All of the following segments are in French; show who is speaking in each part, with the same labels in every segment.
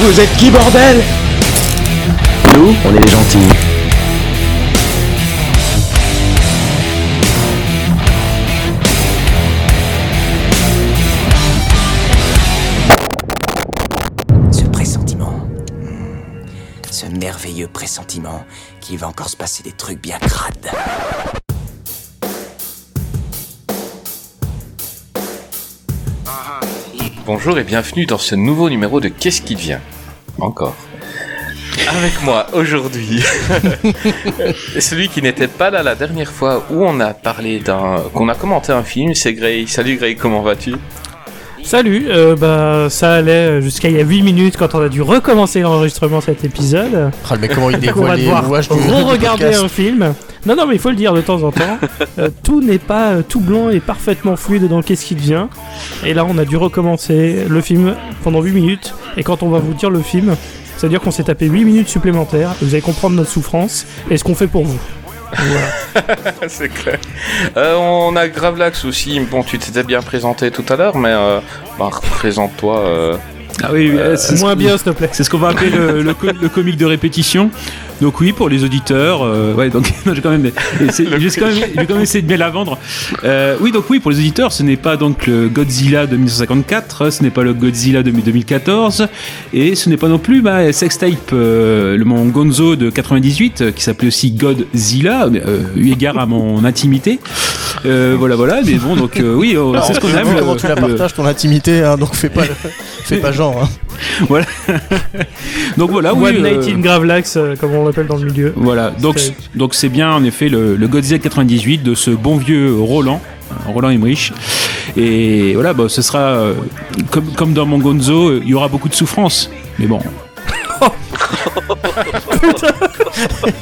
Speaker 1: Vous êtes qui, bordel
Speaker 2: Nous, on est les gentils.
Speaker 3: Ce pressentiment. Hmm. Ce merveilleux pressentiment qu'il va encore se passer des trucs bien crades.
Speaker 4: Bonjour et bienvenue dans ce nouveau numéro de Qu'est-ce qui devient Encore. Avec moi aujourd'hui, celui qui n'était pas là la dernière fois où on a parlé d'un. qu'on a commenté un film, c'est Gray. Salut Gray, comment vas-tu
Speaker 5: Salut, euh, bah, ça allait jusqu'à il y a 8 minutes quand on a dû recommencer l'enregistrement de cet épisode.
Speaker 6: Ah, mais comment il
Speaker 5: Donc on va
Speaker 6: dévoile les
Speaker 5: devoir
Speaker 6: rouages du du
Speaker 5: re-regarder
Speaker 6: podcast.
Speaker 5: un film. Non, non, mais il faut le dire de temps en temps. Euh, tout n'est pas euh, tout blanc et parfaitement fluide dans qu'est-ce qui devient. Et là, on a dû recommencer le film pendant 8 minutes. Et quand on va vous dire le film, ça veut dire qu'on s'est tapé 8 minutes supplémentaires. Vous allez comprendre notre souffrance et ce qu'on fait pour vous.
Speaker 4: C'est clair. Euh, on a Gravelax aussi. Bon, tu t'étais bien présenté tout à l'heure, mais euh, bah, représente-toi. euh.
Speaker 7: Ah oui, oui, c'est ce
Speaker 5: Moins
Speaker 7: qu'on-
Speaker 5: bien, s'il te plaît.
Speaker 7: C'est ce qu'on va appeler le, le, co- le comique de répétition. Donc oui, pour les auditeurs, euh, ouais, donc non, j'ai quand même, et c'est- j'ai quand même, j'ai quand même essayé de bien la vendre. Euh, oui, donc oui, pour les auditeurs, ce n'est pas donc le Godzilla de 1954, ce n'est pas le Godzilla de 2014, et ce n'est pas non plus bah, Sextape, euh, le mon Gonzo de 98, euh, qui s'appelait aussi Godzilla, euh, eu égard à mon intimité. Euh, voilà, voilà, mais bon, donc euh, oui, euh, c'est ce qu'on
Speaker 6: J'ai
Speaker 7: aime.
Speaker 6: vu
Speaker 7: le-
Speaker 6: comment tu la
Speaker 7: le-
Speaker 6: partages ton intimité, hein, donc fais pas, le- fais pas genre. hein.
Speaker 7: Donc
Speaker 6: Ah
Speaker 7: voilà, oui.
Speaker 5: One
Speaker 7: euh,
Speaker 5: Night in Gravelax, euh, comme on l'appelle dans le milieu.
Speaker 7: Voilà, donc
Speaker 5: C'est-
Speaker 7: donc c'est bien en effet le, le Godzilla 98 de ce bon vieux Roland, euh, Roland Emmerich. Et voilà, bah, ce sera euh, comme, comme dans mon Gonzo, euh, il y aura beaucoup de souffrance. Mais bon,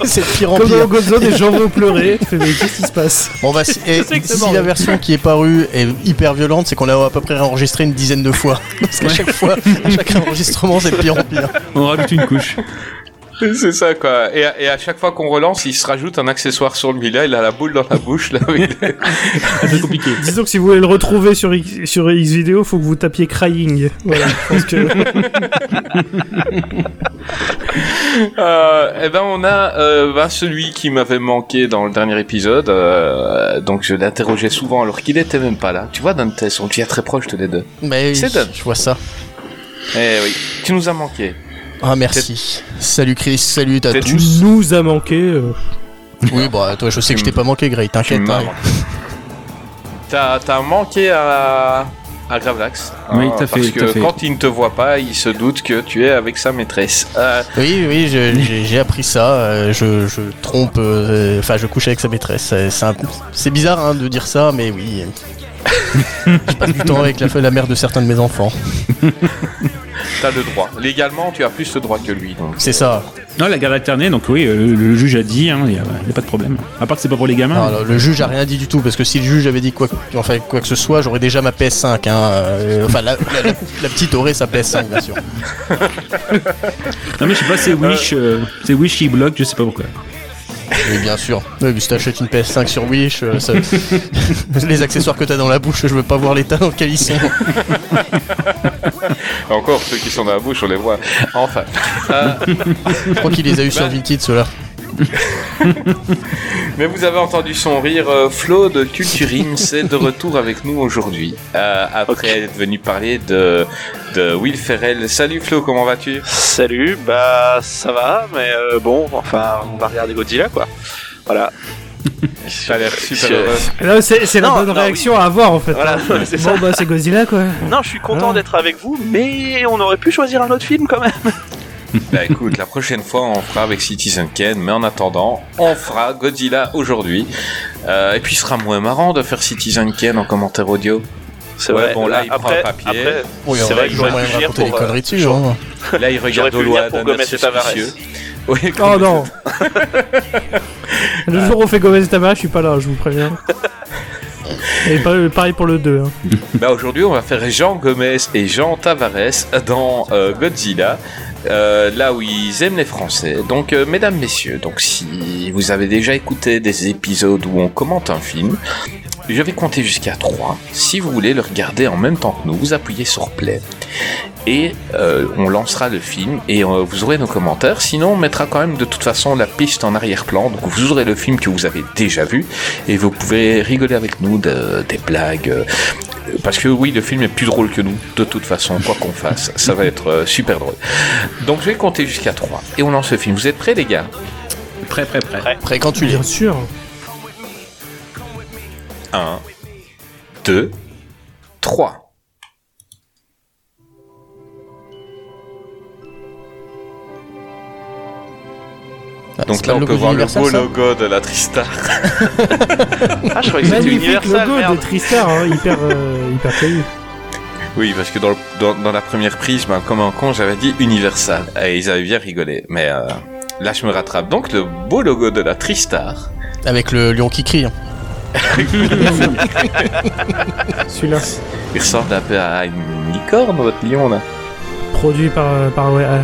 Speaker 6: C'est de pire en
Speaker 5: Comme dans
Speaker 6: pire.
Speaker 5: Gozo, des gens vont pleurer. Je fais, mais qu'est-ce qui se passe
Speaker 6: Bon, bah, si, et
Speaker 5: C'est
Speaker 6: si
Speaker 5: exactement,
Speaker 6: la
Speaker 5: ouais.
Speaker 6: version qui est parue est hyper violente, c'est qu'on l'a à peu près enregistré une dizaine de fois. Parce qu'à chaque fois, à chaque enregistrement, c'est de pire en pire.
Speaker 7: on rajoute une couche.
Speaker 4: C'est ça, quoi. Et à, et à chaque fois qu'on relance, il se rajoute un accessoire sur lui. Là, il a la boule dans la bouche. Là, avec les-
Speaker 7: C'est compliqué.
Speaker 5: Disons que si vous voulez le retrouver sur X, sur X vidéo, faut que vous tapiez crying. Voilà. je pense que-
Speaker 4: Euh, eh ben on a euh, ben, celui qui m'avait manqué dans le dernier épisode, euh, donc je l'interrogeais souvent alors qu'il était même pas là. Tu vois Dante, on devient très proche tous les deux.
Speaker 6: Mais oui,
Speaker 4: C'est dingue.
Speaker 6: je vois ça.
Speaker 4: Eh oui, tu nous as manqué.
Speaker 6: Ah, merci. Salut Chris, salut à
Speaker 4: T'es-
Speaker 6: tous.
Speaker 5: nous a manqué. euh,
Speaker 6: Oui, bah, toi, je sais que je t'ai pas manqué, Grey,
Speaker 4: Tu
Speaker 6: t'inquiète.
Speaker 4: m'as
Speaker 6: hein.
Speaker 4: manqué. T'as t'as manqué à à Gravelax.
Speaker 7: Oui, tout à
Speaker 4: Parce
Speaker 7: fait, tout à
Speaker 4: que
Speaker 7: fait.
Speaker 4: quand il ne te voit pas, il se doute que tu es avec sa maîtresse. Euh,
Speaker 6: Oui, oui, je- j'ai j'ai appris ça. euh, je, je trompe, euh, enfin, je couche avec sa maîtresse. euh, C'est un- c'est bizarre hein, de dire ça, mais oui. je passe du temps avec la, la mère de certains de mes enfants.
Speaker 4: T'as le droit. Légalement, tu as plus le droit que lui. donc.
Speaker 6: C'est ça.
Speaker 7: Non, la garde alternée, donc oui, euh, le, le juge a dit, hein, il n'y a, il y a pas de problème. À part que c'est pas pour les gamins.
Speaker 6: Alors, le- le juge a rien dit du tout, parce que si le juge avait dit quoi, que- enfin, quoi que ce soit, j'aurais déjà ma PS5. Hein, euh, enfin, la, la- la- la petite aurait sa PS5, bien sûr.
Speaker 7: Non mais je sais pas, c'est Wish, euh, c'est Wish qui bloque, je sais pas pourquoi.
Speaker 6: Oui, bien sûr. Oui, mais si t'achètes une PS5 sur Wish, euh, ça- les accessoires que t'as dans la bouche, je veux pas voir l'état dans lequel ils sont.
Speaker 4: Encore ceux qui sont dans la bouche, on les voit. Enfin. Euh,
Speaker 6: Je crois qu'il les a eu sur Vinted, ceux-là.
Speaker 4: Mais vous avez entendu son rire, euh, Flo de Culturim, c'est de retour avec nous aujourd'hui, euh, après être venu parler de, de Will Ferrell. Salut Flo, comment vas-tu
Speaker 8: Salut, bah ça va, mais euh, bon, enfin, on va regarder Godzilla quoi. Voilà.
Speaker 4: T'as l'air super
Speaker 8: Je-
Speaker 4: heureux.
Speaker 5: là, C'est c'est la
Speaker 8: Non,
Speaker 5: bonne
Speaker 8: non,
Speaker 5: réaction à avoir en fait.
Speaker 8: Voilà,
Speaker 5: hein.
Speaker 8: c'est
Speaker 5: bon
Speaker 8: ça.
Speaker 5: bah c'est Godzilla quoi.
Speaker 8: Non, je suis content
Speaker 5: Ah.
Speaker 8: d'être avec vous, mais on aurait pu choisir un autre film quand même.
Speaker 4: Bah écoute, la prochaine fois on fera avec Citizen Kane, mais en attendant, on fera Godzilla aujourd'hui. Euh, et puis ce sera moins marrant de faire Citizen Kane en commentaire audio.
Speaker 8: C'est
Speaker 4: Ouais,
Speaker 8: vrai.
Speaker 4: bon, là, il prend un papier.
Speaker 8: euh, après,
Speaker 6: Oui,
Speaker 8: c'est
Speaker 6: on
Speaker 8: vrai
Speaker 6: va
Speaker 8: que j'aurais pu
Speaker 6: moyen de
Speaker 8: venir
Speaker 6: raconter des
Speaker 8: pour. euh,
Speaker 6: conneries dessus. Hein.
Speaker 4: Là il
Speaker 8: J'aurais
Speaker 4: regarde
Speaker 8: pu venir
Speaker 4: Loa
Speaker 8: pour
Speaker 4: d'un
Speaker 8: Gomez
Speaker 4: air
Speaker 8: et Tavares.
Speaker 4: suspicieux. Oui,
Speaker 5: Oh non Le jour où on fait Gomez Tama, je suis pas là, je vous préviens. Et pa- pareil pour le 2. hein.
Speaker 4: Bah aujourd'hui, on va faire Jean Gomez et Jean Tavares dans euh, Godzilla, euh, là où ils aiment les Français. Donc, euh, mesdames, messieurs, donc si vous avez déjà écouté des épisodes où on commente un film, je vais compter jusqu'à 3. Si vous voulez le regarder en même temps que nous, vous appuyez sur play. Et euh, on lancera le film et euh, vous aurez nos commentaires. Sinon, on mettra quand même de toute façon la piste en arrière-plan. Donc vous aurez le film que vous avez déjà vu et vous pouvez rigoler avec nous de- des blagues, euh, parce que oui, le film est plus drôle que nous, de toute façon, quoi qu'on fasse. Ça va être euh, super drôle. Donc je vais compter jusqu'à 3 et on lance le film. Vous êtes prêts, les gars
Speaker 7: Très, très, près.
Speaker 6: Après, quand tu lis.
Speaker 5: Bien sûr
Speaker 4: 1, 2, 3.
Speaker 6: Ah,
Speaker 4: Donc
Speaker 6: c'est
Speaker 4: là,
Speaker 6: pas
Speaker 4: on peut
Speaker 6: logo
Speaker 4: voir le
Speaker 6: d'Universal,
Speaker 4: beau
Speaker 6: ça
Speaker 4: logo de la Tristar.
Speaker 8: Ah, je croyais que c'était
Speaker 5: Magnifique
Speaker 8: Universal,
Speaker 5: logo
Speaker 8: merde.
Speaker 5: de Tristar, hein, hyper, euh, hyper connu.
Speaker 4: Oui, parce que dans, le- dans, dans la première prise, ben, comme un con, j'avais dit Universal. Et ils avaient bien rigolé. Mais euh, là, je me rattrape. Donc le beau logo de la Tristar.
Speaker 6: Avec le lion qui crie. hein.
Speaker 5: Celui-là,
Speaker 4: Il ressemble un peu à une licorne, votre lion, là.
Speaker 5: produit par, euh, par, ouais, euh,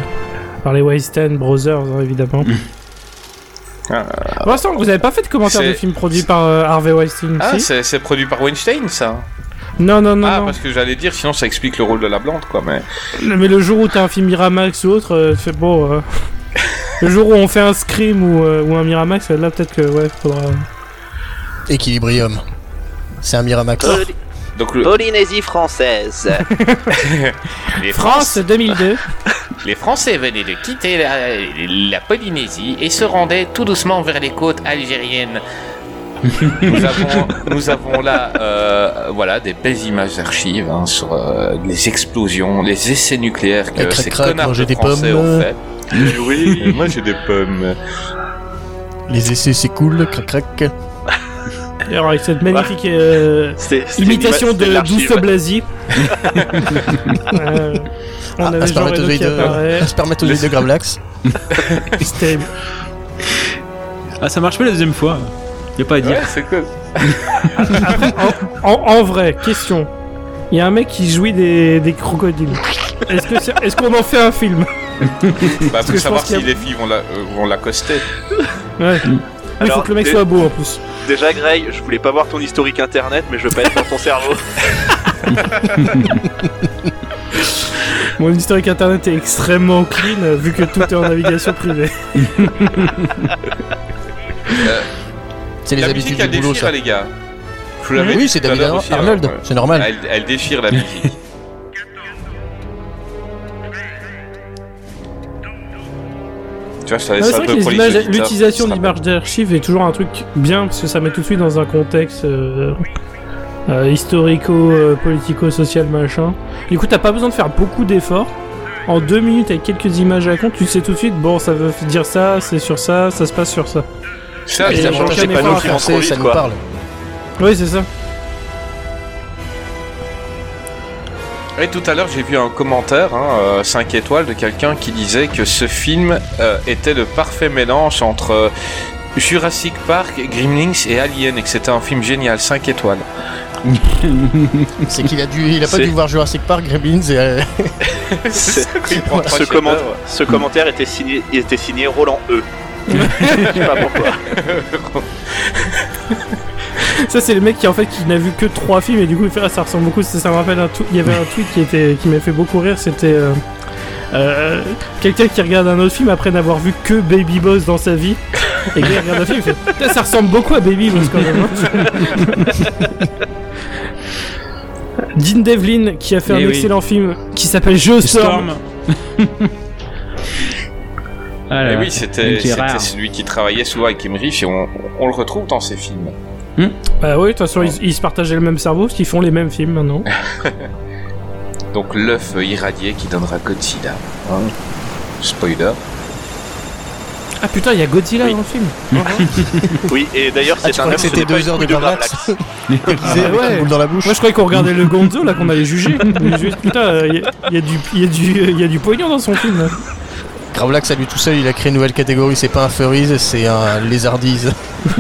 Speaker 5: par les Weinstein Brothers, hein, évidemment.
Speaker 4: Ah.
Speaker 5: Pour l'instant, vous avez pas fait de commentaire de
Speaker 4: C'est-
Speaker 5: film produit par euh, Harvey Weinstein
Speaker 4: Ah,
Speaker 5: si
Speaker 4: c'est c'est produit par Weinstein, ça
Speaker 5: Non, non, non.
Speaker 4: Ah,
Speaker 5: non.
Speaker 4: parce que j'allais dire, sinon ça explique le rôle de la blonde, quoi, mais...
Speaker 5: Mais le jour où t'as un film Miramax ou autre, euh, tu fais bon. euh, le jour où on fait un Scream ou, euh, ou un Miramax, là peut-être que ouais, faudra.
Speaker 6: Équilibrium. C'est un Miramax.
Speaker 5: Euh.
Speaker 4: Donc, le-
Speaker 3: Polynésie française.
Speaker 4: les,
Speaker 5: Euh, France 2002.
Speaker 4: les Français venaient de quitter la, la Polynésie et se rendaient tout doucement vers les côtes algériennes. nous, avons, nous avons là euh, voilà, des belles images d'archives hein, sur euh, les explosions, les essais nucléaires
Speaker 6: Et
Speaker 4: que
Speaker 6: crac,
Speaker 4: ces
Speaker 6: crac,
Speaker 4: connards
Speaker 6: manger
Speaker 4: de
Speaker 6: des
Speaker 4: Français
Speaker 6: pommes.
Speaker 4: ont fait. Oui, moi j'ai des pommes.
Speaker 6: Les essais, c'est cool. Crac, crac.
Speaker 5: Et Alors avec cette magnifique euh,
Speaker 8: C'était- c'était une
Speaker 5: imitation
Speaker 8: ima- c'était
Speaker 5: de
Speaker 8: l'archive.
Speaker 5: Douce Blasi. Euh, on
Speaker 6: Ah,
Speaker 5: avait Jean Reno
Speaker 6: un spermatozoïde
Speaker 5: qui apparaît.
Speaker 6: de- un spermatozoïde de Gravelax.
Speaker 5: C'était
Speaker 7: Ah, ça marche pas la deuxième fois. Y a pas à dire.
Speaker 4: Ouais, c'est cool.
Speaker 5: En, en vrai, question. Il y a un mec qui jouit des, des crocodiles. Est-ce que c'est- est-ce qu'on en fait un film
Speaker 4: Bah,
Speaker 5: que
Speaker 4: faut
Speaker 5: je
Speaker 4: savoir
Speaker 5: pense qu'il
Speaker 4: si
Speaker 5: y a-
Speaker 4: les filles vont la- euh, vont l'accoster.
Speaker 5: Ouais. Ah, Il faut
Speaker 8: Alors,
Speaker 5: que le mec
Speaker 8: et-
Speaker 5: soit beau en plus.
Speaker 8: Déjà, Grey, je voulais pas voir ton historique internet, mais je veux pas être dans ton cerveau.
Speaker 5: Mon historique internet est extrêmement clean euh, vu que tout est en navigation privée.
Speaker 6: C'est les
Speaker 4: la
Speaker 6: habitudes
Speaker 4: musique,
Speaker 6: du
Speaker 4: elle
Speaker 6: boulot,
Speaker 4: déchire,
Speaker 6: ça.
Speaker 4: hein, les gars. Je vous l'avais
Speaker 8: Hmm.
Speaker 6: Oui,
Speaker 4: dit
Speaker 6: c'est
Speaker 4: tout à
Speaker 6: David
Speaker 4: l'heure aussi,
Speaker 6: Arnold.
Speaker 4: hein.
Speaker 6: C'est normal.
Speaker 4: Elle, elle déchire la musique. tu vois, je savais
Speaker 5: Non, mais
Speaker 4: ça
Speaker 5: C'est
Speaker 4: un
Speaker 5: vrai que
Speaker 4: peu
Speaker 5: les
Speaker 4: pour les
Speaker 5: images-
Speaker 4: auditeurs,
Speaker 5: l'utilisation
Speaker 4: ça
Speaker 5: d'images d'archives est toujours un truc bien parce que ça met tout de suite dans un contexte euh, euh, historico, euh, politico-social machin. Du coup, t'as pas besoin de faire beaucoup d'efforts. En deux minutes avec quelques images à compte, tu sais tout de suite. Bon, ça veut dire ça, c'est sur ça, ça se passe sur ça.
Speaker 4: rappelle. Ça, je
Speaker 6: Et les
Speaker 4: t'avoue,
Speaker 6: gens
Speaker 8: c'est
Speaker 6: qui
Speaker 8: pas
Speaker 6: parlent
Speaker 8: nous qui vont
Speaker 6: français,
Speaker 8: trop vite,
Speaker 6: ça nous
Speaker 8: quoi.
Speaker 6: parle.
Speaker 5: Oui, c'est ça.
Speaker 4: Et tout à l'heure, j'ai vu un commentaire, 5 étoiles, de quelqu'un qui disait que ce film euh, était le parfait mélange entre euh, Jurassic Park, Gremlins et Alien, et que c'était un film génial, 5 étoiles.
Speaker 6: C'est qu'il a dû, il a pas
Speaker 8: C'est-
Speaker 6: dû voir Jurassic Park, Gremlins et euh,
Speaker 8: C'est-
Speaker 4: Il prend trois
Speaker 8: ce,
Speaker 4: chefs-d'œuvre.
Speaker 8: comment- ce commentaire était signé, il était signé Roland E. je sais pas pourquoi.
Speaker 5: Ça c'est le mec qui en fait qui n'a vu que trois films et du coup il fait ah, ça ressemble beaucoup ça, ça me rappelle un tweet il y avait un tweet qui était qui m'a fait beaucoup rire c'était euh, euh, quelqu'un qui regarde un autre film après n'avoir vu que Baby Boss dans sa vie et qui regarde un film il fait Putain, ça ressemble beaucoup à Baby Boss quand même hein. Dean Devlin qui a fait
Speaker 7: Eh
Speaker 5: un
Speaker 7: oui.
Speaker 5: excellent film qui s'appelle Geostorm
Speaker 7: Storm. ah là
Speaker 4: Et
Speaker 7: là.
Speaker 4: Eh oui, c'était
Speaker 7: Donc, il est
Speaker 4: c'était
Speaker 7: rare.
Speaker 4: celui qui travaillait souvent avec Emmerich et on, on le retrouve dans ses films.
Speaker 5: Bah oui de toute
Speaker 7: Oh.
Speaker 5: façon ils, ils se partageaient le même cerveau parce qu'ils font les mêmes films maintenant
Speaker 4: Donc l'œuf irradié qui donnera Godzilla. hein. Spoiler.
Speaker 5: Ah putain, il y a Godzilla
Speaker 8: Oui.
Speaker 5: dans le film. Ah,
Speaker 8: Oui, et d'ailleurs,
Speaker 6: Ah,
Speaker 8: c'est
Speaker 6: tu
Speaker 8: un
Speaker 6: croyais que
Speaker 8: homme, ce
Speaker 6: c'était
Speaker 8: n'est pas
Speaker 6: deux
Speaker 8: une
Speaker 6: heures de
Speaker 8: couille
Speaker 6: Parallax
Speaker 8: Parallax.
Speaker 6: Disais avec
Speaker 5: ouais.
Speaker 6: une boule dans la bouche.
Speaker 5: Moi, je croyais qu'on regardait le Gonzo, là, qu'on allait juger. Mais juste, putain, il y, a- y a du- y a du- euh, y a du pognon dans son film. là.
Speaker 6: Gravelax, à lui tout seul, il a créé une nouvelle catégorie. C'est pas un furries, c'est un lézardise.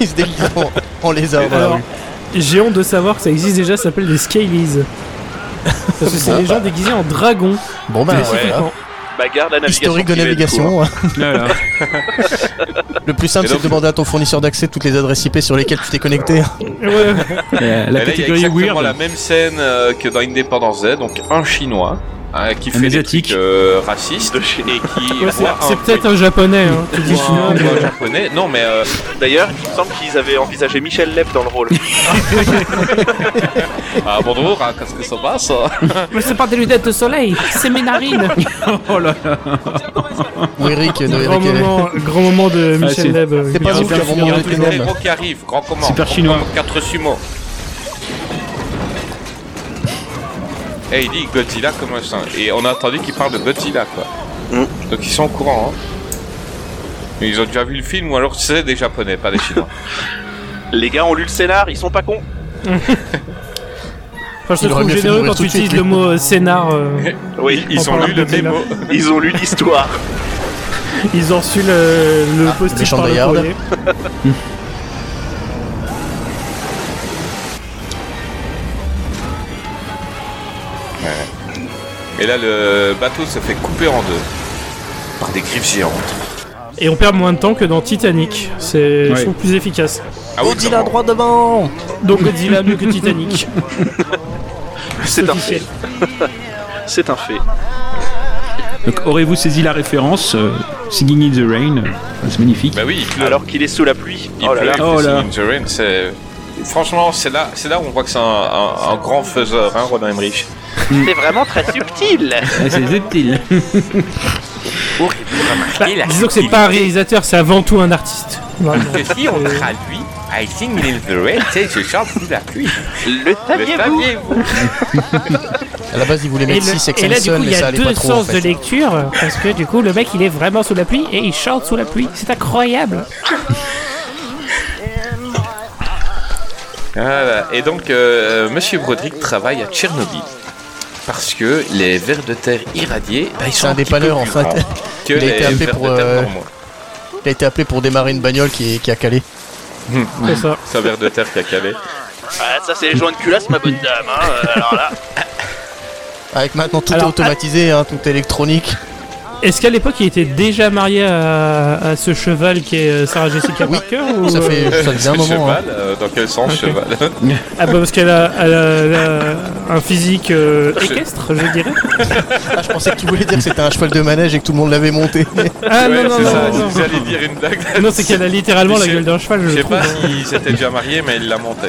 Speaker 6: il se déguise en, en lézard dans la
Speaker 5: Alors,
Speaker 6: rue.
Speaker 5: j'ai honte de savoir que ça existe déjà, ça s'appelle les Scalies. Parce que c'est
Speaker 6: Bon,
Speaker 5: les gens déguisés en dragon.
Speaker 6: Bon, bah,
Speaker 8: Ouais.
Speaker 6: voilà.
Speaker 8: Bah, garde la navigation.
Speaker 6: Historique de
Speaker 8: privée, du coup,
Speaker 6: navigation. hein.
Speaker 7: Voilà.
Speaker 6: Le plus simple,
Speaker 4: Et
Speaker 6: c'est
Speaker 4: donc-
Speaker 6: de demander à ton fournisseur d'accès toutes les adresses IP sur lesquelles tu t'es connecté. hein.
Speaker 5: Ouais.
Speaker 7: Euh,
Speaker 4: Et
Speaker 7: La
Speaker 4: là, il y
Speaker 7: catégorie
Speaker 4: a exactement
Speaker 7: weird.
Speaker 4: la même scène euh, que dans Independence Z, donc un chinois hein, qui
Speaker 7: Un
Speaker 4: fait
Speaker 7: Asiatique.
Speaker 4: des trucs euh, racistes et qui
Speaker 5: Ouais, c'est
Speaker 4: voit
Speaker 5: c'est
Speaker 4: un
Speaker 5: peut-être un japonais, hein. tu dis
Speaker 4: voit un-
Speaker 5: chinois. mais-
Speaker 4: voit un japonais. Non mais euh,
Speaker 8: D'ailleurs, il me semble qu'ils avaient envisagé Michel Lepp dans le rôle.
Speaker 4: ah, bonjour, hein, qu'est-ce que ça passe hein
Speaker 5: Mais c'est pas des lunettes de soleil, c'est mes narines.
Speaker 7: Oh là là.
Speaker 6: Ou Eric, euh, de
Speaker 5: Grand
Speaker 6: Eric et-
Speaker 5: moment, grand moment de
Speaker 7: Ah, c'est-
Speaker 5: Michel Leb. euh,
Speaker 6: C'est pas
Speaker 7: Il y a
Speaker 6: nous qui
Speaker 7: un
Speaker 6: avons
Speaker 7: film, il y a
Speaker 6: montré
Speaker 7: un
Speaker 6: tes
Speaker 4: Tous les
Speaker 6: noms.
Speaker 4: héros qui arrivent, grand comment
Speaker 7: Super chinois.
Speaker 4: 4 sumo. Et Eh, il dit Godzilla comme un singe. Et on a entendu qu'il parle de Godzilla quoi.
Speaker 8: Mm.
Speaker 4: Donc ils sont au courant. Hein. Mais Ils ont déjà vu le film ou alors c'est des japonais, pas des chinois.
Speaker 8: Les gars ont lu le scénar, ils sont pas cons.
Speaker 5: Enfin, je te
Speaker 6: Il aurait
Speaker 5: trouve
Speaker 6: mieux fait de
Speaker 5: généreux
Speaker 6: mourir
Speaker 5: quand
Speaker 6: tout
Speaker 5: tu
Speaker 6: de suite,
Speaker 5: utilises
Speaker 6: lui.
Speaker 5: le mot euh, scénar. euh,
Speaker 8: Oui,
Speaker 4: Ils
Speaker 5: En
Speaker 4: ont
Speaker 5: parlant
Speaker 4: lu
Speaker 5: de
Speaker 4: le
Speaker 5: Godzilla.
Speaker 4: mémo.
Speaker 8: ils ont lu l'histoire.
Speaker 5: Ils ont reçu le, le
Speaker 6: Ah,
Speaker 5: post-it
Speaker 6: méchant
Speaker 5: par le
Speaker 6: Bayard.
Speaker 5: collier.
Speaker 4: Et là, le bateau se fait couper en deux par des griffes géantes.
Speaker 5: Et on perd moins de temps que dans Titanic. C'est,
Speaker 7: Ouais.
Speaker 5: je trouve, plus efficace.
Speaker 4: Ah oui,
Speaker 6: Godzilla
Speaker 4: clairement.
Speaker 6: droit devant
Speaker 5: Donc Godzilla mieux que Titanic.
Speaker 8: C'est un
Speaker 5: Officiel.
Speaker 8: fait. C'est un fait.
Speaker 7: Donc, aurez-vous saisi la référence euh, Singing in the Rain euh, C'est magnifique.
Speaker 4: Bah oui, il pleut.
Speaker 8: Alors qu'il est sous la pluie.
Speaker 4: il
Speaker 8: oh là
Speaker 4: pleut,
Speaker 8: là.
Speaker 4: il fait
Speaker 7: Oh là.
Speaker 4: Singing in the Rain, c'est- Franchement, c'est là, c'est là où on voit que c'est un, un- un grand faiseur, hein, Roland Emmerich.
Speaker 8: C'est vraiment très subtil.
Speaker 7: Ah, c'est subtil.
Speaker 5: Bah, disons que c'est pas un réalisateur, c'est avant tout un artiste. Vraiment.
Speaker 4: si on traduit, I think in the rain, c'est je chante sous la pluie.
Speaker 8: Le saviez-vous
Speaker 6: À la base, ils voulaient
Speaker 5: Et,
Speaker 6: mettre
Speaker 5: le-
Speaker 6: 6
Speaker 5: et là, du
Speaker 6: Excelson,
Speaker 5: coup, il
Speaker 6: mais
Speaker 5: y
Speaker 6: ça
Speaker 5: a
Speaker 6: allait
Speaker 5: deux
Speaker 6: pas trop. en
Speaker 5: sens de
Speaker 6: fait.
Speaker 5: lecture. Parce que du coup, le mec, il est vraiment sous la pluie et il chante sous la pluie. C'est incroyable.
Speaker 4: Ah, Voilà. Et donc, euh, Monsieur Broderick travaille à Tchernobyl. Parce que les vers de terre irradiés, bah, ils sont
Speaker 6: C'est un
Speaker 4: petit
Speaker 6: dépanneur,
Speaker 4: peu
Speaker 6: en
Speaker 4: plus
Speaker 6: fait.
Speaker 4: grands Que
Speaker 6: Il a
Speaker 4: les
Speaker 6: été appelé
Speaker 4: vers
Speaker 6: pour,
Speaker 4: de terre
Speaker 6: euh,
Speaker 4: normaux.
Speaker 6: Il a été appelé pour démarrer une bagnole qui, qui a calé.
Speaker 5: C'est ça.
Speaker 4: C'est un ver de terre qui a calé.
Speaker 8: Ah, ça, c'est les joints de culasse, ma bonne dame. hein. Euh, Alors là,
Speaker 6: Avec maintenant tout
Speaker 5: Alors,
Speaker 6: est automatisé, hein, tout est électronique.
Speaker 5: Est-ce qu'à l'époque, il était déjà marié à, à ce cheval qui est euh, Sarah Jessica Parker ou, euh,
Speaker 6: Ça fait, ça faisait un
Speaker 4: C'est
Speaker 6: moment. hein.
Speaker 4: cheval, euh, dans quel sens cheval
Speaker 5: Ah bah parce qu'elle a, elle a- elle a un physique euh, équestre, je dirais.
Speaker 6: Ah, je pensais que tu voulais dire que c'était un cheval de manège et que tout le monde l'avait monté.
Speaker 4: Ouais,
Speaker 5: Ah non, non,
Speaker 4: c'est
Speaker 5: non,
Speaker 4: ça,
Speaker 5: non,
Speaker 4: vous allez dire une blague.
Speaker 5: non. Non, c'est qu'elle a littéralement la
Speaker 4: Je-
Speaker 5: gueule d'un cheval,
Speaker 4: Je
Speaker 5: je
Speaker 4: sais
Speaker 5: trouve. hein.
Speaker 4: pas s'ils étaient déjà mariés, mais il l'a monté.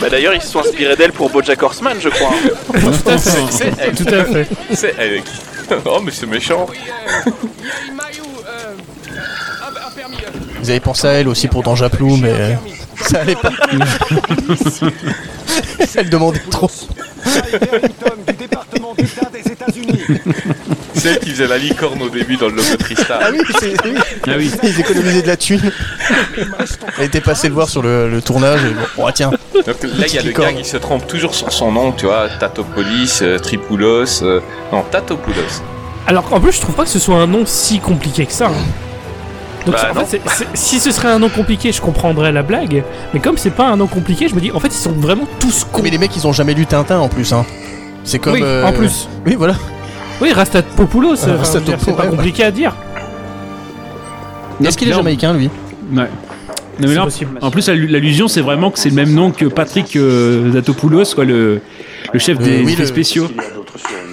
Speaker 8: bah d'ailleurs, ils se sont inspirés d'elle pour BoJack Horseman, je crois. hein.
Speaker 4: C'est elle.
Speaker 5: Tout à fait.
Speaker 4: C'est elle. Oh, mais c'est méchant.
Speaker 6: Vous avez pensé à elle aussi pour Danger Plou, mais euh, ça allait pas. elle demandait trop.
Speaker 4: C'est elle qui faisait la licorne au début dans le logo
Speaker 6: Ah
Speaker 4: Tristar.
Speaker 6: oui, c'est- c'est-
Speaker 7: Ah oui.
Speaker 6: ils économisaient de la thune. Elle était passée le voir sur le, le tournage et bon, oh, tiens,
Speaker 4: Donc là, il y a le gars
Speaker 6: licorne.
Speaker 4: qui se trompe toujours sur son nom, tu vois. Tatopolis, euh, Tripoulos. euh, non, Tatopoulos.
Speaker 5: Alors qu'en plus, je trouve pas que ce soit un nom si compliqué que ça. hein. Donc
Speaker 8: Bah,
Speaker 5: ça, en
Speaker 8: non.
Speaker 5: fait, c'est- c'est- si ce serait un nom compliqué, je comprendrais la blague. Mais comme c'est pas un nom compliqué, je me dis, en fait, ils sont vraiment tous cons.
Speaker 6: mais les mecs ils ont jamais lu Tintin en plus. Hein. C'est comme.
Speaker 5: oui,
Speaker 6: euh,
Speaker 5: en plus.
Speaker 6: Oui, voilà.
Speaker 5: Oui, Rastatopoulos,
Speaker 6: Euh,
Speaker 5: euh, enfin, je veux dire, c'est
Speaker 6: Rastatopoulos,
Speaker 5: pas
Speaker 6: ouais.
Speaker 5: compliqué à dire.
Speaker 6: Est-ce qu'il est
Speaker 7: Non.
Speaker 6: jamaïcain lui
Speaker 7: Ouais. Non, mais
Speaker 5: C'est
Speaker 7: là,
Speaker 5: possible.
Speaker 7: en plus, l'allu- l'allusion, c'est vraiment que c'est le même nom que Patrick euh, Datopoulos, quoi, le, Euh, le chef
Speaker 6: Le-
Speaker 7: des
Speaker 6: oui,
Speaker 7: effets
Speaker 6: le-
Speaker 7: spéciaux.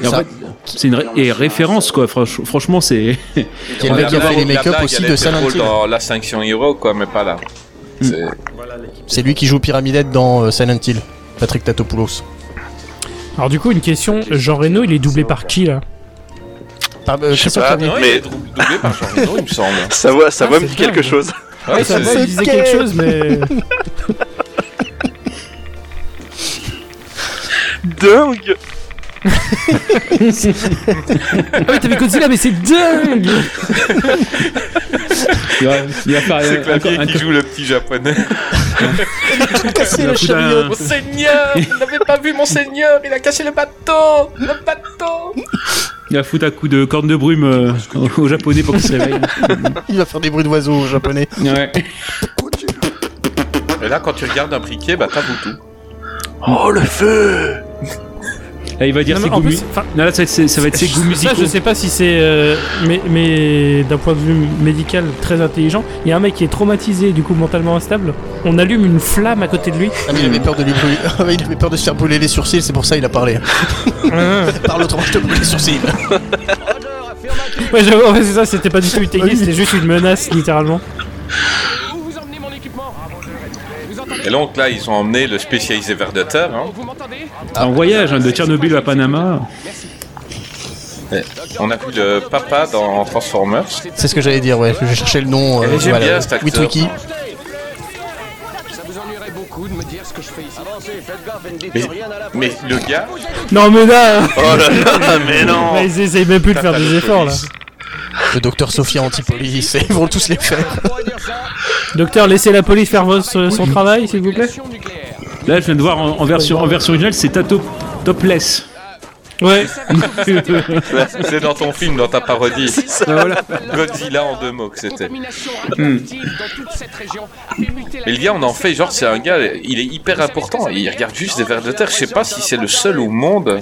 Speaker 7: Et en
Speaker 6: Ça-
Speaker 7: fait, c'est une ré- et référence, quoi. franch- franchement, c'est.
Speaker 6: Il y a le mec qui a fait les make-up aussi de Mm. Silent Hill.
Speaker 4: dans la sanction Hero, quoi, mais pas là. C'est-
Speaker 6: C'est lui qui joue Pyramidette dans euh, Silent Hill. Patrick Tatopoulos.
Speaker 5: Alors du coup, une question, Jean Reno, il est doublé par qui là
Speaker 6: Par, euh, Christophe
Speaker 8: pas,
Speaker 6: Clavier.
Speaker 4: Non, il
Speaker 8: Mais-
Speaker 4: est Ah, dou- doublé par Jean Reno, il me semble.
Speaker 8: Ça voit, ça
Speaker 5: Ah,
Speaker 8: voit me
Speaker 5: c'est
Speaker 8: dit quelque
Speaker 5: dingue.
Speaker 8: chose.
Speaker 4: Ouais,
Speaker 5: Ça
Speaker 4: c'est-
Speaker 5: va, il disait quelque chose, mais...
Speaker 8: Dingue
Speaker 5: Ah oui, t'avais Godzilla, mais c'est dingue
Speaker 7: Il va, il va faire
Speaker 4: C'est
Speaker 7: un-
Speaker 4: Clavier
Speaker 7: un-
Speaker 4: qui joue le petit japonais.
Speaker 6: Casser le
Speaker 7: D'un coup d'un-
Speaker 6: chariot.
Speaker 4: Monseigneur, vous n'avez pas vu Monseigneur, il a caché le bateau, le bateau.
Speaker 7: il va foutre un coup de corne de brume euh, aux japonais pour qu'ils se réveillent.
Speaker 6: Il va faire des bruits d'oiseaux japonais.
Speaker 7: Ouais.
Speaker 4: Et là, quand tu regardes un briquet, bah t'as tout.
Speaker 7: Là, Eh, il va dire
Speaker 5: Non,
Speaker 7: c'est
Speaker 5: mais en
Speaker 7: Gomu.
Speaker 5: plus, enfin,
Speaker 7: Non, là, ça va être, ça va être ses goûts
Speaker 5: Ça,
Speaker 7: musicaux.
Speaker 5: je sais pas si c'est. euh, mais mais d'un point de vue médical, très intelligent. Il y a un mec qui est traumatisé, du coup mentalement instable. On allume une flamme à côté de lui.
Speaker 6: Ah, mais il avait peur de lui brûler. Ah, mais il avait peur de se faire brûler les sourcils, c'est pour ça il a parlé.
Speaker 5: Ah.
Speaker 6: Parle autrement, je te brûle les sourcils.
Speaker 5: ouais, j'avoue, en fait, c'est ça, c'était pas du tout une technique, c'était juste une menace, littéralement.
Speaker 4: Et donc là, ils ont emmené le spécialisé vers de terre. Hein.
Speaker 7: En voyage, hein, de Tchernobyl à Panama.
Speaker 4: On a vu le papa dans Transformers.
Speaker 6: C'est ce que j'allais dire, ouais. Je cherchais le nom. euh,
Speaker 4: Et j'aime bien cet acteur.
Speaker 6: Witwiki.
Speaker 4: Mais, mais le gars,
Speaker 5: Non, mais là,
Speaker 8: Oh là là, mais non
Speaker 5: là, ils essayent même plus de faire des efforts là.
Speaker 6: Le docteur Sophia Antipolis. Ils vont tous les faire.
Speaker 5: Docteur, laissez la police faire vos- son travail, s'il vous plaît.
Speaker 7: Là, je viens de voir en, en version, en version originale, c'est Tato Topless. Ah,
Speaker 5: Ouais,
Speaker 4: c'est dans ton film, dans ta parodie.
Speaker 7: Voilà.
Speaker 4: Godzilla en deux mots que c'était. Hmm. Mais le gars, on en fait genre, c'est un gars, il est hyper important. Il regarde juste des vers de terre. Je sais pas si c'est le seul au monde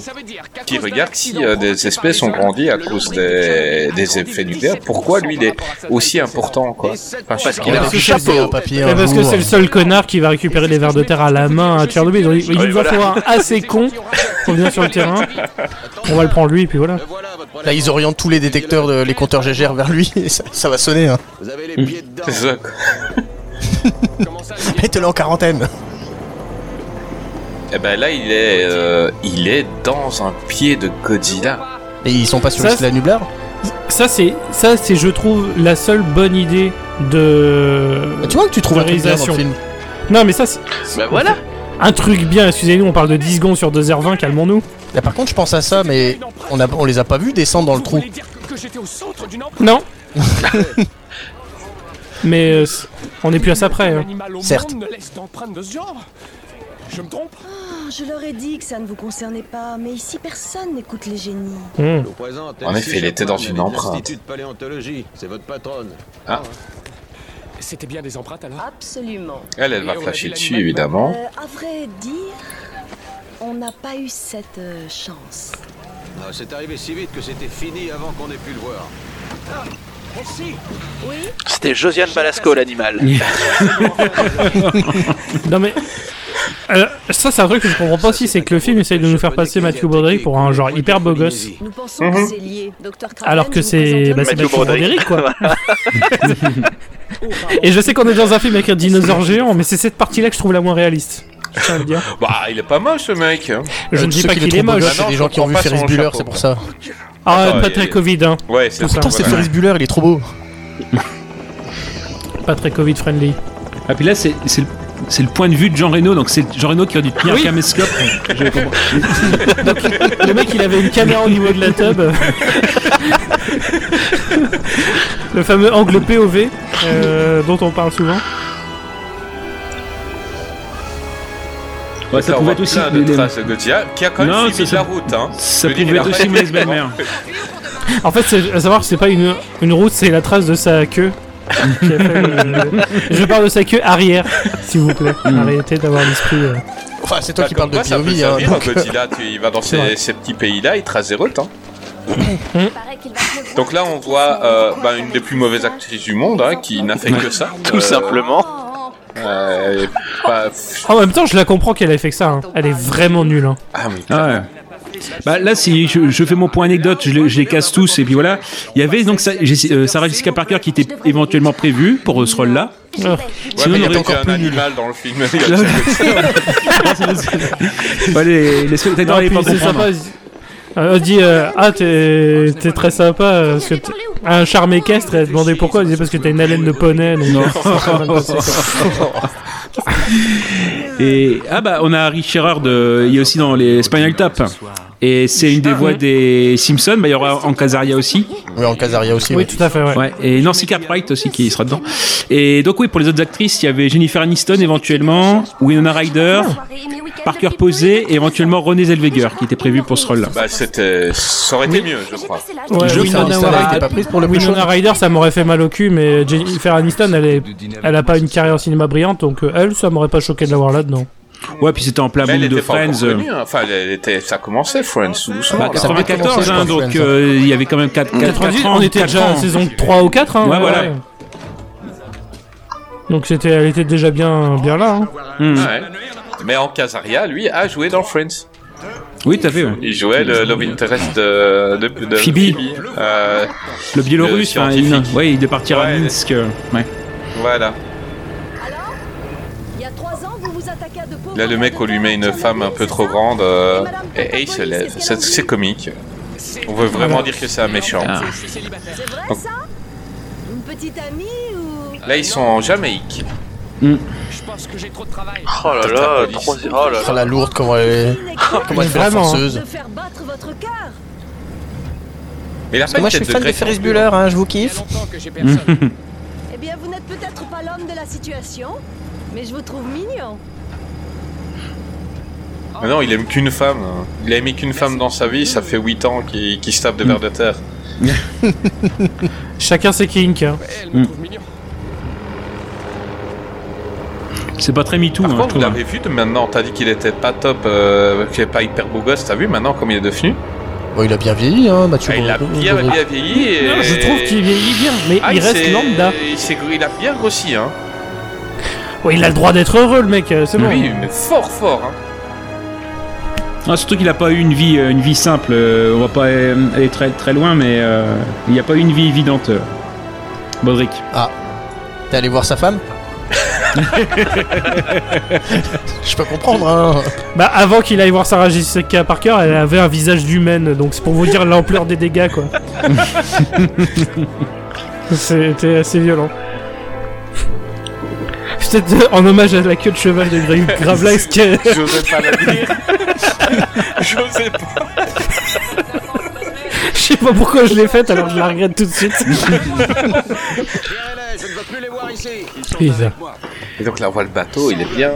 Speaker 4: qui regarde si euh, des espèces ont grandi à cause des, des effets nucléaires. Pourquoi lui, il est aussi important, quoi Enfin, je sais
Speaker 8: Parce
Speaker 4: pas.
Speaker 8: qu'il a un
Speaker 6: chapeau. Un
Speaker 8: chapeau
Speaker 6: papier,
Speaker 5: mais
Speaker 6: un
Speaker 5: parce que
Speaker 6: jour.
Speaker 5: c'est le seul connard qui va récupérer les vers de terre à la main à Tchernobyl. Ils ont dit, Il nous
Speaker 8: Oui,
Speaker 5: va
Speaker 8: voilà.
Speaker 5: falloir un assez con pour venir sur le terrain. On va le prendre lui, et puis voilà.
Speaker 6: Là, ils orientent tous les détecteurs, de- les compteurs GGR vers lui. et ça, ça va sonner. Hein.
Speaker 4: C'est ça.
Speaker 6: Mettez-le en quarantaine.
Speaker 4: Eh ben là, il est, euh, il est dans un pied de Godzilla.
Speaker 6: Et ils sont pas sur
Speaker 5: Ça,
Speaker 6: le site de la Nublar
Speaker 5: Ça c'est ça c'est je trouve la seule bonne idée de
Speaker 6: Bah, Tu vois que tu trouves un truc bien dans le
Speaker 5: Réalisation.
Speaker 6: film.
Speaker 5: Non mais ça c'est
Speaker 8: Bah voilà
Speaker 5: un truc bien, excusez-nous, on parle de 10 secondes sur 2h20, calmons-nous.
Speaker 6: Là, par contre, je pense à ça, mais on, a, on les a pas vus descendre dans le trou.
Speaker 5: Non. mais euh, c'est- on n'est plus à ça près. hein.
Speaker 6: Certes.
Speaker 9: Je leur ai dit que ça ne vous concernait pas, mais ici personne n'écoute les génies.
Speaker 5: Hmm.
Speaker 4: En effet, il était dans une empreinte.
Speaker 10: C'était bien des empreintes alors
Speaker 9: Absolument.
Speaker 4: Elle, elle va flasher dessus, évidemment.
Speaker 9: Euh, à vrai dire, on n'a pas eu cette euh, chance.
Speaker 10: Ah,
Speaker 8: C'était Josiane Balasco, l'animal.
Speaker 5: Non mais euh, ça c'est un truc que je comprends pas aussi, c'est que le film essaye de nous faire passer Mathieu Broderick pour un genre hyper beau gosse,
Speaker 9: Nous pensons
Speaker 4: Mhm.
Speaker 9: que c'est lié. Docteur Kraken,
Speaker 5: alors que
Speaker 9: je vous présente
Speaker 5: c'est
Speaker 9: un
Speaker 5: bah, c'est
Speaker 8: Matthew
Speaker 5: Mathieu Broderick
Speaker 8: Broderick.
Speaker 5: quoi. Et je sais qu'on est dans un film avec un dinosaure géant, mais c'est cette partie-là que je trouve la moins réaliste. Je tiens à le dire.
Speaker 4: Bah, il est pas moche, ce mec. hein.
Speaker 5: Je
Speaker 6: Euh,
Speaker 5: ne dis
Speaker 6: ceux
Speaker 5: pas
Speaker 6: qui
Speaker 5: qu'il
Speaker 6: le
Speaker 5: est
Speaker 6: trouvent beau
Speaker 5: moche.
Speaker 6: gosse, C'est
Speaker 4: Ah non,
Speaker 6: des
Speaker 4: je
Speaker 6: gens qui ont vu
Speaker 4: comprends pas
Speaker 6: Ferris
Speaker 4: son
Speaker 6: Bueller,
Speaker 4: chapeau,
Speaker 6: c'est pour ça.
Speaker 5: Ah,
Speaker 4: Attends,
Speaker 5: pas
Speaker 4: il-
Speaker 5: très Covid, hein.
Speaker 4: Ouais, c'est ça.
Speaker 6: Pourtant, c'est
Speaker 4: voilà.
Speaker 6: Ferris Bueller, il est trop beau.
Speaker 5: Pas très Covid friendly.
Speaker 7: Ah, puis là, c'est c'est le, c'est le point de vue de Jean Reno, donc c'est Jean Reno qui aurait dû
Speaker 5: Ah
Speaker 7: tenir
Speaker 5: Oui.
Speaker 7: un caméscope. Je comprends.
Speaker 5: Le mec, il avait une caméra au niveau de la tub. Le fameux angle POV euh, dont on parle souvent.
Speaker 7: Ouais, ça
Speaker 4: Là, on
Speaker 7: pouvait
Speaker 4: voit
Speaker 7: être aussi.
Speaker 4: plein de traces de Godzilla, qui a quand même
Speaker 7: Non,
Speaker 4: suivi
Speaker 7: ça-
Speaker 4: la
Speaker 7: ça-
Speaker 4: route. Hein.
Speaker 7: Ça
Speaker 4: Je veux dire,
Speaker 7: pouvait
Speaker 4: il a
Speaker 7: être aussi
Speaker 4: fait-
Speaker 7: mauvaise belle-mère.
Speaker 5: En fait, c'est- à savoir, c'est pas une, une route, c'est la trace de sa queue. Qui a fait le- Je parle de sa queue arrière, s'il vous plaît.
Speaker 4: Hmm.
Speaker 5: Arrêtez d'avoir l'esprit. euh.
Speaker 6: Enfin, c'est toi
Speaker 4: Bah,
Speaker 6: qui
Speaker 4: comme
Speaker 6: parles de
Speaker 4: quoi, ça peut
Speaker 6: POV. hein,
Speaker 4: servir,
Speaker 6: donc, euh,
Speaker 4: Godzilla, tu- il va dans ces, ces petits pays-là, il trace des routes. hein.
Speaker 9: Il paraît qu'il va pleuvoir.
Speaker 4: Donc là, on voit euh, bah, une des plus mauvaises actrices du monde, hein, qui n'a fait que ça.
Speaker 8: Tout
Speaker 4: Euh,
Speaker 8: simplement.
Speaker 9: Oh,
Speaker 4: euh, bah, pff,
Speaker 5: Ah, en même temps, je la comprends qu'elle ait fait que ça. hein. Elle est vraiment nulle. hein.
Speaker 4: ah, mais
Speaker 7: Ah ouais. Bah là, si je, je fais mon point anecdote, je les, je les casse tous et puis voilà. Il y avait donc ça- j'ai- euh, Sarah Jessica Parker qui était éventuellement prévue pour euh, ce rôle-là.
Speaker 4: Ouais, mais il y
Speaker 7: on
Speaker 4: a
Speaker 7: aurait
Speaker 4: encore
Speaker 7: été
Speaker 4: un
Speaker 7: plus
Speaker 4: animal dans le film. Il y a-
Speaker 7: Ouais, les, les spectateurs
Speaker 5: Non,
Speaker 7: n'allaient
Speaker 5: puis
Speaker 7: pas
Speaker 5: c'est
Speaker 7: comprendre.
Speaker 5: sympa. Euh, on dit euh, Ah, t'es t'es très sympa. euh, Parce que t'es- un charme équestre, elle demandait pourquoi. Elle disait Parce que t'as une haleine de poney. donc, euh, ça s'est mal passé, quoi.
Speaker 7: Et ah bah on a Rick Scherer de, il est aussi dans les Spinal Tap. Et c'est une des voix des Simpsons. Bah il y aura en Casaria aussi.
Speaker 6: Oui, en Casaria aussi.
Speaker 7: Oui, tout à fait. Ouais. Et Nancy Cartwright aussi qui sera dedans. Et donc oui, pour les autres actrices, il y avait Jennifer Aniston éventuellement, Winona Ryder, Parker Posey et éventuellement Renée Zellweger qui était prévue pour ce rôle-là.
Speaker 4: Bah, c'était. Ça aurait été mieux, je crois.
Speaker 5: Ouais,
Speaker 7: Je
Speaker 5: Winona
Speaker 7: crois que ça
Speaker 5: Ryder-
Speaker 7: a été pas prise pour le Ah,
Speaker 5: Winona
Speaker 7: prochain.
Speaker 5: Ryder, ça m'aurait fait mal au cul, mais Jennifer Aniston, elle, est... elle a pas une carrière au cinéma brillante, donc euh, elle, ça m'aurait pas choqué de l'avoir là-dedans.
Speaker 7: Ouais, puis c'était en plein
Speaker 4: Mais elle
Speaker 7: boom de
Speaker 4: était pas
Speaker 7: Friends. euh.
Speaker 4: encore connue, hein. Enfin, elle était, ça commençait Friends tout doucement.
Speaker 7: Bah,
Speaker 4: là.
Speaker 7: 94, hein, donc euh, il y avait quand même 4, 4,
Speaker 5: 98,
Speaker 7: ans.
Speaker 5: on était
Speaker 7: quatre
Speaker 5: déjà
Speaker 7: ans.
Speaker 5: en saison 3 ou 4. Hein,
Speaker 7: Ouais, voilà.
Speaker 5: Donc c'était, elle était déjà bien, bien là. hein.
Speaker 7: Hmm.
Speaker 4: Ouais. Mais en Casaria, lui, a joué dans Friends.
Speaker 7: Oui, t'as fait. ouais.
Speaker 4: Il jouait le love interest de, de, de
Speaker 7: Phoebe.
Speaker 4: Euh,
Speaker 7: Le Biélorusse,
Speaker 4: Le
Speaker 7: hein, il, ouais, il départira à Minsk. euh, ouais.
Speaker 4: voilà. Là, le mec, on lui met une femme un peu trop grande euh, et, et il se lève. C'est c'est comique. On veut vraiment dire que c'est un méchant.
Speaker 6: Ah.
Speaker 4: Donc,
Speaker 9: Une petite amie ou...
Speaker 4: là, ils sont en Jamaïque.
Speaker 6: Hmm.
Speaker 8: Oh là là, trois... oh là
Speaker 6: Ah, la lourde, comment elle est. Comment elle fait la
Speaker 5: Vraiment, hein.
Speaker 6: forceuse.
Speaker 4: Mais il a pas
Speaker 6: moi,
Speaker 4: une
Speaker 6: je suis
Speaker 4: tête
Speaker 6: fan de
Speaker 4: grec,
Speaker 6: Ferris
Speaker 4: non plus.
Speaker 6: Bueller, hein, je vous kiffe.
Speaker 9: Eh bien, vous n'êtes peut-être pas l'homme de la situation, mais je vous trouve mignon.
Speaker 4: Ah non, il aime qu'une femme. Il a aimé qu'une femme dans sa vie, ça fait 8 ans qu'il qu'il se tape des vers de terre.
Speaker 5: Chacun ses kinks. hein.
Speaker 7: C'est pas très MeToo,
Speaker 4: Par
Speaker 7: hein,
Speaker 4: contre, vous
Speaker 7: je trouve.
Speaker 4: l'avez vu de maintenant, t'as dit qu'il était pas top, euh, qu'il est pas hyper beau gosse, t'as vu maintenant comme il est devenu
Speaker 6: Bon, il a bien vieilli, hein, Mathieu.
Speaker 4: Ah, Il a
Speaker 6: Bourg-
Speaker 4: bien,
Speaker 6: Bourg-
Speaker 4: bien vieilli et...
Speaker 5: Non, je trouve qu'il vieillit bien, mais
Speaker 4: Ah,
Speaker 5: il reste
Speaker 4: s'est-
Speaker 5: lambda.
Speaker 4: Il, s'est- il a bien grossi, hein.
Speaker 5: Ouais, il a le droit d'être heureux, le mec. euh, C'est bon.
Speaker 4: Oui, mais fort, fort, hein.
Speaker 7: Ah, surtout qu'il a pas eu une vie, euh, une vie simple. euh, on va pas euh, aller très, très loin, mais euh, il n'y a pas eu une vie évidente. euh, Baudric.
Speaker 6: euh, T'es allé voir sa femme Je peux comprendre, hein.
Speaker 5: Bah avant qu'il aille voir Sarah Jessica Parker, elle avait un visage d'humaine, donc c'est pour vous dire l'ampleur des dégâts, quoi. C'était assez violent. Peut-être euh, en hommage à la queue de cheval de Greg Gravelax qui est-
Speaker 4: J'osais pas la dire. J'osais pas.
Speaker 5: Je sais pas pourquoi je l'ai faite, alors je la regrette tout de suite. Putain.
Speaker 4: Et donc là, on voit le bateau, il est bien,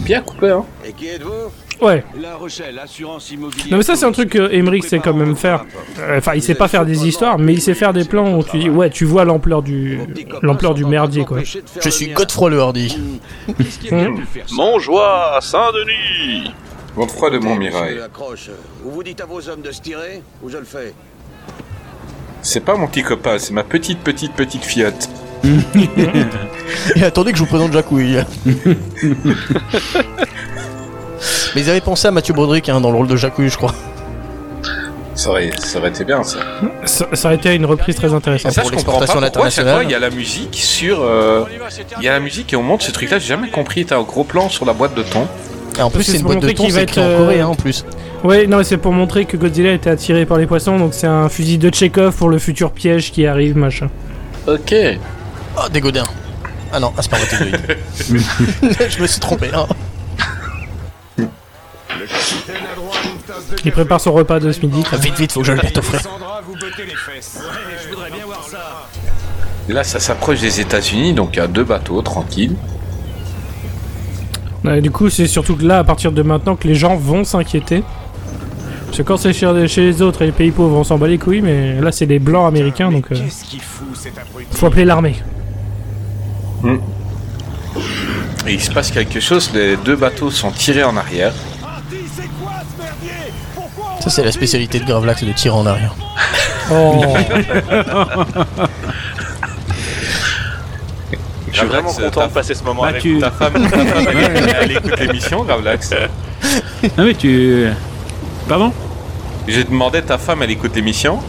Speaker 4: bien coupé, hein.
Speaker 5: Ouais. Non mais ça c'est un truc que Emmerich sait quand même faire. Euh, Enfin il sait pas faire des histoires, mais il sait faire des plans où tu dis ouais tu vois l'ampleur du Euh, l'ampleur du merdier quoi. Hein
Speaker 6: Je suis Godefroy le Hardy.
Speaker 8: Mon joie à Saint-Denis
Speaker 4: Bon, froid de Montmirail. C'est pas mon petit copain, c'est ma petite, petite, petite fillette.
Speaker 6: Et attendez que je vous présente Jacouille. Mais ils avaient pensé à Mathieu Broderick hein, dans le rôle de Jacouille, je crois.
Speaker 4: Ça aurait, ça aurait été bien, ça.
Speaker 5: Ça, ça a été une reprise très
Speaker 4: Et
Speaker 5: intéressante.
Speaker 4: ça,
Speaker 6: pour
Speaker 4: je comprends pas
Speaker 6: l'exportation
Speaker 4: pourquoi à chaque
Speaker 6: internationale.
Speaker 4: fois, il y a la musique sur... euh, Il y a la musique et on monte ce truc-là, j'ai jamais compris. T'as un gros plan sur la boîte de thon.
Speaker 6: Et en
Speaker 5: Parce
Speaker 6: plus,
Speaker 5: que
Speaker 6: c'est une
Speaker 5: c'est
Speaker 6: boîte
Speaker 5: pour
Speaker 6: de
Speaker 5: montrer
Speaker 6: thon,
Speaker 5: qu'il va
Speaker 6: c'est écrit
Speaker 5: être,
Speaker 6: en coréen
Speaker 5: euh,
Speaker 6: en plus.
Speaker 5: Ouais non mais c'est pour montrer que Godzilla était attiré par les poissons donc c'est un fusil de Chekhov pour le futur piège qui arrive machin.
Speaker 4: Ok.
Speaker 6: Oh, des Godins. Ah non, aspermatozoïde. je me suis trompé. hein.
Speaker 5: Il prépare son repas de ce midi.
Speaker 6: Vite, vite, faut que je le mette au frais.
Speaker 4: Là, ça s'approche des États-Unis, donc il y a deux bateaux tranquilles.
Speaker 5: Ouais, du coup c'est surtout que là à partir de maintenant que les gens vont s'inquiéter. Parce que quand c'est chez, chez les autres et les pays pauvres on s'en bat les couilles mais là c'est les blancs américains donc euh, faut appeler l'armée.
Speaker 4: Et il se passe quelque chose, les deux bateaux sont tirés en arrière.
Speaker 6: Ça, c'est la spécialité de Gravelax de tirer en arrière.
Speaker 5: Oh.
Speaker 8: Je suis vraiment
Speaker 4: Gravelax,
Speaker 8: content
Speaker 4: t'as-
Speaker 8: de passer ce moment
Speaker 7: Bah,
Speaker 8: avec
Speaker 7: tu-
Speaker 8: vous.
Speaker 4: Ta femme, ta femme elle, écoute- elle écoute l'émission, Gravelax.
Speaker 7: Ah mais tu. Pardon
Speaker 4: J'ai demandé, ta femme, elle écoute l'émission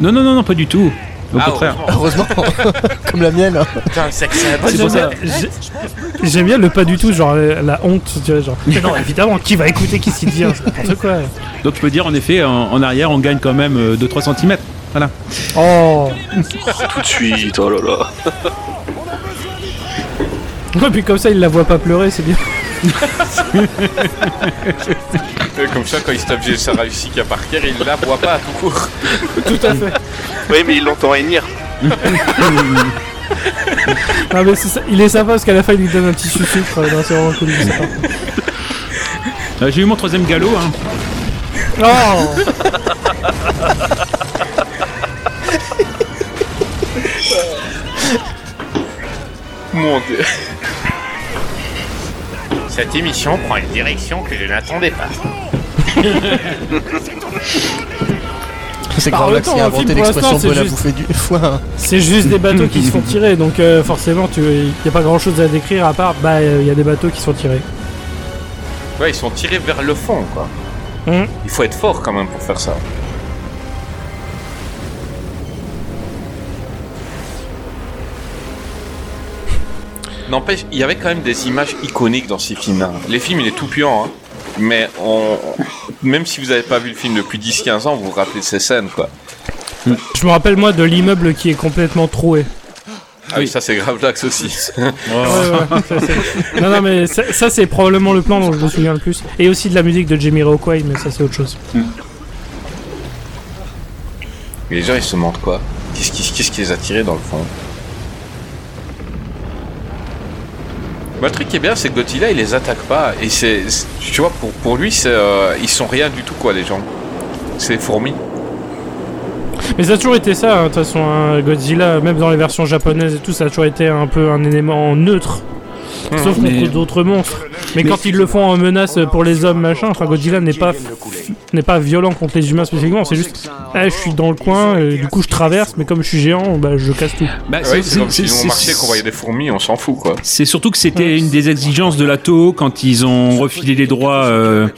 Speaker 7: Non, non, non, non, pas du tout. Au
Speaker 4: Ah,
Speaker 7: contraire.
Speaker 4: heureusement.
Speaker 6: Heureusement, comme la mienne. hein.
Speaker 4: Putain, c'est que c'est-
Speaker 7: C'est pour ça.
Speaker 5: J'ai- J'aime bien le pas du tout, genre euh, la honte, tu vois, genre. Mais non, évidemment, qui va écouter qui s'y dit hein, c'est n'importe quoi.
Speaker 7: Donc je peux dire en effet, en, en arrière, on gagne quand même euh, 2-3 cm. Voilà.
Speaker 5: Oh
Speaker 8: Tout de suite, oh là là.
Speaker 5: Ouais, puis comme ça, il la voit pas pleurer, c'est bien.
Speaker 4: Comme ça, quand il se tape sa réussite à Parker, il la voit pas à tout court.
Speaker 5: Tout à fait.
Speaker 8: Oui, mais il l'entend hennir.
Speaker 5: Ah, mais c'est ça- Il est sympa parce qu'à la fin, il lui donne un petit sucre. euh, non, c'est vraiment cool. c'est sympa.
Speaker 7: Euh, J'ai eu mon troisième galop. Hein.
Speaker 5: Oh
Speaker 4: Mon dieu. Cette émission prend une direction que je n'attendais pas.
Speaker 6: C'est
Speaker 5: Par
Speaker 6: grave
Speaker 5: le
Speaker 6: là que
Speaker 5: temps,
Speaker 6: c'est
Speaker 5: un
Speaker 6: inventé
Speaker 5: film, pour
Speaker 6: l'expression
Speaker 5: l'instant,
Speaker 6: de la
Speaker 5: c'est
Speaker 6: bouffer du foin.
Speaker 5: C'est juste des bateaux qui se font tirer, donc euh, forcément, il n'y a pas grand chose à décrire à part, bah, il y a des bateaux qui sont tirés.
Speaker 4: Ouais, ils sont tirés vers le fond, quoi.
Speaker 5: Hmm.
Speaker 4: Il faut être fort quand même pour faire ça. N'empêche, il y avait quand même des images iconiques dans ces films-là. Les films, il est tout puant, hein. Mais on... même si vous n'avez pas vu le film depuis 10-15 ans, vous vous rappelez de ces scènes, quoi.
Speaker 5: Je me rappelle, moi, de l'immeuble qui est complètement troué.
Speaker 4: Ah oui, ça c'est grave l'axe aussi.
Speaker 5: Ouais, ouais, ça, c'est- non, non, mais ça, ça, c'est probablement le plan dont je me souviens le plus. Et aussi de la musique de Jimmy Rockway, mais ça, c'est autre chose.
Speaker 4: Mais les gens, ils se demandent quoi Qu'est-ce qui, qu'est-ce qui les a tirés dans le fond Bah, le truc qui est bien, c'est que Godzilla, il les attaque pas. Et c'est, c'est- tu vois, pour, pour lui, c'est, euh, ils sont rien du tout, quoi, les gens. C'est les fourmis.
Speaker 5: Mais ça a toujours été ça, hein, de toute façon, hein, Godzilla, même dans les versions japonaises et tout, ça a toujours été un peu un élément neutre.
Speaker 4: Hmm.
Speaker 5: Sauf contre
Speaker 7: Mais-
Speaker 5: d'autres monstres. Mais, quand ils le font en menace pour les hommes, machin, enfin Godzilla n'est pas n'est pas violent contre les humains spécifiquement, c'est juste, ah, je suis dans le coin, euh, du coup je traverse, mais comme je suis géant, bah, je casse tout.
Speaker 7: Bah,
Speaker 4: Ouais, Ah, c'est comme si on marchait qu'on voyait des fourmis, on s'en fout, quoi.
Speaker 7: C'est surtout que c'était une des exigences de la Toho quand ils ont refilé les droits euh,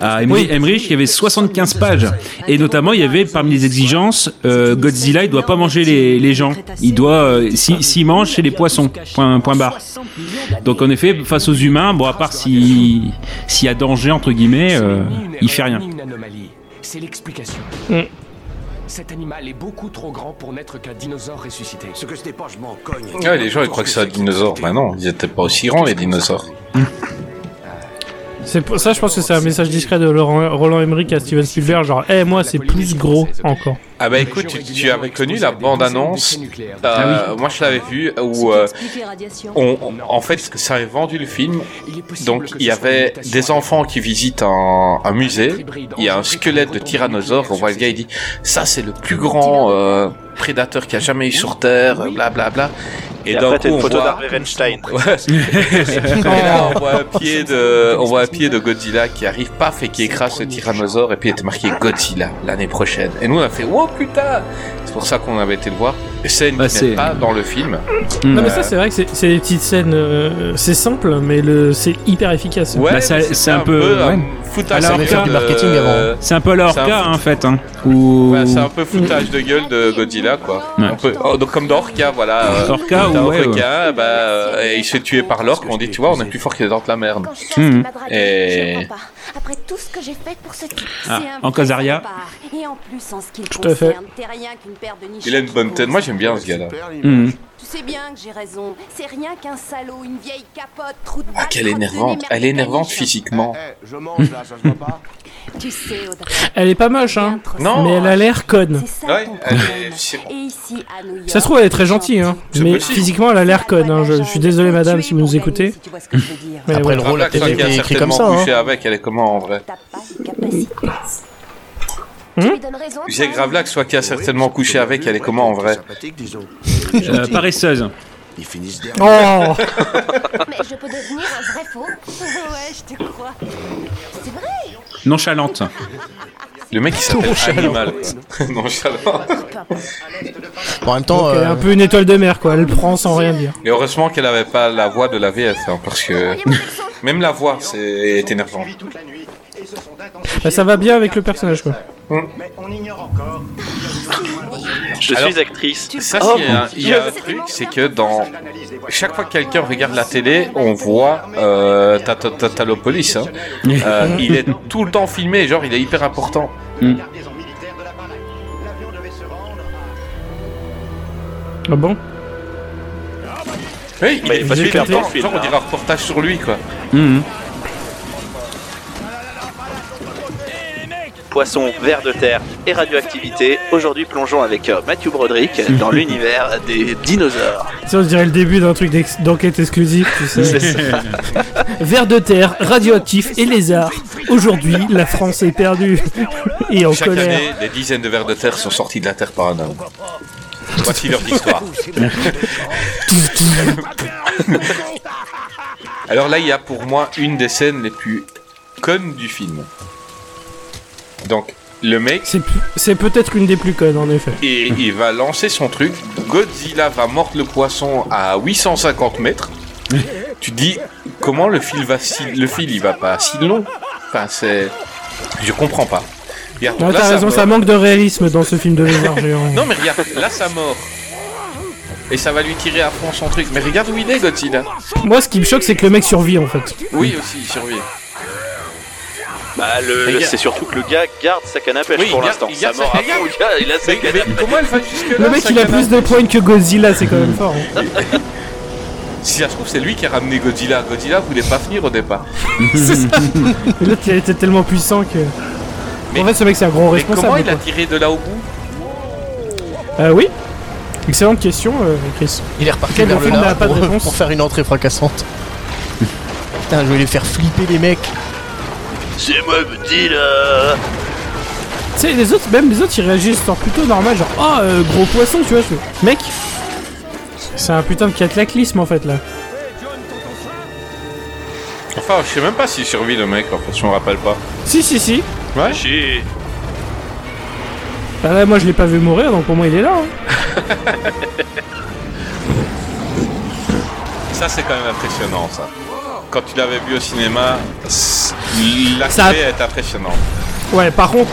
Speaker 7: à Emmerich.
Speaker 5: Oui.
Speaker 7: Emmerich, il y avait 75 pages. Et notamment, il y avait parmi les exigences, euh, Godzilla, il doit pas manger les, les gens. Il doit, euh, si- s'il mange, c'est les poissons. Point, point barre. Donc en effet, face aux humains, bon, à part si- s'il y a danger, entre guillemets, euh, il fait rien.
Speaker 10: Ni une anomalie. C'est l'explication.
Speaker 5: Mm.
Speaker 10: Cet animal est beaucoup trop grand pour n'être qu'un dinosaure ressuscité. Ce que ce n'est pas, je m'en cogne.
Speaker 4: Ouais, les gens, ils croient que c'est un dinosaure. Bah non, ils étaient pas aussi grands, les dinosaures.
Speaker 5: C'est pour ça, je pense que c'est un message discret de Laurent- Roland Emmerich à Steven Spielberg, genre, eh moi c'est plus gros encore.
Speaker 4: Ah bah écoute, tu, tu avais connu la bande-annonce. euh, Moi, je l'avais vue où. euh, On- on- en fait, ça avait vendu le film. Donc, il y avait des enfants qui visitent un, un musée. Il y a un squelette de tyrannosaure. On voit le gars, il dit Ça, c'est le plus grand euh, prédateur qu'il y a jamais eu sur Terre, blablabla. Bla, bla. Et,
Speaker 8: Et,
Speaker 4: d'un
Speaker 8: après,
Speaker 4: coup,
Speaker 8: t'as
Speaker 4: on
Speaker 8: une photo
Speaker 4: voit.
Speaker 8: d'Harvey Weinstein.
Speaker 4: Ouais. Et là, on voit un pied de, on voit un pied de Godzilla qui arrive, paf, et qui écrase le Ah. tyrannosaure, et puis il était marqué Godzilla l'année prochaine. Et nous, on a fait, oh putain! C'est pour ça qu'on avait été le voir. Scène
Speaker 7: Bah,
Speaker 4: qui n'est
Speaker 7: c'est-
Speaker 4: pas dans le film.
Speaker 5: Non mais ça c'est vrai que c'est- c'est des petites scènes, euh, c'est simple, mais le c'est hyper efficace.
Speaker 4: Ouais,
Speaker 7: Bah, ça-
Speaker 4: c'était
Speaker 7: c'est un peu-
Speaker 4: euh,
Speaker 7: ouais.
Speaker 4: foutage
Speaker 7: Alors,
Speaker 4: de
Speaker 7: faire
Speaker 6: du
Speaker 4: gueule,
Speaker 6: marketing avant.
Speaker 4: euh,
Speaker 7: C'est un peu à leur
Speaker 4: C'est un
Speaker 7: cas,
Speaker 4: foot.
Speaker 7: hein, en fait. Hein, où...
Speaker 4: ouais, c'est un peu foutage de gueule de Godzilla, quoi.
Speaker 7: Ouais.
Speaker 4: Un peu- oh, donc, comme dans Orca, voilà. euh,
Speaker 7: Orca,
Speaker 4: t'as
Speaker 7: ouais,
Speaker 4: Orca, bah, euh, et il se fait tuer par l'orque, on dit, tu vois, on est plus fort que les dents de la merde.
Speaker 9: Quand je sors de
Speaker 7: Mhm.
Speaker 9: ma drague,
Speaker 4: Et-
Speaker 9: je comprends pas. Après tout ce que j'ai fait pour ce type,
Speaker 7: Ah,
Speaker 9: c'est un
Speaker 7: en
Speaker 9: vrai
Speaker 7: Casaria.
Speaker 9: salopard. Et en plus, en ce qui le
Speaker 5: Tout à fait.
Speaker 9: concerne, t'es rien qu'une paire de niches
Speaker 4: Il a une bonne tête. Moi, j'aime bien ce gars-là.
Speaker 7: Mhm.
Speaker 9: Tu sais bien que j'ai raison. C'est rien qu'un salaud, une vieille capote, trou de
Speaker 4: Ah,
Speaker 9: balle,
Speaker 4: qu'elle est
Speaker 9: crotte de nez
Speaker 4: énervante. Elle est énervante
Speaker 9: merdique.
Speaker 4: physiquement.
Speaker 9: Tu sais, Audrey,
Speaker 5: Elle est pas moche hein,
Speaker 4: Non.
Speaker 5: mais elle a l'air conne.
Speaker 9: c'est ça
Speaker 4: Ouais,
Speaker 9: ton
Speaker 4: elle est-
Speaker 9: problème.
Speaker 4: c'est-
Speaker 9: Et ici, à New York,
Speaker 5: Ça se trouve elle est très gentille hein,
Speaker 4: C'est
Speaker 5: mais
Speaker 4: possible.
Speaker 5: physiquement elle a l'air conne. Hein. Je, je suis désolé madame si vous nous écoutez. Hein
Speaker 9: Tu vois ce que je veux dire.
Speaker 5: Mais
Speaker 6: Après
Speaker 5: ouais.
Speaker 6: le rôle, la
Speaker 4: Black Flag
Speaker 6: télé
Speaker 4: qui a
Speaker 6: est écrit comme
Speaker 4: certainement
Speaker 6: ça. hein.
Speaker 4: couché avec, elle est comment en vrai
Speaker 9: T'as pas les capacités.
Speaker 5: Hmm
Speaker 9: Tu lui donnes raison.
Speaker 4: J'ai
Speaker 9: toi,
Speaker 4: grave là que soit qui a certainement couché avec, elle est comment en vrai
Speaker 7: Euh, paresseuse.
Speaker 5: Oh
Speaker 9: Mais je peux devenir un vrai faux. Ouais, je te crois. C'est vrai.
Speaker 7: Nonchalante.
Speaker 4: Le mec il s'appelle Animal. Nonchalant.
Speaker 6: En même temps,
Speaker 5: Donc, elle est
Speaker 6: euh,
Speaker 5: un peu une étoile de mer quoi, elle prend sans rien dire.
Speaker 4: Et heureusement qu'elle avait pas la voix de la VF, hein, parce que même la voix c'est est énervant.
Speaker 5: Bah, ça va bien avec le personnage quoi.
Speaker 8: Je
Speaker 4: Alors-
Speaker 8: suis actrice.
Speaker 4: Ça, c'est un- il y a un truc, c'est que dans chaque fois que quelqu'un regarde la télé, on voit euh, Tata- Tatalopolis. hein. Euh, il est tout le temps filmé, genre il est hyper important.
Speaker 5: Ah bon
Speaker 4: Oui, il
Speaker 8: Mais
Speaker 4: est
Speaker 8: il passe
Speaker 4: super
Speaker 8: vite dans le
Speaker 4: fort.
Speaker 8: film,
Speaker 4: Genre, on
Speaker 8: hein.
Speaker 4: dirait un reportage sur lui, quoi.
Speaker 8: Poissons, vers de terre et radioactivité. Aujourd'hui, plongeons avec euh, Matthew Broderick dans l'univers des dinosaures.
Speaker 5: Ça, on dirait le début d'un truc d'ex- d'enquête exclusive, tu sais.
Speaker 8: C'est ça.
Speaker 5: Vers de terre, radioactif et lézard. Aujourd'hui, la France est perdue et en
Speaker 4: Chaque
Speaker 5: colère.
Speaker 4: année, des dizaines de vers de terre sont sortis de la terre par un homme. Voici leur histoire. Alors là, il y a pour moi une des scènes les plus connes du film. Donc, le mec,
Speaker 5: C'est p- C'est peut-être une des plus connes, en effet.
Speaker 4: et il va lancer son truc. Godzilla va mordre le poisson à 850 mètres. tu te dis comment le fil va si le fil il va pas si long. Enfin c'est je comprends pas. Regarde,
Speaker 5: Non,
Speaker 4: là,
Speaker 5: t'as
Speaker 4: ça
Speaker 5: raison,
Speaker 4: mord.
Speaker 5: ça manque de réalisme dans ce film de lézard géant.
Speaker 4: Non mais regarde, là ça mord. Et ça va lui tirer à fond son truc. Mais regarde où il est Godzilla.
Speaker 5: Moi, ce qui me choque, c'est que le mec survit, en fait.
Speaker 4: Oui aussi, il survit.
Speaker 8: Bah, le,
Speaker 4: Mais
Speaker 8: le-
Speaker 4: il y a-
Speaker 8: c'est surtout que le gars garde sa canne à pêche
Speaker 4: Oui,
Speaker 8: pour
Speaker 4: il y a-
Speaker 8: l'instant.
Speaker 4: il y a
Speaker 8: Ça
Speaker 4: sa-
Speaker 8: mort à
Speaker 4: il y a-
Speaker 8: fond, le gars, il a sa canne à pêche.
Speaker 4: Comment elle va jusque là
Speaker 5: Le mec, il a plus de points que Godzilla, c'est quand même fort. hein.
Speaker 4: Si ça se trouve c'est lui qui a ramené Godzilla. Godzilla voulait pas venir au départ.
Speaker 5: C'est ça. Et L'autre, il était tellement puissant que. en fait, ce mec, c'est un gros
Speaker 4: Mais comment
Speaker 5: responsable.
Speaker 4: il a tiré de là au bout
Speaker 5: quoi. Euh, oui. Excellente question, euh, Chris.
Speaker 6: Il est reparti
Speaker 5: Quel
Speaker 6: vers
Speaker 5: bon
Speaker 6: le
Speaker 5: film n'a
Speaker 6: large
Speaker 5: pas de
Speaker 6: pour,
Speaker 5: réponse
Speaker 6: pour faire une entrée fracassante. Putain, je vais les faire flipper les mecs.
Speaker 8: C'est moi, petit là
Speaker 5: Tu sais, les autres, même les autres, ils réagissent genre plutôt normal, genre oh euh, gros poisson, tu vois. je fais, Mec, c'est un putain de cataclysme en fait là.
Speaker 4: Enfin, je sais même pas s'il survit le mec, en fait, je me rappelle pas.
Speaker 5: Si, si, si.
Speaker 4: Ouais.
Speaker 5: Bah là, moi je l'ai pas vu mourir, donc pour moi il est là. hein.
Speaker 4: Ça, c'est quand même impressionnant, ça. Quand tu l'avais vu au cinéma, c'est- la
Speaker 5: Ça a-
Speaker 4: clé est impressionnante.
Speaker 5: Ouais, par contre,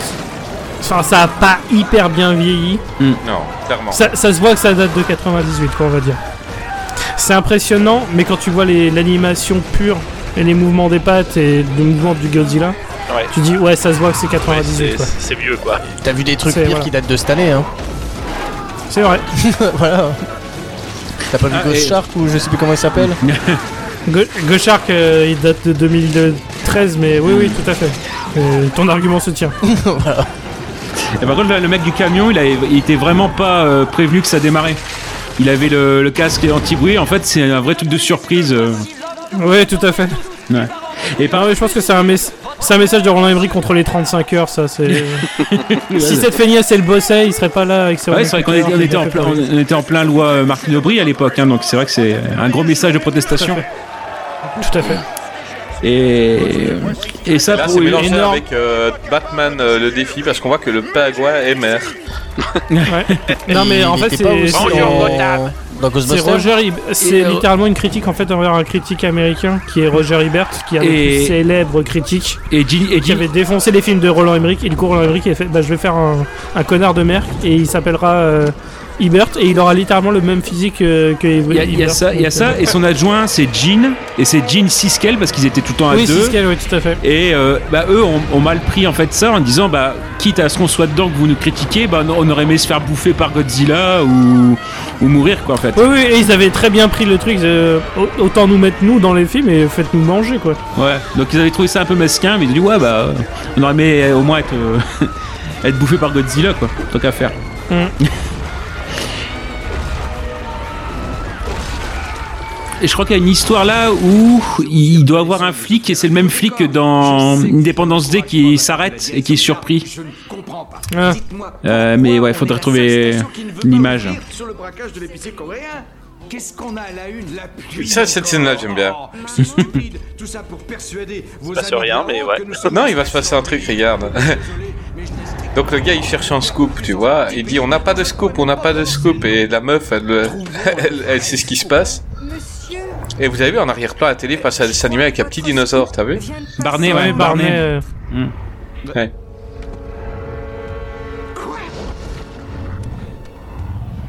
Speaker 5: enfin, ça a pas hyper bien vieilli.
Speaker 4: Non, clairement.
Speaker 5: Ça, ça se voit que ça date de 98, quoi, on va dire. C'est impressionnant, mais quand tu vois les- l'animation pure et les mouvements des pattes et le mouvement du Godzilla,
Speaker 8: Ouais.
Speaker 5: tu dis ouais, ça se voit que c'est
Speaker 8: Ouais,
Speaker 5: 98.
Speaker 8: c'est-
Speaker 5: quoi.
Speaker 8: C'est mieux quoi.
Speaker 6: T'as vu des trucs
Speaker 5: C'est-
Speaker 6: pires
Speaker 5: voilà.
Speaker 6: qui datent de cette année, hein
Speaker 5: C'est vrai.
Speaker 6: Voilà. T'as pas vu
Speaker 7: Ah,
Speaker 6: Ghost
Speaker 7: et-
Speaker 6: Shark ou je sais plus comment il s'appelle
Speaker 5: Go Gauchark, euh, il date de 2013, mais oui, oui, tout à fait. Euh, ton argument se tient.
Speaker 6: Voilà.
Speaker 7: Et par contre, là, Eh ben, le mec du camion, il, avait- il était vraiment pas euh, prévenu que ça démarrait. Il avait le, le casque anti-bruit. En fait, c'est un vrai truc de surprise. euh.
Speaker 5: Oui, tout à fait.
Speaker 7: Ouais. Et par
Speaker 5: Ah ouais, je pense que c'est un, mes- c'est un message de Roland Emmerich contre les 35 heures, ça. C'est... si cette feignasse elle bossait, il serait pas là avec ses
Speaker 7: Ouais, c'est vrai qu'on était, on était en plein, on était en plein loi euh, Martine Aubry à l'époque, hein, donc c'est vrai que c'est un gros message de protestation.
Speaker 5: Tout à fait.
Speaker 7: Et, et ça,
Speaker 4: Là,
Speaker 7: pour
Speaker 4: c'est
Speaker 7: une
Speaker 4: mélangé
Speaker 7: énorme.
Speaker 4: avec euh, Batman euh, le défi, parce qu'on voit que le pingouin est maire.
Speaker 5: Ouais. non, mais
Speaker 6: Il
Speaker 5: en fait,
Speaker 6: était pas
Speaker 5: c'est,
Speaker 6: aussi
Speaker 5: c'est-
Speaker 6: dans... dans
Speaker 5: c'est
Speaker 6: Ghostbusters
Speaker 5: Roger Hib- C'est
Speaker 7: euh,
Speaker 5: littéralement une critique en fait envers un critique américain qui est Roger Ebert, qui est un des
Speaker 7: Et-
Speaker 5: plus célèbres critiques.
Speaker 7: Et Gilles, et
Speaker 5: qui
Speaker 7: Gilles-
Speaker 5: avait défoncé les films de Roland Emmerich et du coup Roland Emmerich a fait bah je vais faire un, un connard de merde et il s'appellera euh, Hibbert et il aura littéralement le même physique euh, que euh,
Speaker 7: il y a, il y a ça, il y a ça, et son adjoint c'est Jean, et c'est Jean Siskel parce qu'ils étaient tout le temps à
Speaker 5: oui,
Speaker 7: deux.
Speaker 5: c'est ce qu'elle, oui, tout à fait.
Speaker 7: Et euh, bah, eux ont, ont mal pris en fait ça en disant bah quitte à ce qu'on soit dedans que vous nous critiquez, bah on aurait aimé se faire bouffer par Godzilla ou, ou mourir quoi en fait.
Speaker 5: Oui, oui, et ils avaient très bien pris le truc. euh, au- autant nous mettre nous dans les films et faites-nous manger, quoi.
Speaker 7: Ouais. Donc ils avaient trouvé ça un peu mesquin, mais ils ont dit ouais bah on aurait aimé euh, au moins être euh, être bouffé par Godzilla quoi, tant qu'à faire.
Speaker 5: Mm.
Speaker 7: Et je crois qu'il y a une histoire là où il doit avoir un flic et c'est le même flic que dans Independence Day qui s'arrête et qui est surpris.
Speaker 5: Ah.
Speaker 7: Euh, mais ouais, il faudrait retrouver l'image.
Speaker 10: Qu'est-ce qu'on a à la une la pluie
Speaker 4: Ça, cette scène-là, j'aime bien.
Speaker 10: C'est stupide, tout ça pour persuader vos
Speaker 8: passe
Speaker 10: amis
Speaker 8: rien, mais
Speaker 10: blancs
Speaker 8: ouais.
Speaker 10: que nous sommes-
Speaker 4: Non, il va se passer un truc, regarde. Donc le gars il cherche un scoop, tu vois, il dit on n'a pas de scoop, on n'a pas de scoop, et la meuf elle, le- elle, elle sait ce qui se passe. Et vous avez vu en arrière-plan à la télé face à s'animer avec un petit dinosaure, t'as vu
Speaker 7: Barney, ouais,
Speaker 5: Ouais, Barney. euh,
Speaker 4: Ouais.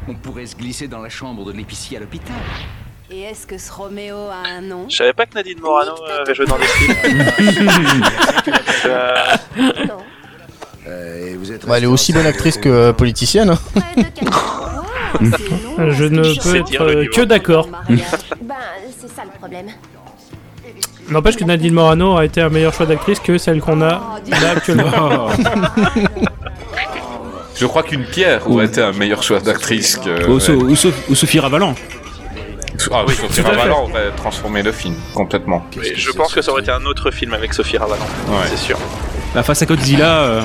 Speaker 10: On pourrait se glisser dans la chambre de l'épicier à l'hôpital.
Speaker 9: Et est-ce que ce Roméo a un nom
Speaker 8: Je savais pas que Nadine Morano euh, avait joué dans des films. Euh,
Speaker 10: vous êtes
Speaker 6: Bah, elle est aussi bonne actrice que euh, politicienne. hein.
Speaker 9: Près de 80. Wow.
Speaker 5: Euh, Je ne peux
Speaker 9: C'est
Speaker 5: être
Speaker 9: dire le
Speaker 5: euh,
Speaker 9: niveau.
Speaker 5: que d'accord.
Speaker 9: Ben, c'est ça le problème.
Speaker 5: N'empêche que Nadine Morano a été un meilleur choix d'actrice que celle qu'on a là actuellement.
Speaker 4: Je crois qu'une pierre aurait été un meilleur choix d'actrice que.
Speaker 7: Ou, So- ou So- ou Sophie Ravalant.
Speaker 4: Ah oui, Sophie
Speaker 7: Tout à fait.
Speaker 4: Ravalant aurait transformé le film complètement.
Speaker 8: Mais je pense que ça aurait été un autre film avec Sophie Ravalant, c'est sûr.
Speaker 7: Bah, face à Godzilla. euh,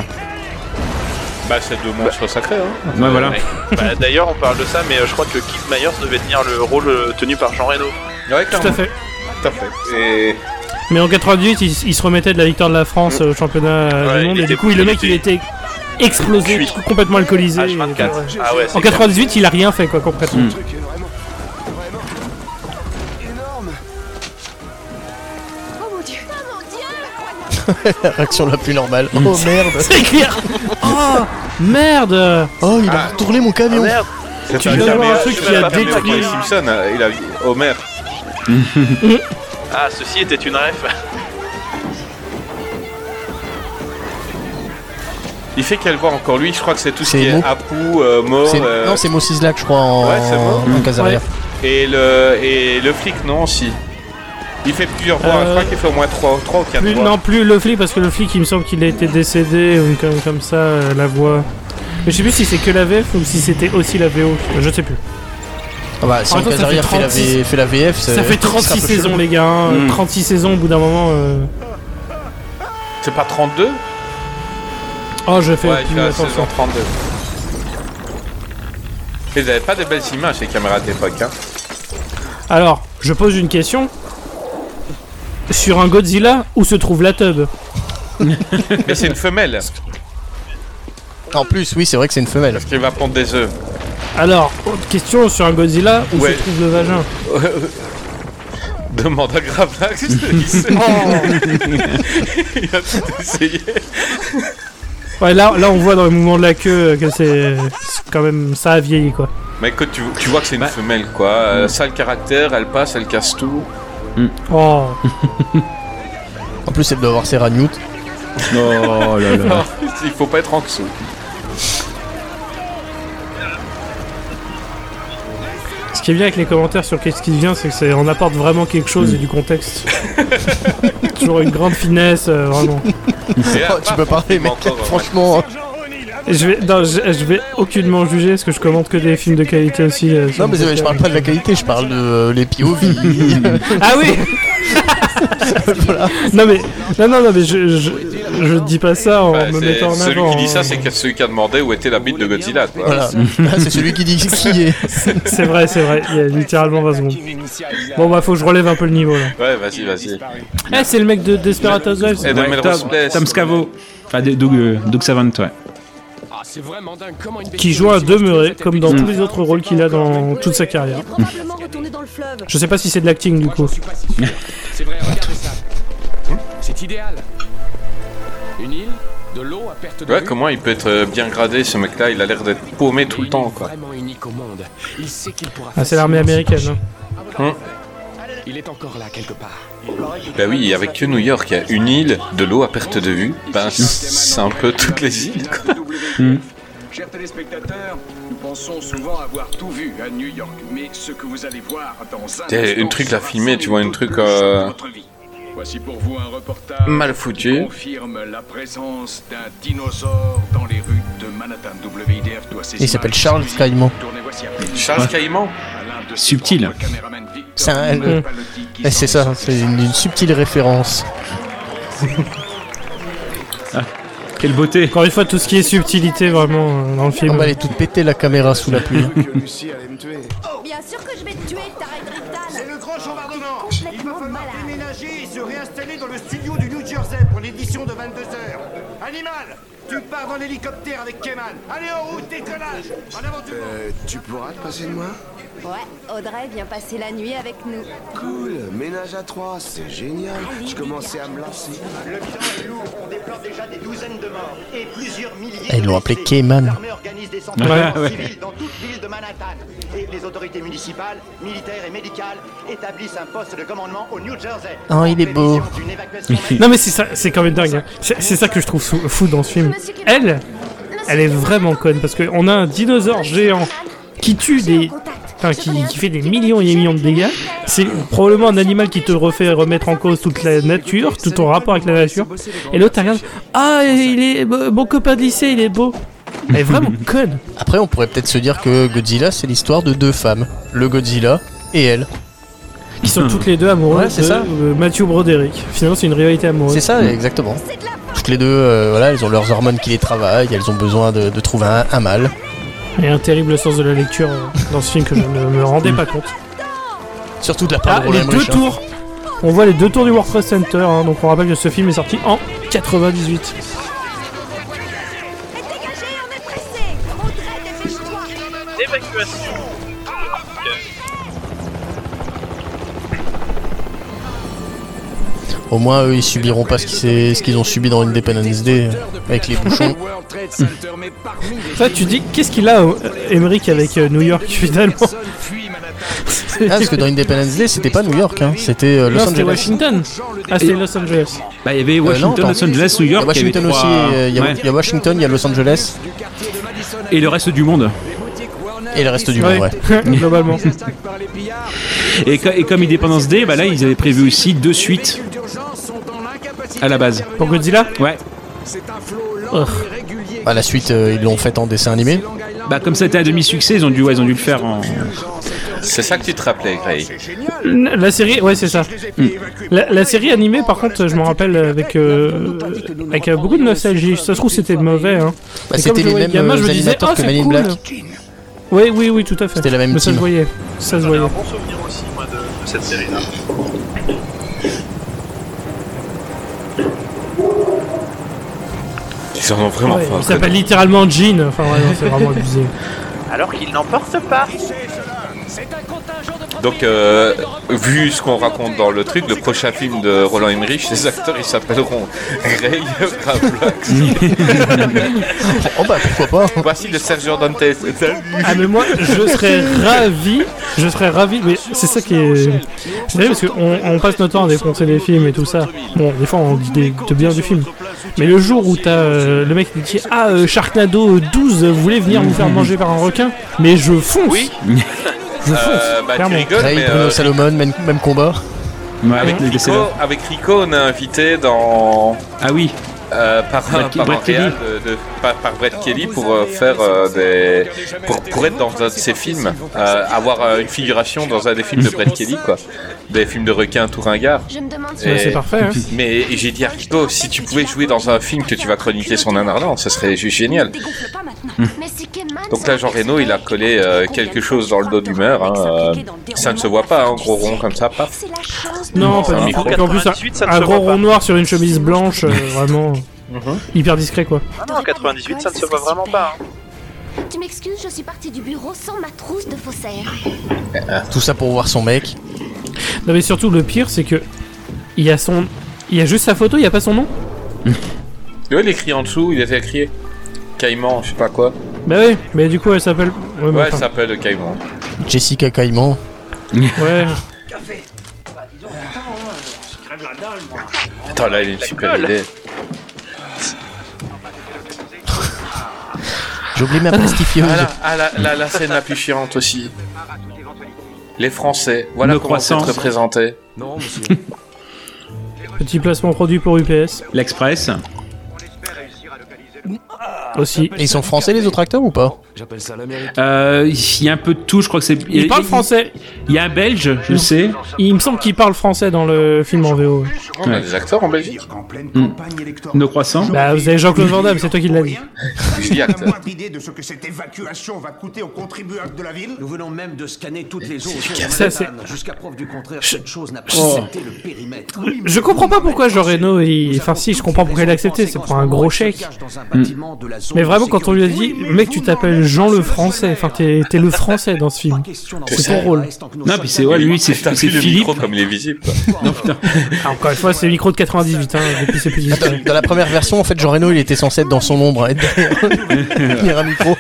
Speaker 4: Bah, c'est deux monstres sacrés, hein.
Speaker 7: Ouais, voilà.
Speaker 8: Bah, D'ailleurs, on parle de ça, mais euh, je crois que Keith Myers devait tenir le rôle euh, tenu par Jean Reno.
Speaker 4: Ouais,
Speaker 5: Tout à fait.
Speaker 4: Tout à fait. Et.
Speaker 5: Mais en 98, il, s- il se remettait de la victoire de la France euh, au championnat euh,
Speaker 8: Ouais,
Speaker 5: du monde
Speaker 8: il
Speaker 5: et du
Speaker 8: était-
Speaker 5: coup, il- le
Speaker 8: il
Speaker 5: mec, il était explosé,
Speaker 8: Cuit.
Speaker 5: complètement alcoolisé.
Speaker 8: H24.
Speaker 5: Et-
Speaker 8: Ah ouais, c'est Hmm.
Speaker 5: en 98, il a rien fait, quoi, concrètement.
Speaker 9: Oh mon dieu Oh mon dieu
Speaker 6: La réaction la plus normale. Oh merde
Speaker 5: C'est clair Oh Merde
Speaker 6: Oh, il a retourné mon
Speaker 4: Ah,
Speaker 6: camion
Speaker 4: C'est
Speaker 5: Tu
Speaker 4: pas
Speaker 5: viens de
Speaker 4: un
Speaker 5: voir un
Speaker 4: caméo-
Speaker 5: truc
Speaker 4: c'est
Speaker 5: qui
Speaker 4: pas
Speaker 5: a
Speaker 4: un caméo
Speaker 5: détruit-
Speaker 4: pour les Simpsons, euh, il a Homer.
Speaker 8: Ah, ceci était une ref.
Speaker 4: Il fait qu'elle voit encore lui, je crois que c'est tout ce
Speaker 6: C'est
Speaker 4: qui est
Speaker 6: Mo.
Speaker 4: Apu, euh, Mo,
Speaker 6: C'est-
Speaker 4: euh,
Speaker 6: Non, c'est Mo Sislak, je crois, en,
Speaker 4: Ouais, c'est Mo.
Speaker 6: en case arrière.
Speaker 4: et, le, et le flic, non, si. Il fait plusieurs voix,
Speaker 5: Euh,
Speaker 4: je crois qu'il fait au moins 3, ou 4
Speaker 5: Plus-
Speaker 4: voix.
Speaker 5: non, plus le flic, parce que le flic, il me semble qu'il a été décédé, ou comme, comme ça, euh, la voix. Mais je sais plus si c'est que la VF ou si c'était aussi la VO. Je sais plus.
Speaker 6: Ah bah, si
Speaker 5: En
Speaker 6: en
Speaker 5: même temps,
Speaker 6: case
Speaker 5: ça fait
Speaker 6: arrière fait la,
Speaker 5: 36
Speaker 6: V- fait la VF, c'est-
Speaker 5: Ça fait
Speaker 6: c'est un peu
Speaker 5: 36 saisons,
Speaker 6: chelou.
Speaker 5: les gars. hein.
Speaker 8: Hmm.
Speaker 7: Mm.
Speaker 5: 36 saisons, au bout d'un moment. euh,
Speaker 4: C'est pas 32
Speaker 5: Oh, je fais
Speaker 4: Ouais, il
Speaker 5: plus
Speaker 4: fait à
Speaker 5: attention.
Speaker 4: 16 32. Ils avaient pas de belles images, ces caméras d'époque, hein.
Speaker 5: Alors, je pose une question. Sur un Godzilla, où se trouve la tub
Speaker 4: Mais c'est une femelle,
Speaker 6: En plus, oui, c'est vrai que c'est une femelle.
Speaker 4: parce qu'il va pondre des œufs.
Speaker 5: Alors, autre question sur un Godzilla, où
Speaker 4: Ouais.
Speaker 5: se trouve le vagin
Speaker 4: Demande à Gravelax, il sait.
Speaker 6: Oh.
Speaker 4: Il a tout essayé.
Speaker 5: Ouais, là, là, on voit dans le mouvement de la queue euh, que c'est c'est quand même ça a vieilli quoi.
Speaker 4: Mais écoute, tu, tu vois que
Speaker 5: Bah
Speaker 4: c'est une femelle, quoi. Euh, Ça a le caractère, elle passe, elle casse tout.
Speaker 5: Oh,
Speaker 6: En plus, elle doit avoir ses Newt.
Speaker 7: Oh là là.
Speaker 4: Non, il faut pas être en dessous.
Speaker 5: ce qui est bien avec les commentaires sur qu'est-ce qui vient, c'est que c'est on apporte vraiment quelque chose et du contexte. Toujours une grande finesse, euh, vraiment.
Speaker 4: Et
Speaker 6: Oh,
Speaker 4: à
Speaker 6: tu
Speaker 4: part,
Speaker 6: peux parler,
Speaker 4: mais
Speaker 6: mec.
Speaker 4: encore, hein. ouais.
Speaker 6: Franchement.
Speaker 5: Et je vais, non, je, je vais aucunement juger parce que je commente que des films de qualité aussi. euh, sur
Speaker 6: Non, mais
Speaker 5: le
Speaker 6: euh, je parle pas de la qualité, je parle de euh, les POV.
Speaker 5: Ah oui Non mais non non non mais je je, je dis pas ça en
Speaker 4: Bah,
Speaker 5: me
Speaker 4: c'est-
Speaker 5: mettant en
Speaker 4: celui
Speaker 5: avant.
Speaker 4: qui dit ça,
Speaker 5: hein.
Speaker 4: c'est que celui qui a demandé où était la bite de Godzilla. quoi.
Speaker 6: voilà. Ah, c'est celui qui dit qui est.
Speaker 5: C'est vrai c'est vrai. Il y a littéralement 20 secondes. Bon bah faut que je relève un peu le niveau là.
Speaker 4: Ouais, vas-y, vas-y.
Speaker 5: Eh c'est le mec de Desperate Housewives.
Speaker 4: Et de Melrose
Speaker 7: Tom,
Speaker 4: Place.
Speaker 7: Tom Scavo. Enfin, de- Doug, euh, Doug Savant, ouais.
Speaker 5: qui joue un demeuré comme dans tous les autres rôles qu'il a dans toute sa carrière.
Speaker 9: Il est probablement retourné dans le fleuve.
Speaker 5: Je sais pas si c'est de l'acting du coup.
Speaker 10: C'est vrai, regardez ça. C'est idéal. Une île, de l'eau à perte de
Speaker 4: Ouais,
Speaker 10: vue,
Speaker 4: comment il peut être euh, bien gradé ce mec-là Il a l'air d'être paumé tout le temps, quoi.
Speaker 10: Vraiment unique au monde. Il sait qu'il pourra
Speaker 5: Ah, c'est l'armée américaine. hein.
Speaker 10: Il est encore là quelque part.
Speaker 4: Bah oui, et avec que New York, il y a une île, de l'eau à perte de vue. Ben, c'est un peu toutes les îles, quoi.
Speaker 6: Hmm.
Speaker 11: Chers téléspectateurs, nous pensons souvent avoir tout vu à New York, mais ce que vous allez voir dans un
Speaker 4: T'as
Speaker 11: instant
Speaker 4: une truc là
Speaker 11: sera
Speaker 4: filmé,
Speaker 11: sans
Speaker 4: tu vois, une
Speaker 11: doute
Speaker 4: truc,
Speaker 11: le choc de
Speaker 4: euh,
Speaker 11: votre vie. Voici pour vous un reportage
Speaker 4: mal foutu.
Speaker 11: qui confirme la présence d'un dinosaure dans les rues de Manhattan. WIDF doit saisir
Speaker 6: Il s'appelle
Speaker 11: un
Speaker 6: Charles
Speaker 11: suivi.
Speaker 6: Caïman.
Speaker 11: Tournez, voici après.
Speaker 4: Charles Caïman
Speaker 11: L'un de ses
Speaker 7: Subtil.
Speaker 11: propres caméramans, Victor
Speaker 6: C'est un-
Speaker 11: Manuel Palotti, qui
Speaker 6: Et Eh, c'est
Speaker 11: s'en est
Speaker 6: ça,
Speaker 11: sorti
Speaker 6: c'est une, une subtile référence.
Speaker 7: Quelle beauté.
Speaker 5: Encore une fois, tout ce qui est subtilité vraiment euh, dans le
Speaker 6: On
Speaker 5: film.
Speaker 6: va aller bah, toute péter la caméra sous la pluie.
Speaker 9: Bien sûr que je vais te tuer, t'arrêterais
Speaker 10: C'est le grand chambardement Il va
Speaker 9: Complètement
Speaker 10: falloir
Speaker 9: malade.
Speaker 10: déménager et se réinstaller dans le studio du New Jersey pour l'édition de 22h. Animal Tu pars dans l'hélicoptère avec Kemal. Allez en route, décollage En avant du vent.
Speaker 11: Tu pourras te passer de moi
Speaker 9: Ouais, Audrey vient passer la nuit avec nous.
Speaker 11: Cool, ménage à trois, c'est génial. Je commençais à me lancer.
Speaker 10: Le bilan est lourd, on déplore déjà des douzaines de morts et plusieurs milliers
Speaker 6: Ah, ils
Speaker 10: de
Speaker 6: l'ont appelé
Speaker 10: blessés.
Speaker 6: Cayman.
Speaker 10: L'armée organise des centaines
Speaker 7: Ouais,
Speaker 10: de morts
Speaker 7: ouais.
Speaker 10: civiles dans toute l'île de Manhattan. Et les autorités municipales, militaires et médicales établissent un poste de commandement au New Jersey.
Speaker 6: Oh, il est
Speaker 10: En
Speaker 6: beau.
Speaker 10: prévision d'une évacuation
Speaker 5: Non mais c'est ça, c'est quand même dingue. hein. C'est c'est ça que je trouve fou, fou dans ce film. Elle, elle est vraiment conne parce qu'on a un dinosaure géant qui tue des. Enfin, qui, qui fait des millions et des millions de dégâts, c'est probablement un animal qui te refait remettre en cause toute la nature, tout ton rapport avec la nature. Et l'autre, elle regarde, ah, il est bon copain de lycée, il est beau. Elle est vraiment conne.
Speaker 6: Après, on pourrait peut-être se dire que Godzilla, c'est l'histoire de deux femmes. Le Godzilla et elle.
Speaker 5: Qui sont toutes les deux amoureuses
Speaker 6: Ouais, c'est
Speaker 5: de
Speaker 6: ça.
Speaker 5: euh, Matthew Broderick. Finalement, c'est une rivalité amoureuse.
Speaker 6: C'est ça, exactement. Toutes les deux, euh, voilà, elles ont leurs hormones qui les travaillent, elles ont besoin de, de trouver un, un mâle.
Speaker 5: Et un terrible sens de la lecture euh, dans ce film que je ne me rendais pas compte.
Speaker 6: Surtout de la part
Speaker 5: Ah,
Speaker 6: de
Speaker 5: les
Speaker 6: Roland
Speaker 5: deux
Speaker 6: Emmerich, hein.
Speaker 5: tours On voit les deux tours du World Trade Center, hein, donc on rappelle que ce film est sorti en 98.
Speaker 8: Évacuation.
Speaker 6: Au moins, eux, ils subiront pas ce qui s'est- ce qu'ils ont subi dans Independence Day euh, avec les bouchons.
Speaker 5: Toi, tu dis, qu'est-ce qu'il a, euh, Emmerich, avec euh, New York, finalement
Speaker 6: Ah, parce que dans Independence Day, c'était pas New York, hein, c'était euh,
Speaker 5: Non,
Speaker 6: Los
Speaker 5: c'était
Speaker 6: Angeles.
Speaker 5: Washington. Ah, c'était Los Angeles.
Speaker 7: Bah, il y avait
Speaker 6: Euh, non,
Speaker 7: Washington,
Speaker 6: attends.
Speaker 7: Los Angeles, New York.
Speaker 6: Il y a Washington
Speaker 7: il y avait
Speaker 6: aussi,
Speaker 7: trois-
Speaker 6: euh, il y a-
Speaker 7: Ouais.
Speaker 6: il y a Washington, il y a Los Angeles
Speaker 7: Et le reste du monde.
Speaker 6: et le reste du monde, ouais.
Speaker 5: Globalement.
Speaker 7: Et, co- et comme Independence Day, bah là, ils avaient prévu aussi deux suites à la base.
Speaker 5: Pour Godzilla
Speaker 7: Ouais.
Speaker 6: Bah, la suite, euh, ils l'ont faite en dessin animé.
Speaker 7: Bah, comme ça était à demi-succès, ils ont dû, ouais, ils ont dû le faire en.
Speaker 4: C'est ça que tu te rappelais, Greg.
Speaker 5: La la série, ouais, c'est ça.
Speaker 6: Hmm.
Speaker 7: Mm.
Speaker 5: La, la série animée, par contre, je me rappelle avec, euh, avec euh, beaucoup de nostalgie. Ça se trouve, c'était mauvais. Hein.
Speaker 6: Bah,
Speaker 5: Et
Speaker 6: c'était
Speaker 5: comme je
Speaker 6: les
Speaker 5: voyais
Speaker 6: mêmes
Speaker 5: gamin, je me disais,
Speaker 6: animateurs
Speaker 5: Ah,
Speaker 6: que
Speaker 5: c'est
Speaker 6: Men in
Speaker 5: cool.
Speaker 6: Black.
Speaker 5: Oui, oui, oui, tout à fait.
Speaker 6: C'était la même
Speaker 5: Mais ça
Speaker 6: team.
Speaker 5: se voyait. Ça se voyait.
Speaker 12: souvenir aussi, moi, de, de cette série-là.
Speaker 4: Ils en ont vraiment
Speaker 5: Ouais,
Speaker 4: fait un
Speaker 5: il s'appelle
Speaker 4: connard.
Speaker 5: littéralement Jean. Enfin, ouais, non, c'est vraiment abusé.
Speaker 8: Alors qu'il n'emporte pas.
Speaker 4: Donc, euh, vu ce qu'on raconte dans le truc, le prochain film de Roland Emmerich, les acteurs ils s'appelleront Greg Rablax.
Speaker 6: oh bah pourquoi pas
Speaker 4: Voici le Sergio Dantes.
Speaker 5: Ah mais moi je serais ravi, je serais ravi, mais c'est ça qui est... C'est vrai parce qu'on on passe notre temps à défoncer les films et tout ça. Bon, des fois on dit des, de bien du film. Mais le jour où t'as euh, le mec qui dit Ah euh, Sharknado 12, vous voulez venir vous faire manger par un requin Mais je fonce
Speaker 4: Oui
Speaker 5: Je fonce
Speaker 4: Euh, bah, tu
Speaker 5: clairement.
Speaker 4: rigoles,
Speaker 6: Ray,
Speaker 4: mais,
Speaker 6: Bruno
Speaker 4: euh,
Speaker 6: Salomon, même, même combat.
Speaker 4: avec,
Speaker 7: les
Speaker 4: Rico,
Speaker 7: laissez-le.
Speaker 4: avec Rico, on est invité dans. euh,
Speaker 7: Ah oui
Speaker 4: Par, un-
Speaker 7: Brad-
Speaker 4: par, un
Speaker 7: Brad Kelly.
Speaker 4: réal de- de- par, par Brad Kelly pour euh, faire euh, des. Pour, pour être dans un de ses films. euh, avoir euh, une figuration dans un des films de Brad Kelly, quoi. Des films de requins tout ringard.
Speaker 5: Ouais, c'est parfait, hein.
Speaker 4: Mais j'ai dit à Rico, si tu pouvais jouer dans un film que tu vas chroniquer son anardant, ce serait juste génial. Hmm. Donc là, Jean Reno, il a collé euh, quelque chose dans le dos d'humeur. hein, euh, ça ne se voit pas, un gros rond comme ça, paf.
Speaker 5: Non,
Speaker 4: Dans un
Speaker 5: pas du
Speaker 4: micro.
Speaker 5: tout. Et En plus, un, un gros rond noir sur une chemise blanche, euh, vraiment
Speaker 4: Uh-huh.
Speaker 5: hyper discret quoi.
Speaker 8: Ah non, en 98, ça ne se voit vraiment pas. hein.
Speaker 9: Tu m'excuses, je suis partie du bureau sans ma trousse de faussaire.
Speaker 6: Tout ça pour voir son mec.
Speaker 5: Non mais surtout le pire c'est que il y a son... Il y a juste sa photo, il n'y a pas son nom
Speaker 4: Ouais, il écrit en dessous, il était écrit Caïman, je sais pas quoi.
Speaker 5: Bah oui, mais du coup elle s'appelle... Ouais, mais
Speaker 4: Ouais,
Speaker 5: enfin.
Speaker 4: ça s'appelle Caïman.
Speaker 6: Jessica Caïman.
Speaker 5: Ouais.
Speaker 4: Attends, là, il a une super idée.
Speaker 7: Ah,
Speaker 6: J'ai oublié ma pastifieuse.
Speaker 4: Ah, la, ah, la, la- la scène la plus chiante aussi. Les Français, voilà
Speaker 7: Nos
Speaker 4: comment vous êtes
Speaker 7: croissances.
Speaker 4: représentés.
Speaker 5: Petit placement produit pour UPS
Speaker 7: L'Express.
Speaker 5: aussi.
Speaker 6: Et ils sont français les autres acteurs ou pas
Speaker 7: Euh, Il y a un peu de tout, je crois que c'est.
Speaker 5: Il parle français.
Speaker 7: Il y a un Belge, je sais.
Speaker 5: Il me semble qu'il parle français dans le film en VO.
Speaker 4: On a des acteurs en Belgique.
Speaker 7: Hmm. Nos croissants.
Speaker 5: Bah, vous avez Jean-Claude Van Damme, c'est toi qui l'as dit.
Speaker 4: Je dis
Speaker 10: La
Speaker 4: acteur.
Speaker 10: moindre idée de ce que cette évacuation va coûter aux contribuables de la ville Nous venons même de scanner toutes les eaux
Speaker 5: de Ça, Manhattan.
Speaker 10: Jusqu'à preuve du contraire, cette chose n'a pas
Speaker 5: Oh.
Speaker 10: le périmètre.
Speaker 5: Je comprends pas pourquoi Jean Reno, il... enfin si, je comprends pourquoi il a accepté, c'est pour un gros chèque. Mais vraiment, quand on lui a dit, mec, tu t'appelles Jean le Français, enfin t'es t'es le Français dans ce film. C'est ton rôle.
Speaker 7: Non, puis c'est ouais, lui, c'est
Speaker 4: T'as
Speaker 7: c'est
Speaker 4: vu le
Speaker 7: Philippe.
Speaker 4: micro comme il est visible. quoi.
Speaker 5: Ah, encore une fois, c'est le micro de 98, hein, depuis c'est plus
Speaker 6: Attends, Dans la première version, en fait, Jean Reno, il était censé être dans son ombre, être derrière un micro.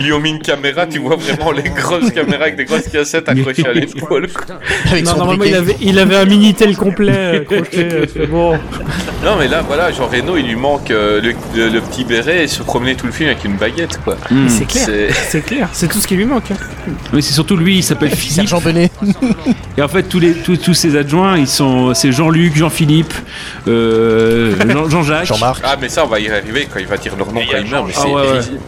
Speaker 4: Ils ont mis une caméra, tu vois vraiment les grosses caméras avec des grosses cassettes accrochées à l'épaule. quoi.
Speaker 6: Avec
Speaker 5: Non,
Speaker 6: son
Speaker 5: normalement, il
Speaker 6: briquet.
Speaker 5: avait, il avait un Minitel complet, euh, crochet, euh, c'est bon.
Speaker 4: Non mais là voilà, Jean Reno il lui manque euh, le, le- le petit béret et sur promener tout le film avec une baguette, quoi.
Speaker 5: Mais C'est clair, Hmm. c'est clair, c'est tout ce qui lui manque. hein.
Speaker 7: Mais Hmm. c'est surtout lui, il s'appelle Philippe. Et en fait, tous, les, tous, tous ses adjoints, ils sont, c'est Jean-Luc, Jean-Philippe, euh, Jean- Jean-Jacques.
Speaker 4: Ah, mais ça, on va y arriver quand il va dire leur nom quand il meurt, mais
Speaker 7: Ah
Speaker 4: c'est
Speaker 7: ouais, ouais.
Speaker 4: risible.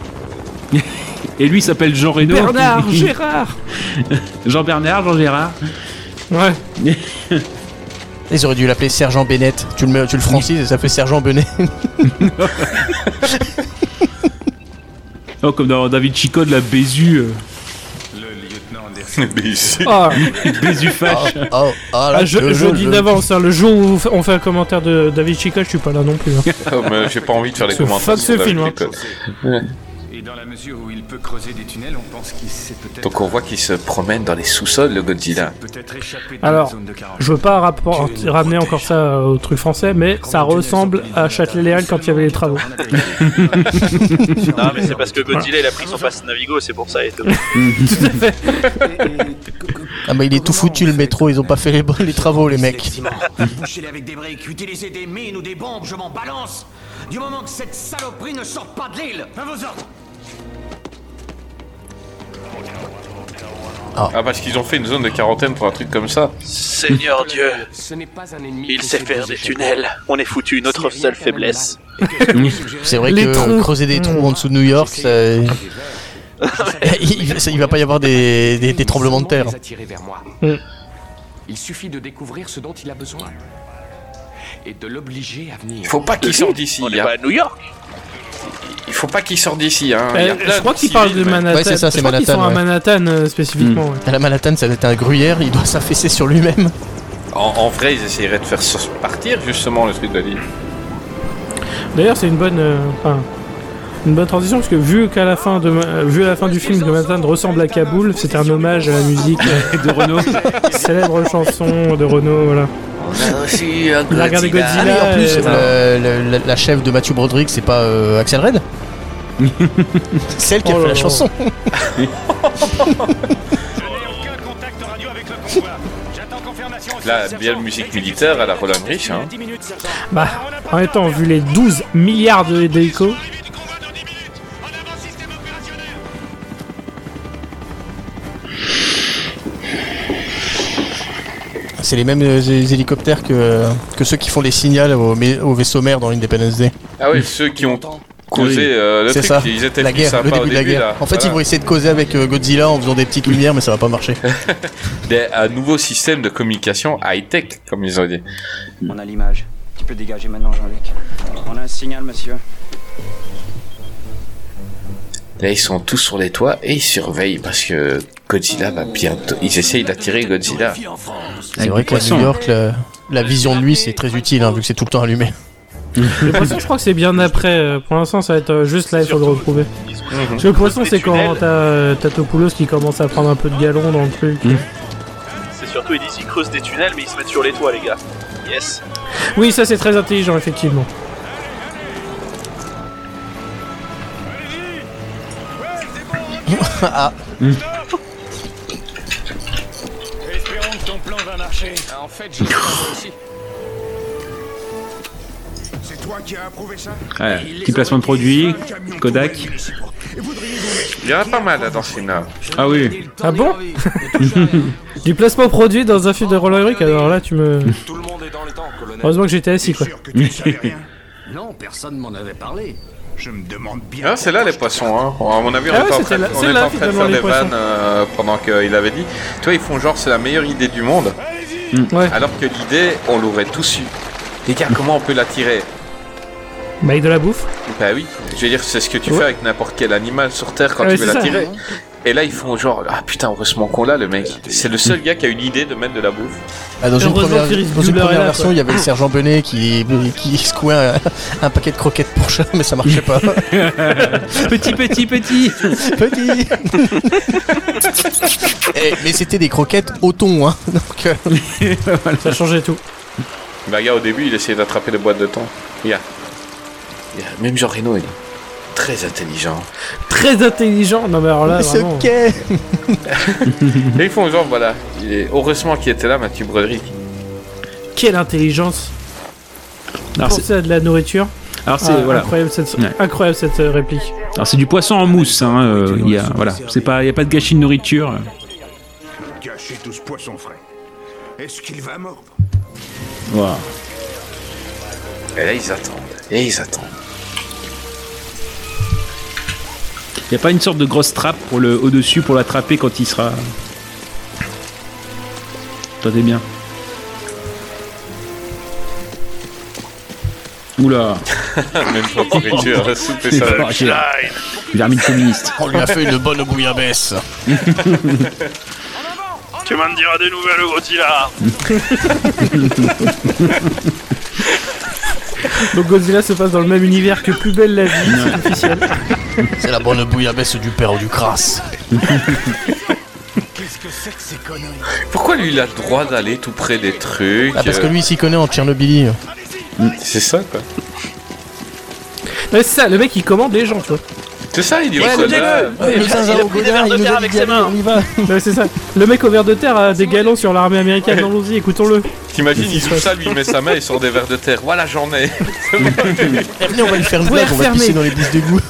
Speaker 7: Et lui, il s'appelle Jean Reno.
Speaker 5: Bernard, Gérard
Speaker 7: Jean-Bernard, Jean-Gérard.
Speaker 5: Ouais.
Speaker 6: Ils auraient dû l'appeler Sergent Bennett. Tu le, mets- tu le francises et ça fait Sergent Benet.
Speaker 7: Oh, comme dans David Chico de la Bézu. euh.
Speaker 12: Le lieutenant
Speaker 4: Bézu.
Speaker 5: Ah.
Speaker 7: Bézu fâche.
Speaker 5: Ah, je, je dis d'avance, hein, le jour où vous f- on fait un commentaire de David Chica, je suis pas là non plus. hein.
Speaker 4: Oh, mais j'ai pas envie de faire les
Speaker 5: Ce
Speaker 4: commentaires.
Speaker 5: fuck ce
Speaker 4: sur
Speaker 5: film. hein.
Speaker 4: David Nicholl.
Speaker 11: Et dans la mesure où il peut creuser des tunnels, on pense qu'il s'est peut-être
Speaker 4: Donc on voit qu'il se promène dans les sous-sols, le Godzilla.
Speaker 11: peut-être échappé de la
Speaker 5: Alors,
Speaker 11: zone de carotte.
Speaker 5: je veux pas rappor- ramener encore ça euh, au truc français, mais ça ressemble à Châtelet-Léal quand il y avait les travaux.
Speaker 8: non, mais c'est parce que Godzilla il a pris son passe Navigo, c'est pour ça. Et tout.
Speaker 6: Ah bah il est tout foutu le métro, ils ont pas fait les, les travaux les mecs.
Speaker 10: Bouchez-les avec des briques, utilisez des mines ou des bombes, je m'en balance Du moment que cette saloperie ne sort pas de l'île À vos ordres
Speaker 4: Ah, parce qu'ils ont fait une zone de quarantaine pour un truc comme ça.
Speaker 8: Seigneur Dieu, il sait faire des tunnels. On est foutu, notre seule faiblesse.
Speaker 6: C'est vrai
Speaker 8: Les
Speaker 6: que
Speaker 8: trous.
Speaker 6: creuser des trous en dessous de New York, ça... il, ça- il va pas y avoir des, des- des tremblements de terre.
Speaker 13: Les attirer vers moi. Il suffit de découvrir ce dont il a besoin et de l'obliger à venir.
Speaker 4: Faut pas qu'il sorte d'ici. hein. On
Speaker 13: pas à
Speaker 4: New York. Il faut pas qu'il sorte d'ici. Hein.
Speaker 5: Euh,
Speaker 4: Il y a plein
Speaker 5: je crois
Speaker 4: de
Speaker 5: qu'ils parlent de
Speaker 4: civils, mais-
Speaker 5: Manhattan.
Speaker 6: Ouais, c'est ça,
Speaker 5: Je
Speaker 6: c'est
Speaker 5: crois qu'ils
Speaker 6: Manhattan,
Speaker 5: sont à
Speaker 6: ouais.
Speaker 5: Manhattan euh, spécifiquement. ouais.
Speaker 6: À la Manhattan, ça doit être un gruyère, il doit s'affaisser sur lui-même.
Speaker 4: En, en vrai, ils essaieraient de faire s- partir justement le truc de l'île.
Speaker 5: D'ailleurs, c'est une bonne, euh, enfin, une bonne transition parce que vu qu'à la fin de, ma- euh, vu à la fin du film que Manhattan ressemble à Kaboul, c'était un hommage à la musique euh,
Speaker 7: de Renault,
Speaker 5: célèbre chanson de Renault, voilà. Il a regardé Godzilla.
Speaker 6: Ah oui, en plus,
Speaker 5: et-
Speaker 6: le- le- la, la chef de Mathieu Broderick, c'est pas euh, Axel Red Celle qui a
Speaker 5: Oh là
Speaker 6: fait la
Speaker 5: là.
Speaker 6: chanson.
Speaker 4: Là, bien la musique militaire à la Roland Rich. Hein.
Speaker 5: Bah, en même temps, vu les 12 milliards de déco.
Speaker 6: C'est les mêmes euh, hé- hélicoptères que, que ceux qui font les signaux au, mé- au vaisseau mère dans l'Independence Day.
Speaker 4: Ah oui, ceux qui ont causé euh, le
Speaker 6: C'est
Speaker 4: truc,
Speaker 6: ça,
Speaker 4: ils étaient
Speaker 6: la
Speaker 4: plus
Speaker 6: guerre, le
Speaker 4: sympas
Speaker 6: début,
Speaker 4: au
Speaker 6: de la
Speaker 4: début,
Speaker 6: guerre.
Speaker 4: là.
Speaker 6: En fait, ils
Speaker 4: Voilà.
Speaker 6: vont essayer de causer avec euh, Godzilla en faisant des petites lumières, mais ça va pas marcher.
Speaker 4: Des- un nouveau système de communication high-tech, comme ils ont dit.
Speaker 14: On a l'image. Tu peux dégager maintenant, Jean-Luc. On a un signal, monsieur.
Speaker 4: Là, ils sont tous sur les toits et ils surveillent parce que Godzilla va bientôt. Ils essayent d'attirer Godzilla.
Speaker 6: C'est vrai qu'à New York, la, la vision de nuit, c'est très utile, hein, vu que c'est tout le temps allumé.
Speaker 5: Le poisson, je crois que c'est bien après. euh, Pour l'instant, ça va être euh, juste là, il faut le retrouver. Parce que le poisson, c'est quand t'as euh, t'as Topoulos qui commence à prendre un peu de galon dans le truc.
Speaker 7: Mm.
Speaker 8: C'est surtout, ils disent ils creusent des tunnels, mais ils se mettent sur les toits, les gars. Yes.
Speaker 5: Oui, ça, c'est très intelligent, effectivement.
Speaker 6: ah.
Speaker 11: Espérons que ton plan va marcher. en fait, j'ai aussi.
Speaker 10: C'est toi qui as approuvé ça
Speaker 7: Ouais, petit placement de produit, Kodak.
Speaker 4: Il y en a pas mal là, dans ce film-là.
Speaker 7: Ah oui.
Speaker 5: Ah bon Du placement produit dans un film de Roland Emmerich, alors là, tu me. Heureusement que j'étais assis, quoi.
Speaker 15: Non, personne m'en avait parlé. Je me demande bien.
Speaker 4: Ah, c'est là les poissons, hein. À mon avis, on
Speaker 15: Ah
Speaker 4: est
Speaker 15: ouais,
Speaker 4: pas en
Speaker 15: c'était
Speaker 4: train,
Speaker 15: là-
Speaker 4: on
Speaker 15: c'est
Speaker 4: est
Speaker 15: là,
Speaker 4: pas en train de
Speaker 15: finalement,
Speaker 4: faire
Speaker 15: les
Speaker 4: des
Speaker 15: poissons.
Speaker 4: vannes euh, pendant qu'il avait dit. Tu vois, ils font genre c'est la meilleure idée du monde. Alors que l'idée, on l'aurait tous eu. Les gars, comment on peut l'attirer
Speaker 5: Bah, avec de la bouffe.
Speaker 4: Bah oui, je veux dire, c'est ce que tu
Speaker 5: Ouais.
Speaker 4: fais avec n'importe quel animal sur Terre quand
Speaker 5: Ah
Speaker 4: tu veux
Speaker 5: ouais, c'est ça.
Speaker 4: l'attirer. Et là, ils font genre, ah putain, heureusement qu'on l'a, le mec. C'est le seul gars qui a une idée de mettre de la bouffe.
Speaker 6: Ah, dans une première, dans une première version, il y avait le
Speaker 4: le
Speaker 6: sergent Benet qui, qui secouait un, un paquet de croquettes pour chat, mais ça marchait pas.
Speaker 7: petit, petit, petit.
Speaker 6: petit. Eh, mais c'était des croquettes au thon, hein. Donc,
Speaker 5: Ça changeait tout.
Speaker 4: Bah, gars, au début, il essayait d'attraper les boîtes de thon. Regarde. Regarde, Même Jean Reno, il est très intelligent.
Speaker 5: Très intelligent. Non, mais alors là.
Speaker 4: Mais ce
Speaker 5: Ah, vraiment.
Speaker 6: qu'est
Speaker 4: Et ils font genre, voilà, il est- heureusement qu'il était là, Mathieu Broderick.
Speaker 5: Quelle intelligence
Speaker 7: Alors,
Speaker 5: Pensez à de la nourriture.
Speaker 7: Alors c'est
Speaker 5: Ah,
Speaker 7: voilà.
Speaker 5: incroyable, cette,
Speaker 7: Ouais.
Speaker 5: incroyable cette euh, réplique.
Speaker 7: Alors c'est du poisson en mousse, hein, euh, il y a, voilà, c'est pas, il y a pas de gâchis de nourriture.
Speaker 12: Gâchez tout ce poisson frais. Est-ce qu'il va mordre
Speaker 7: Voilà.
Speaker 4: Et là, ils attendent. Et ils attendent.
Speaker 7: Il y a pas une sorte de grosse trappe pour le au dessus pour l'attraper quand il sera. Attendez bien. Oula.
Speaker 4: Même pour nourriture, la soupe et
Speaker 7: C'est
Speaker 4: ça.
Speaker 7: pas grave. Vermine communiste.
Speaker 6: On lui a fait une bonne bouillabaisse.
Speaker 16: Tu m'en diras des nouvelles, Godzilla
Speaker 5: Donc Godzilla se passe dans le même univers que Plus belle la vie, c'est officiel.
Speaker 6: C'est la bonne bouillabaisse du père du crasse.
Speaker 4: Pourquoi lui, il a le droit d'aller tout près des trucs
Speaker 6: Ah, parce que
Speaker 4: euh,
Speaker 6: lui, il s'y connaît en Tchernobylie.
Speaker 4: C'est ça, quoi.
Speaker 5: Ouais, c'est ça, le mec il commande les gens, toi.
Speaker 4: C'est ça, il dit
Speaker 5: Ouais,
Speaker 4: au
Speaker 5: écoutez-le.
Speaker 4: soldat.
Speaker 5: Ouais, le zinzin au Godin, il nous a dit d'y aller, on y va. Ouais, c'est ça. Le mec au verre de terre a des galons sur l'armée américaine. Allons-y, écoutons-le.
Speaker 4: T'imagines, il ouvre ça, lui, il met sa main et sort des verres de terre. Voilà, j'en ai.
Speaker 6: Venez, on va lui faire une
Speaker 4: Vous pouvez
Speaker 6: blague, on va
Speaker 4: refermer.
Speaker 6: pisser dans les bouches d'égout.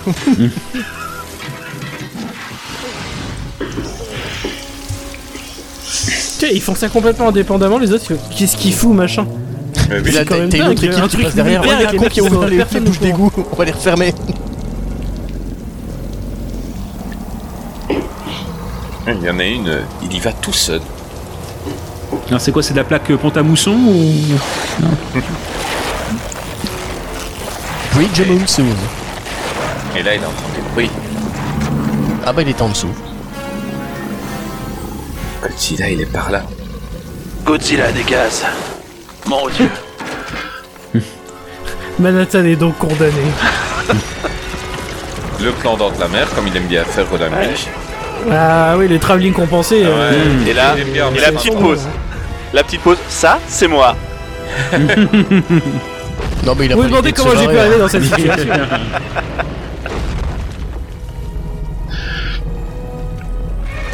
Speaker 5: Tiens, ils font ça complètement indépendamment, les autres. ils- Qu'est-ce qu'il fout, machin
Speaker 4: Mais
Speaker 6: Puis là,
Speaker 5: C'est quand
Speaker 6: t'as
Speaker 5: même
Speaker 6: t'as une
Speaker 5: dingue,
Speaker 6: autre
Speaker 5: un
Speaker 6: équipe qui
Speaker 5: truc
Speaker 6: passe derrière.
Speaker 5: militaire
Speaker 6: Regarde
Speaker 5: avec
Speaker 6: les
Speaker 5: les
Speaker 6: cons qui ont
Speaker 5: mecs qui
Speaker 6: ouvert
Speaker 5: sont
Speaker 6: les
Speaker 5: personne
Speaker 6: les bouches d'égout. On va les refermer.
Speaker 4: Il y en a une, euh, il y va tout seul.
Speaker 7: Alors c'est quoi, c'est de la plaque euh, pente à mousson ou non
Speaker 6: Bridge Monsoon.
Speaker 4: Et là, il entend des bruits.
Speaker 6: Ah bah, il est en dessous.
Speaker 4: Godzilla, il est par là.
Speaker 8: Godzilla dégage. Mon dieu.
Speaker 5: Manhattan est donc condamné.
Speaker 4: Le plan d'ordre de la mer, comme il aime bien faire Roland Emmerich.
Speaker 5: Ah oui, les travelling compensés. euh,
Speaker 4: Ouais.
Speaker 8: Et là,
Speaker 4: Il aime bien
Speaker 8: et la
Speaker 4: mettre
Speaker 8: petite
Speaker 4: un-
Speaker 8: pause. La petite pause, ça, c'est moi.
Speaker 6: Non, mais il a
Speaker 5: Vous
Speaker 6: pas
Speaker 5: vous demandez
Speaker 6: l'idée de
Speaker 5: comment
Speaker 6: se
Speaker 5: j'ai pu
Speaker 6: barrer,
Speaker 5: aller
Speaker 6: hein.
Speaker 5: dans cette situation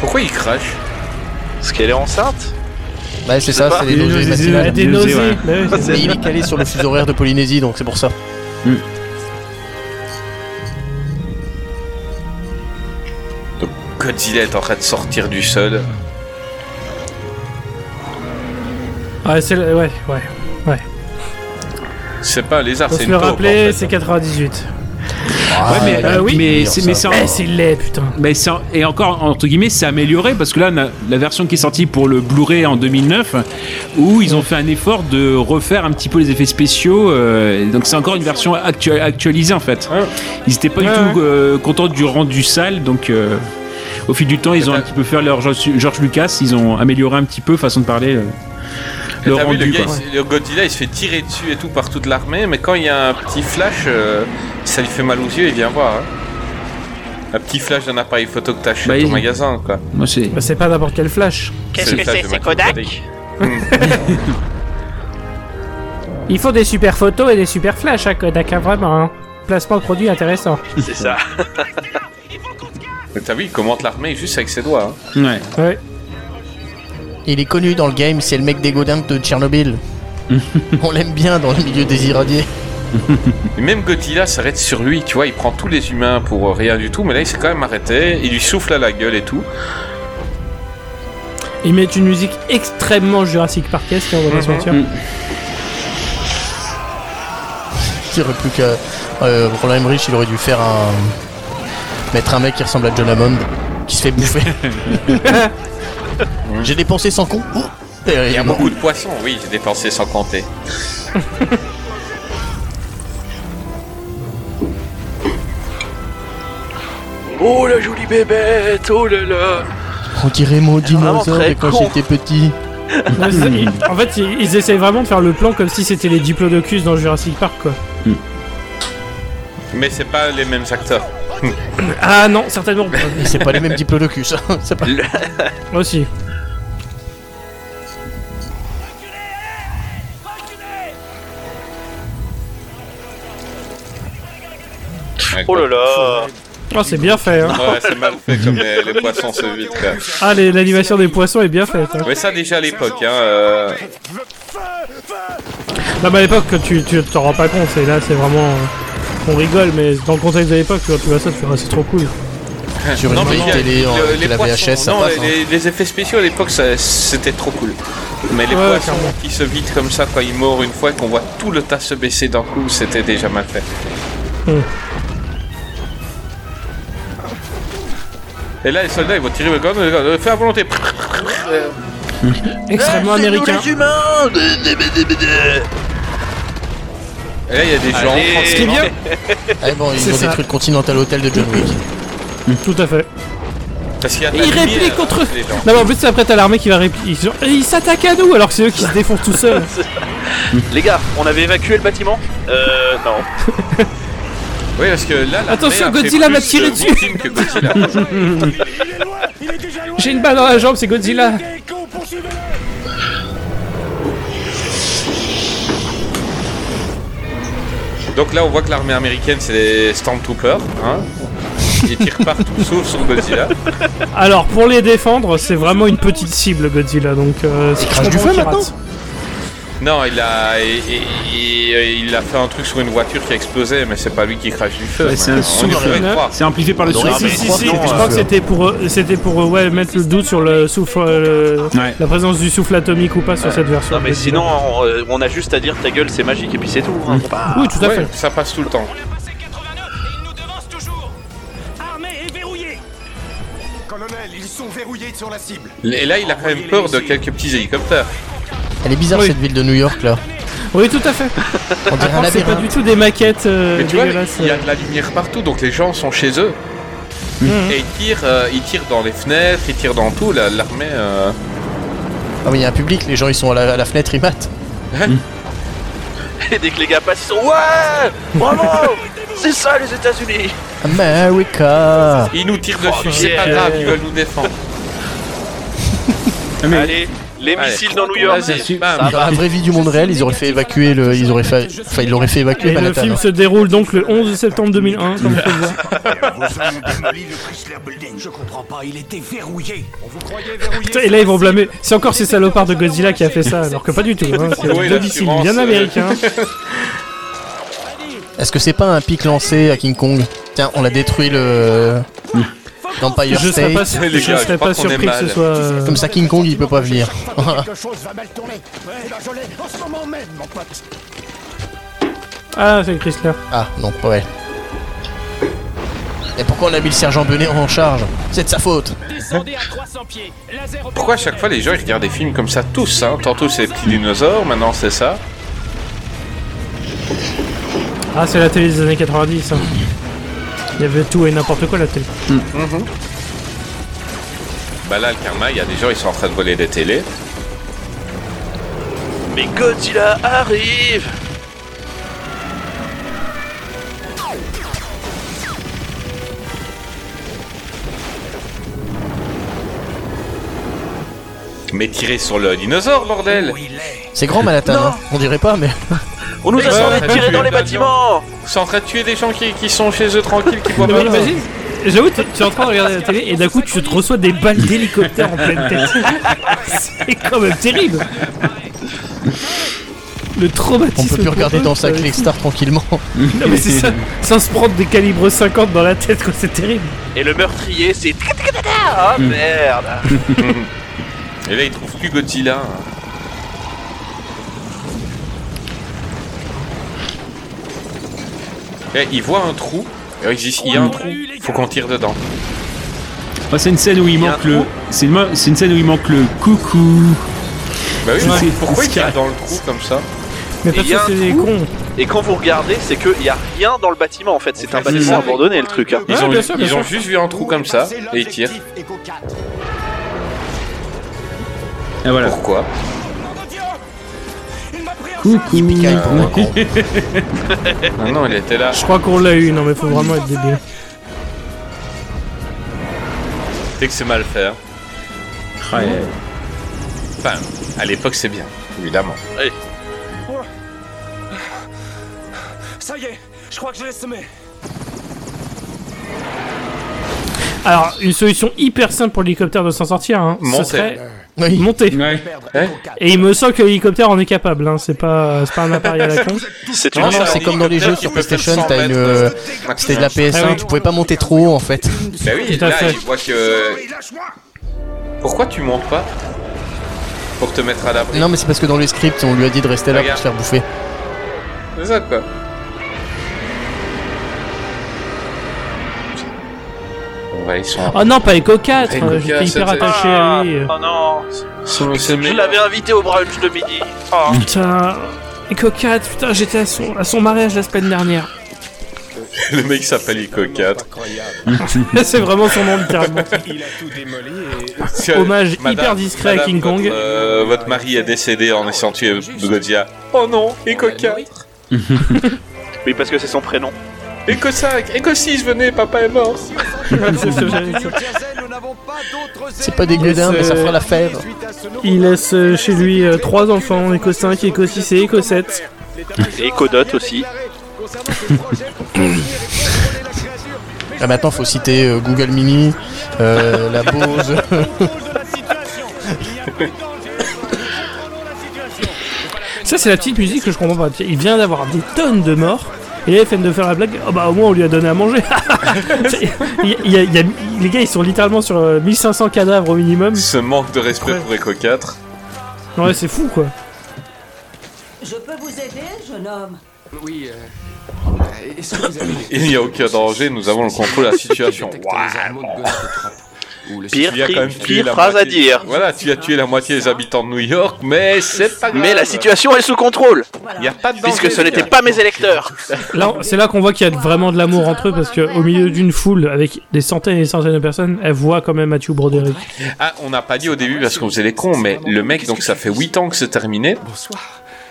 Speaker 4: Pourquoi il crache
Speaker 8: Parce qu'elle est enceinte
Speaker 6: Ouais, Bah, c'est
Speaker 8: Je
Speaker 6: ça,
Speaker 8: sais
Speaker 6: c'est
Speaker 8: pas.
Speaker 6: les
Speaker 8: Des
Speaker 6: nausées
Speaker 8: nausées,
Speaker 6: matinales.
Speaker 5: Bah,
Speaker 8: ouais, des Des nausées, nausées, ouais. ouais,
Speaker 6: Mais
Speaker 8: c'est
Speaker 6: il
Speaker 8: ça.
Speaker 6: est calé sur le fuseau horaire de Polynésie, donc c'est pour ça.
Speaker 4: Donc Godzilla est en train de sortir du sol.
Speaker 5: Ouais, c'est le- ouais, ouais, ouais.
Speaker 4: C'est pas un lézard,
Speaker 5: Faut
Speaker 4: c'est
Speaker 5: se
Speaker 4: une
Speaker 5: le
Speaker 4: taupe,
Speaker 5: rappeler,
Speaker 4: en fait.
Speaker 5: c'est 98.
Speaker 7: Ouais,
Speaker 6: Ah,
Speaker 7: mais, euh, oui, mais c'est mais c'est en-
Speaker 5: Eh, c'est laid, putain.
Speaker 7: mais c'est en- et encore entre guillemets c'est amélioré parce que là on a la version qui est sortie pour le Blu-ray en 2009 où ils ont fait un effort de refaire un petit peu les effets spéciaux euh, donc c'est encore une version actua- actualisée en fait ils étaient pas du tout euh, contents du rendu sale donc euh, au fil du temps ils ont un petit peu fait leur George, George Lucas ils ont amélioré un petit peu façon de parler euh,
Speaker 4: Et
Speaker 7: le
Speaker 4: t'as vu,
Speaker 7: rendu
Speaker 4: le, gars,
Speaker 7: quoi.
Speaker 4: il s- le Godzilla il se fait tirer dessus et tout par toute l'armée, mais quand il y a un petit flash, euh, ça lui fait mal aux yeux, il vient voir. hein. Un petit flash d'un appareil photo que t'achètes
Speaker 7: Bah,
Speaker 4: au
Speaker 7: il-
Speaker 4: magasin, quoi.
Speaker 7: Moi, c'est-
Speaker 5: Bah, c'est pas n'importe quel flash.
Speaker 4: C'est le flash de Mathieu
Speaker 5: Il faut des super photos et des super flashs à Kodak, hein, vraiment. hein. Placement de produit intéressant.
Speaker 8: C'est ça.
Speaker 4: Mais T'as vu, il commente l'armée juste avec ses doigts. hein.
Speaker 7: Ouais.
Speaker 6: Il est connu dans le game, c'est le mec des godins de Tchernobyl. On l'aime bien dans le milieu des irradiés.
Speaker 4: Et même Godzilla s'arrête sur lui, tu vois, il prend tous les humains pour euh, rien du tout, mais là il s'est quand même arrêté, il lui souffle à la gueule et tout.
Speaker 5: Il met une musique extrêmement Jurassic Parkesque, on va pas se mentir.
Speaker 6: Il aurait plus qu'à. Euh, Roland Emmerich, il aurait dû faire un. Mettre un mec qui ressemble à John Hammond, qui se fait bouffer. J'ai dépensé sans con. Oh Euh,
Speaker 4: Il y a beaucoup de poissons, oui, j'ai dépensé sans compter.
Speaker 8: Oh la jolie bébête, oh là là.
Speaker 6: On dirait mon
Speaker 8: vraiment
Speaker 6: dinosaure
Speaker 8: très
Speaker 6: de quand
Speaker 8: con.
Speaker 6: j'étais petit.
Speaker 5: Ouais, c'est ça, ils- en fait, ils, ils essayent vraiment de faire le plan comme si c'était les diplodocus dans Jurassic Park, quoi.
Speaker 4: Mais c'est pas les mêmes acteurs.
Speaker 5: Ah non, certainement pas.
Speaker 6: Et c'est pas les mêmes diplodocus. c'est pas...
Speaker 5: Aussi.
Speaker 8: Oh là là.
Speaker 5: Oh, c'est bien fait, hein.
Speaker 4: Ouais, c'est mal fait comme les, les poissons se vident, quoi.
Speaker 5: Ah, les- l'animation des poissons est bien faite. hein.
Speaker 4: Mais ça déjà à l'époque, hein. euh,
Speaker 5: Non, mais à l'époque, tu tu t'en rends pas compte, et là, c'est vraiment. euh, On rigole, mais dans le contexte de l'époque, tu vois, tu vois ça, tu vois, c'est trop cool.
Speaker 6: Sur une
Speaker 4: mais
Speaker 6: télé, en-
Speaker 4: le-
Speaker 6: que la
Speaker 4: poissons-
Speaker 6: VHS, ça
Speaker 4: non,
Speaker 6: passe, hein.
Speaker 4: les- les, les effets spéciaux à l'époque, ça- c'était trop cool. Mais les
Speaker 5: Ouais,
Speaker 4: poissons
Speaker 5: clairement.
Speaker 4: qui se vident comme ça quand ils meurent une fois et qu'on voit tout le tas se baisser d'un coup, c'était déjà mal fait.
Speaker 5: Hum.
Speaker 4: Et là, les soldats, ils vont tirer le gomme, le gomme, euh, fais à volonté.
Speaker 5: Extrêmement américain.
Speaker 4: Et là, il y a des gens.
Speaker 6: Allez.
Speaker 4: franchement,
Speaker 6: Ce qui est bien. Eh bon,
Speaker 5: C'est
Speaker 6: ils ont
Speaker 5: ça.
Speaker 6: détruit le Continental Hotel de John Wick.
Speaker 5: Tout à fait.
Speaker 4: Parce qu'il y a de la
Speaker 5: Il
Speaker 4: lumière,
Speaker 8: euh,
Speaker 5: réplique contre eux.
Speaker 4: les gens.
Speaker 5: Non, mais en plus, c'est après, t'as l'armée qui va répliquer. Genre, Et ils s'attaquent à nous alors que c'est eux qui se défoncent tout seuls.
Speaker 8: Les gars, on avait évacué le bâtiment Euh, non.
Speaker 4: Oui, parce que là, la
Speaker 5: Attention,
Speaker 4: mer fait
Speaker 5: Godzilla
Speaker 4: plus
Speaker 5: m'a
Speaker 4: de
Speaker 5: tiré dessus.
Speaker 4: victimes que Godzilla.
Speaker 5: J'ai une balle dans la jambe, c'est Godzilla.
Speaker 4: Donc là, on voit que l'armée américaine, c'est des Stormtroopers. Hein ils tirent partout sauf sur Godzilla.
Speaker 5: Alors, pour les défendre, c'est vraiment une petite cible, Godzilla. Donc, euh, c'est
Speaker 4: crache du
Speaker 5: vraiment
Speaker 4: feu,
Speaker 5: pirate.
Speaker 4: maintenant Non, il a, et- et- et- il a fait un truc sur une voiture qui a explosé, mais c'est pas lui qui crache du feu.
Speaker 7: Ouais, c'est un
Speaker 4: On y
Speaker 7: sous-marin.
Speaker 4: pourrait croire.
Speaker 7: C'est amplifié par le
Speaker 4: On
Speaker 7: sous-marin.
Speaker 4: aurait
Speaker 7: Si,
Speaker 4: pu
Speaker 7: si,
Speaker 4: croire
Speaker 7: si,
Speaker 4: que
Speaker 7: si,
Speaker 4: non,
Speaker 5: Je
Speaker 4: euh,
Speaker 5: crois que c'était pour, euh, c'était pour euh, ouais, mettre le doute sur le souffle, euh,
Speaker 4: hein.
Speaker 5: le- la présence du souffle atomique ou pas sur
Speaker 8: Ouais.
Speaker 5: cette version.
Speaker 8: Non, mais
Speaker 5: Godzilla.
Speaker 8: sinon, on, euh, on a juste à dire ta gueule, c'est magique, et puis c'est tout. hein. Bah,
Speaker 5: Oui, tout à
Speaker 4: Ouais,
Speaker 5: fait.
Speaker 4: Ça passe tout le temps.
Speaker 10: Colonel, ils sont verrouillés sur la cible.
Speaker 4: Et là, il a quand même peur de quelques petits hélicoptères.
Speaker 6: Elle est bizarre cette ville de New York là.
Speaker 5: Oui, tout à fait.
Speaker 6: On dirait un
Speaker 5: Alors, Ah, c'est pas
Speaker 6: labyrinthe.
Speaker 5: du tout des maquettes euh,
Speaker 4: Mais tu vois,
Speaker 5: dégueulasses.
Speaker 4: il y a de la lumière partout, donc les gens sont chez eux. Et ils tirent, euh, ils tirent dans les fenêtres, ils tirent dans tout. la- L'armée. euh,
Speaker 6: Ah mais il y a un public, les gens ils sont à la, à la fenêtre, ils matent.
Speaker 8: Et dès que les gars passent, ils sont Ouais Bravo C'est ça les États-Unis
Speaker 6: America
Speaker 4: Ils nous tirent
Speaker 8: Oh,
Speaker 4: dessus, c'est pas
Speaker 8: yeah.
Speaker 4: grave, ils veulent nous défendre.
Speaker 8: Allez, les missiles dans New York
Speaker 4: Vas-y,
Speaker 6: Dans
Speaker 4: bam.
Speaker 6: la vraie vie du monde réel, ils auraient fait évacuer le, ils auraient fait, enfin ils l'auraient fait
Speaker 4: Eh
Speaker 6: évacuer
Speaker 5: Et
Speaker 4: ben,
Speaker 5: le
Speaker 6: Manhattan. hein.
Speaker 5: film se déroule donc le 11 septembre 2001, comme je peux le voir.
Speaker 15: Vous avez démoli le Chrysler Building. Je comprends pas, il était verrouillé. On vous croyait verrouillé.
Speaker 5: Putain, et là ils vont blâmer. C'est encore ces salopards de Godzilla qui a fait ça, alors que pas du tout. Hein. C'est
Speaker 4: Oui,
Speaker 5: deux missiles
Speaker 4: l'assurance,
Speaker 5: bien
Speaker 4: euh,
Speaker 5: américain.
Speaker 6: Est-ce que c'est pas un pic lancé à King Kong Tiens, on a détruit le Empire
Speaker 5: Je serais
Speaker 6: State.
Speaker 5: pas, sur-
Speaker 4: Les
Speaker 5: je
Speaker 4: gars,
Speaker 5: serais
Speaker 4: je crois
Speaker 5: pas
Speaker 4: qu'on est
Speaker 5: surpris que ce
Speaker 4: mal.
Speaker 5: soit. euh,
Speaker 6: Comme ça King Kong il peut pas venir.
Speaker 15: Quelque chose va mal tourner. Eh ben, je l'ai en ce moment même, mon pote.
Speaker 5: Ah, c'est Chrysler.
Speaker 6: ah non, ouais. Et pourquoi on a mis le sergent Benet en charge C'est de sa faute.
Speaker 13: Descendez à 300 pieds. Laser au-
Speaker 4: Pourquoi à chaque fois les gens ils regardent des films comme ça tous hein Tantôt c'est les petits dinosaures, maintenant c'est ça.
Speaker 5: Ah, c'est la télé des années 90. hein. Il y avait tout et n'importe quoi la télé.
Speaker 4: Bah là, le karma, il y a des gens ils sont en train de voler des télés.
Speaker 8: Mais Godzilla arrive
Speaker 4: Mais tirer sur le dinosaure, bordel
Speaker 6: C'est grand Manhattan,
Speaker 8: Non.
Speaker 6: hein. on dirait pas mais.
Speaker 8: On nous a
Speaker 4: Ouais,
Speaker 8: semblé
Speaker 4: ouais,
Speaker 8: tirer
Speaker 4: ouais,
Speaker 8: dans les
Speaker 4: ouais,
Speaker 8: bâtiments
Speaker 4: C'est en train de tuer des gens qui, qui sont chez eux tranquilles, qui voient
Speaker 5: Non, mais
Speaker 4: pas.
Speaker 5: imagine, j'avoue, tu tu es en train de regarder la télé et d'un coup tu te reçois des balles d'hélicoptère en pleine tête. C'est quand même terrible. Le
Speaker 6: On
Speaker 5: traumatisme.
Speaker 6: peut plus
Speaker 5: pour
Speaker 6: regarder
Speaker 5: eux,
Speaker 6: dans sa
Speaker 5: ça-
Speaker 6: Clickstar tranquillement.
Speaker 5: Non, mais c'est ça. Sans se prendre des calibres 50 dans la tête, quoi, c'est terrible.
Speaker 8: Et le meurtrier, c'est. Ah merde
Speaker 4: Et là, ils trouvent plus Godzilla. Eh, ils voient un trou. Euh, ils disent, Il y a un trou, faut qu'on tire dedans.
Speaker 7: Ah, c'est une scène où il
Speaker 4: y a
Speaker 7: manque
Speaker 4: un
Speaker 7: le.
Speaker 4: trou
Speaker 7: C'est une, c'est une scène où il manque le coucou.
Speaker 4: Bah oui,
Speaker 7: Je
Speaker 4: mais
Speaker 7: sais,
Speaker 4: pourquoi
Speaker 7: c'est
Speaker 4: ils tirent dans le trou comme ça
Speaker 5: Mais
Speaker 8: Et
Speaker 5: parce
Speaker 8: y
Speaker 5: que
Speaker 8: a un
Speaker 5: c'est des
Speaker 8: trou.
Speaker 5: cons.
Speaker 8: Et quand vous regardez, c'est qu'il y a rien dans le bâtiment en fait, c'est un
Speaker 4: fait,
Speaker 8: bâtiment
Speaker 4: c'est ça.
Speaker 8: abandonné le truc. hein.
Speaker 4: Ils,
Speaker 5: Ouais,
Speaker 4: ont,
Speaker 5: bien sûr, bien
Speaker 4: ils ont
Speaker 5: sûr.
Speaker 4: juste vu un trou comme ça et ils tirent.
Speaker 7: Ah voilà.
Speaker 4: Pourquoi
Speaker 7: Coucou.
Speaker 4: Non, non, il était là.
Speaker 5: Je crois qu'on l'a eu, non mais faut vraiment être débile.
Speaker 4: Dès que c'est mal fait. hein.
Speaker 7: Ouais.
Speaker 4: Enfin, à l'époque, c'est bien, évidemment.
Speaker 15: Ça y est, je crois que je l'ai semé.
Speaker 5: Alors, une solution hyper simple pour l'hélicoptère de s'en sortir, hein, ce
Speaker 4: Monter.
Speaker 5: serait monter.
Speaker 7: Ouais.
Speaker 5: Et il me semble que l'hélicoptère en est capable, hein. c'est pas, c'est pas un appareil à la con.
Speaker 4: C'est
Speaker 6: Non, non, c'est comme dans les jeux sur PlayStation, t'as une. euh, C'était de la PS1,
Speaker 5: Ah oui.
Speaker 6: tu pouvais pas monter trop haut en fait.
Speaker 4: Bah oui,
Speaker 5: Tout à
Speaker 4: là,
Speaker 5: fait.
Speaker 4: je vois que. Pourquoi tu montes pas Pour te mettre à l'abri.
Speaker 6: Non, mais c'est parce que dans le script, on lui a dit de rester là pour
Speaker 4: Regarde.
Speaker 6: se faire bouffer.
Speaker 4: C'est ça quoi. Ouais, ils sont.
Speaker 5: Oh non, pas Echo 4
Speaker 4: Echo
Speaker 5: euh, J'étais
Speaker 4: 4,
Speaker 5: hyper
Speaker 4: c'était-
Speaker 5: attaché à lui.
Speaker 16: Oh non
Speaker 4: Son- ce
Speaker 16: Je
Speaker 4: mec-
Speaker 16: l'avais invité au brunch de midi. Oh.
Speaker 5: Putain, Echo 4, putain, j'étais à son, à son mariage la semaine dernière.
Speaker 4: Le mec s'appelle Ico 4.
Speaker 5: c'est vraiment son nom, littéralement. Hommage hyper discret à King Kong.
Speaker 4: Votre, euh, votre mari est décédé en essayant de tuer Godzilla.
Speaker 16: Oh non, Echo 4
Speaker 8: Oui, parce que c'est son prénom.
Speaker 4: Echo 5, Echo 6, venez, papa est mort.
Speaker 6: C'est pas dégueulasse, mais ça fera l'affaire.
Speaker 5: Il laisse euh, chez lui euh, trois enfants, Echo 5, Echo 6 et Echo 7.
Speaker 8: Et Codot aussi.
Speaker 6: Là maintenant, Ah, faut citer euh, Google Mini, euh, la Bose.
Speaker 5: Ça, c'est la petite musique que je comprends pas. Il vient d'avoir des tonnes de morts. Et là, il fait de faire la blague. Oh bah, au moins, on lui a donné à manger. Il y a- il y a- il y a- les gars, ils sont littéralement sur euh, 1500 cadavres au minimum.
Speaker 4: Ce manque de respect pour Echo 4.
Speaker 5: Ouais, c'est fou quoi.
Speaker 9: Je peux vous aider, jeune homme
Speaker 13: Oui, euh, est-ce que vous avez des-
Speaker 4: Il n'y a aucun danger, nous avons le contrôle de la situation.
Speaker 13: les animaux de Ghost de Trump Ou le-
Speaker 8: Pire,
Speaker 4: Tu as quand même tué
Speaker 8: pire
Speaker 4: la
Speaker 8: phrase à
Speaker 4: moitié-
Speaker 8: dire.
Speaker 4: Voilà, tu as tué la moitié des habitants de New York, mais c'est pas grave.
Speaker 8: Mais la situation est sous contrôle,
Speaker 4: Il n'y a pas de danger.
Speaker 8: puisque ce n'étaient pas mes électeurs.
Speaker 5: Là, on- c'est là qu'on voit qu'il y a vraiment de l'amour entre eux parce que au milieu d'une foule avec des centaines et des centaines de personnes, elle voit quand même Mathieu Broderick.
Speaker 4: Ah, on n'a pas dit au début parce qu'on faisait les cons, mais le mec, donc ça fait 8 ans que c'est terminé.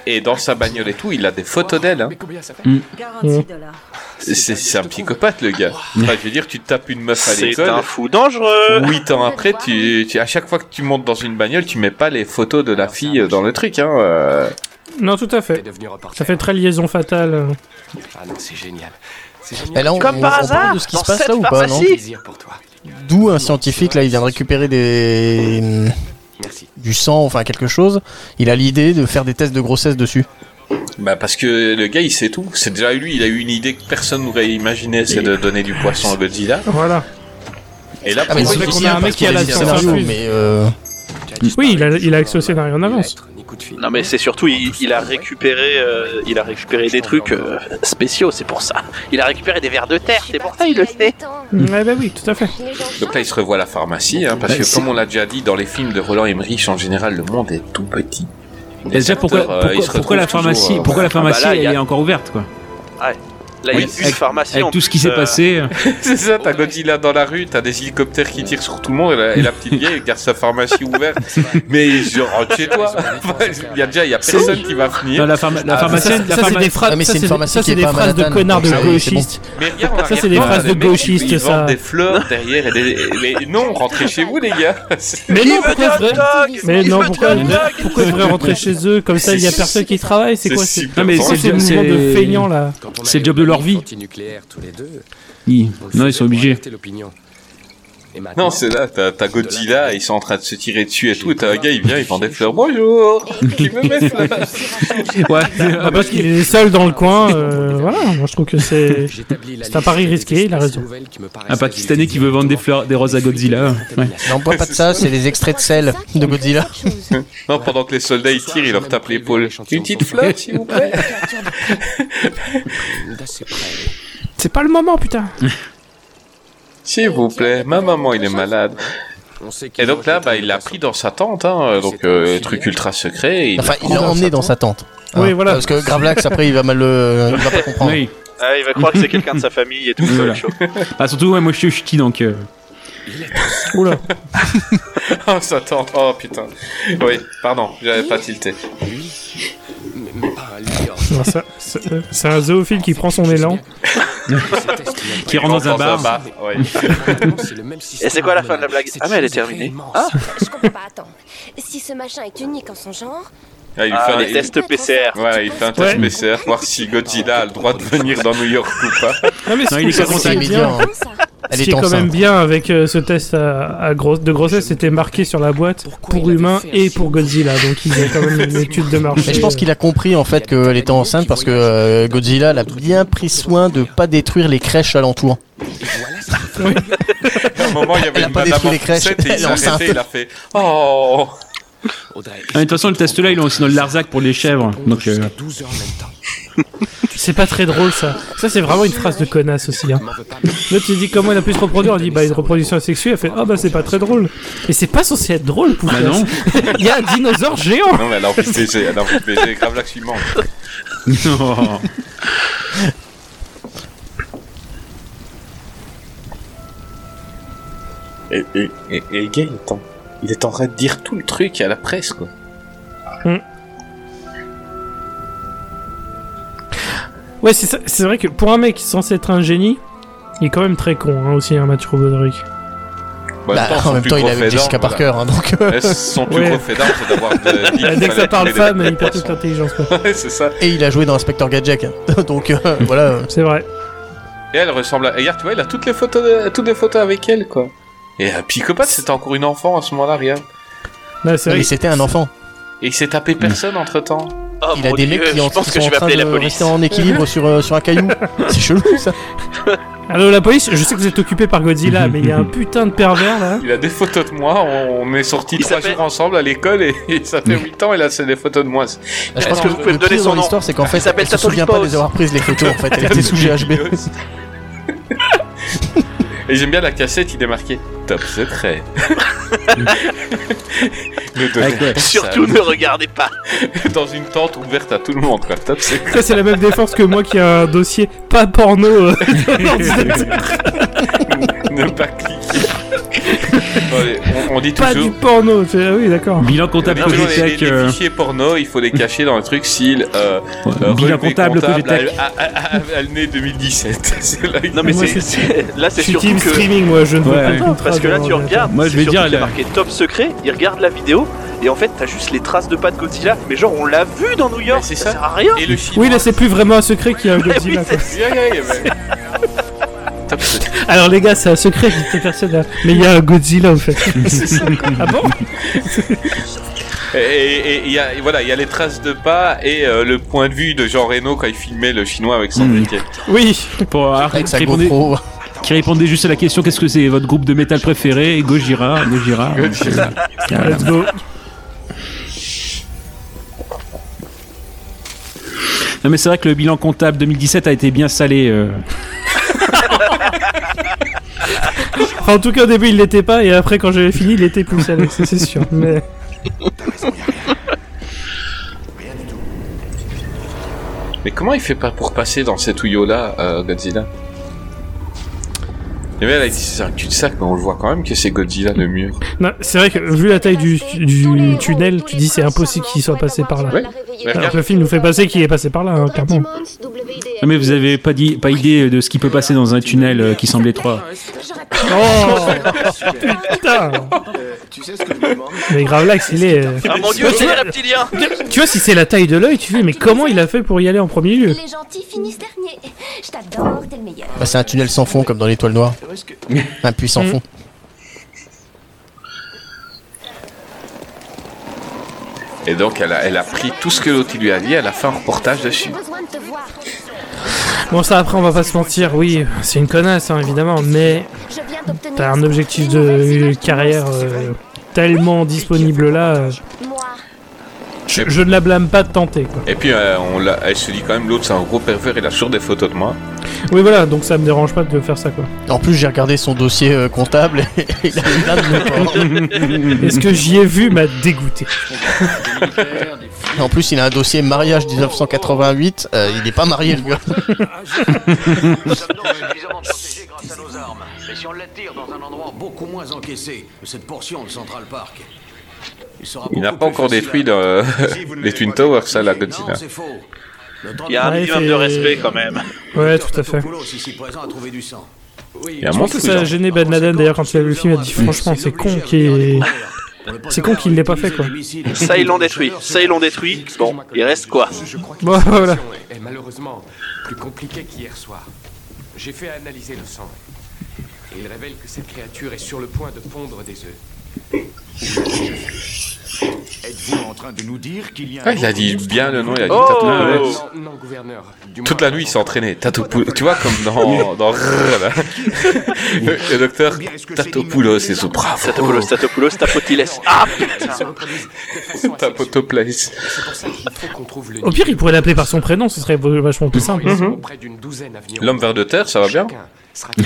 Speaker 4: Et dans sa bagnole et tout, il a des photos d'elle. hein.
Speaker 13: Combien ça fait
Speaker 4: Mm.
Speaker 9: 46 dollars.
Speaker 4: C'est c'est un psychopathe, le gars. Enfin, je veux dire, tu te tapes une meuf à
Speaker 8: C'est
Speaker 4: l'école.
Speaker 8: un fou dangereux.
Speaker 4: 8 ans après, tu, tu- à chaque fois que tu montes dans une bagnole, tu mets pas les photos de la fille dans le truc. Hein. euh.
Speaker 5: Non, tout à fait. Ça fait très liaison fatale. euh.
Speaker 13: Ah non, c'est génial. C'est génial.
Speaker 6: Et Eh, là, on,
Speaker 13: Comme
Speaker 6: on-
Speaker 13: par
Speaker 6: on parle
Speaker 13: hasard,
Speaker 6: de ce qui
Speaker 13: dans
Speaker 6: se passe
Speaker 13: cette
Speaker 6: là ou pas, non
Speaker 13: pharmacie. Plaisir pour toi.
Speaker 6: D'où un scientifique là, il vient de récupérer des mm, du sang, enfin quelque chose. Il a l'idée de faire des tests de grossesse dessus.
Speaker 4: Bah parce que le gars il sait tout. C'est déjà lui, il a eu une idée que personne n'aurait imaginé, c'est de donner du poisson à Godzilla.
Speaker 5: Voilà.
Speaker 4: Et là,
Speaker 5: Ah, mais
Speaker 4: pour
Speaker 5: c'est
Speaker 4: le
Speaker 5: vrai
Speaker 4: coup,
Speaker 5: qu'on a un
Speaker 4: parce
Speaker 5: mec qui a
Speaker 4: qu'on
Speaker 5: la
Speaker 4: dit
Speaker 5: science
Speaker 4: ça.
Speaker 5: infuse.
Speaker 6: mais euh,
Speaker 5: Oui, il a, il a accès au scénario en avance. Mm.
Speaker 8: Non mais c'est surtout il, il a récupéré euh, il a récupéré des trucs euh, spéciaux c'est pour ça il a récupéré des vers de terre c'est pour ça il le sait
Speaker 5: Ouais, bah oui, tout à fait.
Speaker 4: Donc là, il se revoit à la pharmacie, hein, parce que comme on l'a déjà dit, dans les films de Roland Emmerich, en général, le monde est tout petit. Les
Speaker 7: Déjà, pourquoi,
Speaker 4: acteurs, euh, ils
Speaker 7: pourquoi,
Speaker 4: se retrouvent
Speaker 7: pourquoi la
Speaker 4: toujours,
Speaker 7: pharmacie,
Speaker 4: euh,
Speaker 7: pourquoi la
Speaker 4: voilà.
Speaker 7: pharmacie
Speaker 4: Ah bah là, il y a-
Speaker 7: elle est encore ouverte quoi
Speaker 8: Ouais. là il y a
Speaker 4: Oui.
Speaker 8: une pharmacie en
Speaker 7: Avec tout ce qui
Speaker 8: plus,
Speaker 7: s'est passé.
Speaker 8: euh,
Speaker 4: C'est ça, t'as Godzilla dans la rue, t'as des hélicoptères qui tirent sur tout le monde, et la, et la petite vieille elle garde sa pharmacie ouverte. Mais je rentre chez toi. Il y a déjà, il y a personne qui va venir.
Speaker 7: Non, la pharma- la
Speaker 4: Ah,
Speaker 7: pharmacienne-
Speaker 5: Ça, c'est des phrases,
Speaker 6: Ah, mais
Speaker 5: ça,
Speaker 6: c'est une
Speaker 5: c'est des,
Speaker 6: bah, pharmacie
Speaker 5: ça,
Speaker 6: qui
Speaker 5: c'est
Speaker 6: est
Speaker 5: des
Speaker 6: pas à
Speaker 5: phrases de
Speaker 6: Manhattan,
Speaker 5: connards
Speaker 6: donc
Speaker 5: de
Speaker 6: ça, oui, c'est bon.
Speaker 5: gauchistes.
Speaker 4: Mais regarde, en
Speaker 5: Ça, c'est
Speaker 4: arrière-plan,
Speaker 5: des
Speaker 4: là,
Speaker 5: phrases
Speaker 4: les
Speaker 5: de
Speaker 4: mecs,
Speaker 5: gauchistes,
Speaker 4: Ils
Speaker 5: ça.
Speaker 4: vendent des fleurs derrière. Et des... Mais non, rentrez chez vous, les gars.
Speaker 5: Mais
Speaker 4: veut
Speaker 5: non, pourquoi
Speaker 4: des hot
Speaker 5: vrai
Speaker 4: dogs
Speaker 5: Mais
Speaker 4: Il
Speaker 5: non,
Speaker 4: veut
Speaker 5: pourquoi
Speaker 4: des hot dogs
Speaker 5: pourquoi devrait rentrer chez eux comme ça Il y a
Speaker 4: C'est
Speaker 5: personne qui travaille. C'est
Speaker 4: c'est
Speaker 5: quoi C'est
Speaker 4: super
Speaker 7: Non, mais
Speaker 4: drôle.
Speaker 7: c'est
Speaker 5: ce
Speaker 7: le-
Speaker 5: mouvement de
Speaker 7: c'est-
Speaker 5: feignant là.
Speaker 13: Quand on
Speaker 7: C'est le
Speaker 13: a
Speaker 7: job
Speaker 13: eu
Speaker 7: de leur vie.
Speaker 13: antinucléaire tous les deux,
Speaker 7: Ils-
Speaker 13: on le
Speaker 7: Non,
Speaker 13: faisait
Speaker 7: ils sont
Speaker 13: pour
Speaker 7: obligés.
Speaker 13: alerter l'opinion. Et maintenant,
Speaker 4: Non, c'est là, t'as t'as Godzilla, ils sont en train de se tirer dessus et tout. et T'as un gars, il vient, il vend des fleurs. Bonjour Tu me mets ça
Speaker 7: Ouais.
Speaker 5: Ah, parce qu'il est seul dans le coin. euh, voilà, moi je trouve que c'est
Speaker 13: j'établis la
Speaker 5: c'est un pari
Speaker 13: liste des
Speaker 5: risqué. Il a
Speaker 13: espèces
Speaker 5: raison.
Speaker 13: nouvelles qui me paraissent
Speaker 7: Un Pakistanais qui veut vendre des fleurs, des roses à Godzilla. Ouais.
Speaker 6: Non, bois pas de ça, c'est les extraits de sel de Godzilla.
Speaker 4: Non, pendant que les soldats ils tirent, ils leur tapent l'épaule. Une petite fleur, s'il vous plaît
Speaker 13: d'assez près.
Speaker 5: C'est pas le moment, putain.
Speaker 4: S'il vous plaît, ma maman, il est malade.
Speaker 13: On sait qu'il
Speaker 4: Et donc là, bah, il l'a pris dans sa tente, hein, donc euh, truc ultra secret. et il
Speaker 6: Enfin,
Speaker 4: l'a
Speaker 6: il
Speaker 4: pris
Speaker 6: l'a emmené dans sa tente. Hein.
Speaker 5: Oui, voilà.
Speaker 6: Parce que Gravelax, après, il va mal le. Il va pas comprendre.
Speaker 7: Oui.
Speaker 8: ah, il va croire que c'est quelqu'un de sa famille et tout ça
Speaker 7: Voilà.
Speaker 8: le show.
Speaker 7: Ah, surtout, ouais, moi je suis ch'ti donc. euh,
Speaker 5: Oula.
Speaker 4: Oh, Satan. Oh, putain. Oui, pardon, j'avais pas tilté.
Speaker 13: Mais, mais
Speaker 15: Ah.
Speaker 13: pas un lion.
Speaker 5: Non, ça- C'est euh, c'est un zoophile qui prend son élan.
Speaker 7: Qui rentre dans un bar.
Speaker 4: ouais.
Speaker 13: C'est le même système
Speaker 8: et c'est quoi la fin de la blague ah mais elle est terminée ah,
Speaker 9: Je comprends pas, attends. Si ce machin est unique en son genre,
Speaker 4: Ah, il
Speaker 8: Ah,
Speaker 4: fait un-
Speaker 8: les
Speaker 4: il-
Speaker 8: tests PCR
Speaker 4: Ouais, il fait un test
Speaker 5: Ouais.
Speaker 4: PCR, voir si Godzilla a le droit de venir dans New York ou pas.
Speaker 5: Non, mais
Speaker 7: Non,
Speaker 5: c'est
Speaker 7: il est
Speaker 5: ça,
Speaker 7: content,
Speaker 5: c'est
Speaker 6: il est
Speaker 5: bien. hein.
Speaker 6: bien.
Speaker 9: ça
Speaker 5: Ce qui est quand même bien avec euh, ce test à, à grosse- de grossesse, c'était marqué sur la boîte pour humains et pour Godzilla. Donc il y a quand même une étude de marché.
Speaker 6: Mais je pense qu'il a compris en fait qu'elle était enceinte parce que euh, Godzilla elle a bien pris soin de pas détruire les crèches alentour.
Speaker 4: À un moment, il y avait
Speaker 6: Elle a
Speaker 4: une
Speaker 6: pas
Speaker 4: madame
Speaker 6: détruit
Speaker 4: en
Speaker 6: les crèches,
Speaker 4: poussette et
Speaker 6: elle
Speaker 4: il s'est
Speaker 6: est enceinte.
Speaker 4: arrêté, il a fait Oh
Speaker 7: Ah, mais De toute façon, le test là, ils l'ont aussi dans le Larzac pour les chèvres. Donc, euh,
Speaker 5: C'est pas très drôle ça. Ça c'est vraiment une phrase de connasse aussi. Hein. L'autre il dit comment elle a pu se reproduire, on dit bah une reproduction asexuée, elle fait ah bah c'est pas très drôle. Et c'est pas censé être drôle pour
Speaker 7: Bah non.
Speaker 5: Il y a un dinosaure géant.
Speaker 4: Non, mais elle a envie de baiser, elle a envie de baiser, grave la suivante.
Speaker 7: Non.
Speaker 4: Et, et, et, et le gars, il est, en, il est en train de dire tout le truc à la presse, quoi.
Speaker 5: Ouais c'est ça- c'est vrai que pour un mec censé être un génie, il est quand même très con hein, aussi un Mathieu Broderick.
Speaker 4: Bah,
Speaker 6: Bah, en
Speaker 4: son
Speaker 6: même
Speaker 4: plus
Speaker 6: temps, il
Speaker 4: gros
Speaker 6: est avec
Speaker 4: fait
Speaker 6: Jessica
Speaker 4: d'armes,
Speaker 6: Parker,
Speaker 4: voilà.
Speaker 6: hein, donc, euh.
Speaker 4: Ouais, Son plus
Speaker 6: Ouais.
Speaker 4: gros fait d'armes, c'est d'avoir. euh, dit qu'il
Speaker 5: Dès que ça
Speaker 4: fallait
Speaker 5: parle
Speaker 4: tuer des
Speaker 5: femme, il perd
Speaker 4: poissons.
Speaker 5: toute l'intelligence. quoi.
Speaker 4: c'est ça.
Speaker 6: Et il a joué dans Inspector Gadget, hein. donc euh, voilà.
Speaker 5: C'est vrai.
Speaker 4: Et elle ressemble à. et Regarde, tu vois, il a toutes les photos, de- toutes les photos avec elle, quoi. Et euh, Psychopathe, c'était encore une enfant à ce moment-là, regarde.
Speaker 5: Bah,
Speaker 4: vrai
Speaker 6: Mais
Speaker 4: que-
Speaker 6: c'était un enfant.
Speaker 4: Et il s'est
Speaker 6: Mm.
Speaker 4: tapé personne entre temps.
Speaker 6: il a des mecs qui, en-
Speaker 8: Oh, je pense
Speaker 6: qui
Speaker 8: que
Speaker 6: sont
Speaker 8: je
Speaker 6: en
Speaker 8: vais
Speaker 6: train
Speaker 8: appeler la
Speaker 6: de
Speaker 8: police.
Speaker 6: rester en équilibre sur, euh, sur un caillou. C'est chelou ça.
Speaker 5: Allô la police, je sais que vous êtes occupé par Godzilla, mais il y a un putain de pervers là.
Speaker 4: Il a des photos de moi, on, on est sortis trois jours ensemble à l'école et, et ça
Speaker 6: Mm.
Speaker 4: fait 8 ans et là c'est des photos de moi.
Speaker 6: Je pense que
Speaker 4: vous
Speaker 6: le pire dans l'histoire, c'est qu'en fait, elle se souvient pas de les avoir prises les photos. En fait, elle était sous GHB.
Speaker 4: Et j'aime bien la cassette, il est marqué Top secret. Ne donnez
Speaker 8: Avec
Speaker 4: pas
Speaker 8: le-
Speaker 4: ça.
Speaker 8: Surtout ne regardez pas.
Speaker 4: Dans une tente ouverte à tout le monde, quoi. Top secret.
Speaker 5: Ça c'est la même défense que moi qui a un dossier pas porno. euh, sur l'ordinateur.
Speaker 4: ne pas cliquer. Bon, allez, on, on dit
Speaker 5: pas
Speaker 4: toujours.
Speaker 5: du porno. c'est- Ah oui d'accord.
Speaker 7: Bilan euh,
Speaker 4: on dit toujours les, les- les fichiers porno, il faut les cacher dans un truc s'il euh, euh,
Speaker 7: bilan
Speaker 4: relevé
Speaker 7: comptable, Cogitech.
Speaker 4: à, à, à- à- à l'année 2017. C'est là-
Speaker 8: Non mais
Speaker 4: Moi,
Speaker 8: c'est, c'est- là c'est
Speaker 5: Je suis
Speaker 8: surtout
Speaker 5: team
Speaker 8: que
Speaker 5: streaming, moi, je ne veux
Speaker 7: Ouais.
Speaker 5: pas.
Speaker 8: parce que là tu regardes,
Speaker 7: Moi, je
Speaker 8: c'est
Speaker 7: vais
Speaker 8: surtout
Speaker 7: dire,
Speaker 8: qu'il y a
Speaker 7: elle a-
Speaker 8: marqué top secret, il regarde la vidéo et en fait t'as juste les traces de pas de Godzilla, mais genre on l'a vu dans New York, ça, sert à rien.
Speaker 4: Et le
Speaker 5: Oui là c'est plus vraiment un secret qu'il y a un Godzilla. quoi. Alors les gars c'est un secret que personne là. Mais il y a un Godzilla en fait.
Speaker 4: C'est ça, quoi.
Speaker 5: Ah bon
Speaker 4: Et- Et et il y a, et voilà, il y a les traces de pas et euh, le point de vue de Jean Reno quand il filmait le chinois avec son briquet.
Speaker 5: Oui.
Speaker 7: Pour euh, Arc
Speaker 4: Avec sa
Speaker 7: qui, répondait, qui répondait juste à la question qu'est-ce que c'est votre groupe de métal préféré Et Gojira, Gojira. Ah,
Speaker 4: Gojira.
Speaker 7: Voilà.
Speaker 5: Let's go.
Speaker 7: Non mais c'est vrai que le bilan comptable 2017 a été bien salé. euh.
Speaker 5: Enfin, en tout cas au début il l'était pas et après quand j'avais fini il était plus salé, ça, c'est sûr. Mais
Speaker 4: Mais comment il fait pas pour passer dans cet ouillot là, Godzilla Et bien, là, il dit c'est un cul-de-sac, mais on le voit quand même que c'est Godzilla le mur.
Speaker 5: Non, c'est vrai que vu la taille du, du tunnel, tu dis c'est impossible qu'il soit passé par là.
Speaker 4: Ouais.
Speaker 5: Alors que le film nous fait passer qu'il est passé par là, hein, clairement.
Speaker 4: Ah,
Speaker 7: Non mais vous avez pas dit, pas idée de ce qui peut passer dans un tunnel euh, qui semble étroit.
Speaker 5: Oh Putain Mais Gravelax, il est. euh,
Speaker 8: Ah mon dieu,
Speaker 5: tu
Speaker 8: c'est
Speaker 5: vois-
Speaker 8: les reptiliens
Speaker 5: Tu vois, si c'est la taille de l'œil, tu fais, mais comment il a fait pour y aller en premier lieu
Speaker 9: Les gentils finissent dernier. Je t'adore, t'es le meilleur.
Speaker 6: Bah, c'est un tunnel sans fond comme dans l'étoile noire. Un puits sans
Speaker 5: Mm.
Speaker 6: fond.
Speaker 4: Et donc, elle a, elle a pris tout ce que l'autre lui a dit, elle a fait un reportage dessus.
Speaker 5: Bon, ça, après, on va pas se mentir, oui, c'est une connasse, hein, évidemment, mais t'as un objectif de euh, carrière euh, tellement disponible là. euh, Je, je ne la blâme pas de tenter, quoi.
Speaker 4: Et puis, euh, on l'a- elle se dit quand même, l'autre c'est un gros pervers, il a toujours des photos de moi.
Speaker 5: Oui, voilà, donc ça me dérange pas de faire ça, quoi.
Speaker 6: En plus, j'ai regardé son dossier euh, comptable. et il a une lame de porc.
Speaker 5: Est-ce que j'y ai vu m'a dégoûté.
Speaker 6: En plus, il a un dossier mariage 1988. euh, il est pas marié, le gars.
Speaker 5: Ah
Speaker 15: Nous sommes donc suffisamment protégés grâce à nos armes. Mais si on l'attire dans un endroit beaucoup moins encaissé, cette portion de Central Park, il sera
Speaker 4: Il n'a
Speaker 15: beaucoup plus
Speaker 4: pas encore
Speaker 15: facile
Speaker 4: détruit
Speaker 15: à-
Speaker 4: le-
Speaker 15: Si vous ne
Speaker 4: les
Speaker 15: l'avez
Speaker 4: Twin
Speaker 15: pas
Speaker 4: Towers, ça, la
Speaker 15: détruit,
Speaker 4: Godzilla.
Speaker 15: Non, c'est faux. Le temps
Speaker 8: Il y a un
Speaker 15: de-
Speaker 8: minimum de respect quand même.
Speaker 5: Ouais, tout à fait.
Speaker 15: Poulos, ici présent, a trouvé du sang. Oui,
Speaker 4: Il y a un
Speaker 5: Je pense que ça a gêné Ben Laden d'ailleurs quand il a vu le film, il a dit franchement c'est con qu'il c'est con qu'il l'ait pas fait quoi.
Speaker 8: Ça ils l'ont détruit, ça ils l'ont détruit. Bon, il reste quoi
Speaker 5: Bon voilà.
Speaker 13: est, est malheureusement plus compliquée qu'hier soir. J'ai fait analyser le sang. et il révèle que cette créature est sur le point de pondre des œufs.
Speaker 11: Êtes-vous en train de nous dire qu'il y a
Speaker 4: Ah, il a dit bien le nom, il a dit
Speaker 11: Oh
Speaker 4: Tatou Poulet.
Speaker 13: Non, non, gouverneur.
Speaker 4: Toute la nuit, il s'est entraîné. Tatou Poulet. Tu vois, comme dans. dans Rrrr, là. le, le docteur Tatopoulos et son bravo.
Speaker 8: Tatopoulos, Tatopoulos, Tapotiles. Ah putain
Speaker 4: Tapotoplace.
Speaker 5: Au pire, il pourrait l'appeler par son prénom, ce serait vachement plus simple.
Speaker 6: Mm-hmm.
Speaker 4: L'homme vers de terre, ça va bien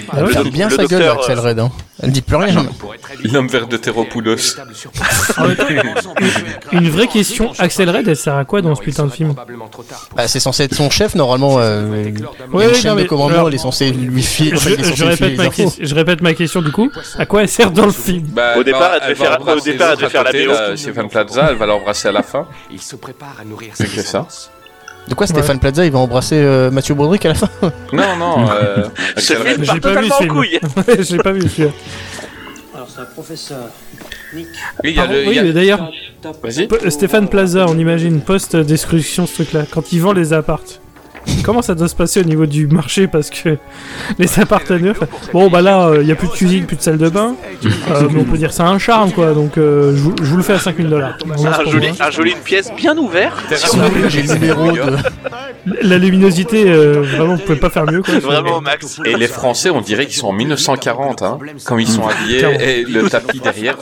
Speaker 6: Ah ouais, elle a bien sa gueule,
Speaker 5: euh,
Speaker 6: Axel Red. hein. Elle dit plus rien.
Speaker 4: L'homme vers de Teropoulos.
Speaker 5: Une vraie question, Axel Red, elle sert à quoi dans ce putain de film
Speaker 6: Bah, c'est censé être son chef, normalement. Euh,
Speaker 5: Ouais,
Speaker 6: le
Speaker 5: ouais,
Speaker 6: chef
Speaker 5: non, mais-
Speaker 6: de commandement,
Speaker 5: alors-
Speaker 6: elle est censée lui
Speaker 5: je,
Speaker 6: filer. enfin, il est
Speaker 5: je
Speaker 6: censé lui
Speaker 5: répète
Speaker 6: filer
Speaker 5: ma
Speaker 6: les infos.
Speaker 5: question- je répète ma question du coup, à quoi elle sert dans le film
Speaker 4: Bah,
Speaker 8: Au départ, elle devait
Speaker 4: va
Speaker 8: faire- au
Speaker 4: embrasser
Speaker 8: départ, elle
Speaker 4: les
Speaker 8: devait
Speaker 4: autres
Speaker 8: faire
Speaker 4: à
Speaker 8: la
Speaker 4: côté,
Speaker 8: BO.
Speaker 4: là, Stéphane Plaza, elle va l'embrasser à la fin.
Speaker 13: Il se prépare à nourrir
Speaker 4: C'est que ça
Speaker 6: De quoi Stéphane Plaza, il va embrasser euh, Mathieu Baudric à la fin
Speaker 4: Non, non, euh, Axel Red.
Speaker 5: J'ai pas vu ce film. Ouais, J'ai pas vu celui-là.
Speaker 17: Alors c'est un professeur.
Speaker 4: Oui, il y a
Speaker 5: Pardon,
Speaker 4: le- il
Speaker 5: oui,
Speaker 4: y a-
Speaker 5: mais d'ailleurs,
Speaker 4: Vas-y.
Speaker 5: P- Stéphane Plaza, on imagine post-destruction ce truc-là, quand il vend les appartes. Comment ça doit se passer au niveau du marché parce que les appartes à neuf. Bon bah là, il y a plus de cuisine, plus de salle de bain. Euh, mais on peut dire c'est un charme quoi. Donc euh, je vous- je vous le fais à 5000 dollars.
Speaker 4: Ah,
Speaker 8: un joli, un joli, une pièce bien ouverte.
Speaker 6: J'ai le numéro de.
Speaker 5: La luminosité, euh, vraiment, vous pouvez pas faire mieux quoi.
Speaker 4: Vraiment max. Et les Français, on dirait qu'ils sont en 1940, hein, quand ils sont
Speaker 5: Clairement.
Speaker 4: habillés et le tapis derrière.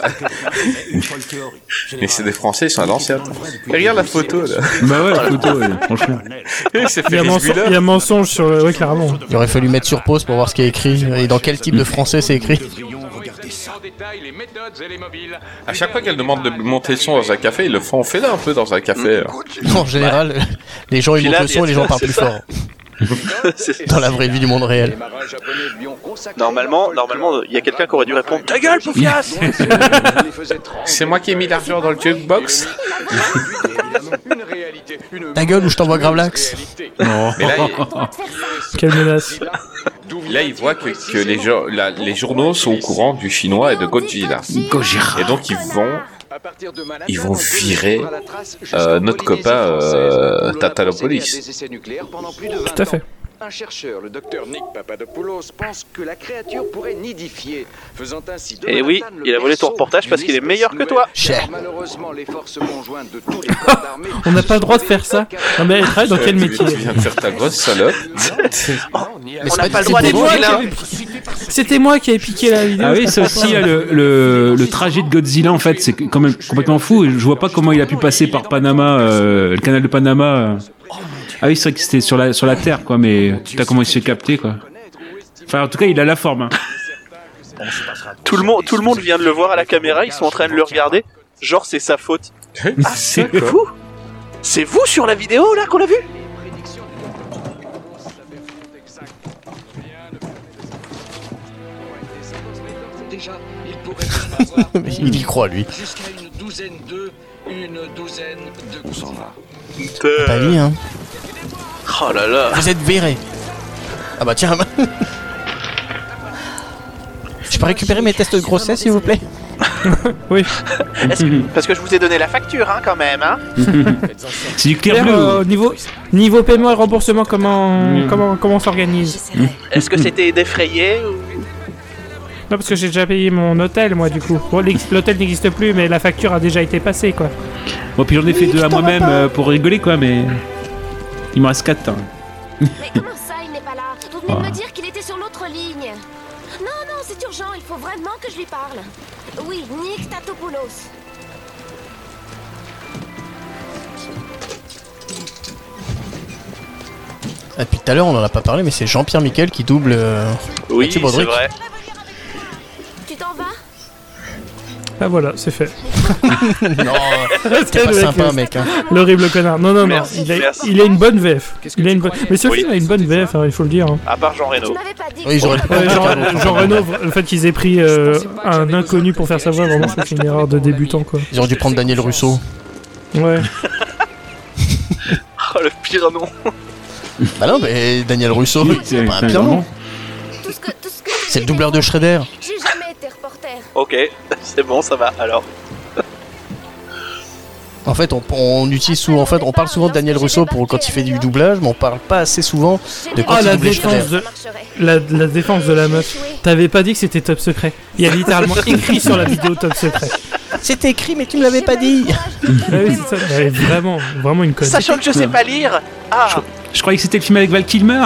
Speaker 4: Mais c'est des Français, ils sont à l'ancienne. Et Regarde la photo là.
Speaker 7: Bah ouais, la photo, ouais, franchement.
Speaker 4: Il s'est
Speaker 5: Il y,
Speaker 4: fait
Speaker 5: a
Speaker 4: Ferris
Speaker 5: mensonge,
Speaker 4: Bueller.
Speaker 5: il y a mensonge sur le. Ouais, clairement.
Speaker 6: Il aurait fallu mettre sur pause pour voir ce qui est écrit et dans quel type de français c'est écrit.
Speaker 4: À chaque fois qu'elle demande de monter le son dans un café, ils le font. On fait là un peu dans un café.
Speaker 6: En général, les gens ils
Speaker 4: Puis
Speaker 6: montent
Speaker 4: là,
Speaker 6: le
Speaker 4: il y
Speaker 6: son
Speaker 4: a
Speaker 6: et les
Speaker 4: ça,
Speaker 6: gens parlent
Speaker 4: c'est
Speaker 6: plus
Speaker 4: ça.
Speaker 6: fort. Dans la vraie vie du monde réel.
Speaker 8: Normalement, normalement, il y a quelqu'un qui aurait dû répondre Ta gueule, Poufias
Speaker 4: C'est moi qui ai mis l'argent dans le jukebox.
Speaker 6: Ta gueule ou je t'envoie Gravelax
Speaker 4: Mais là, il-
Speaker 5: Quelle menace.
Speaker 4: Là, il voit que, que les, gens- la- les journaux sont au courant du chinois et de Gojira.
Speaker 13: Gojira.
Speaker 4: Et donc, ils vont, ils vont virer euh, notre copain euh, Tatalopoulos.
Speaker 5: Tout à fait.
Speaker 11: Un chercheur, le docteur Nick Papadopoulos, pense que la créature pourrait nidifier, faisant ainsi de
Speaker 8: Et Eh oui,
Speaker 11: Manhattan le
Speaker 8: il a volé ton
Speaker 11: berceau
Speaker 8: reportage parce
Speaker 11: d'une
Speaker 8: qu'il est
Speaker 11: espèce
Speaker 8: meilleur que
Speaker 11: nouvelle,
Speaker 8: toi.
Speaker 11: car
Speaker 8: Cher.
Speaker 11: Malheureusement, les forces conjointes de tous les corps d'armée
Speaker 5: On n'a pas le droit de faire ça. Non mais elle travaille dans
Speaker 4: Euh,
Speaker 5: quel
Speaker 4: tu-
Speaker 5: métier
Speaker 4: Tu viens de faire ta grosse salope.
Speaker 8: On n'a pas le droit
Speaker 5: C'était
Speaker 8: des
Speaker 5: moi, qui
Speaker 8: là
Speaker 5: avais- C'était moi qui avais piqué la vidéo.
Speaker 7: Ah oui, c'est aussi là, le, le, le trajet de Godzilla en fait, c'est quand même complètement fou. et Je vois pas comment il a pu passer par Panama, euh, le canal de Panama. euh. Ah oui, c'est vrai que c'était sur la sur la terre quoi, mais putain comment il s'est capté quoi. Enfin, en tout cas, il a la forme. hein.
Speaker 8: tout le, monde, tout le monde vient de le voir à la caméra, ils sont en train de le regarder. Genre, c'est sa faute. Ah, c'est
Speaker 7: quoi
Speaker 8: vous C'est vous sur la vidéo là qu'on a vu
Speaker 11: déjà, il pourrait prévoir
Speaker 6: Il y croit lui.
Speaker 11: jusqu'à une douzaine d'œufs, une douzaine de On s'en va.
Speaker 6: Pas lui hein.
Speaker 8: Oh là là
Speaker 6: Vous êtes viré. Ah bah tiens. Je peux récupérer mes tests de grossesse s'il vous plaît
Speaker 5: Oui.
Speaker 8: Est-ce que- Parce que je vous ai donné la facture hein, quand même. Hein
Speaker 7: C'est du clair
Speaker 5: D'ailleurs,
Speaker 7: bleu. Mm.
Speaker 5: euh, niveau, niveau paiement et remboursement, comment, comment, comment on s'organise Non,
Speaker 8: Est-ce que c'était défrayé ou...
Speaker 5: parce que j'ai déjà payé mon hôtel, moi, du coup. Bon, l'ex- L'hôtel n'existe plus, mais la facture a déjà été passée, quoi.
Speaker 7: Bon, puis j'en ai fait deux à moi-même euh, pour rigoler quoi, mais il me reste quatre. hein.
Speaker 9: Mais comment ça, il n'est pas là Vous venez
Speaker 4: Ah.
Speaker 9: de me dire qu'il était sur l'autre ligne. Non, non, c'est urgent, il faut vraiment que je lui parle. Oui, Nick Tatopoulos.
Speaker 6: Ah, Depuis tout à l'heure on en a pas parlé mais c'est Jean-Pierre Miquel qui double euh,
Speaker 8: Oui,
Speaker 6: Mathieu
Speaker 8: c'est
Speaker 6: Baudric.
Speaker 8: vrai.
Speaker 9: Tu t'en vas
Speaker 5: Ah voilà, c'est fait.
Speaker 6: non, c'était pas sympa mec hein.
Speaker 5: L'horrible connard. Non, non, non. il, a, il a une bonne VF. Il a une bonne... Mais ce
Speaker 8: Oui.
Speaker 5: film a une bonne VF, hein, il faut le dire. hein. Euh,
Speaker 8: À part Jean Reno.
Speaker 6: Oui, j'aurais pu
Speaker 5: Ouais,
Speaker 6: comprendre,
Speaker 5: Jean,
Speaker 6: pardon.
Speaker 5: Jean Reno, le fait qu'ils aient pris euh, un inconnu pour faire sa voix, vraiment, c'est une erreur de débutant, quoi.
Speaker 6: Ils auraient dû prendre Daniel Russo.
Speaker 5: Ouais.
Speaker 8: Oh le pire nom
Speaker 6: Bah non mais Daniel Russo, Oh, c'est pas un pire nom. C'est le doubleur de Shredder.
Speaker 9: J'ai jamais été reporter.
Speaker 8: Ok, c'est bon, ça va alors.
Speaker 6: En fait, on, on utilise souvent, en fait, on parle souvent de Daniel Russo pour quand il fait du doublage, mais on parle pas assez souvent de quand
Speaker 5: Ah,
Speaker 6: il
Speaker 5: la
Speaker 6: doublait Shredder.
Speaker 5: défense, de, la, la défense de la meuf. T'avais pas dit que c'était top secret. Il y a littéralement écrit sur la vidéo top secret.
Speaker 6: C'était écrit, mais tu me l'avais pas dit.
Speaker 5: Ah oui, c'est ça. Ouais, vraiment, vraiment une conne.
Speaker 8: Sachant que je sais pas lire. Ah,
Speaker 7: Je croyais que c'était le film avec Val Kilmer.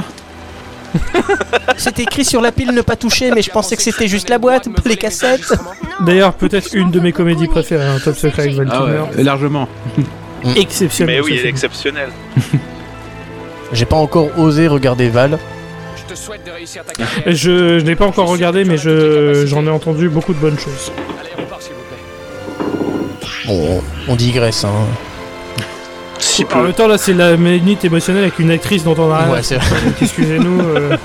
Speaker 6: C'était écrit sur la pile ne pas toucher, mais je pensais que c'était juste la boîte, pas les cassettes.
Speaker 5: D'ailleurs, peut-être une de mes comédies préférées, un top secret avec Val
Speaker 7: Ah ouais,
Speaker 5: Kilmer.
Speaker 7: largement.
Speaker 5: Exceptionnel.
Speaker 8: mais
Speaker 5: ce
Speaker 8: oui, il est
Speaker 5: film.
Speaker 8: exceptionnel.
Speaker 6: J'ai pas encore osé regarder Val.
Speaker 5: Je, je n'ai pas encore regardé, mais je, j'en ai entendu beaucoup de bonnes choses.
Speaker 6: Bon, on digresse, hein.
Speaker 8: Si
Speaker 5: En même temps, là, c'est la minute émotionnelle avec une actrice dont on a rien. à
Speaker 6: Ouais, c'est
Speaker 5: foutre. Donc, Excusez-nous. euh,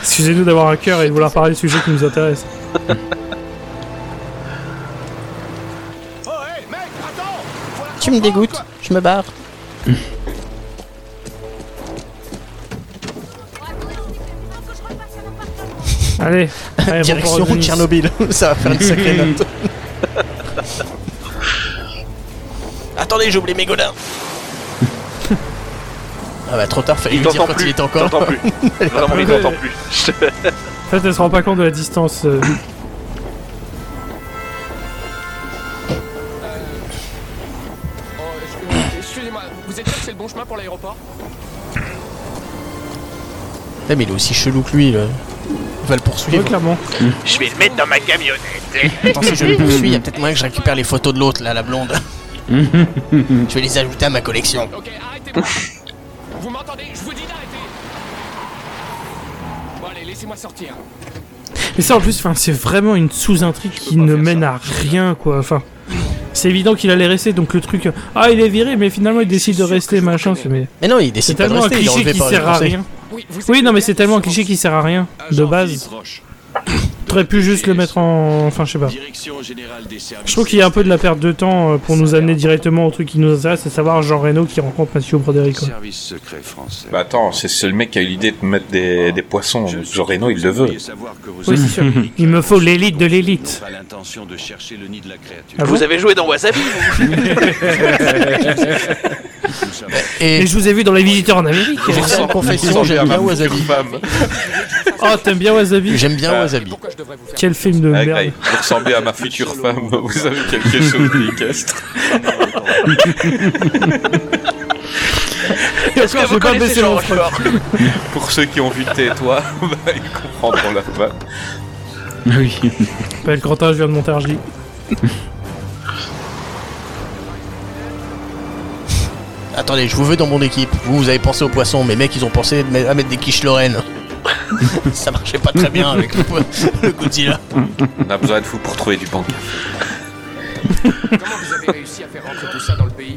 Speaker 5: Excusez-nous d'avoir un cœur et de vouloir parler de sujets qui nous intéressent.
Speaker 6: Tu me dégoûtes, je me barre.
Speaker 5: Allez, allez, bon pour
Speaker 6: Direction
Speaker 5: Denis.
Speaker 6: Tchernobyl, ça va faire une sacrée note. Attendez, j'ai oublié mes godins. ah bah trop tard, fallait
Speaker 8: Il
Speaker 6: lui dire
Speaker 8: t'entend
Speaker 6: quand il
Speaker 8: plus.
Speaker 6: est encore.
Speaker 8: T'entends plus. Vraiment, il t'entend plus.
Speaker 5: En fait, elle se rend pas compte de la distance. euh.
Speaker 13: Excusez-moi, vous êtes sûr que c'est le bon chemin pour l'aéroport
Speaker 6: Eh, mais il est aussi chelou que lui, là. On va le poursuivre.
Speaker 5: Ouais, clairement.
Speaker 8: Je vais le mettre dans ma camionnette.
Speaker 6: Attends, si je le poursuis, il y a peut-être moyen que je récupère les photos de l'autre, là, la blonde. je vais les ajouter à ma collection.
Speaker 13: Vous m'entendez Je vous dis d'arrêter Bon allez, laissez-moi sortir.
Speaker 5: Mais ça, en plus, enfin, c'est vraiment une sous-intrigue qui ne mène à rien, quoi. Enfin, c'est évident qu'il allait rester, donc le truc. Ah, il est viré, mais finalement, il décide de rester, machin. c'est- Mais,
Speaker 6: Mais non, il
Speaker 5: c'est
Speaker 6: décide pas de
Speaker 5: tellement un
Speaker 6: rester, il est
Speaker 5: cliché
Speaker 6: enlevé
Speaker 5: qui
Speaker 6: par les
Speaker 5: sert à
Speaker 6: Français.
Speaker 5: rien. Oui, non, mais c'est tellement un cliché qui sert à rien, de base. T'aurais pu juste le mettre en. Enfin, je sais pas.
Speaker 15: Direction générale des services.
Speaker 5: Je trouve qu'il y a un peu de la perte de temps euh, pour nous amener directement au truc qui nous intéresse, à savoir Jean Reno qui rencontre Mathieu Broderico.
Speaker 15: Service secret français.
Speaker 4: Bah attends, c'est c'est le mec qui a eu l'idée de mettre des, des poissons. donc Jean Reno, il le veut.
Speaker 5: Oui, c'est sûr. Il me faut l'élite de l'élite.
Speaker 15: Pas l'intention de chercher le nid de la créature.
Speaker 5: Ah
Speaker 8: vous
Speaker 5: bon
Speaker 8: avez joué dans Wasabi, vous
Speaker 6: Et-
Speaker 5: Et je vous ai vu dans Les Visiteurs en Amérique. hein.
Speaker 6: Je vais faire une confession, j'aime bien Wasabi.
Speaker 5: Oh, t'aimes bien Wasabi
Speaker 6: J'aime bien
Speaker 8: Euh,
Speaker 6: Wasabi.
Speaker 5: Quel film de
Speaker 6: Ah,
Speaker 4: Avec,
Speaker 5: merde.
Speaker 4: vous ressemblez à ma future femme, vous avez quelque chose d'équestre.
Speaker 5: Et
Speaker 8: Est-ce que
Speaker 5: encore,
Speaker 8: vous
Speaker 5: j'ai pas
Speaker 8: connaissez
Speaker 5: baissé mon
Speaker 8: Jean
Speaker 5: frère.
Speaker 8: Rochefort
Speaker 4: Pour ceux qui ont vu Tais-toi, bah, ils comprendront la femme.
Speaker 7: Oui.
Speaker 5: Appelle Bah, Quentin, je viens de Montargis.
Speaker 6: Attendez, je vous veux dans mon équipe. Vous, vous avez pensé aux poissons, mais mecs, ils ont pensé de me- à mettre des quiches Lorraine. ça marchait pas très bien avec le, po- le Godzilla.
Speaker 4: On a besoin de vous pour trouver du pain.
Speaker 13: Comment vous avez réussi à faire rentrer tout ça dans le pays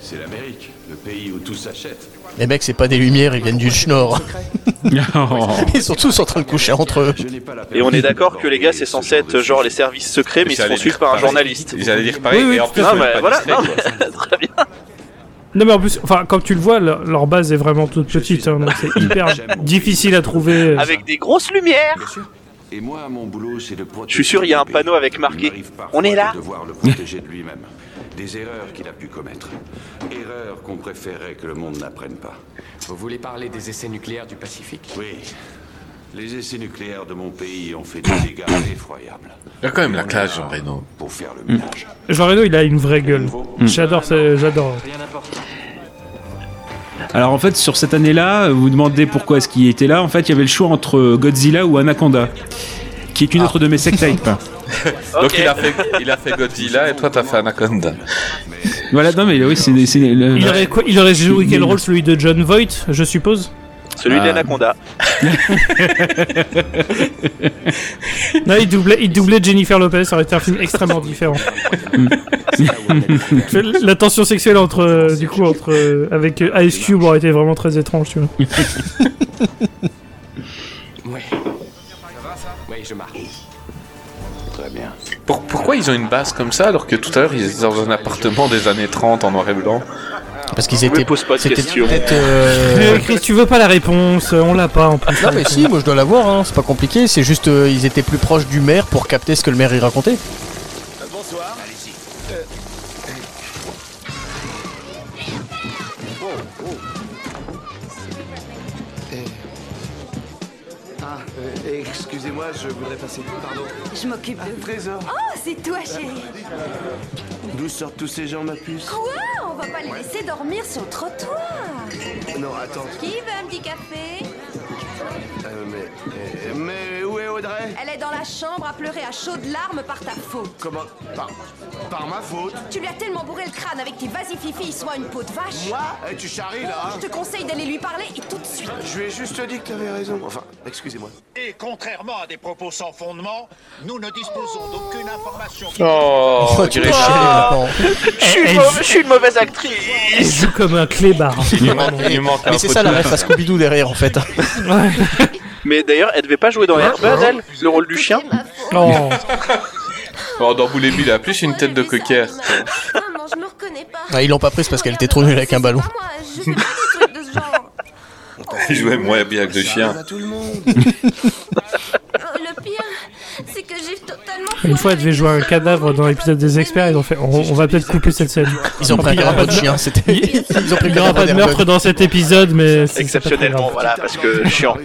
Speaker 15: C'est l'Amérique, le pays où tout s'achète.
Speaker 6: Les mecs, c'est pas des lumières, ils viennent du Schnorr.
Speaker 7: Oh.
Speaker 6: Ils sont tous en train de coucher entre eux.
Speaker 8: Et on est d'accord que les gars, c'est censé être genre les services secrets, mais ils se font suivre par un journaliste.
Speaker 4: Ils allaient dire pareil,
Speaker 5: Oui, oui,
Speaker 4: et en
Speaker 5: tout
Speaker 4: plus,
Speaker 5: à fait.
Speaker 4: on est
Speaker 8: Ah,
Speaker 4: pas
Speaker 8: bah, voilà,
Speaker 4: discret,
Speaker 8: non,
Speaker 4: quoi.
Speaker 5: Non mais en plus, enfin comme tu le vois, leur leur base est vraiment toute petite, hein, donc c'est hyper difficile à trouver.
Speaker 8: Avec des grosses lumières.
Speaker 15: Et moi, à mon boulot, c'est de protéger.
Speaker 8: Je suis sûr, il y a un
Speaker 15: le pays.
Speaker 8: panneau avec marqué.
Speaker 15: m'arrive parfois
Speaker 8: On est là.
Speaker 15: de devoir le protéger de lui-même. Des erreurs qu'il a pu commettre. Erreurs qu'on préférerait que le monde n'apprenne pas.
Speaker 13: Vous voulez parler des essais nucléaires du Pacifique
Speaker 15: Oui. Les essais nucléaires de mon pays ont fait des dégâts effroyables.
Speaker 4: Il a quand même la classe, Jean Reno. Mm.
Speaker 15: Pour faire le ménage.
Speaker 5: Jean Reno, il a une vraie gueule. Mm. J'adore, ce- j'adore.
Speaker 7: Alors en fait, sur cette année-là, vous vous demandez pourquoi est-ce qu'il était là. En fait, il y avait le choix entre Godzilla ou Anaconda,
Speaker 5: Ah.
Speaker 7: qui est une autre de mes sectapes.
Speaker 4: Donc il a, fait, il a fait Godzilla et toi t'as fait Anaconda.
Speaker 7: voilà, non mais oui, c'est... c'est le-
Speaker 5: Il aurait, quoi- il aurait joué quel rôle Celui de John Voight, je suppose
Speaker 8: Celui
Speaker 7: Ah.
Speaker 8: d'Anaconda.
Speaker 5: Non, il doublait, il doublait Jennifer Lopez, ça aurait été un film extrêmement différent. La tension sexuelle entre, euh, du coup, entre, euh, avec euh, Ice Cube aurait été vraiment très étrange, tu vois.
Speaker 13: Oui. Oui, je marche.
Speaker 15: Très bien.
Speaker 4: Pour- pourquoi ils ont une base comme ça alors que tout à l'heure ils étaient dans un appartement des années 30 en noir et blanc
Speaker 6: Parce qu'ils étaient.
Speaker 8: pose pas de
Speaker 6: C'était
Speaker 8: questions.
Speaker 6: peut-être.
Speaker 5: Mais
Speaker 6: euh,
Speaker 5: Chris, tu veux pas la réponse, euh, on l'a pas en plus.
Speaker 6: Non mais si, moi je dois l'avoir, hein. c'est pas compliqué, c'est juste euh, ils étaient plus proches du maire pour capter ce que le maire y racontait.
Speaker 13: bonsoir.
Speaker 18: Ah, euh, excusez-moi, je voudrais passer. Pardon.
Speaker 19: Je m'occupe de
Speaker 18: Trésor.
Speaker 19: Oh, c'est toi, chérie.
Speaker 18: D'où sortent tous ces gens, ma puce
Speaker 19: Quoi On va pas les laisser dormir sur le trottoir.
Speaker 18: Non, attends.
Speaker 19: Qui veut un petit café
Speaker 18: Euh, mais, euh, mais où est Audrey
Speaker 19: Elle est dans la chambre à pleurer à chaudes larmes par ta faute.
Speaker 18: Comment par, par ma faute
Speaker 19: Tu lui as tellement bourré le crâne avec tes vasififi, soit une peau de vache.
Speaker 18: Moi Eh, Tu charries là hein
Speaker 19: Je te conseille d'aller lui parler et tout de suite.
Speaker 18: Je lui ai juste dit que t'avais raison. Enfin, excusez-moi.
Speaker 20: Et contrairement à des propos sans fondement, nous ne disposons d'aucune information.
Speaker 4: Oh,
Speaker 20: Oh,
Speaker 4: tu l'as
Speaker 20: tu
Speaker 8: Ah.
Speaker 4: chié.
Speaker 20: Je suis
Speaker 5: Eh,
Speaker 20: mau-
Speaker 5: eh,
Speaker 20: je suis une mauvaise actrice.
Speaker 5: Il joue comme un clébard.
Speaker 4: Il lui manque- il lui manque un
Speaker 6: Mais c'est
Speaker 4: peu
Speaker 6: ça
Speaker 4: de
Speaker 6: la
Speaker 4: main.
Speaker 6: ref à Scooby-Doo derrière en fait.
Speaker 8: Mais d'ailleurs, elle devait pas jouer dans Airbuzz, elle Le rôle du chien
Speaker 5: Oh.
Speaker 4: Bon, dans Boulet Bill, elle a plus une tête de coquère.
Speaker 9: Maman, je me reconnais pas.
Speaker 6: Ah, ils l'ont pas prise parce qu'elle était trop nulle avec un ballon.
Speaker 9: Moi, je fais pas des trucs de ce genre.
Speaker 4: Elle jouait moins bien que le chien.
Speaker 9: Oh, le pire, c'est que j'ai totalement.
Speaker 5: Une fois, elle devait jouer à un cadavre dans l'épisode des experts. Ils ont fait, on, on va peut-être couper cette scène.
Speaker 6: Ils ont
Speaker 5: Donc,
Speaker 6: pris
Speaker 5: il
Speaker 6: un
Speaker 5: y aura
Speaker 6: cadavre
Speaker 5: pas
Speaker 6: de chien, c'était- ils ont pris
Speaker 5: Il
Speaker 6: le
Speaker 5: y aura
Speaker 6: cadavre
Speaker 5: pas de
Speaker 6: d'Airbus.
Speaker 5: meurtre dans cet épisode, mais c'est- c'est pas très grave.
Speaker 8: Exceptionnellement, voilà, parce que chiant.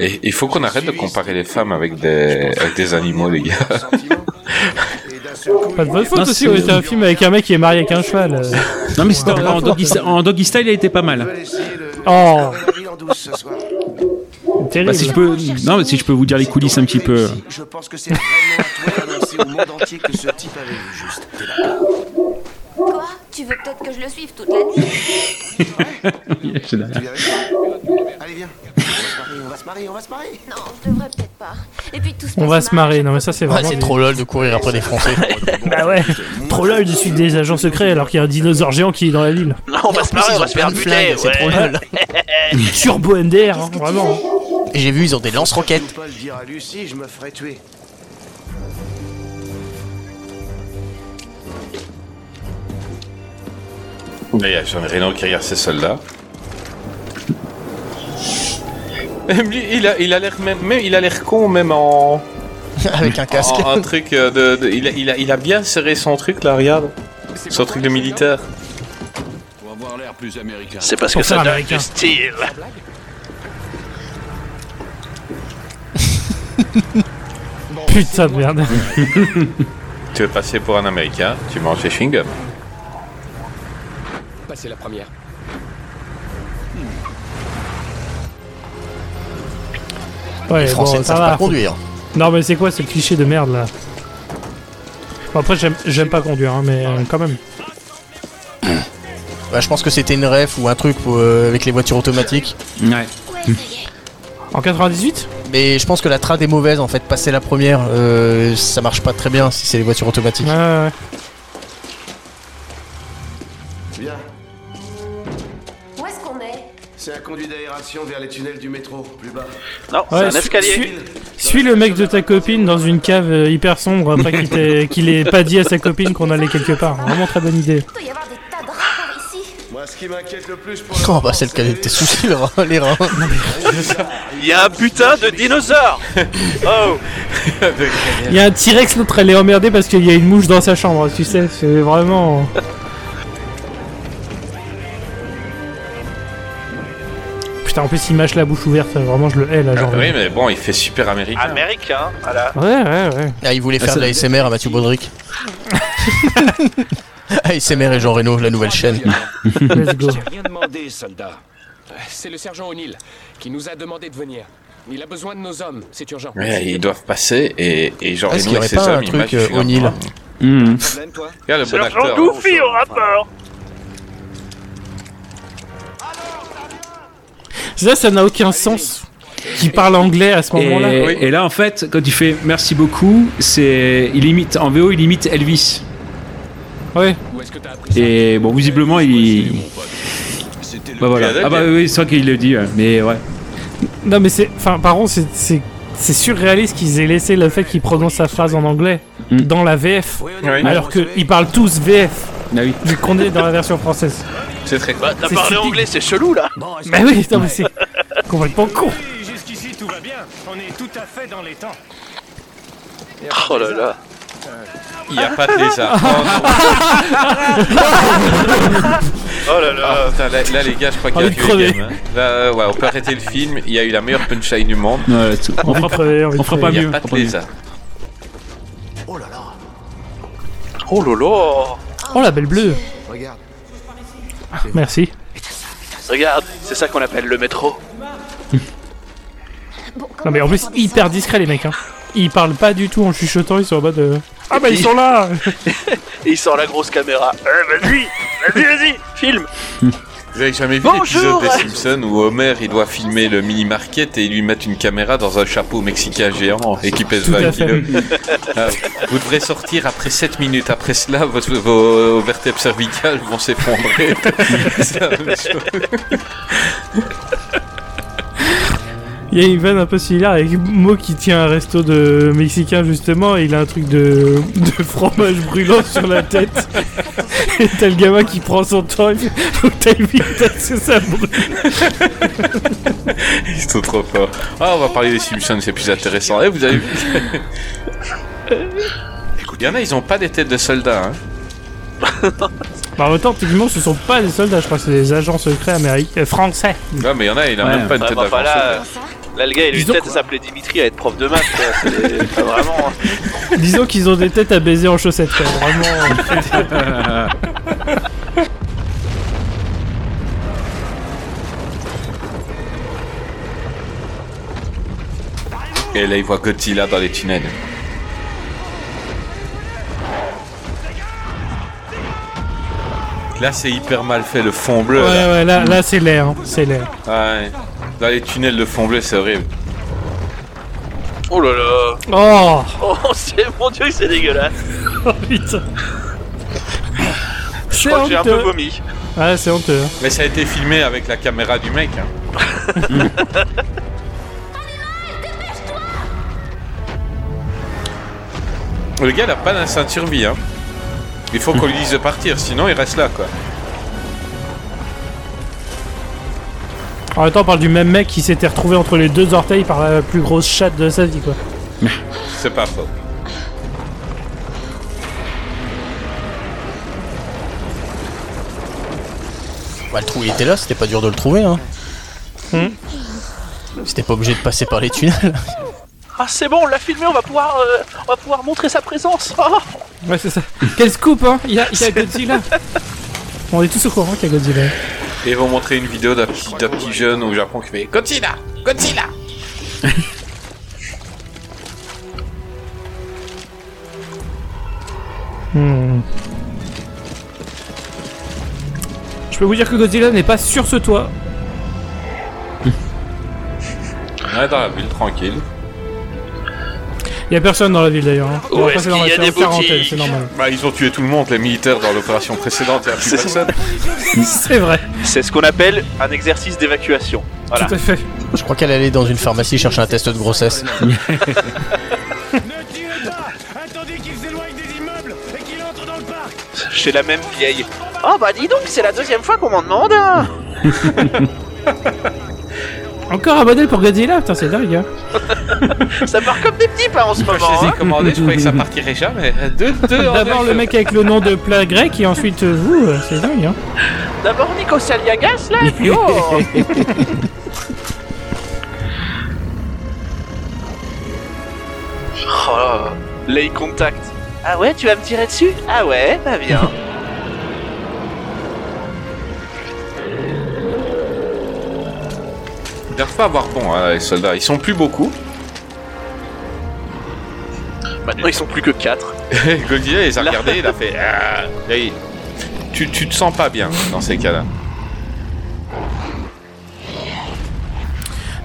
Speaker 4: Et il faut qu'on arrête de comparer les femmes avec des, avec des animaux, les gars.
Speaker 5: Pas de votre faute
Speaker 7: Non,
Speaker 5: aussi.
Speaker 7: c'est-
Speaker 5: on était un film avec un mec qui est marié avec un cheval. euh.
Speaker 7: Non, mais c'était
Speaker 5: Pas de
Speaker 7: en,
Speaker 5: votre
Speaker 7: en
Speaker 5: faute.
Speaker 7: doggy, sta- en doggy style, il était pas mal.
Speaker 5: Oh.
Speaker 7: Bah,
Speaker 5: Terrible.
Speaker 7: si je peux, non, mais si je peux vous dire les coulisses un petit peu.
Speaker 18: Je pense que c'est vraiment à toi d'annoncer au monde entier que ce type avait vu juste. T'es d'accord
Speaker 9: Quoi Tu veux peut-être que je le suive toute la nuit
Speaker 7: C'est derrière.
Speaker 18: Allez, viens. On va se marier, on va se marier.
Speaker 9: Non, je devrais peut-être pas. Et puis tout se
Speaker 5: On va se marrer. Non, mais ça, c'est
Speaker 6: Ouais,
Speaker 5: vraiment.
Speaker 6: c'est trop lol de courir après des Français.
Speaker 5: Bah ouais. Trop lol, je suis des agents secrets alors qu'il y a un dinosaure géant qui est dans la ville.
Speaker 8: Non, on va se marrer, on va se faire buter.
Speaker 6: c'est trop
Speaker 8: ouais.
Speaker 6: nul.
Speaker 5: Turbo MDR, hein, vraiment.
Speaker 6: Et j'ai vu, ils ont des
Speaker 18: Je
Speaker 6: lance-roquettes.
Speaker 18: peux pas le dire à Lucie, je me ferais tuer.
Speaker 4: Mais il y a Jean Reno qui regarde ses soldats. Même lui, il a, il a l'air même, même- il a l'air con même en
Speaker 6: avec un
Speaker 8: Oh,
Speaker 6: casque.
Speaker 4: En, un truc euh, de, de- il, a, il a- il a bien serré son truc là, regarde, son truc de militaire.
Speaker 15: Pour avoir l'air plus américain.
Speaker 8: C'est parce
Speaker 5: Pour
Speaker 8: que ça
Speaker 5: faire
Speaker 8: donne
Speaker 5: américain.
Speaker 8: du style.
Speaker 5: Putain de merde.
Speaker 4: Tu veux passer pour un Américain, tu manges des chewing-gums.
Speaker 13: Passez la première.
Speaker 5: Ouais,
Speaker 6: Les Français
Speaker 5: bon,
Speaker 6: ne
Speaker 5: ça
Speaker 6: savent
Speaker 5: va.
Speaker 6: pas conduire.
Speaker 5: Non, mais c'est quoi ce cliché de merde là Bon, Après, j'aime- j'aime pas conduire, hein, mais euh, quand même.
Speaker 6: Bah, je pense que c'était une ref ou un truc pour, euh, avec les voitures automatiques.
Speaker 7: Ouais.
Speaker 5: En 98
Speaker 6: Mais je pense que la trad est mauvaise en fait. Passer la première, euh, ça marche pas très bien si c'est les voitures automatiques.
Speaker 5: Ouais, ouais, ouais.
Speaker 18: Viens.
Speaker 9: Où est-ce qu'on est
Speaker 18: C'est un conduit d'aération vers les tunnels du métro, plus bas.
Speaker 8: Non,
Speaker 5: Ouais,
Speaker 8: c'est un
Speaker 5: suis-
Speaker 8: escalier.
Speaker 5: suis- Suis le mec de ta copine dans une cave euh, hyper sombre après qu'il t'ait- qu'il ait pas dit à sa copine qu'on allait quelque part. Vraiment très bonne idée.
Speaker 9: Il doit y avoir des tas de rats par ici.
Speaker 18: Moi, ce qui m'inquiète le plus pour
Speaker 6: Oh bah celle qui a tes soucis le rein- les reins.
Speaker 8: Il y a un putain de dinosaure. Oh.
Speaker 5: Il y a un T-Rex, l'autre elle est emmerdée parce qu'il y a une mouche dans sa chambre, tu sais, c'est vraiment. Putain, en plus il mâche la bouche ouverte, vraiment je le hais là, genre.
Speaker 4: oui, mais bon, il fait super américain.
Speaker 8: Américain, hein, voilà.
Speaker 5: Ouais, ouais, ouais.
Speaker 6: Ah, il voulait
Speaker 5: Ah,
Speaker 6: faire
Speaker 5: ça-
Speaker 6: de la SMR à Mathieu Baudric. ASMR et Jean Reno, la nouvelle chaîne.
Speaker 5: Let's go.
Speaker 13: J'ai rien demandé, soldat. C'est le sergent O'Neill qui nous a demandé de venir. Il a besoin de nos hommes, c'est urgent.
Speaker 4: Ouais, ils doivent passer et, et genre
Speaker 6: Est-ce qu'il y aurait pas un truc euh, au Nil
Speaker 7: Hmm.
Speaker 4: Regarde le bon acteur. hein.
Speaker 16: au rapport.
Speaker 5: Ça, ça n'a aucun sens qu'il parle anglais à ce
Speaker 7: Et,
Speaker 5: moment-là.
Speaker 7: et là, en fait, quand il fait merci beaucoup, c'est il imite en VO, il imite Elvis.
Speaker 5: Ouais.
Speaker 7: Et bon, visiblement, il. Bah voilà.
Speaker 4: Canada,
Speaker 7: Ah bah
Speaker 4: bien.
Speaker 7: oui, c'est vrai qu'il le dit, ouais, mais ouais.
Speaker 5: Non, mais c'est. Enfin, par contre, c'est. c'est- C'est surréaliste qu'ils aient laissé le fait qu'il prononce sa phrase en anglais dans la VF,
Speaker 4: oui.
Speaker 5: alors qu'ils parlent tous VF,
Speaker 7: Ah oui.
Speaker 5: vu qu'on est dans la version française.
Speaker 4: C'est très
Speaker 8: Bah, t'as
Speaker 5: C'est
Speaker 8: parlé
Speaker 5: stupide.
Speaker 8: anglais, c'est chelou là.
Speaker 5: Bah oui, non, mais c'est complètement con.
Speaker 10: Jusqu'ici, tout va bien. On est tout à fait dans les temps.
Speaker 8: Oh là là.
Speaker 4: Il n'y a pas de lézard. Oh, non. Oh là là. putain, là, là, les gars, je crois qu'il y a eu le game. hein. Là, euh, ouais, on peut arrêter le film. Il y a eu la meilleure punchline du monde.
Speaker 7: Ouais, c'est- on fera pas- on fera pas
Speaker 4: Il y a
Speaker 7: mieux,
Speaker 4: pas
Speaker 7: on
Speaker 4: de
Speaker 7: fera pas mieux.
Speaker 4: lézard.
Speaker 12: Oh lolo
Speaker 5: Oh la belle bleue
Speaker 12: Regarde.
Speaker 5: Merci.
Speaker 8: Regarde, c'est ça qu'on appelle le métro.
Speaker 5: Non mais en plus hyper discret les mecs hein. Ils parlent pas du tout en chuchotant, ils sont en mode euh, Ah bah ils sont là
Speaker 8: Et il sort la grosse caméra. Eh, vas-y, vas-y, vas-y, filme.
Speaker 4: Vous avez jamais vu
Speaker 8: Bonjour.
Speaker 4: l'épisode des Simpsons où Homer il doit filmer le mini market et ils lui mettent une caméra dans un chapeau mexicain géant et qui pèse
Speaker 5: Tout à
Speaker 4: 20
Speaker 5: fait.
Speaker 4: kilos. Ah, vous devrez sortir après 7 minutes. Après cela, vos, vos vertèbres cervicales vont s'effondrer. C'est la même chose.
Speaker 5: Il y a une vanne un peu similaire avec Mo qui tient un resto de mexicain justement et il a un truc de, de fromage brûlant sur la tête. Et t'as le gamin qui prend son temps et fait Faut que t'ailles vite parce que ça brûle.
Speaker 4: Ils sont trop forts. Ah, on va parler des Simpsons, c'est plus intéressant. Eh, vous avez vu Il y en a, ils ont pas des têtes de soldats. Hein.
Speaker 5: Bah, en même temps, techniquement, ce sont pas des soldats, je crois que c'est des agents secrets américains, euh, français.
Speaker 4: Ouais, mais il y en a, il a même pas une
Speaker 8: Ouais,
Speaker 4: tête
Speaker 8: bah, bah, là,
Speaker 4: d'avancée.
Speaker 8: là, le gars, il a eu tête à s'appeler Dimitri à être prof de maths. quoi. C'est- enfin, vraiment.
Speaker 5: Disons qu'ils ont des têtes à baiser en chaussettes, quoi. vraiment. euh,
Speaker 4: Et là, ils voient Godzilla dans les tunnels. Là, c'est hyper mal fait, le fond bleu.
Speaker 5: ouais,
Speaker 4: là.
Speaker 5: ouais, là, là c'est l'air, hein, c'est l'air.
Speaker 4: Ouais. Dans les tunnels, le fond bleu, c'est horrible.
Speaker 8: Oh là là.
Speaker 5: Oh
Speaker 8: Oh, c'est- mon dieu, c'est dégueulasse.
Speaker 5: Oh putain
Speaker 8: Je
Speaker 5: C'est
Speaker 8: crois que j'ai un peu
Speaker 5: honteux.
Speaker 8: vomi.
Speaker 5: Ah, c'est honteux. hein.
Speaker 4: Mais ça a été filmé avec la caméra du mec. hein. le gars, il a pas l'instinct de survie. Hein. Il faut qu'on lui dise de partir, sinon il reste là, quoi.
Speaker 5: En même temps, on parle du même mec qui s'était retrouvé entre les deux orteils par la plus grosse chatte de sa vie, quoi.
Speaker 4: C'est pas faux.
Speaker 6: Bah, le trou il était là, c'était pas dur de le trouver. Hein.
Speaker 5: Hmm.
Speaker 6: C'était pas obligé de passer par les tunnels.
Speaker 8: Ah, c'est bon, on l'a filmé, on va pouvoir, euh, on va pouvoir montrer sa présence. Ah.
Speaker 5: Ouais, c'est ça. Quel scoop, hein Il y a, il y a Godzilla On est tous au courant qu'il y a Godzilla.
Speaker 4: Et ils vont montrer une vidéo d'un petit, d'un petit jeune au Japon qui fait Godzilla Godzilla
Speaker 5: Hmm. Je peux vous dire que Godzilla n'est pas sur ce toit.
Speaker 4: Ouais, dans la ville, tranquille.
Speaker 5: Il y a personne dans la ville d'ailleurs. hein.
Speaker 4: Où
Speaker 5: Après,
Speaker 4: est-ce
Speaker 5: c'est normal,
Speaker 4: qu'il y a
Speaker 5: c'est
Speaker 4: des
Speaker 5: en quarantaine,
Speaker 4: boutiques
Speaker 5: C'est normal.
Speaker 4: Bah, ils ont tué tout le monde, les militaires, dans l'opération précédente, il n'y a plus personne.
Speaker 5: C'est vrai.
Speaker 8: C'est ce qu'on appelle un exercice d'évacuation. Voilà.
Speaker 5: Tout à fait.
Speaker 6: Je crois qu'elle allait dans une pharmacie chercher un test de grossesse.
Speaker 8: Chez la même vieille. Oh bah dis donc, c'est la deuxième fois qu'on m'en demande. hein.
Speaker 5: Encore un modèle pour Godzilla, putain, c'est dingue. hein.
Speaker 8: ça part comme des petits pas en ce
Speaker 4: Quand
Speaker 8: moment.
Speaker 4: je les ai
Speaker 8: hein.
Speaker 4: commandés, je croyais que ça partirait jamais. Deux, deux en
Speaker 5: D'abord
Speaker 4: neuf.
Speaker 5: le mec avec le nom de plat grec et ensuite euh, vous, euh, c'est dingue. Hein.
Speaker 8: D'abord Nico Saliagas là, et puis oh. Oh là, l'eye contact. Ah ouais, tu vas me tirer dessus Ah ouais, bah bien.
Speaker 4: Ils doivent pas avoir bon, hein, les soldats. Ils sont plus beaucoup.
Speaker 8: Maintenant, ils sont plus que 4.
Speaker 4: Godzilla, il les a regardés, il a fait. Ah Là, il- tu, tu te sens pas bien dans ces cas-là.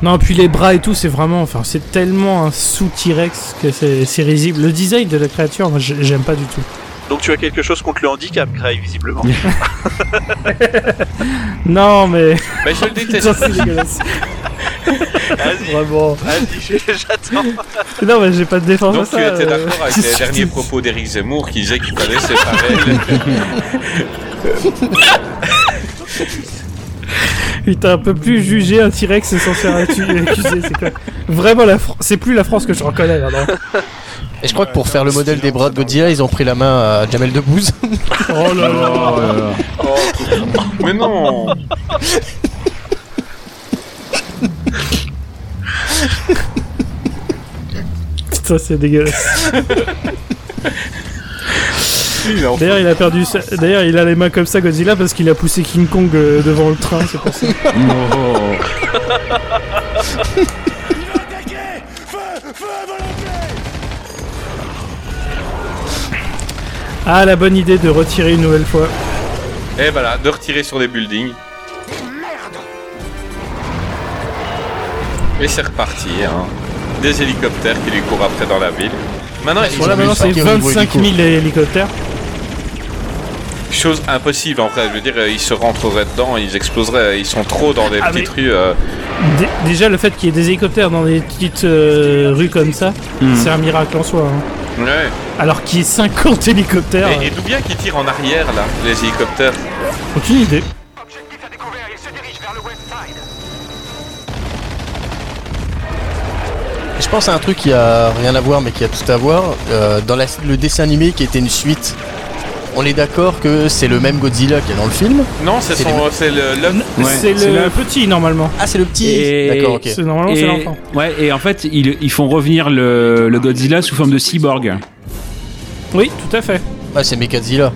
Speaker 5: Non, puis les bras et tout, c'est vraiment, enfin, c'est tellement un sous T-Rex que c'est c'est risible. Le design de la créature, moi, j'ai- j'aime pas du tout.
Speaker 8: Donc tu as quelque chose contre le handicap, Cray, visiblement.
Speaker 5: Non, mais.
Speaker 4: Bah,
Speaker 8: Mais je le déteste.
Speaker 5: Putain, c'est dégueulasse. Vraiment.
Speaker 8: Vas-y, j'attends.
Speaker 5: Non, mais j'ai pas de défense à
Speaker 4: Donc
Speaker 5: ça.
Speaker 4: tu étais
Speaker 5: euh.
Speaker 4: d'accord avec les derniers propos d'Éric Zemmour qui disait qu'il fallait séparer. les-
Speaker 5: Putain, un peu plus juger un T-Rex et s'en faire accu- accuser. C'est quoi Vraiment, la Fran- c'est plus la France que je reconnais. là, non
Speaker 6: Et je crois que pour faire le modèle des bras de Godzilla, ils ont pris la main à Jamel Debbouze.
Speaker 5: oh là là
Speaker 6: Oh là là.
Speaker 8: Oh,
Speaker 4: Mais non
Speaker 5: Putain, c'est dégueulasse. D'ailleurs, il a perdu. sa- D'ailleurs, il a les mains comme ça, Godzilla, parce qu'il a poussé King Kong euh, devant le train, c'est pour ça. Ah, la bonne idée de retirer une nouvelle fois.
Speaker 4: Et Eh, voilà, de retirer sur des buildings. Et c'est reparti, hein. Des hélicoptères qui lui courent après dans la ville. Maintenant,
Speaker 5: Ils
Speaker 4: ils
Speaker 5: sont
Speaker 4: ont
Speaker 5: là
Speaker 4: vu
Speaker 5: maintenant,
Speaker 4: ça.
Speaker 5: c'est 25 000 hélicoptères.
Speaker 4: Chose impossible en vrai, je veux dire, euh, ils se rentreraient dedans, ils exploseraient, ils sont trop dans des
Speaker 5: Ah,
Speaker 4: petites rues. euh,
Speaker 5: Dé- déjà, le fait qu'il y ait des hélicoptères dans des petites euh, rues comme ça,
Speaker 4: Mhm.
Speaker 5: c'est un miracle en soi. hein.
Speaker 4: Ouais.
Speaker 5: Alors qu'il y ait 50 hélicoptères, euh,
Speaker 4: Et, et d'où bien qu'ils tirent en arrière là, les hélicoptères
Speaker 5: aucune idée.
Speaker 6: Je pense à un truc qui a rien à voir mais qui a tout à voir. Euh, dans la- le dessin animé qui était une suite, on est d'accord que c'est le même Godzilla qui est dans le film
Speaker 4: Non, c'est
Speaker 6: les
Speaker 4: son, c'est le l'œuf.
Speaker 5: c'est le petit normalement.
Speaker 6: Ah, c'est le petit
Speaker 7: Et-
Speaker 6: D'accord, ok.
Speaker 5: C'est- normalement, c'est
Speaker 7: et-
Speaker 5: l'enfant.
Speaker 7: Ouais, et en fait, ils, ils font revenir le, le Godzilla sous forme de cyborg.
Speaker 5: Oui, tout à fait.
Speaker 6: Ah, c'est Mechazilla.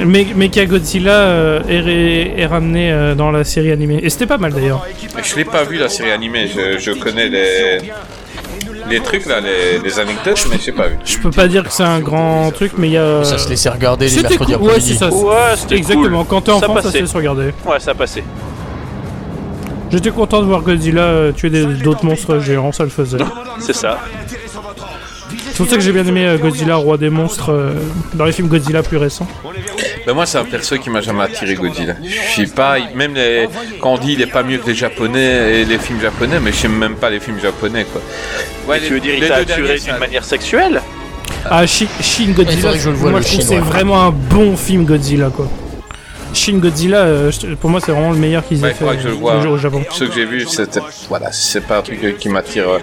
Speaker 5: Me- Mecha Godzilla euh, est, ré- est ramené euh, dans la série animée. Et c'était pas mal d'ailleurs.
Speaker 4: Je l'ai pas vu la série animée, je, je connais les, les trucs là, les, les anecdotes, mais j'ai pas vu.
Speaker 5: Je peux pas dire que c'est un grand truc, mais il y a.
Speaker 6: Ça se laissait regarder les
Speaker 5: C'était
Speaker 6: mercredis
Speaker 5: cool. Ouais,
Speaker 6: après-midi.
Speaker 5: c'est ça. c'est-
Speaker 8: Ouais, c'était
Speaker 5: Exactement.
Speaker 8: cool.
Speaker 5: Quand t'es
Speaker 8: Ça
Speaker 5: enfant, ça,
Speaker 8: passait.
Speaker 5: se laisse regarder.
Speaker 8: Ouais, ça passait.
Speaker 5: J'étais content de voir Godzilla euh, tuer des- d'autres monstres géants, ça le faisait.
Speaker 8: C'est ça.
Speaker 5: C'est pour ça que j'ai bien aimé euh, Godzilla, roi des monstres, euh, dans les films Godzilla plus récents.
Speaker 4: Ben moi, c'est un perso qui m'a jamais attiré, Godzilla. Je sais pas, il- même les, quand on dit il est pas mieux que les japonais et les films japonais, mais j'aime même pas les films japonais quoi.
Speaker 8: Mais tu veux dire, il
Speaker 4: les
Speaker 8: t'a
Speaker 4: deux derniers,
Speaker 8: attiré
Speaker 4: ça
Speaker 8: d'une manière sexuelle
Speaker 5: Ah, Shin, Shin
Speaker 8: Il
Speaker 5: Godzilla,
Speaker 8: faudrait que je le voie,
Speaker 5: moi
Speaker 8: le
Speaker 5: je trouve que
Speaker 8: Shin,
Speaker 5: c'est
Speaker 8: ouais.
Speaker 5: vraiment un bon film Godzilla quoi. Shin Godzilla, euh, je- pour moi c'est vraiment le meilleur qu'ils aient
Speaker 4: Ouais, Bah, il faudra
Speaker 5: fait
Speaker 4: que je le
Speaker 5: euh,
Speaker 4: vois.
Speaker 5: toujours au Japon.
Speaker 4: Ce que j'ai vu, c'était. Voilà, c'est pas un truc euh, qui m'attire. euh,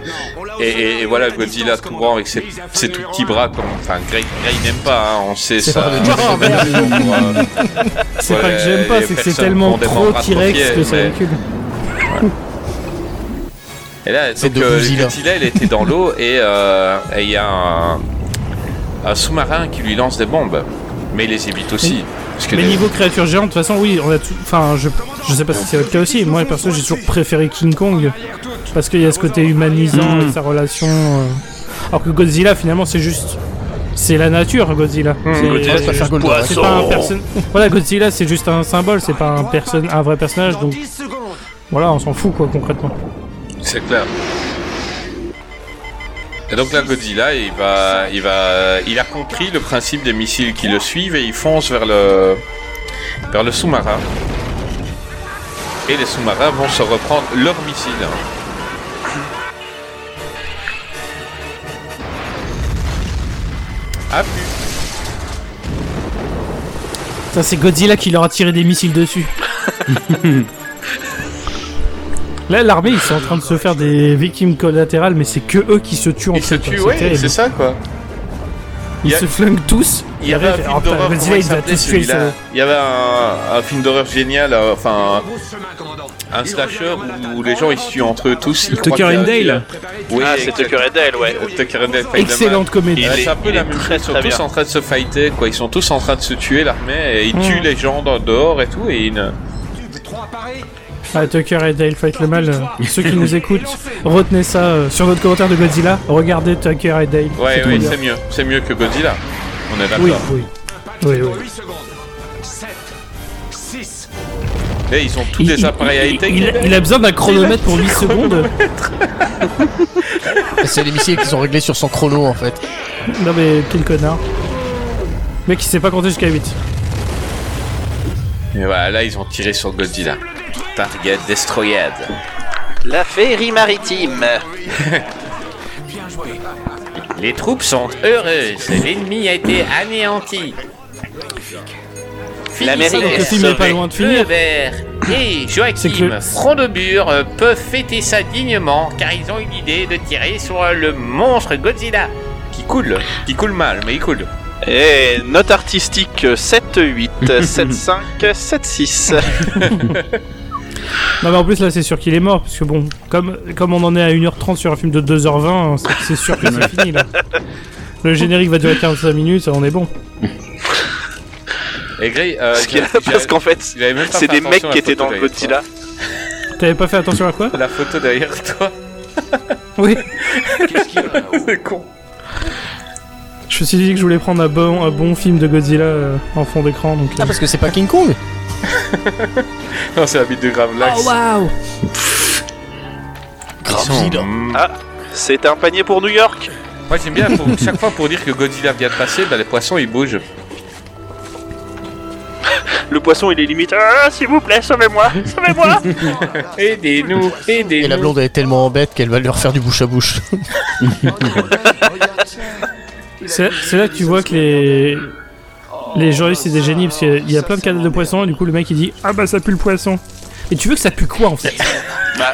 Speaker 4: Et, et- et voilà, Godzilla tout grand avec ses, ses tout petits bras. Comme, enfin, Greg, Greg n'aime pas, hein, on sait
Speaker 5: C'est
Speaker 4: ça.
Speaker 5: pas le Jack
Speaker 4: Non,
Speaker 5: Lemmon.
Speaker 4: merde.
Speaker 5: C'est
Speaker 4: Ouais,
Speaker 5: pas que j'aime pas,
Speaker 4: les
Speaker 5: c'est que c'est
Speaker 4: personnes
Speaker 5: tellement
Speaker 4: ont des
Speaker 5: trop
Speaker 4: membres
Speaker 5: T-Rex que ça
Speaker 4: atrophiés, mais-
Speaker 5: recule.
Speaker 4: Et là, donc, euh, Godzilla, il était dans l'eau et euh, et il y a un, un sous-marin qui lui lance des bombes. Mais il les évite aussi. Parce que
Speaker 5: Mais
Speaker 4: les-
Speaker 5: niveau créature géante, de toute façon, oui, on a tout. Enfin, je, je sais pas si c'est votre cas aussi. Moi, perso, j'ai toujours préféré King Kong parce qu'il y a ce côté humanisant
Speaker 4: Mhm.
Speaker 6: Hmm.
Speaker 5: avec sa relation. euh, Alors que Godzilla, finalement, c'est juste. C'est la nature, Godzilla. C'est-
Speaker 6: Hmm. Godzilla, c'est juste Goldberg.
Speaker 5: c'est pas un
Speaker 6: poisson.
Speaker 5: perso- Voilà, Godzilla, c'est juste un symbole, c'est pas un, perso- un vrai personnage. Donc, voilà, on s'en fout, quoi, concrètement.
Speaker 4: C'est clair. Et donc là, Godzilla, il va, il va, il a compris le principe des missiles qui le suivent et il fonce vers le, vers le sous-marin. Et les sous-marins vont se reprendre leurs missiles. Ah, pu-
Speaker 5: Ça, c'est Godzilla qui leur a tiré des missiles dessus. Là, l'armée, ils sont en train de se faire des victimes collatérales, mais c'est que eux qui se tuent entre
Speaker 4: se
Speaker 5: eux, quoi.
Speaker 4: tuent, ouais,
Speaker 5: terrible.
Speaker 4: c'est ça, quoi.
Speaker 5: Ils
Speaker 4: Il y a-
Speaker 5: se flinguent tous.
Speaker 4: Il y avait un film
Speaker 5: Alors,
Speaker 4: d'horreur,
Speaker 5: Godzilla,
Speaker 4: comment il
Speaker 5: il va
Speaker 4: s'appelait,
Speaker 5: tous tuer.
Speaker 4: celui-là
Speaker 5: ça.
Speaker 4: Il y avait un, un film d'horreur génial, euh, enfin un, un slasher où les gens ils se tuent entre eux tous. ils croient
Speaker 7: Tucker
Speaker 4: qu'il y a-
Speaker 7: and Dale
Speaker 4: Oui,
Speaker 8: Ah, c'est Tucker et Dale, ouais.
Speaker 4: Tucker and Dale. Fight
Speaker 5: Excellente
Speaker 4: the Man.
Speaker 5: comédie.
Speaker 4: Ouais,
Speaker 5: Il est-
Speaker 4: C'est un peu
Speaker 8: il
Speaker 4: la
Speaker 8: est
Speaker 4: même chose.
Speaker 8: très,
Speaker 4: Ils sont
Speaker 8: très
Speaker 4: tous
Speaker 8: bien.
Speaker 4: en train de se fighter, quoi. Ils sont tous en train de se tuer l'armée et ils
Speaker 5: Mm.
Speaker 4: tuent les gens dans- dehors et tout et ils ne-
Speaker 5: Ah, Tucker et Dale fight le mal. euh, Ceux qui nous écoutent, retenez ça euh, sur votre commentaire de Godzilla. Regardez Tucker et Dale.
Speaker 4: Ouais,
Speaker 5: tout
Speaker 4: ouais,
Speaker 5: bien.
Speaker 4: c'est mieux, c'est mieux que Godzilla. On est d'accord.
Speaker 5: Oui, oui. Oui, oui.
Speaker 20: 8 secondes. 7, 6.
Speaker 4: Et ils ont tous des appareils
Speaker 5: il-
Speaker 4: high-tech. hein.
Speaker 5: il- il a besoin d'un chronomètre pour 8 secondes.
Speaker 6: C'est les missiles qu'ils ont réglés sur son chrono en fait.
Speaker 5: Non mais quel connard. Mec il sait pas compter jusqu'à 8.
Speaker 4: Et voilà, là ils ont tiré sur Godzilla. Target destroyed.
Speaker 8: La féerie maritime.
Speaker 4: Les troupes sont heureuses. L'ennemi a été anéanti.
Speaker 8: L'Amérique
Speaker 4: Finissons
Speaker 8: est
Speaker 4: de
Speaker 8: sauvée.
Speaker 4: sauver
Speaker 8: pas loin de finir.
Speaker 4: Le vert et
Speaker 8: C'est
Speaker 4: Joachim
Speaker 8: que le-
Speaker 4: Frondebure euh, peuvent fêter ça dignement car ils ont eu l'idée de tirer sur euh, le monstre Godzilla qui coule, qui coule mal, mais il coule.
Speaker 8: Et note artistique 7-8, 7-5, 7-6.
Speaker 5: Non mais en plus là c'est sûr qu'il est mort parce que bon comme, comme on en est à 1h30 sur un film de 2h20 hein, c'est- c'est sûr que c'est fini là. Le générique va durer 45 minutes on est bon.
Speaker 4: Et Grey, euh,
Speaker 8: Parce qu'il-
Speaker 4: j'ai- j'ai-
Speaker 8: parce qu'en fait,
Speaker 4: j'avais même pas
Speaker 8: c'est
Speaker 4: fait
Speaker 8: des mecs
Speaker 4: attention à
Speaker 8: qui
Speaker 4: la
Speaker 8: étaient
Speaker 4: photo
Speaker 8: dans le
Speaker 4: derrière toi.
Speaker 5: T'avais pas fait attention à quoi
Speaker 4: La photo derrière toi.
Speaker 5: Oui.
Speaker 4: Qu'est-ce qu'il y a C'est con.
Speaker 5: Je me suis dit que je voulais prendre un bon, un bon film de Godzilla euh, en fond d'écran donc... euh,
Speaker 6: Ah parce que c'est pas King Kong
Speaker 4: Non, c'est la bite de Gravelax.
Speaker 5: Oh waouh
Speaker 8: Ah, c'est un panier pour New York.
Speaker 4: Moi j'aime bien, pour, chaque fois pour dire que Godzilla vient de passer, bah, les poissons ils bougent.
Speaker 8: Le poisson, il est limite. Ah, s'il vous plaît, sauvez-moi, sauvez-moi.
Speaker 4: Aidez-nous, aidez-nous.
Speaker 6: Et la blonde elle est tellement bête qu'elle va lui refaire du bouche à bouche.
Speaker 5: C'est c'est là que tu vois que les... Les journalistes c'est des génies parce qu'il y a plein de cadavres de poissons et du coup le mec il dit ah bah ça pue le poisson. Et tu veux que ça pue quoi en fait
Speaker 8: Bah,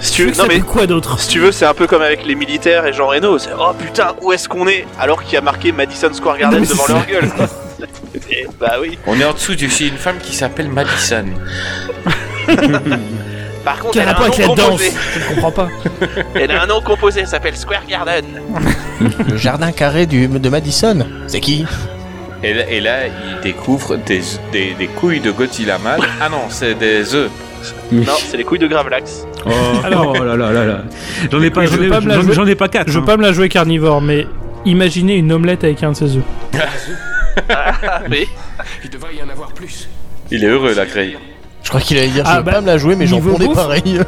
Speaker 8: si tu veux,
Speaker 5: Ça
Speaker 8: non mais
Speaker 5: pue quoi d'autre
Speaker 8: si tu veux, c'est un peu comme avec les militaires et Jean Reno. C'est oh putain, où est-ce qu'on est Alors qu'il y a marqué Madison Square Garden
Speaker 4: Non, mais
Speaker 8: devant
Speaker 4: c'est
Speaker 8: leur
Speaker 4: ça.
Speaker 8: gueule. Et bah oui.
Speaker 4: On est en dessous du chez une femme qui s'appelle Madison.
Speaker 8: Par contre,
Speaker 5: Quel
Speaker 8: elle a,
Speaker 5: rapport
Speaker 8: un
Speaker 5: avec la
Speaker 8: nom
Speaker 5: danse
Speaker 8: composé.
Speaker 5: Je ne comprends pas.
Speaker 8: elle a un nom composé, elle s'appelle Square Garden.
Speaker 6: Le jardin carré du, de Madison. C'est qui
Speaker 4: Et là, et là, il découvre des, des, des couilles de Godzilla mâle. Ah non, c'est des œufs.
Speaker 8: non, c'est les couilles de Gravelax.
Speaker 7: Oh, oh là là là là. J'en ai pas,
Speaker 5: Je
Speaker 7: j'en
Speaker 5: veux
Speaker 7: ai,
Speaker 5: pas me la
Speaker 7: j'en-
Speaker 5: jouer-
Speaker 7: j'en ai pas quatre.
Speaker 5: Je veux
Speaker 7: hein.
Speaker 5: pas me la jouer carnivore, mais imaginez une omelette avec un de ses œufs.
Speaker 8: oui.
Speaker 15: Il devrait y en avoir plus.
Speaker 4: Il est heureux la Grey.
Speaker 6: Je crois qu'il allait dire
Speaker 5: Ah
Speaker 6: je veux
Speaker 5: bah,
Speaker 6: pas me la jouer mais j'en
Speaker 5: niveau
Speaker 6: prends des
Speaker 5: bouffe
Speaker 6: pareils.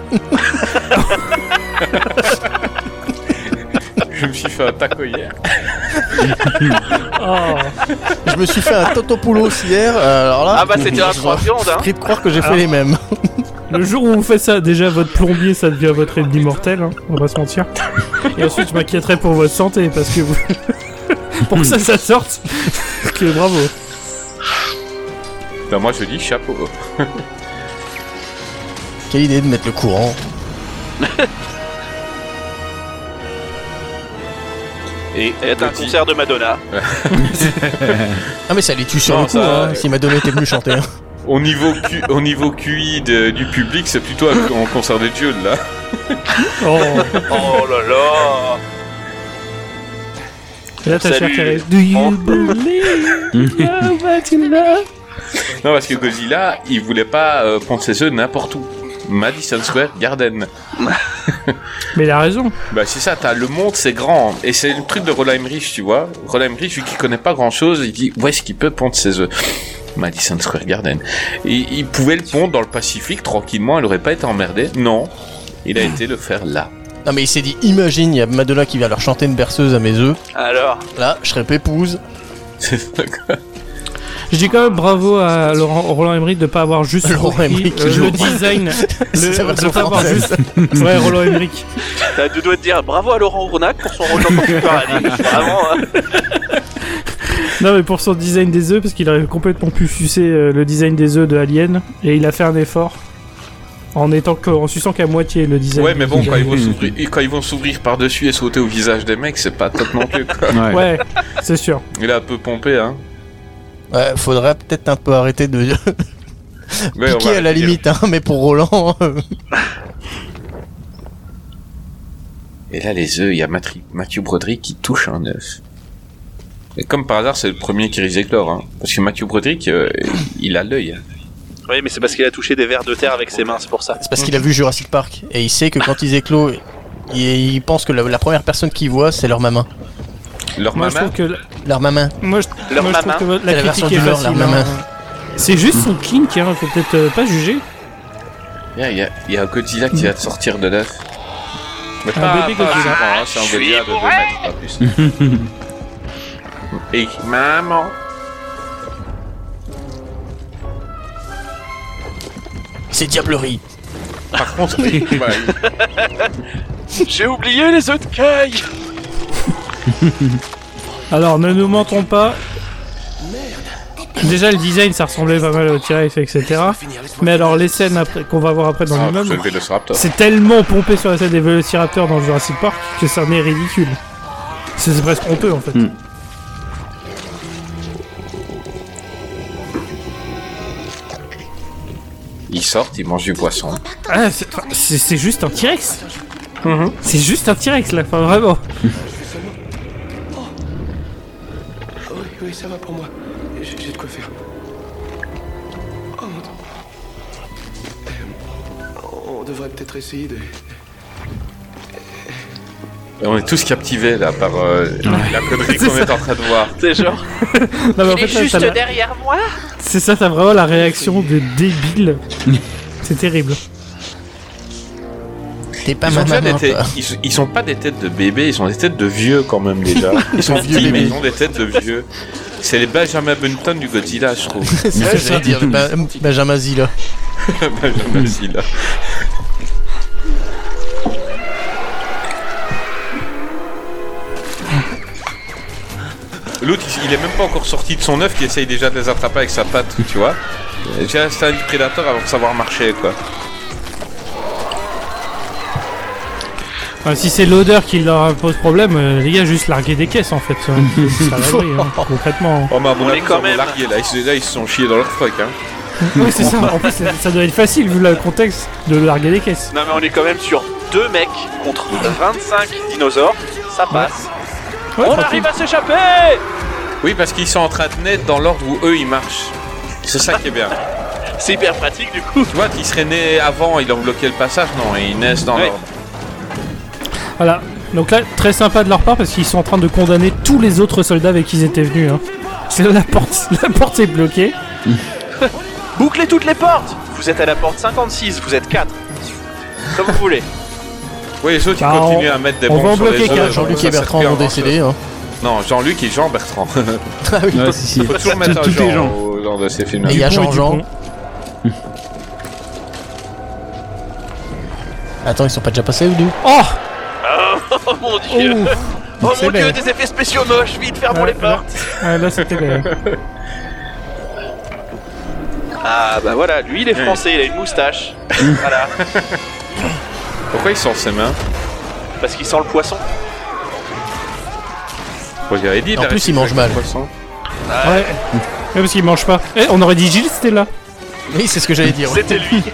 Speaker 4: Je me suis fait un taco hier.
Speaker 5: Oh.
Speaker 6: Je me suis fait un totopoulos hier. euh, Alors là,
Speaker 8: Ah bah, c'était un trois viandes, hein.
Speaker 6: Pris de croire que j'ai fait
Speaker 5: Alors.
Speaker 6: les mêmes.
Speaker 5: Le jour où vous faites ça, déjà votre plombier, ça devient votre ennemi mortel, hein, on va pas se mentir. Et ensuite, je m'inquiéterai pour votre santé, parce que vous... pour que ça, ça sorte. ok, bravo.
Speaker 4: Ben moi je dis chapeau.
Speaker 6: Quelle idée de mettre le courant.
Speaker 4: Et
Speaker 8: Elle est un
Speaker 4: petit-
Speaker 8: concert de Madonna.
Speaker 6: Ah mais ça les tue sur
Speaker 4: Non,
Speaker 6: le coup.
Speaker 4: ça-
Speaker 8: euh,
Speaker 6: hein, Si Madonna était venue chanter.
Speaker 4: Au niveau, Q- au niveau QI de- du public, c'est plutôt un un concert de Dieu là.
Speaker 5: Oh.
Speaker 8: Oh là là.
Speaker 5: Et là, ta chère
Speaker 8: Salut.
Speaker 5: Thérèse. Do you believe in what you love
Speaker 4: Non, parce que Godzilla, il voulait pas euh, prendre ses œufs n'importe où. Madison Square Garden.
Speaker 5: Mais il a raison.
Speaker 4: Bah c'est ça, t'as le monde c'est grand et c'est le truc de Roland Emmerich, tu vois. Roland Emmerich, vu qu'il connaît pas grand chose, il dit où est-ce qu'il peut pondre ses œufs Madison Square Garden. Et il pouvait le pondre dans le Pacifique tranquillement, elle aurait pas été emmerdée. Non, il a été le faire là.
Speaker 6: Non mais il s'est dit imagine il y a Madonna qui va leur chanter une berceuse à mes œufs.
Speaker 8: Alors,
Speaker 6: Là je serais pépouse.
Speaker 4: C'est ça, quoi.
Speaker 5: Je dis quand même bravo à Laurent, Roland Emmerich de pas avoir juste
Speaker 6: Laurent
Speaker 5: repris,
Speaker 6: Emmerich,
Speaker 5: euh,
Speaker 6: je
Speaker 5: le
Speaker 6: crois.
Speaker 5: design.
Speaker 6: C'est sa
Speaker 5: le, de
Speaker 6: version
Speaker 5: pas avoir
Speaker 6: française.
Speaker 5: juste. Ouais, Roland Emmerich.
Speaker 8: t'as deux doigts de dire bravo à Laurent Ournac pour son rôle dans Porte Paradis. Vraiment, hein.
Speaker 5: Non mais pour son design des œufs parce qu'il avait complètement pu sucer euh, le design des œufs de Alien et il a fait un effort en étant que, en suçant qu'à moitié le design.
Speaker 4: Ouais, mais bon,
Speaker 5: des
Speaker 4: quand ils
Speaker 5: œufs.
Speaker 6: Mmh.
Speaker 4: vont s'ouvrir, et quand ils vont s'ouvrir par-dessus et sauter au visage des mecs, c'est pas top non plus. Quoi.
Speaker 5: Ouais, c'est sûr.
Speaker 4: Il a un peu pompé, hein.
Speaker 6: Ouais faudrait peut-être un peu arrêter de
Speaker 4: Ouais, on va
Speaker 6: piquer à la
Speaker 4: arrêter.
Speaker 6: limite hein, mais pour Roland. euh,
Speaker 4: Et là, les œufs, il y a Matri- Mathieu Broderick qui touche un œuf. Et comme par hasard, c'est le premier qui risque d'éclore, hein. Parce que Mathieu Broderick, euh, il a l'œil. hein.
Speaker 8: Oui, mais c'est parce qu'il a touché des vers de terre avec ses mains, c'est pour ça.
Speaker 6: C'est parce qu'il a vu Jurassic Park et il sait que quand ils éclos, il, il pense que la, la première personne qu'ils voient c'est leur maman.
Speaker 4: Leur
Speaker 5: Moi je
Speaker 4: maman,
Speaker 5: trouve que la-
Speaker 6: Leur maman.
Speaker 5: moi je,
Speaker 8: Leur
Speaker 5: moi, je trouve
Speaker 8: maman,
Speaker 5: que
Speaker 6: c'est
Speaker 5: la
Speaker 6: la version
Speaker 5: critique est
Speaker 6: du genre,
Speaker 5: facile.
Speaker 6: leur
Speaker 5: hein.
Speaker 6: maman.
Speaker 5: C'est juste son clink, hein, faut peut-être euh, pas juger.
Speaker 4: il y a- il y, a- il y a un Godzilla qui va te sortir de l'œuf. Mais
Speaker 5: Un
Speaker 4: pas-
Speaker 5: bébé
Speaker 4: pas
Speaker 5: Godzilla.
Speaker 4: vraiment, hein, c'est un Godzilla de deux mètres, pas plus. Et maman.
Speaker 6: C'est diablerie.
Speaker 4: Par contre, bah,
Speaker 8: J'ai oublié les œufs de caille.
Speaker 5: Alors ne nous mentons pas. Déjà le design ça ressemblait pas mal au T-Rex etc. Mais alors les scènes après- qu'on va voir après dans
Speaker 4: ah,
Speaker 5: l'immeuble,
Speaker 4: c'est le Vélociraptor.
Speaker 5: C'est tellement pompé sur la scène des Vélociraptors dans Hmm. Jurassic Park que ça en est ridicule. C'est presque honteux en fait.
Speaker 4: Ils sortent, ils mangent du poisson.
Speaker 5: Ah, c'est- enfin, c'est c'est juste un T-Rex C'est juste un T-Rex là, enfin vraiment.
Speaker 15: Oui, oui, ça va pour moi. J'ai j'ai de quoi faire. Oh mon dieu. Euh, On devrait peut-être essayer de.
Speaker 4: Et on est tous captivés là par euh, la connerie qu'on est en train de voir.
Speaker 8: C'est genre.
Speaker 5: Non, mais en
Speaker 8: Il est
Speaker 5: fait, ça-
Speaker 8: juste
Speaker 5: ça m'a-
Speaker 8: derrière moi
Speaker 5: C'est ça, t'as vraiment la réaction de débile. c'est terrible.
Speaker 6: T'es pas
Speaker 4: Ils ont, déjà
Speaker 6: maman, hein,
Speaker 4: des têtes-
Speaker 6: toi.
Speaker 4: ils, ils ont pas des têtes de bébés, ils ont des têtes de vieux quand même déjà. Ils sont
Speaker 6: Vieux
Speaker 4: vieux, mais
Speaker 6: bébés.
Speaker 4: ils ont des têtes de vieux. C'est les Benjamin Bunton du Godzilla, je trouve.
Speaker 6: C'est ce que j'allais dire, le Ba- Benjamin Zilla.
Speaker 4: Benjamin Zilla. L'autre, il- il est même pas encore sorti de son œuf qui essaye déjà de les attraper avec sa patte, tu vois. Déjà, c'est un prédateur avant de savoir marcher, quoi.
Speaker 5: Enfin, si c'est l'odeur qui leur pose problème, euh, les gars, juste larguer des caisses en fait. ça va briller, hein, concrètement.
Speaker 4: Oh, mais à mon
Speaker 5: On
Speaker 4: avis,
Speaker 5: est
Speaker 4: ils
Speaker 5: quand
Speaker 4: en ont
Speaker 5: même-
Speaker 4: largué, là. Ils, se- là, ils se sont chiés dans leur truc, hein.
Speaker 5: Ouais, c'est ça. En plus, ça- ça doit être facile vu le contexte de larguer des caisses.
Speaker 8: Non mais on est quand même sur deux mecs contre 25 dinosaures. Ça passe. on arrive à s'échapper
Speaker 4: Oui, parce qu'ils sont en train de naître dans l'ordre où eux ils marchent. C'est ça qui est bien.
Speaker 8: C'est hyper pratique du coup.
Speaker 4: Tu vois, qu'ils seraient nés avant, ils ont bloqué le passage, non, et ils naissent dans l'ordre.
Speaker 5: Voilà. Donc là, très sympa de leur part parce qu'ils sont en train de condamner tous les autres soldats avec qui ils étaient venus. hein. C'est là, la porte, la porte est bloquée.
Speaker 8: Bouclez toutes les portes Vous êtes à la porte 56, vous êtes 4. Comme vous voulez.
Speaker 4: Oui, les autres
Speaker 8: Bah,
Speaker 4: ils continuent
Speaker 8: on-
Speaker 4: à mettre des
Speaker 8: on
Speaker 4: bombes
Speaker 8: va en
Speaker 4: sur les
Speaker 8: bloquer
Speaker 4: autres,
Speaker 8: qu'un.
Speaker 4: donc
Speaker 8: Jean-Luc
Speaker 4: ça
Speaker 8: et
Speaker 4: sert
Speaker 8: Bertrand
Speaker 4: plus à
Speaker 8: vont
Speaker 4: grand-chose.
Speaker 8: décéder, hein.
Speaker 4: Non, Jean-Luc et Jean Bertrand.
Speaker 6: Ah oui. Ouais, si, si.
Speaker 4: Faut toujours
Speaker 6: Tout-
Speaker 4: mettre un
Speaker 6: tout est
Speaker 4: Jean
Speaker 6: Jean.
Speaker 4: au- dans de ces films.
Speaker 6: Et il y a Jean-Jean. Attends, ils sont pas déjà passés ou d'où
Speaker 5: Oh
Speaker 8: Oh mon dieu Oh
Speaker 6: C'est
Speaker 8: mon dieu,
Speaker 6: belle.
Speaker 8: des effets spéciaux moches, vite, fermons
Speaker 5: Ouais,
Speaker 8: les portes
Speaker 5: Ah, là, c'était bien.
Speaker 8: Ah bah voilà, lui il est français, il a une moustache. voilà.
Speaker 4: Pourquoi ils sortent ses mains
Speaker 8: Parce qu'il sent le poisson.
Speaker 4: Faut que j'avais dit,
Speaker 6: En
Speaker 4: d'arrêter
Speaker 6: plus, ils
Speaker 4: de
Speaker 6: mangent
Speaker 4: faire
Speaker 6: mal.
Speaker 4: le poisson.
Speaker 5: Ouais. Ouais, parce qu'ils mangent pas. Eh, on aurait dit Gilles, c'était là.
Speaker 6: Oui, c'est ce que j'allais dire. oui.
Speaker 8: C'était lui.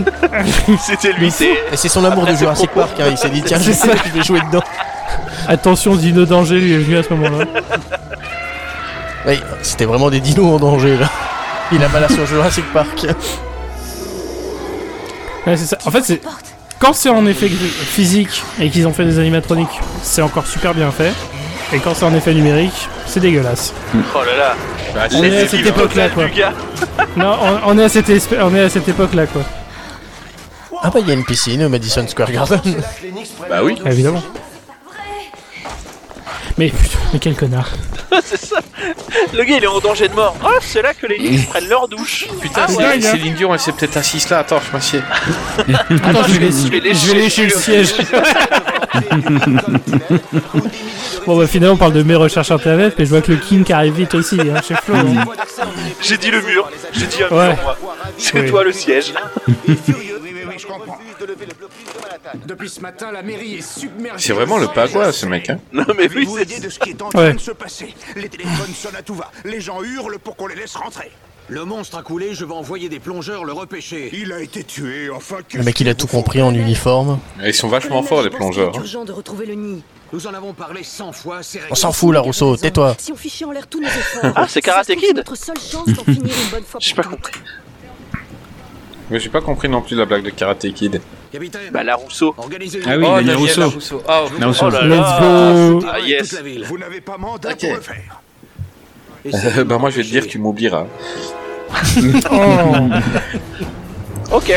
Speaker 8: C'était lui.
Speaker 6: Et c'est son amour
Speaker 8: Après
Speaker 6: de
Speaker 8: ce
Speaker 6: Jurassic
Speaker 8: propos-
Speaker 6: Park, hein, il s'est dit tiens,
Speaker 5: C'est
Speaker 6: je
Speaker 5: ça.
Speaker 6: sais, je vais jouer dedans.
Speaker 5: Attention, Dino Danger, lui est venu à ce moment-là.
Speaker 6: Oui, c'était vraiment des dinos en danger là. Il a mal à sur Jurassic Park.
Speaker 5: Ouais, c'est ça. En fait, c'est. Quand c'est en effet physique et qu'ils ont fait des animatroniques, c'est encore super bien fait. Et quand c'est en effet numérique, c'est dégueulasse.
Speaker 8: Oh là là.
Speaker 4: Bah,
Speaker 5: On est à cette
Speaker 8: euh,
Speaker 5: époque-là, quoi. Non, on, on est à cette espé- on est à cette époque-là, quoi.
Speaker 6: Ah bah il y a une piscine au Madison Square Garden.
Speaker 4: Bah oui.
Speaker 5: Ah, Évidemment. Mais putain, mais quel connard.
Speaker 8: c'est ça. Le gars il est en danger de mort. Ah, c'est là que les nix prennent leur douche.
Speaker 4: Putain,
Speaker 8: Ah
Speaker 4: c'est-
Speaker 8: ouais.
Speaker 5: hein.
Speaker 4: Céline Dion, elle s'est peut-être assise là. Attends, je m'assieds.
Speaker 5: Attends, je vais, je vais lécher le siège. bon, bah finalement, on parle de mes recherches internet, mais je vois que le King arrive vite aussi, hein, chez Flo. hein.
Speaker 8: J'ai dit le mur. J'ai dit un
Speaker 5: Ouais.
Speaker 8: mur, moi. C'est
Speaker 5: Oui.
Speaker 8: toi le siège.
Speaker 10: Depuis ce matin, la mairie est submergée.
Speaker 4: C'est vraiment le pagua, ce mec. Hein.
Speaker 8: Non mais oui,
Speaker 10: Vous
Speaker 8: c'est-
Speaker 10: idée de ce qui est en
Speaker 4: Ouais.
Speaker 10: train de se passer. Les téléphones sonnent à tout va. Les gens hurlent pour qu'on les laisse rentrer.
Speaker 13: Le monstre a coulé, je vais envoyer des plongeurs le repêcher.
Speaker 10: Il a été tué, enfin que.
Speaker 6: Le mec il a tout compris en uniforme.
Speaker 4: Ils sont vachement forts, les plongeurs. hein.
Speaker 13: urgent de retrouver le nid. Nous en avons parlé 100 fois, c'est
Speaker 6: On s'en fout là Rousseau, tais-toi.
Speaker 19: Si on fichait en l'air tous nos efforts,
Speaker 8: Ah, c'est Karate Kid
Speaker 19: notre seule chance d'en finir une bonne fois pour toutes.
Speaker 4: Mais j'ai pas compris non plus la blague de Karate Kid.
Speaker 8: Bah la Rousseau.
Speaker 4: Ah oui, Oh, Daniel Daniel Rousseau. Rousseau. Ah, ok. Rousseau.
Speaker 8: Oh là
Speaker 4: Let's
Speaker 8: là.
Speaker 4: go.
Speaker 8: Ah yes.
Speaker 10: Vous n'avez pas mandat pour le faire.
Speaker 4: Euh, bah moi, je vais te dire, tu m'oublieras.
Speaker 8: Ok.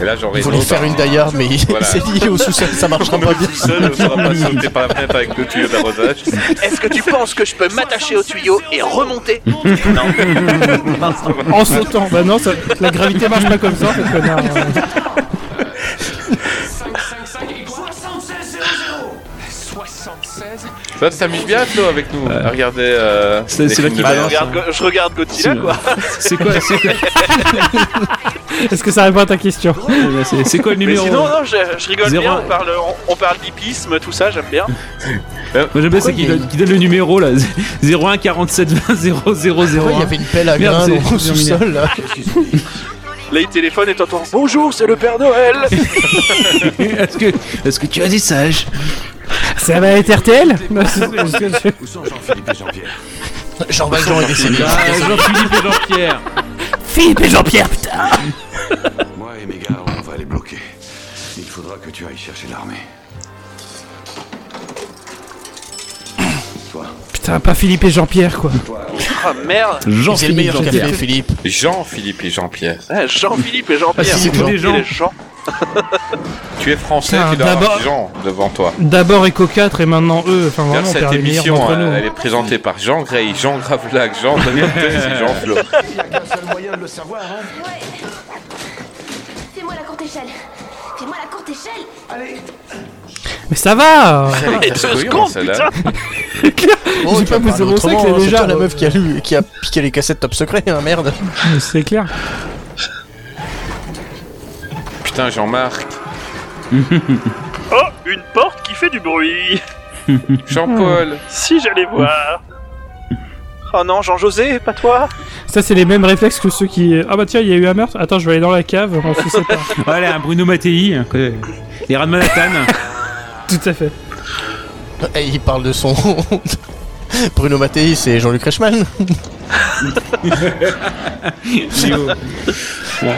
Speaker 4: Et là, j'aurais
Speaker 6: Il voulait faire une die-hard, mais il
Speaker 4: Voilà.
Speaker 6: s'est dit au sous-sol ça marchera pas bien.
Speaker 4: seul, on sera pas sauté par la fenêtre avec le tuyau d'arrosage.
Speaker 8: Est-ce que tu penses que je peux m'attacher au tuyau et remonter Non.
Speaker 5: En sautant, bah non, ça- la gravité marche pas comme ça, ce connard. hein.
Speaker 20: 5, 5, 5, 76, 00 76
Speaker 4: Toi, tu t'amuses bien, Flo, avec nous. à Regardez. Euh,
Speaker 7: C'est-
Speaker 4: les
Speaker 7: c'est là
Speaker 4: films
Speaker 7: qu'il
Speaker 4: de
Speaker 7: balance,
Speaker 4: Marvel.
Speaker 7: hein.
Speaker 8: Je regarde Godzilla,
Speaker 7: C'est-
Speaker 8: quoi.
Speaker 7: C'est quoi, c'est quoi
Speaker 5: Est-ce que ça répond à ta question
Speaker 7: C'est c'est quoi le
Speaker 8: Mais
Speaker 7: numéro euh,
Speaker 8: sinon, non, je, je rigole
Speaker 7: Zéro.
Speaker 8: bien, on parle, on, on parle d'hippisme, tout ça, j'aime bien.
Speaker 7: Moi j'aime bien ça qui donne, qui donne le numéro là 01 47 20 0 0 0
Speaker 6: Pourquoi il y avait une pelle à grains
Speaker 7: Merde,
Speaker 6: dans le
Speaker 7: c'est-
Speaker 6: sous-sol là
Speaker 8: Là, il téléphone et t'entends Bonjour, c'est le Père Noël
Speaker 7: Est-ce que, est que tu as des sages
Speaker 5: Ça va être RTL
Speaker 15: Où sont Jean-Philippe et Jean-Pierre
Speaker 6: Jean Valjean est décédé.
Speaker 7: Ah, Jean-Philippe et Jean-Pierre
Speaker 5: Philippe et Jean-Pierre, putain
Speaker 15: Moi et mes gars, on va les bloquer. Il faudra que tu ailles chercher l'armée. Toi,
Speaker 5: Putain, pas Philippe et Jean-Pierre, quoi.
Speaker 8: Ah merde
Speaker 6: Jean-Philippe et Jean-Pierre.
Speaker 4: Philippe. Jean-Philippe et Jean-Pierre.
Speaker 8: Ah, Jean-Philippe et Jean-Pierre,
Speaker 4: Ah, c'est tous des gens.
Speaker 8: les gens.
Speaker 4: Tu es français,
Speaker 5: Putain,
Speaker 4: tu dois avoir
Speaker 5: d'abord-
Speaker 4: des gens devant toi.
Speaker 5: D'abord Eco 4 et maintenant eux. Enfin,
Speaker 4: Car
Speaker 5: vraiment, on
Speaker 4: cette
Speaker 5: perd les meilleurs
Speaker 4: émission,
Speaker 5: d'entre
Speaker 4: elle,
Speaker 5: nous. hein.
Speaker 4: elle est présentée par Jean Grey, Jean Gravelac, Jean Benitez et Jean Flo.
Speaker 9: Il n'y a qu'un seul moyen de le savoir, hein Ouais Fais-moi la courte échelle Fais-moi la courte échelle Allez
Speaker 5: Mais ça va
Speaker 4: Et deux secondes, celle-là.
Speaker 6: Oh,
Speaker 5: J'ai
Speaker 6: tu vas
Speaker 5: pas
Speaker 6: parler
Speaker 5: posé mon sac,
Speaker 6: autrement,
Speaker 5: là,
Speaker 6: hein, c'est
Speaker 5: déjà.
Speaker 6: toi la meuf qui a, lu, qui a piqué les cassettes top secret, hein, merde.
Speaker 5: C'est clair.
Speaker 4: Putain, Jean-Marc.
Speaker 21: Oh, une porte qui fait du bruit
Speaker 4: Jean-Paul.
Speaker 8: Hmm.
Speaker 21: Si j'allais voir
Speaker 8: Oh non, Jean-José, pas toi
Speaker 5: Ça, c'est les mêmes réflexes que ceux qui. Ah bah tiens, il y a eu un meurtre. Attends, je vais aller dans la cave. On se sépare.
Speaker 7: Voilà, un Bruno Mattei, hein, quoi. les rats de Manhattan.
Speaker 5: Tout à fait.
Speaker 6: Et il parle de son. Bruno Mattei, c'est Jean-Luc Reichmann. Il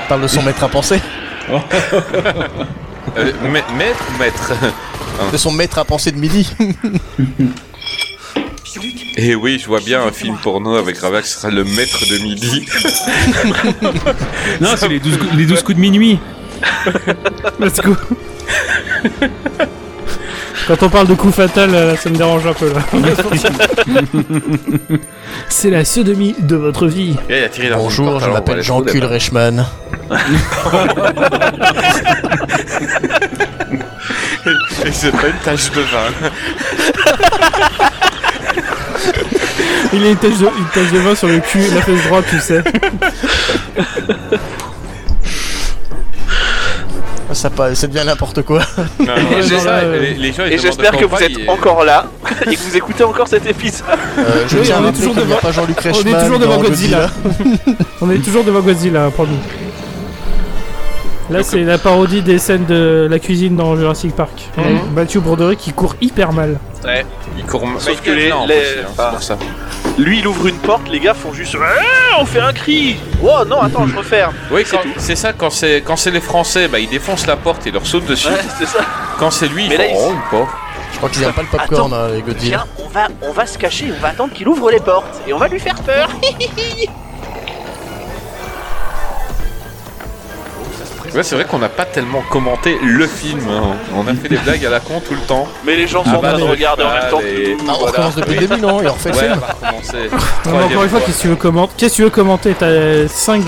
Speaker 6: parle de son maître à penser.
Speaker 4: Euh, ma- maître ou maître
Speaker 6: De son maître à penser de midi.
Speaker 4: Et Eh oui, je vois bien un film porno avec Gravelac, ce sera le maître de midi.
Speaker 7: Non, c'est les 12, coups- les 12 coups de minuit.
Speaker 5: Let's go. Quand on parle de coup fatal, euh, ça me dérange un peu là. c'est la sodomie de votre vie.
Speaker 4: Et il a tiré dans une
Speaker 6: Bonjour,
Speaker 4: porte,
Speaker 6: je
Speaker 4: alors on va
Speaker 6: m'appelle
Speaker 4: aller
Speaker 6: Jean-Cul
Speaker 4: trouver
Speaker 6: Reichmann.
Speaker 4: là-bas. Et c'est pas une tache de vin.
Speaker 5: Il a une tache de, une tache de vin sur le cul, la fesse droite, tu sais.
Speaker 6: Ah, Ça, pa- ça devient n'importe quoi.
Speaker 4: Non, Ah, non,
Speaker 8: Et
Speaker 4: c'est
Speaker 8: j'ai-
Speaker 4: ça, les- les gens, ils
Speaker 8: Et
Speaker 4: demandent
Speaker 8: j'espère que
Speaker 4: pourquoi
Speaker 8: vous êtes
Speaker 4: il-
Speaker 8: encore là et que vous écoutez encore cet épisode.
Speaker 6: Euh, je
Speaker 5: Oui,
Speaker 6: tiens à
Speaker 5: on est
Speaker 6: rappeler
Speaker 5: toujours
Speaker 6: qu'il n'y a
Speaker 5: devant-
Speaker 6: pas Jean-Luc
Speaker 5: on est
Speaker 6: Reichmann.
Speaker 5: toujours devant
Speaker 6: dans
Speaker 5: Godzilla. On est toujours devant Godzilla, promis. Là, c'est la parodie des scènes de la cuisine dans Jurassic Park.
Speaker 4: Mhm.
Speaker 5: Mathieu Broderick qui court hyper mal.
Speaker 4: Ouais, ils courent
Speaker 8: Sauf
Speaker 4: Michael
Speaker 8: que les-
Speaker 4: Lamb
Speaker 8: les-
Speaker 4: aussi, hein, c'est pour ça.
Speaker 8: Lui, il ouvre une porte, les gars font juste Ah, on fait un cri. Oh non, attends, je referme.
Speaker 4: Oui, quand- c'est ça, quand c'est quand c'est les Français, bah, ils défoncent la porte et leur sautent dessus.
Speaker 8: Ouais, c'est ça.
Speaker 4: Quand c'est lui,
Speaker 8: Mais
Speaker 4: ils
Speaker 8: là,
Speaker 4: font
Speaker 8: ils-
Speaker 4: oh, une porte.
Speaker 6: Je crois qu'ils n'aiment pas le popcorn, hein, les Godzilla.
Speaker 8: Viens, on va, on va se cacher, on va attendre qu'il ouvre les portes et on va lui faire peur.
Speaker 4: Ouais, c'est vrai qu'on n'a pas tellement commenté le film. hein. On a fait des blagues à la con tout le temps.
Speaker 8: Mais les gens sont en train de regarder en même temps.
Speaker 6: Ah, on recommence depuis le début, non Et on refait le
Speaker 4: Ouais,
Speaker 6: film
Speaker 4: on va recommencer.
Speaker 5: Non, mais encore une fois, qu'est-ce que tu veux commenter Qu'est-ce que tu veux commenter T'as 5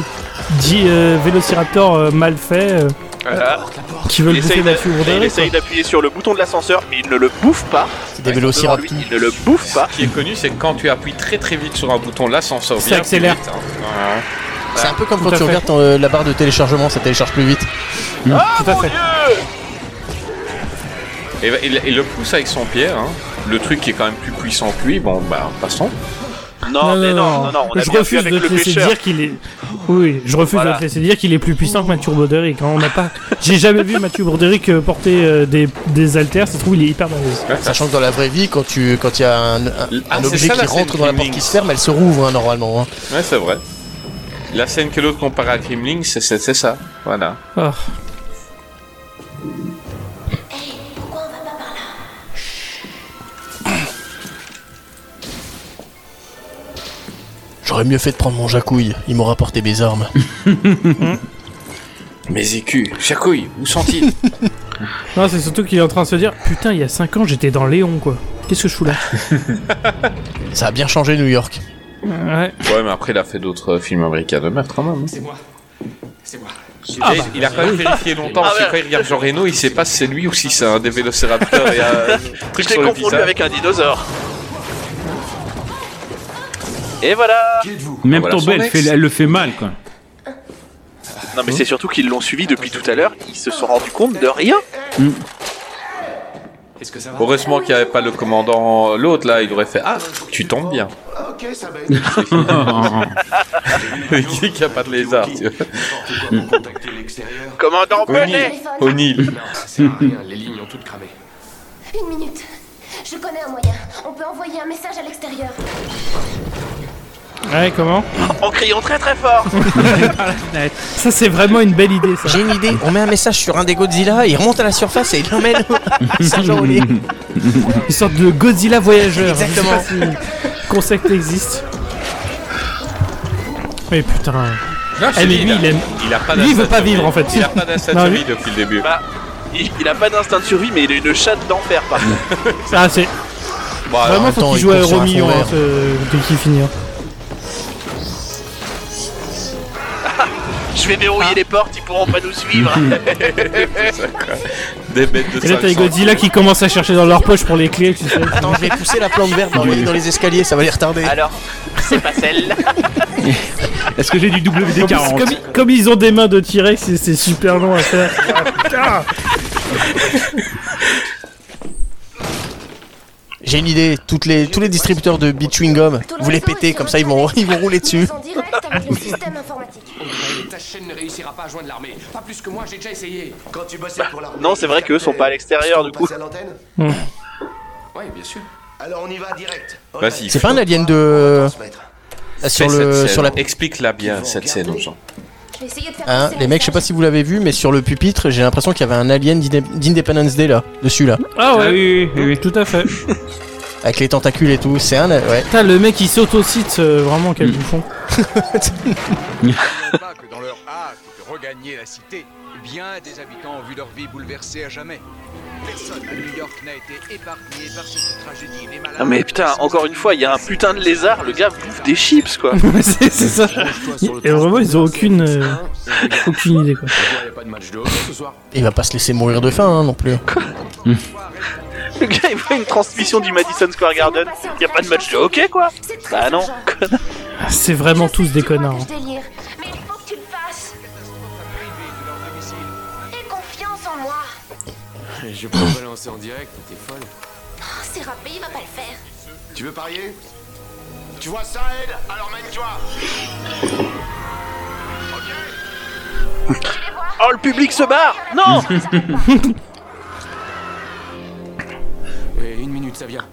Speaker 5: 10 vélociraptors euh, mal faits. euh,
Speaker 8: Voilà.
Speaker 5: Qui veulent
Speaker 8: Il
Speaker 5: bouffer
Speaker 8: essaye de-
Speaker 5: Mathieu Broderick,
Speaker 8: Il
Speaker 5: quoi.
Speaker 8: essaye d'appuyer sur le bouton de l'ascenseur, mais il ne le bouffe pas.
Speaker 6: C'est des vélos
Speaker 8: Devant lui, Il ne le bouffe pas.
Speaker 4: Ce qui est connu, c'est que quand tu appuies très très vite sur un bouton, l'ascenseur
Speaker 5: Ça
Speaker 4: vient
Speaker 5: accélère.
Speaker 4: Plus vite, hein.
Speaker 6: C'est un peu comme
Speaker 5: Tout
Speaker 6: quand
Speaker 5: à
Speaker 6: tu
Speaker 5: fait.
Speaker 6: regardes ton, euh, la barre de téléchargement, ça télécharge plus vite.
Speaker 5: Tout à fait.
Speaker 4: Ouais. Et bah, il, il le pousse avec son pied. hein. Le truc qui est quand même plus puissant que lui, bon, bah, passons.
Speaker 8: Non, mais non, non, non, on
Speaker 5: je
Speaker 8: a bien vu
Speaker 5: refuse
Speaker 8: avec
Speaker 5: de te
Speaker 8: le
Speaker 5: laisser
Speaker 8: pêcheur.
Speaker 5: dire qu'il est. Oui, je refuse
Speaker 8: Voilà.
Speaker 5: de te laisser dire qu'il est plus puissant que Mathieu Broderick. hein. On n'a pas. J'ai jamais vu Mathieu Broderick euh, porter euh, des, des haltères. Ça se trouve, il est hyper balèze.
Speaker 6: Sachant que dans la vraie vie, quand tu quand il y a un, un- un
Speaker 4: Ah, c'est
Speaker 6: objet
Speaker 4: ça,
Speaker 6: qui
Speaker 4: la
Speaker 6: rentre
Speaker 4: scène
Speaker 6: dans la
Speaker 4: du
Speaker 6: porte qui
Speaker 4: Lynx.
Speaker 6: se ferme, elle se rouvre hein, normalement. hein.
Speaker 4: Ouais, c'est vrai. La scène que l'autre compare à Grimling, c'est c'est- c'est ça. Voilà.
Speaker 5: Ah.
Speaker 6: J'aurais mieux fait de prendre mon jacouille. Il m'aura porté mes armes.
Speaker 4: Mes écus, chacouille, où sont-ils
Speaker 5: Non, c'est surtout qu'il est en train de se dire Putain, il y a 5 ans, j'étais dans Léon, quoi. Qu'est-ce que je fous là
Speaker 6: ça a bien changé New York.
Speaker 5: Ouais.
Speaker 4: Ouais, mais après, il a fait d'autres euh, films américains de meurtre, quand même. hein.
Speaker 15: C'est moi. C'est moi.
Speaker 8: Ah bah,
Speaker 4: Et il a quand même vérifié longtemps, parce que quand il regarde Jean Reno, il sait pas si c'est lui ou si c'est un des vélociraptors et un truc
Speaker 8: Je l'ai
Speaker 4: sur le
Speaker 8: confondu
Speaker 4: visage.
Speaker 8: avec un dinosaure. Et voilà
Speaker 7: Même
Speaker 8: Voilà
Speaker 7: tombée,
Speaker 8: son
Speaker 7: elle,
Speaker 8: ex.
Speaker 7: fait- elle le fait mal, quoi.
Speaker 8: Non, mais c'est surtout qu'ils l'ont suivi depuis tout à l'heure, ils se sont rendus compte de rien.
Speaker 13: Est-ce que ça va
Speaker 4: Heureusement qu'il n'y avait pas le commandant, l'autre là, il aurait fait Ah, tu tombes bien.
Speaker 12: Ah, Ok, ça va
Speaker 4: le gars qui a pas de lézard, tu vois.
Speaker 15: Contacter l'extérieur.
Speaker 21: Commandant
Speaker 8: Eh,
Speaker 4: O'Neill. O'Neill.
Speaker 15: Les lignes ont toutes cramé.
Speaker 9: Une minute. Je connais un moyen. On peut envoyer un message à l'extérieur.
Speaker 5: Ouais, comment
Speaker 8: En criant très très fort
Speaker 5: Ça, c'est vraiment une belle idée, ça.
Speaker 6: J'ai une idée, on met un message sur un des Godzilla, il remonte à la surface et il l'emmène à Saint-Jean-Olé.
Speaker 5: Une sorte de Godzilla voyageur. hein.
Speaker 6: Exactement.
Speaker 5: Je sais pas si le concept existe. Mais putain.
Speaker 4: Non, je
Speaker 5: Eh,
Speaker 4: te
Speaker 5: mais
Speaker 4: dis,
Speaker 5: lui,
Speaker 4: a-
Speaker 5: il aime.
Speaker 4: Ah, il a pas
Speaker 5: Lui, il veut
Speaker 4: d'instinct
Speaker 5: pas
Speaker 4: de
Speaker 5: vivre, en
Speaker 4: survie.
Speaker 5: fait.
Speaker 4: Il a pas d'instinct de
Speaker 5: Non, lui-
Speaker 4: survie depuis le début.
Speaker 8: Bah, il, il a pas d'instinct de survie, mais il a une chatte d'enfer par contre.
Speaker 5: Ah, c'est.
Speaker 4: Bon,
Speaker 8: Ah,
Speaker 4: alors,
Speaker 5: Vraiment,
Speaker 4: attends,
Speaker 5: faut
Speaker 4: il
Speaker 5: qu'il joue à
Speaker 4: court sur un fond
Speaker 5: Euro Million
Speaker 4: vert.
Speaker 5: hein, ce- dès qu'il finit. hein.
Speaker 8: Je vais verrouiller les portes, ils pourront pas nous suivre.
Speaker 4: Des bêtes de hein.
Speaker 5: Et là, t'as les
Speaker 4: 500.
Speaker 5: Godzilla qui commencent à chercher dans leur poche pour les clés, tu sais.
Speaker 6: Attends, je vais pousser la plante verte dans les, dans les escaliers, ça va les retarder.
Speaker 8: Alors, c'est pas celle-là.
Speaker 7: Est-ce que j'ai du
Speaker 5: En plus,
Speaker 7: WD-40
Speaker 5: comme, comme ils ont des mains de T-Rex, c'est- c'est super long à faire.
Speaker 6: J'ai une idée, toutes les, tous les distributeurs de Beat Chewing Gum, vous les pétez, comme ça ils vont, ils vont rouler dessus.
Speaker 13: On dirait que Ta chaîne ne réussira pas à joindre l'armée. Pas plus que moi, j'ai déjà essayé. Quand tu bossais pour l'armée.
Speaker 8: Non, c'est vrai qu'eux sont pas à l'extérieur du coup.
Speaker 13: Ouais, bien sûr.
Speaker 18: Alors on y va direct.
Speaker 4: Vas-y.
Speaker 6: C'est pas un alien de. euh,
Speaker 4: Fais
Speaker 6: Sur,
Speaker 4: cette
Speaker 6: le,
Speaker 4: scène.
Speaker 6: sur la
Speaker 4: Explique-la bien, cette scène aux gens.
Speaker 6: Hein, les mecs, je sais pas si vous l'avez vu, mais sur le pupitre, j'ai l'impression qu'il y avait un alien d'Inde- d'Independence Day là, dessus là,
Speaker 5: Ah ouais,
Speaker 7: oui, oui, oui,
Speaker 5: tout à fait.
Speaker 6: avec les tentacules et tout. C'est un, ouais.
Speaker 5: Putain, le mec il s'autocite euh, vraiment, quel bouffon.
Speaker 11: que dans leur hâte de regagner la cité, bien des habitants ont vu leur vie bouleversée à jamais. Personne à New York n'a été épargné par cette tragédie. Les malades-
Speaker 8: Non Ah, mais putain, encore une fois, il y a un putain de lézard, le gars bouffe des chips quoi.
Speaker 5: c'est c'est ça. Et vraiment, ils ont aucune, euh, aucune idée quoi.
Speaker 13: Il y a pas de match de hockey ce soir.
Speaker 6: Il va pas se laisser mourir de faim hein, non plus.
Speaker 8: Le gars il voit une transmission du Madison Square Garden. Y a pas de match de hockey quoi Bah non.
Speaker 5: Ah, C'est vraiment tous des connards. hein.
Speaker 9: Délire. Mais il faut que tu le fasses. Aie confiance en moi.
Speaker 13: Je peux pas lancer en direct, t'es folle.
Speaker 9: Oh, c'est râpé, il va pas le faire.
Speaker 18: Tu veux parier
Speaker 10: Tu vois ça, Ed Alors mène-toi
Speaker 8: Oh le public se barre Non
Speaker 13: Et une minute, ça vient.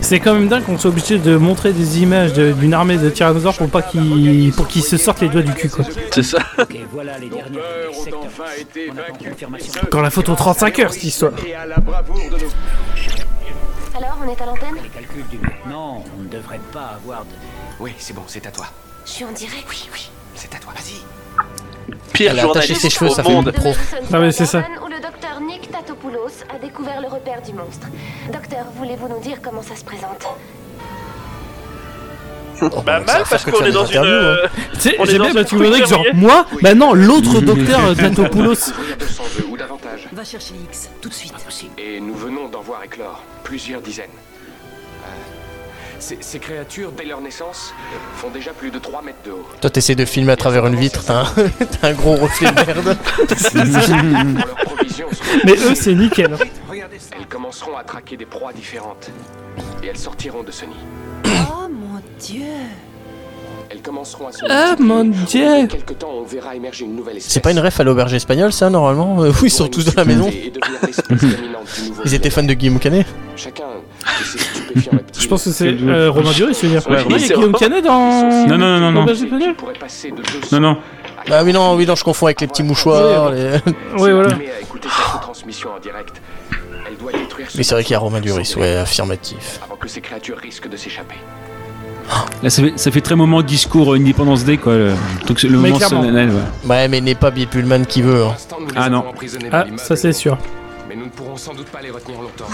Speaker 5: C'est quand même dingue qu'on soit obligé de montrer des images de- d'une armée de tyrannosaures pour pas qu'ils pour qu'ils se sortent les doigts du cul quoi.
Speaker 8: C'est ça.
Speaker 17: Ok, voilà les derniers secteurs. On attend confirmation.
Speaker 5: Quand la photo 35 heures cette histoire.
Speaker 9: Alors, on est à l'antenne
Speaker 17: Calcul du lieutenant, on ne devrait pas avoir de...
Speaker 13: Oui, c'est bon, c'est à toi.
Speaker 9: Je suis en direct. Oui, oui.
Speaker 13: C'est à toi, vas-y.
Speaker 8: Pire
Speaker 6: Elle a attaché
Speaker 8: journaliste
Speaker 6: ses cheveux,
Speaker 8: au
Speaker 6: ça fait
Speaker 8: monde.
Speaker 6: une pro.
Speaker 5: Ah mais c'est ça.
Speaker 9: Où le docteur Nick Tatopoulos a découvert le repère du monstre. Docteur, voulez-vous nous dire comment ça se présente
Speaker 8: Bah mal parce qu'on est dans une... euh,
Speaker 13: hein.
Speaker 5: Tu sais,
Speaker 8: on est
Speaker 5: j'ai
Speaker 8: dans
Speaker 5: bien
Speaker 8: une
Speaker 5: parce que
Speaker 8: fouille
Speaker 5: vous que genre
Speaker 8: verrouillée.
Speaker 5: moi, bah non, l'autre docteur Tatopoulos.
Speaker 13: ou davantage.
Speaker 19: Va chercher X, tout de suite.
Speaker 13: Et nous venons d'en voir éclore plusieurs dizaines. Euh, ces, ces créatures, dès leur naissance, font déjà plus de 3 mètres de haut.
Speaker 6: hein. Toi, t'essaies de filmer à travers une vitre, t'as un, t'as un gros reflet de merde.
Speaker 5: Mais eux c'est nickel.
Speaker 13: Elles commenceront à traquer des proies différentes. Et elles sortiront de ce nid.
Speaker 19: Oh mon dieu.
Speaker 13: Elles commenceront à se
Speaker 5: Ah mon dieu.
Speaker 13: Quelque temps, on verra émerger une nouvelle espèce.
Speaker 6: C'est pas une ref à l'auberge espagnole, ça, normalement Euh, Oui, ils sont tous dans la maison.
Speaker 13: Et devenir l'espèce dominante du nouveau
Speaker 6: Ils étaient fans de Guillaume Canet
Speaker 13: Chacun de ces stupéfiants reptiles.
Speaker 5: Je pense que c'est
Speaker 7: C'est-
Speaker 5: euh, Romain Duris, je veux dire.
Speaker 7: Ouais,
Speaker 5: Il y a Guillaume Canet dans.
Speaker 7: Non, non, non, non.
Speaker 5: L'auberge espagnole
Speaker 13: pourraient passer de
Speaker 7: Non, non.
Speaker 6: Ah oui, non, oui, non, je confonds avec les petits mouchoirs. les-
Speaker 5: Oui, voilà.
Speaker 13: Mais à écouter cette transmission en direct, elle doit détruire ce
Speaker 6: Mais c'est vrai qu'il y a Romain Duris, ouais, affirmatif.
Speaker 13: avant que ces créatures risquent de s'échapper.
Speaker 7: Là, ça fait, ça fait très moment discours euh, Independence Day, quoi. Le, truc- le
Speaker 5: Mais
Speaker 7: moment
Speaker 5: clairement.
Speaker 7: solennel, ouais.
Speaker 6: Ouais, mais n'est pas Bill Pullman qui veut. hein.
Speaker 13: Tant nous les
Speaker 7: Ah,
Speaker 13: avons
Speaker 7: non.
Speaker 13: emprisonnées dans
Speaker 5: Ah,
Speaker 13: l'immeuble,
Speaker 5: ça c'est sûr.
Speaker 13: Mais nous ne pourrons sans doute pas les retenir longtemps.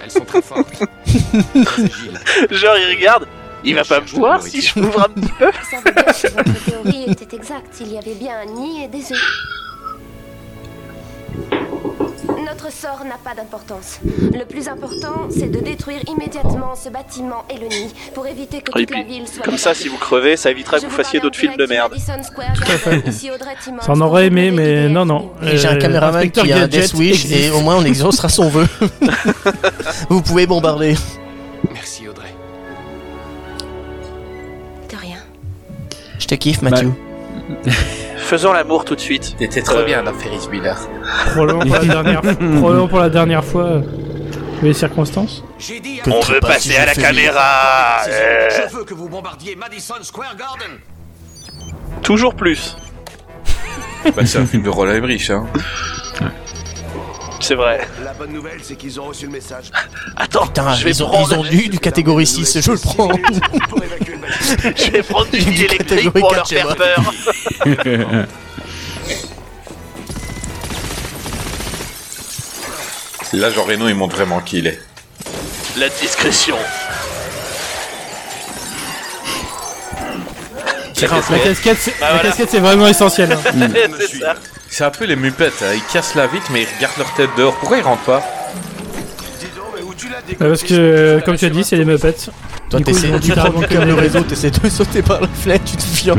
Speaker 13: Elles sont très fortes.
Speaker 8: Genre il regarde. Il va pas me voir si je m'ouvre un petit peu.
Speaker 9: Ça veut dire que votre théorie était exacte. Il y avait bien un nid et des œufs. Non, Notre sort n'a pas d'importance. Le plus important, c'est de détruire immédiatement ce bâtiment et le nid pour éviter que
Speaker 8: Ah, Et
Speaker 9: toute la
Speaker 8: puis,
Speaker 9: ville soit.
Speaker 8: comme ça, si vous crevez, ça évitera que vous fassiez d'autres films de merde.
Speaker 5: Ça en aurait aimé, mais non, non.
Speaker 6: Et j'ai un
Speaker 5: Euh,
Speaker 6: caméraman
Speaker 5: Inspecteur
Speaker 6: qui a un
Speaker 5: Gadget
Speaker 6: Death Wish
Speaker 5: existe.
Speaker 6: et au moins on exaucera son vœu. Vous pouvez bombarder.
Speaker 13: Merci Audrey.
Speaker 9: De rien.
Speaker 6: Je te kiffe,
Speaker 8: Bah,
Speaker 6: Mathieu.
Speaker 8: Faisons l'amour tout de suite.
Speaker 4: T'étais trop bien dans Ferris Bueller.
Speaker 5: Probablement pour la dernière, probablement pour la dernière fois, euh, vu les circonstances.
Speaker 8: On veut
Speaker 6: Bah,
Speaker 8: passer à la caméra. euh.
Speaker 15: Je veux que vous bombardiez Madison Square Garden.
Speaker 8: Toujours plus.
Speaker 4: Bah, c'est un film de Roland Emmerich, hein.
Speaker 8: C'est vrai.
Speaker 17: La bonne nouvelle, c'est qu'ils ont reçu le message.
Speaker 8: Attends,
Speaker 6: Putain,
Speaker 8: je vais
Speaker 6: ils ont,
Speaker 8: prendre-
Speaker 6: ils ont du, du catégorie 6, je le prends.
Speaker 8: Je vais prendre du fil électrique
Speaker 6: catégorie
Speaker 8: pour leur
Speaker 6: 4 chez
Speaker 8: faire
Speaker 6: moi.
Speaker 8: peur.
Speaker 4: Là, Jean Reno, il montre vraiment qui il est.
Speaker 8: La discrétion.
Speaker 7: Ah,
Speaker 5: La casquette, c'est
Speaker 4: Bah
Speaker 5: la
Speaker 4: voilà.
Speaker 5: casquette, c'est vraiment essentiel. hein.
Speaker 4: C'est un peu les mupettes, hein. ils cassent la vitre mais ils regardent leur tête dehors. Pourquoi ils rentrent pas
Speaker 5: Euh, Parce que, euh, comme tu as dit, c'est les Muppets.
Speaker 6: Toi,
Speaker 5: Du coup, ils
Speaker 6: t'essaies,
Speaker 5: vont
Speaker 6: tu prends
Speaker 5: littéralement
Speaker 6: comme le
Speaker 5: les-
Speaker 6: réseau, t'essaies de sauter par la flèche, tu te fiantes.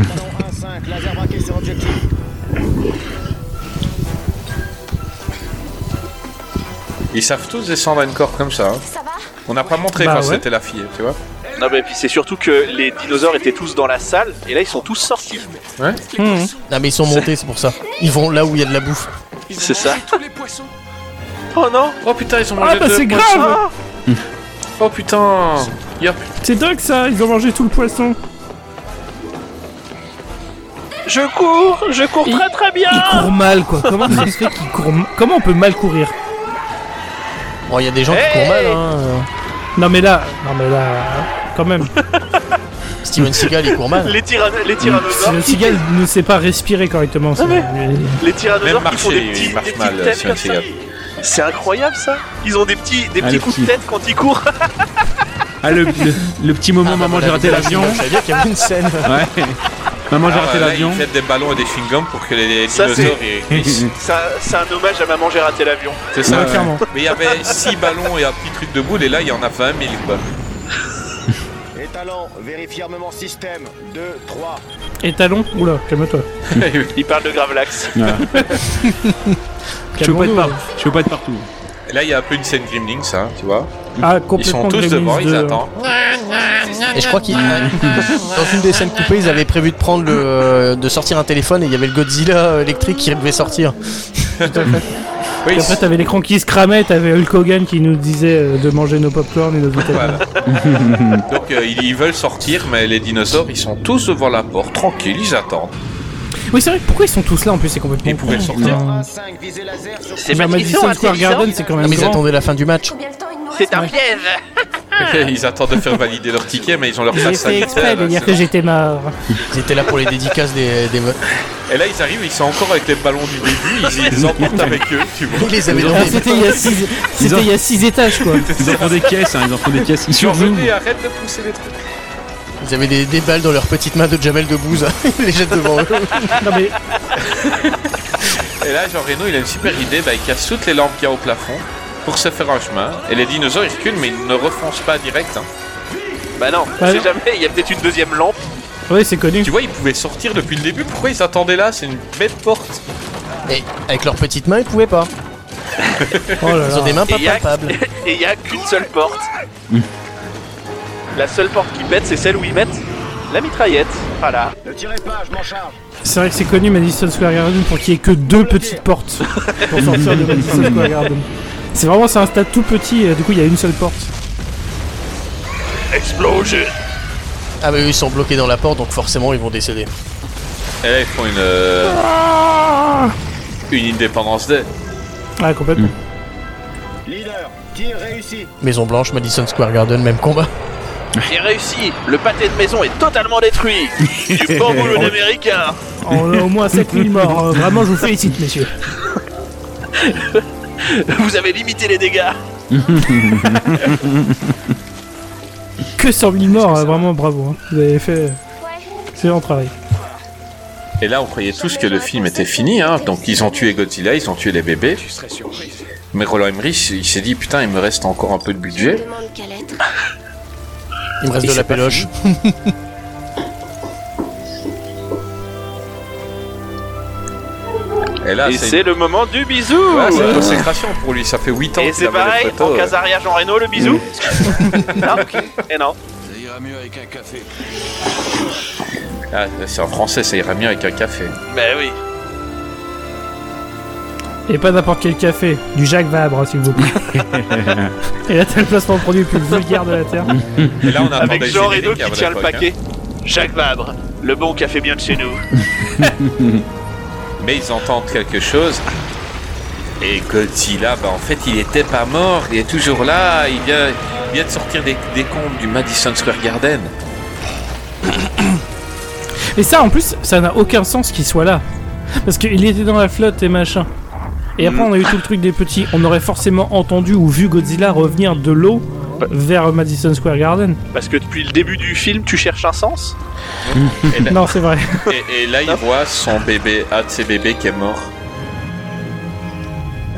Speaker 4: Ils savent tous descendre à une corde comme ça. hein. On n'a pas montré
Speaker 8: Bah
Speaker 4: quand
Speaker 8: ouais.
Speaker 4: c'était la fille, tu vois.
Speaker 8: Non mais puis c'est surtout que les dinosaures étaient tous dans la salle et là ils sont tous sortis.
Speaker 4: Ouais.
Speaker 5: Hum.
Speaker 6: Non, mais ils sont montés, c'est pour ça. Ils vont là où il y a de la bouffe.
Speaker 8: C'est ça.
Speaker 4: Oh non Oh putain, ils ont
Speaker 5: Ah
Speaker 4: mangé
Speaker 5: bah
Speaker 4: deux
Speaker 5: c'est
Speaker 4: poissons.
Speaker 5: grave
Speaker 21: Ah.
Speaker 4: Oh putain Yep.
Speaker 5: C'est dingue ça, ils ont mangé tout le poisson.
Speaker 21: Je cours, je cours très très bien.
Speaker 5: Ils courent mal quoi, comment ça se fait qu'ils courent Comment on peut mal courir
Speaker 6: Bon, il y a des gens qui courent
Speaker 21: Eh.
Speaker 6: mal, hein. euh.
Speaker 5: Non mais là, non mais là, quand même.
Speaker 6: Steven Seagal, il court mal.
Speaker 8: Les, tyranno- les tyrannosaures.
Speaker 5: Le
Speaker 8: qui-
Speaker 5: Seagal ne sait pas respirer
Speaker 21: Ah,
Speaker 5: correctement. ça.
Speaker 8: Les tyrannosaures qui font des
Speaker 4: marcher,
Speaker 8: petits,
Speaker 4: il marche
Speaker 8: des petites
Speaker 4: mal,
Speaker 8: têtes
Speaker 4: c'est
Speaker 8: comme
Speaker 4: un
Speaker 8: ça. C'est incroyable ça. Ils ont des petits, des
Speaker 7: Ah,
Speaker 8: petits
Speaker 7: le
Speaker 8: coups de
Speaker 7: petit.
Speaker 8: tête quand ils courent.
Speaker 7: Ah, le, le- le petit
Speaker 5: Ah,
Speaker 7: moment,
Speaker 5: bah,
Speaker 7: maman, j'ai raté l'avion.
Speaker 6: Je savais bien qu'il y avait une scène.
Speaker 7: Ouais. Maman, j'ai
Speaker 4: Ah,
Speaker 7: raté
Speaker 4: bah, là,
Speaker 7: l'avion.
Speaker 4: Ils jettent des ballons et des chewing-gums pour que les
Speaker 8: Ça,
Speaker 4: dinosaures
Speaker 8: c'est-
Speaker 4: ils glissent.
Speaker 8: C'est un- c'est un hommage à maman j'ai raté l'avion.
Speaker 4: C'est ça,
Speaker 7: Ouais,
Speaker 4: ouais.
Speaker 7: clairement.
Speaker 4: Mais il y avait 6 ballons et un petit truc de boule, et là, il y en a 20 000, quoi.
Speaker 10: Étalon, vérifie armement système. 2, 3.
Speaker 5: Étalon Oula, calme-toi.
Speaker 8: Il parle de Gravelax.
Speaker 7: Je veux, pas être
Speaker 5: Calmons-nous.
Speaker 7: par- je veux pas être partout.
Speaker 4: Et Là, il y a un peu une scène Gremlins, hein, tu vois.
Speaker 5: Ah,
Speaker 4: Ils sont
Speaker 5: complètement
Speaker 4: tous
Speaker 5: Gremlins
Speaker 4: devant, ils
Speaker 5: 2, hein.
Speaker 4: attendent.
Speaker 6: Et je crois qu'ils. Dans une des scènes coupées, ils avaient prévu de prendre le. euh, de sortir un téléphone et il y avait le Godzilla euh, électrique qui devait sortir.
Speaker 4: Oui,
Speaker 5: Et après, t'avais l'écran qui se cramait, t'avais Hulk Hogan qui nous disait euh, de manger nos popcorn et nos vitamines.
Speaker 4: Voilà. Donc, euh, ils, ils veulent sortir, mais les dinosaures, ils sont tous devant la porte, tranquilles, ils attendent.
Speaker 5: Oui, c'est vrai, pourquoi ils sont tous là en plus C'est complètement.
Speaker 4: Ils pouvaient
Speaker 5: con.
Speaker 4: sortir.
Speaker 5: Non.
Speaker 8: C'est
Speaker 5: Genre Madison Square Garden, c'est quand
Speaker 6: Ah,
Speaker 5: même
Speaker 6: mais ils
Speaker 5: grand.
Speaker 6: attendaient la fin du match.
Speaker 8: C'est un piège.
Speaker 4: ils attendent de faire valider leur ticket, mais ils ont leur
Speaker 5: J'ai
Speaker 4: passe
Speaker 5: fait exprès
Speaker 4: sanitaire.
Speaker 5: de
Speaker 4: là,
Speaker 5: dire
Speaker 4: c'est-
Speaker 5: que j'étais mort.
Speaker 6: Ils étaient là pour les dédicaces des. des... meufs.
Speaker 4: Et là, ils arrivent, ils sont encore avec les ballons du début, ils ils les emportent avec eux, tu vois.
Speaker 6: Ils les avaient dans
Speaker 5: Ah,
Speaker 6: les-
Speaker 5: C'était il y a six-
Speaker 7: ont-
Speaker 5: c'était il y a 6 étages quoi.
Speaker 7: Ils en font des caisses, hein, ils en font des caisses. Ils
Speaker 4: Genre,
Speaker 7: surjouent.
Speaker 4: venez, arrête de pousser les trucs.
Speaker 6: Ils avaient des, des balles dans leurs petites mains de Jamel Debbouze. Ils les jettent devant eux.
Speaker 5: Non mais
Speaker 4: Et là, Jean Reno, il a une super idée, bah, il casse toutes les lampes qu'il y a au plafond pour se faire un chemin. Et les dinosaures, ils reculent, mais ils ne refoncent pas direct. hein.
Speaker 8: Bah non,
Speaker 5: Ouais.
Speaker 8: je sais jamais, il y a peut-être une deuxième lampe.
Speaker 5: oui, c'est connu.
Speaker 4: Tu vois, ils pouvaient sortir depuis le début. Pourquoi ils s'attendaient là C'est une bête porte.
Speaker 6: Et avec leurs petites mains, ils pouvaient pas.
Speaker 5: Oh là
Speaker 6: Ils ont des
Speaker 5: là.
Speaker 6: mains pas
Speaker 8: Et il y a-
Speaker 6: palpables.
Speaker 8: Et il n'y a qu'une seule porte.
Speaker 4: Hmm.
Speaker 8: La seule porte qui pète, c'est celle où ils mettent la mitraillette. Voilà.
Speaker 10: Ne tirez pas, je m'en charge.
Speaker 5: C'est vrai que c'est connu Madison Square Garden pour qu'il y ait que deux petites portes pour sortir de Madison Square Garden. C'est vraiment c'est un stade tout petit, euh, du coup il y a une seule porte.
Speaker 8: Explosion
Speaker 6: Ah, mais eux, ils sont bloqués dans la porte, donc forcément, ils vont décéder.
Speaker 4: Et là, Eh, ils font une. euh,
Speaker 5: Ah,
Speaker 4: une Indépendance Day.
Speaker 5: ah complètement.
Speaker 10: Leader, tir réussi.
Speaker 6: Maison Blanche, Madison Square Garden, même combat.
Speaker 8: J'ai réussi Le pâté de maison est totalement détruit Du bon boulot d'américain
Speaker 5: Oh, On a au moins 7000 morts. euh, Vraiment, je vous félicite, messieurs.
Speaker 8: Vous avez limité les dégâts
Speaker 5: Que 100 000 morts, euh, vraiment bravo. hein. Vous avez fait excellent travail.
Speaker 4: Et là, on croyait tous que le film était fini. Hein. Donc, ils ont tué Godzilla, ils ont tué les bébés.
Speaker 13: Tu serais surprise.
Speaker 4: Mais Roland Emmerich, il s'est dit putain, il me reste encore un peu de budget.
Speaker 9: Demande quelle lettre
Speaker 21: Ah,
Speaker 6: Il me reste
Speaker 4: Et
Speaker 6: de la
Speaker 4: c'est pas
Speaker 6: péloche.
Speaker 4: Et là,
Speaker 21: Et c'est le moment du bisou
Speaker 4: Ah, Ouais, c'est une consécration pour lui, ça fait 8 ans
Speaker 21: Et
Speaker 4: qu'il
Speaker 21: c'est
Speaker 4: avait euh. la
Speaker 21: pareil,
Speaker 4: photo,
Speaker 21: en
Speaker 4: ouais.
Speaker 21: Casaria, Jean Reno, le bisou Non Et non.
Speaker 15: Ça ira mieux avec un café.
Speaker 4: Ah, c'est en français, ça ira mieux avec un café.
Speaker 8: Ben oui.
Speaker 5: Et pas n'importe quel café, du Jacques Vabre, hein, s'il vous plaît. Et là, t'as le placement de produit le plus vulgaire de la Terre.
Speaker 4: Et là, on attend
Speaker 21: Avec
Speaker 4: des
Speaker 21: Jean Reno
Speaker 4: génériques
Speaker 21: qui
Speaker 4: avant
Speaker 21: tient le
Speaker 4: l'époque, hein.
Speaker 21: paquet. Jacques Vabre, le bon café bien de chez nous.
Speaker 4: Mais ils entendent quelque chose. Et Godzilla, bah, en fait, il était pas mort, il est toujours là, il vient, il vient de sortir des, des comptes du Madison Square Garden.
Speaker 5: Et ça, en plus, ça n'a aucun sens qu'il soit là. Parce qu'il était dans la flotte et machin. Et après, on a eu tout le truc des petits. On aurait forcément entendu ou vu Godzilla revenir de l'eau vers Madison Square Garden.
Speaker 21: Parce que depuis le début du film, tu cherches un sens
Speaker 4: Et là-
Speaker 5: Non, c'est vrai.
Speaker 4: Et, et là, il voit son bébé, un de ses bébés qui est mort.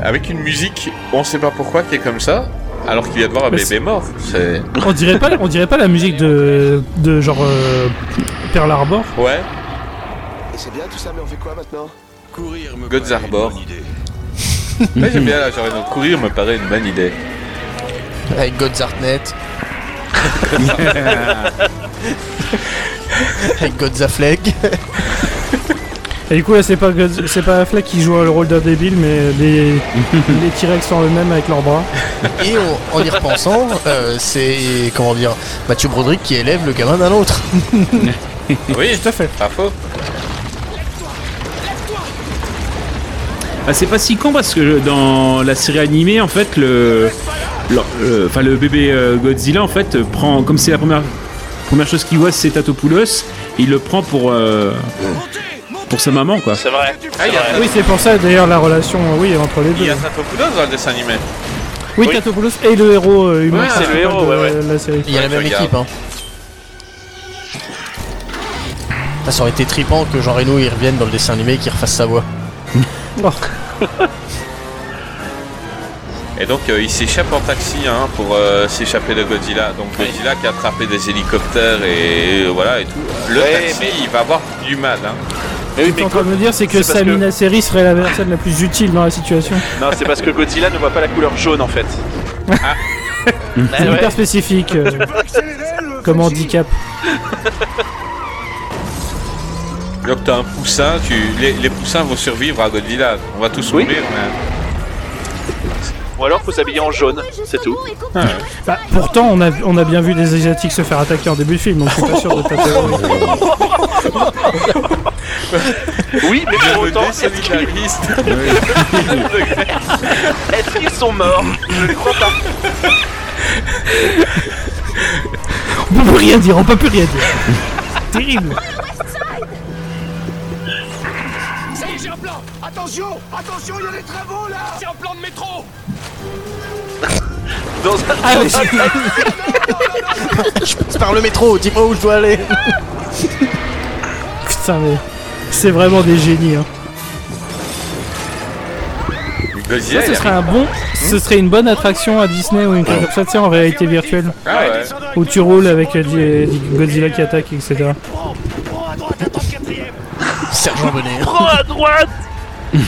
Speaker 4: Avec une musique, on sait pas pourquoi, qui est comme ça, alors qu'il vient de voir un
Speaker 5: Mais
Speaker 4: bébé mort. C'est.
Speaker 5: On dirait pas, on dirait pas la musique de, de genre euh, Pearl Harbor.
Speaker 4: Ouais,
Speaker 18: Et c'est bien tout ça, mais on fait quoi maintenant
Speaker 15: Courir me
Speaker 4: God's
Speaker 15: paraît une
Speaker 4: Arbor.
Speaker 15: bonne idée.
Speaker 4: Mais j'aime bien la genre de courir me paraît une bonne idée.
Speaker 6: Avec Godzartnet. Avec Godzafleg.
Speaker 5: Et du coup, là, c'est pas, God- c'est pas Affleck qui joue le rôle d'un débile, mais les, les T-Rex sont eux-mêmes avec leurs bras.
Speaker 6: Et on- en y repensant, euh, c'est comment dire Mathieu Broderick qui élève le gamin d'un autre.
Speaker 4: Oui, tout à fait. Pas faux.
Speaker 7: Ah, c'est pas si con parce que dans la série animée, en fait, le, le, euh, enfin, le bébé euh, Godzilla, en fait, euh, prend comme c'est la première première chose qu'il voit, c'est Tatopoulos, il le prend pour euh, pour sa maman, quoi.
Speaker 21: C'est vrai.
Speaker 4: Ah,
Speaker 5: Ah Oui, c'est pour ça d'ailleurs la relation euh, oui, entre les
Speaker 4: Il y
Speaker 5: deux.
Speaker 4: a Tatopoulos dans le dessin animé.
Speaker 5: Oui, Tatopoulos est le héros euh, humain.
Speaker 4: Ouais, c'est le
Speaker 5: principal
Speaker 4: héros,
Speaker 5: de
Speaker 4: ouais,
Speaker 5: la- la série.
Speaker 6: Il y a la même
Speaker 4: regarde.
Speaker 6: équipe. Hein. Ah, ça aurait été trippant que Jean Reno il revienne dans le dessin animé et qu'il refasse sa voix.
Speaker 4: Et donc euh, il s'échappe en taxi hein, pour euh, s'échapper de Godzilla. Donc Godzilla qui a attrapé des hélicoptères et, et voilà et tout. Le
Speaker 21: Ouais,
Speaker 4: taxi, il va avoir du mal. Hein.
Speaker 5: Ce que t'es en train de me dire, c'est que
Speaker 21: c'est parce
Speaker 5: Samina Seri serait la personne la plus utile dans la situation.
Speaker 21: Non, c'est parce que Godzilla ne voit pas la couleur jaune en fait.
Speaker 4: Ah
Speaker 5: C'est hyper spécifique euh, comme handicap.
Speaker 4: Donc t'as un poussin, tu... les, les poussins vont survivre à Godzilla. On va tous mourir. Mais...
Speaker 21: Ou alors faut s'habiller en jaune, c'est tout. Ah,
Speaker 5: Bah, pourtant, on a, on a bien vu des Asiatiques se faire attaquer en début de film, donc je suis pas sûr de ta théorie.
Speaker 4: Oh.
Speaker 21: Oui, mais pour
Speaker 4: Le
Speaker 21: autant, est-ce qu'ils
Speaker 4: désolidariste.
Speaker 21: est-ce qu'ils sont morts Je ne crois pas.
Speaker 5: On peut plus rien dire, on peut plus rien dire. Terrible.
Speaker 10: Ça y est, j'ai un plan Attention Attention, il y a des travaux là C'est un plan de métro
Speaker 21: Dans un...
Speaker 6: Ah, mais je passe par le métro, dis-moi où je dois aller.
Speaker 5: Putain, mais c'est vraiment des génies. Hein. Ça,
Speaker 4: Godzilla,
Speaker 5: ce
Speaker 4: il
Speaker 5: serait
Speaker 4: arrive.
Speaker 5: un bon, ce serait une bonne attraction à Disney ou une chose comme ça, tu sais, en réalité virtuelle,
Speaker 4: Ah ouais.
Speaker 5: où tu roules avec euh, des- des Godzilla qui attaque, etc.
Speaker 6: Sergent Bonnet.
Speaker 21: Prends à droite
Speaker 5: Ah,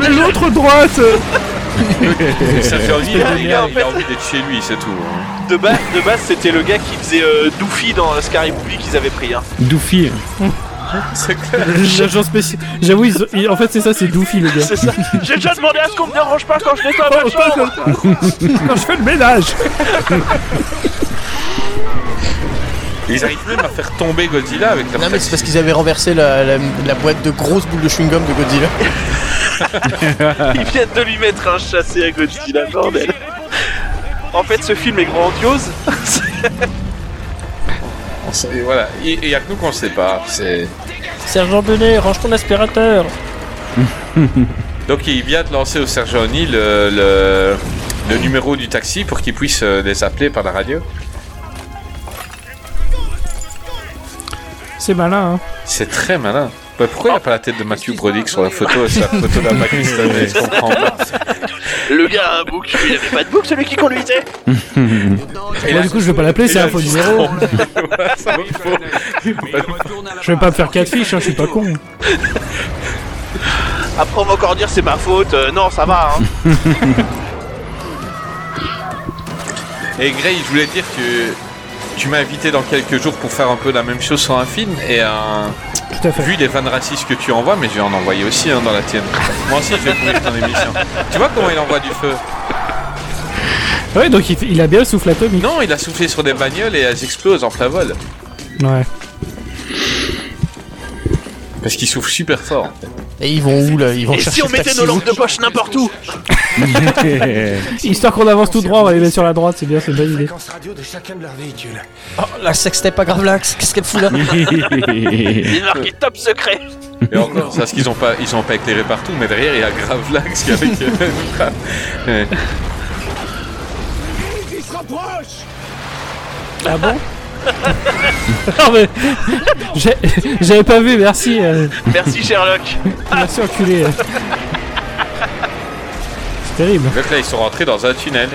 Speaker 5: mais l'autre droite
Speaker 4: Ça fait envie,
Speaker 21: Espèce de
Speaker 4: les gars,
Speaker 21: merde.
Speaker 4: il a envie d'être chez lui, c'est tout. hein.
Speaker 21: De base, de base c'était le gars qui faisait euh, Doofy dans Scary Movie qu'ils avaient pris. Hein.
Speaker 7: Doofy.
Speaker 4: C'est clair.
Speaker 5: L'agent spécial. J'avoue, ils ont- ils- en fait, c'est ça, c'est Doofy, le gars.
Speaker 21: C'est ça. J'ai déjà demandé à ce qu'on me dérange pas quand je nettoie ma chambre.
Speaker 5: Quand je fais le ménage
Speaker 4: Ils arrivent même à faire tomber Godzilla avec leur
Speaker 6: Non mais
Speaker 4: taxi.
Speaker 6: c'est parce qu'ils avaient renversé la, la- la boîte de grosses boules de chewing-gum de Godzilla.
Speaker 21: Ils viennent de lui mettre un chassé à Godzilla, bordel. En fait, ce film est grandiose.
Speaker 4: On sait- et Voilà, il y a que nous qu'on le sait pas. C'est.
Speaker 5: Sergent Bonnet, range ton aspirateur
Speaker 4: Donc il vient de lancer au sergent O'Neill le, le- le numéro du taxi pour qu'il puisse euh, les appeler par la radio.
Speaker 5: C'est malin, hein.
Speaker 4: C'est très malin. Bah, pourquoi il a pas la tête de Matthew Brodick sur la photo et sur la photo d'un pakistanais Je comprends pas.
Speaker 8: Le gars a un bouc, il avait pas de bouc celui qui conduisait
Speaker 5: Et là, du coup, je vais pas l'appeler, c'est un faux numéro. Je vais pas me faire quatre fiches, hein, je suis pas con.
Speaker 8: Après on va encore dire c'est ma faute, Euh, non ça va hein.
Speaker 4: Et Gray, je voulais dire que tu m'as invité dans quelques jours pour faire un peu la même chose sur un film et un.
Speaker 5: Tout à fait.
Speaker 4: Vu les vannes racistes que tu envoies, mais je vais en envoyer aussi hein, dans la tienne. Moi aussi, je vais couvrir ton émission. Tu vois comment il envoie du feu
Speaker 5: Ouais, donc il, il a bien le souffle atomique.
Speaker 4: Non, il a soufflé sur des bagnoles et elles explosent en plein vol.
Speaker 5: Ouais.
Speaker 4: Parce qu'il souffle super fort.
Speaker 6: Et ils vont où là Ils vont
Speaker 8: Et
Speaker 6: chercher
Speaker 8: si on
Speaker 6: le
Speaker 8: mettait
Speaker 6: taxi.
Speaker 8: nos langues de poche n'importe où
Speaker 5: Histoire qu'on avance tout droit, on va les mettre sur la droite, c'est bien, c'est une bonne idée.
Speaker 18: radio de chacun de leurs véhicules.
Speaker 1: Oh, la sextape à Gravelax, qu'est-ce qu'elle fout là
Speaker 8: Il est marqué top secret
Speaker 4: Et encore, ça, ce qu'ils ont pas, ils ont pas éclairé partout, mais derrière, il y a Gravelax qui avec. euh, Ouais.
Speaker 10: Il se rapproche
Speaker 5: Ah bon Non, mais. j'ai- J'avais pas vu, merci. euh.
Speaker 8: Merci Sherlock
Speaker 5: Merci, enculé. euh. C'est terrible.
Speaker 4: Donc là, ils sont rentrés dans un tunnel.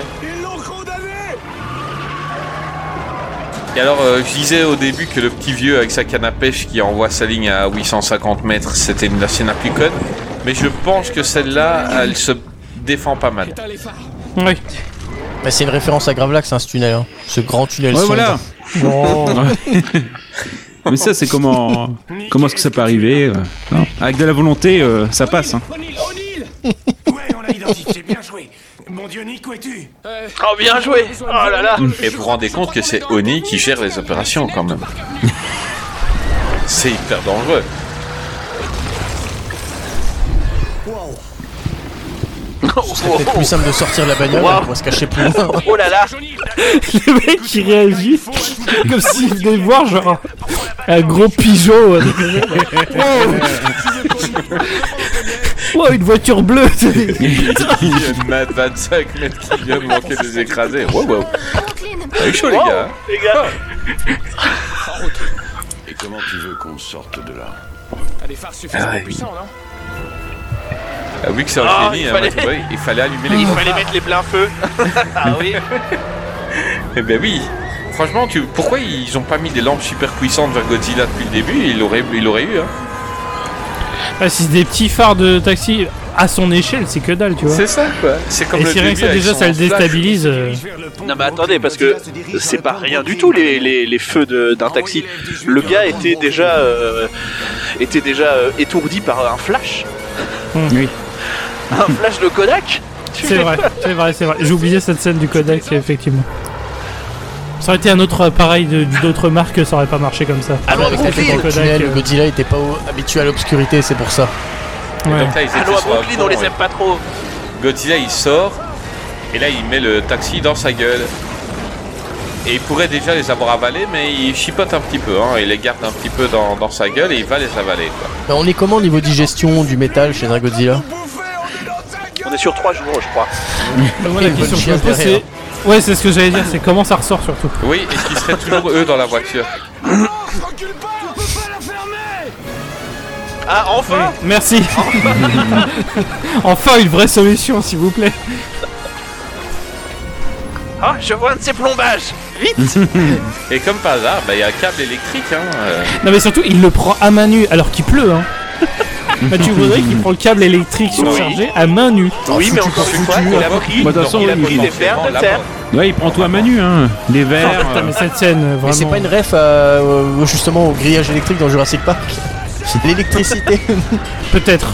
Speaker 4: Et alors, euh, je disais au début que le petit vieux avec sa canne à pêche qui envoie sa ligne à 850 mètres, c'était une ancienne appliconne. Mais je pense que celle-là, elle se défend pas mal.
Speaker 5: Oui.
Speaker 6: Bah, c'est une référence à Gravelax, hein, ce tunnel. hein. Ce grand tunnel
Speaker 7: Ouais,
Speaker 6: sombre.
Speaker 7: voilà. Mais ça, c'est comment. Comment est-ce que ça peut arriver euh, non Avec de la volonté, euh, ça passe. hein.
Speaker 17: Ouais, on l'a identifié, bien joué. Mon dieu, Nick, où es-tu
Speaker 8: Oh bien joué Oh là là
Speaker 4: Et vous vous rendez compte que c'est Oni qui gère les opérations quand même. c'est hyper dangereux.
Speaker 6: C'est peut-être plus simple de sortir la bagnole
Speaker 8: Wow.
Speaker 6: pour se cacher plus loin.
Speaker 8: Oh là là
Speaker 5: Le mec qui réagit comme s'il venait de voir genre un gros pigeon. euh, décoller. Wow. Wow, oh, une voiture bleue. c'est-
Speaker 4: Il y a une mat 25 mètres qui vient de manquer de les écraser. Wow, wow. C'est chaud, les gars. hein.
Speaker 8: Les gars
Speaker 17: Et comment tu veux qu'on sorte de là
Speaker 18: T'as des phares
Speaker 4: suffisamment Ah ouais. puissants,
Speaker 18: non
Speaker 4: Ah, vu que c'est
Speaker 8: Ah,
Speaker 4: un génie,
Speaker 8: il
Speaker 4: hein,
Speaker 8: fallait-
Speaker 4: Mathieu Boy, il fallait allumer les
Speaker 8: Il fallait mettre les pleins feux Ah oui
Speaker 4: Eh ben oui Franchement, tu... pourquoi ils ont pas mis des lampes super puissantes vers Godzilla depuis le début Il aurait, il aurait eu, hein
Speaker 5: Ah, si c'est des petits phares de taxi à son échelle, c'est que dalle, tu vois.
Speaker 4: C'est ça, quoi. C'est comme
Speaker 5: Et
Speaker 4: le
Speaker 5: si rien que
Speaker 4: début
Speaker 5: ça,
Speaker 4: avec
Speaker 5: déjà,
Speaker 4: son
Speaker 5: ça le
Speaker 4: flash.
Speaker 5: déstabilise. euh.
Speaker 8: Non mais attendez parce que c'est pas rien du tout les, les, les feux de- d'un taxi. Le gars était déjà euh, était déjà euh, étourdi par un flash,
Speaker 7: Oui.
Speaker 8: un flash de Kodak. Tu
Speaker 5: C'est
Speaker 8: fais
Speaker 5: vrai,
Speaker 8: pas-
Speaker 5: c'est vrai, c'est vrai. J'ai oublié cette scène du Kodak, effectivement. Ça aurait été un autre appareil de- d'autres marques, ça aurait pas marché comme ça.
Speaker 6: Ah, mais avec la
Speaker 5: Avec
Speaker 6: tête
Speaker 5: un
Speaker 6: dans le
Speaker 5: Kodak.
Speaker 6: tunnel, le
Speaker 5: euh,
Speaker 6: Godzilla était pas au- habitué à l'obscurité, c'est pour ça.
Speaker 5: ouais.
Speaker 4: Donc là, ils étaient
Speaker 8: Allô à
Speaker 4: sur un
Speaker 8: Brooklyn,
Speaker 4: pont,
Speaker 8: on les
Speaker 4: ouais.
Speaker 8: aime pas trop.
Speaker 4: Godzilla, il sort, et là, il met le taxi dans sa gueule. Et il pourrait déjà les avoir avalés, mais il chipote un petit peu, hein. Il les garde un petit peu dans, dans sa gueule et il va les avaler, quoi.
Speaker 6: Bah, on est comment au niveau digestion du métal chez un Godzilla
Speaker 8: On est sur trois jours je crois.
Speaker 5: Bah, moi, la
Speaker 6: Une bonne
Speaker 5: question que je me
Speaker 6: chiasse
Speaker 5: pose,
Speaker 6: derrière.
Speaker 5: c'est. Ouais, c'est ce que j'allais dire, c'est comment ça ressort surtout.
Speaker 4: Oui, est-ce qu'ils seraient toujours eux dans la voiture
Speaker 8: Ah enfin
Speaker 5: Merci Enfin une vraie solution, s'il vous plaît
Speaker 8: Ah je vois un de ces plombages. Vite
Speaker 4: Et comme par hasard, bah, il y a un câble électrique, hein. euh.
Speaker 5: Non, mais surtout, il le prend à main nue alors qu'il pleut, hein Mathieu Baudry qui prend le câble électrique surchargé à main nue.
Speaker 8: Oui mais encore une fois il a pris,
Speaker 7: Bah, de toute façon,
Speaker 8: il a
Speaker 7: oui,
Speaker 8: pris
Speaker 7: il-
Speaker 8: des fers de
Speaker 4: la
Speaker 8: terre.
Speaker 7: Ouais, il prend tout à Manu, hein. Les verres.
Speaker 5: Putain, mais cette scène, euh,
Speaker 6: Mais c'est
Speaker 5: vraiment.
Speaker 6: pas une ref à- au- justement au grillage électrique dans Jurassic Park L'électricité
Speaker 5: Peut-être.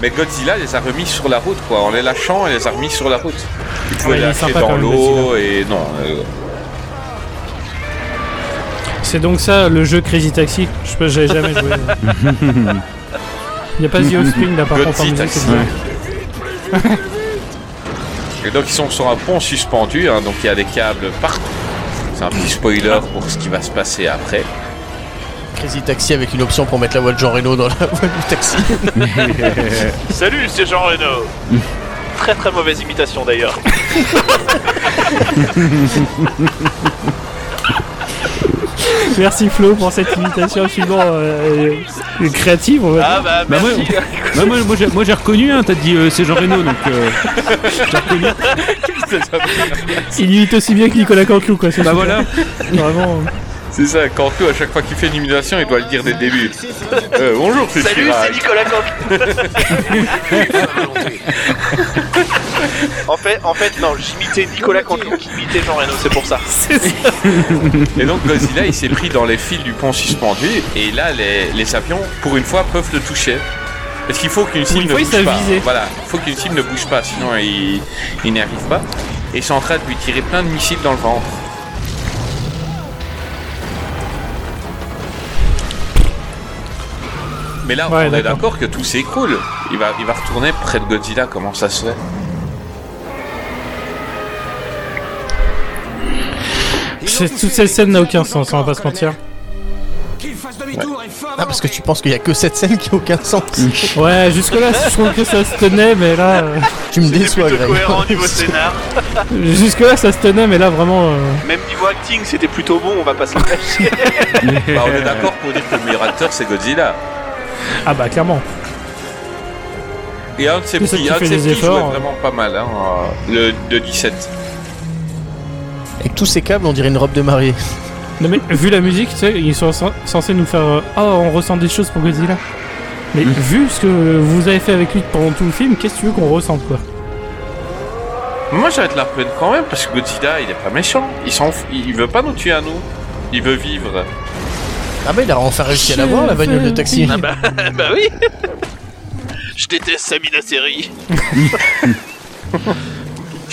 Speaker 4: Mais Godzilla les a remis sur la route, quoi. En les lâchant, elle les a remis sur la route. Il pouvait
Speaker 5: Ouais, il
Speaker 4: les
Speaker 5: est
Speaker 4: lâcher
Speaker 5: sympa
Speaker 4: dans
Speaker 5: quand même,
Speaker 4: l'eau et non. euh,
Speaker 5: C'est donc ça le jeu Crazy Taxi. Je peux, j'avais jamais joué. Il y a pas The Offspring là par
Speaker 4: Godzilla
Speaker 5: contre en musique.
Speaker 4: Taxi.
Speaker 5: c'est bien.
Speaker 4: Et donc ils sont sur un pont suspendu, hein, donc il y a des câbles partout. C'est un petit spoiler pour ce qui va se passer après.
Speaker 6: Crazy Taxi avec une option pour mettre la voix de Jean Reno dans la voix du taxi.
Speaker 8: Salut c'est Jean Reno. Très très mauvaise imitation d'ailleurs.
Speaker 5: Merci Flo pour cette imitation absolument euh, euh, créative. on va
Speaker 21: Ah
Speaker 5: dire.
Speaker 21: bah, merci.
Speaker 7: Bah, moi, moi, j'ai- moi, j'ai reconnu, hein, t'as dit euh, c'est Jean Reno, donc euh, j'ai reconnu.
Speaker 5: Il imite aussi bien que Nicolas Cantelou, quoi. c'est
Speaker 4: Bah
Speaker 5: super.
Speaker 4: voilà.
Speaker 5: Vraiment. euh,
Speaker 4: C'est ça, Cantu, à chaque fois qu'il fait une illumination, il doit le dire dès le début. Euh, bonjour, c'est
Speaker 21: Salut, c'est Nicolas Cantu. en fait, en fait, non, j'imitais Nicolas Cantu qui imitait Jean Reno, c'est pour ça.
Speaker 4: Et donc Godzilla, il s'est pris dans les fils du pont suspendu, et là, les, les avions, pour une fois, peuvent le toucher. Parce qu'il faut qu'une cible
Speaker 5: une
Speaker 4: ne
Speaker 5: fois, il
Speaker 4: bouge
Speaker 5: s'est
Speaker 4: pas.
Speaker 5: avisé.
Speaker 4: Voilà, faut qu'une cible ne bouge pas, sinon il, il n'y arrive pas. Et ils sont en train de lui tirer plein de missiles dans le ventre. Mais là,
Speaker 5: Ouais,
Speaker 4: on est d'accord que tout s'écroule. Il va, il va retourner près de Godzilla, comment ça se fait
Speaker 5: C'est- Toute cette scène n'a aucun sens, on va pas se mentir.
Speaker 6: Ah, parce que tu penses qu'il y a que cette scène qui a aucun sens.
Speaker 5: Ouais, jusque-là, je trouve que ça se tenait, mais là. euh,
Speaker 6: Tu me déçois, Greg.
Speaker 21: Cohérent au niveau scénar.
Speaker 5: Jusque-là, ça se tenait, mais là, vraiment. euh,
Speaker 21: Même niveau acting, c'était plutôt bon, on va pas se le cacher.
Speaker 4: Bah, on est d'accord pour dire que le meilleur acteur, c'est Godzilla.
Speaker 5: Ah bah, clairement.
Speaker 4: Et un de ses
Speaker 5: C'est ça
Speaker 4: petits,
Speaker 5: qui
Speaker 4: un de
Speaker 5: fait
Speaker 4: ses
Speaker 5: les
Speaker 4: petits jouait
Speaker 5: efforts.
Speaker 4: vraiment pas mal, hein, euh, le de 17.
Speaker 6: Avec tous ces câbles, on dirait une robe de mariée.
Speaker 5: Non, mais vu la musique, tu sais, ils sont cen- censés nous faire. euh, Oh, on ressent des choses pour Godzilla. Mais
Speaker 4: Hmm.
Speaker 5: vu ce que vous avez fait avec lui pendant tout le film, qu'est-ce que tu veux qu'on ressente, quoi
Speaker 4: Moi j'arrête la peine quand même parce que Godzilla il est pas méchant, il s'en fout- il veut pas nous tuer à nous, il veut vivre.
Speaker 6: Ah bah il a enfin réussi à l'avoir la bagnole de taxi.
Speaker 21: Ah bah, bah oui. Je déteste Sami la série.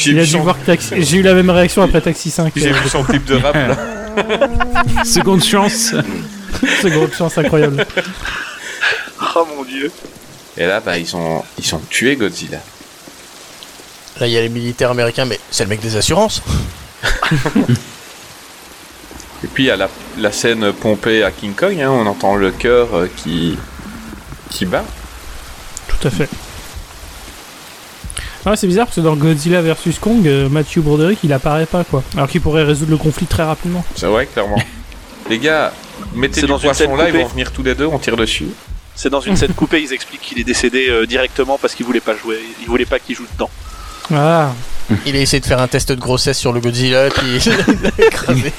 Speaker 5: Il a dû voir Taxi- J'ai eu la même réaction après Taxi 5.
Speaker 4: J'ai
Speaker 5: euh,
Speaker 4: vu son clip de rap là.
Speaker 7: Seconde chance.
Speaker 5: Seconde chance incroyable.
Speaker 21: Oh mon dieu.
Speaker 4: Et là bah ils ont ils ont tué Godzilla.
Speaker 6: Là il y a les militaires américains, mais c'est le mec des assurances.
Speaker 4: Et puis il y a la, la scène pompée à King Kong, hein, on entend le cœur euh, qui qui bat.
Speaker 5: Tout à fait. Ah, c'est bizarre parce que dans Godzilla vs Kong, euh, Matthew Broderick il apparaît pas quoi. Alors qu'il pourrait résoudre le conflit très rapidement.
Speaker 4: C'est vrai clairement. Les gars, mettez
Speaker 21: C'est
Speaker 4: du
Speaker 21: dans une
Speaker 4: poisson
Speaker 21: scène
Speaker 4: là, ils
Speaker 21: coupée.
Speaker 4: vont venir tous les deux, on tire dessus.
Speaker 21: C'est dans une scène coupée, ils expliquent qu'il est décédé euh, directement parce qu'il voulait pas jouer, il voulait pas qu'il joue dedans.
Speaker 5: Ah.
Speaker 6: Il a essayé de faire un test de grossesse sur le Godzilla et puis il l'a écrasé.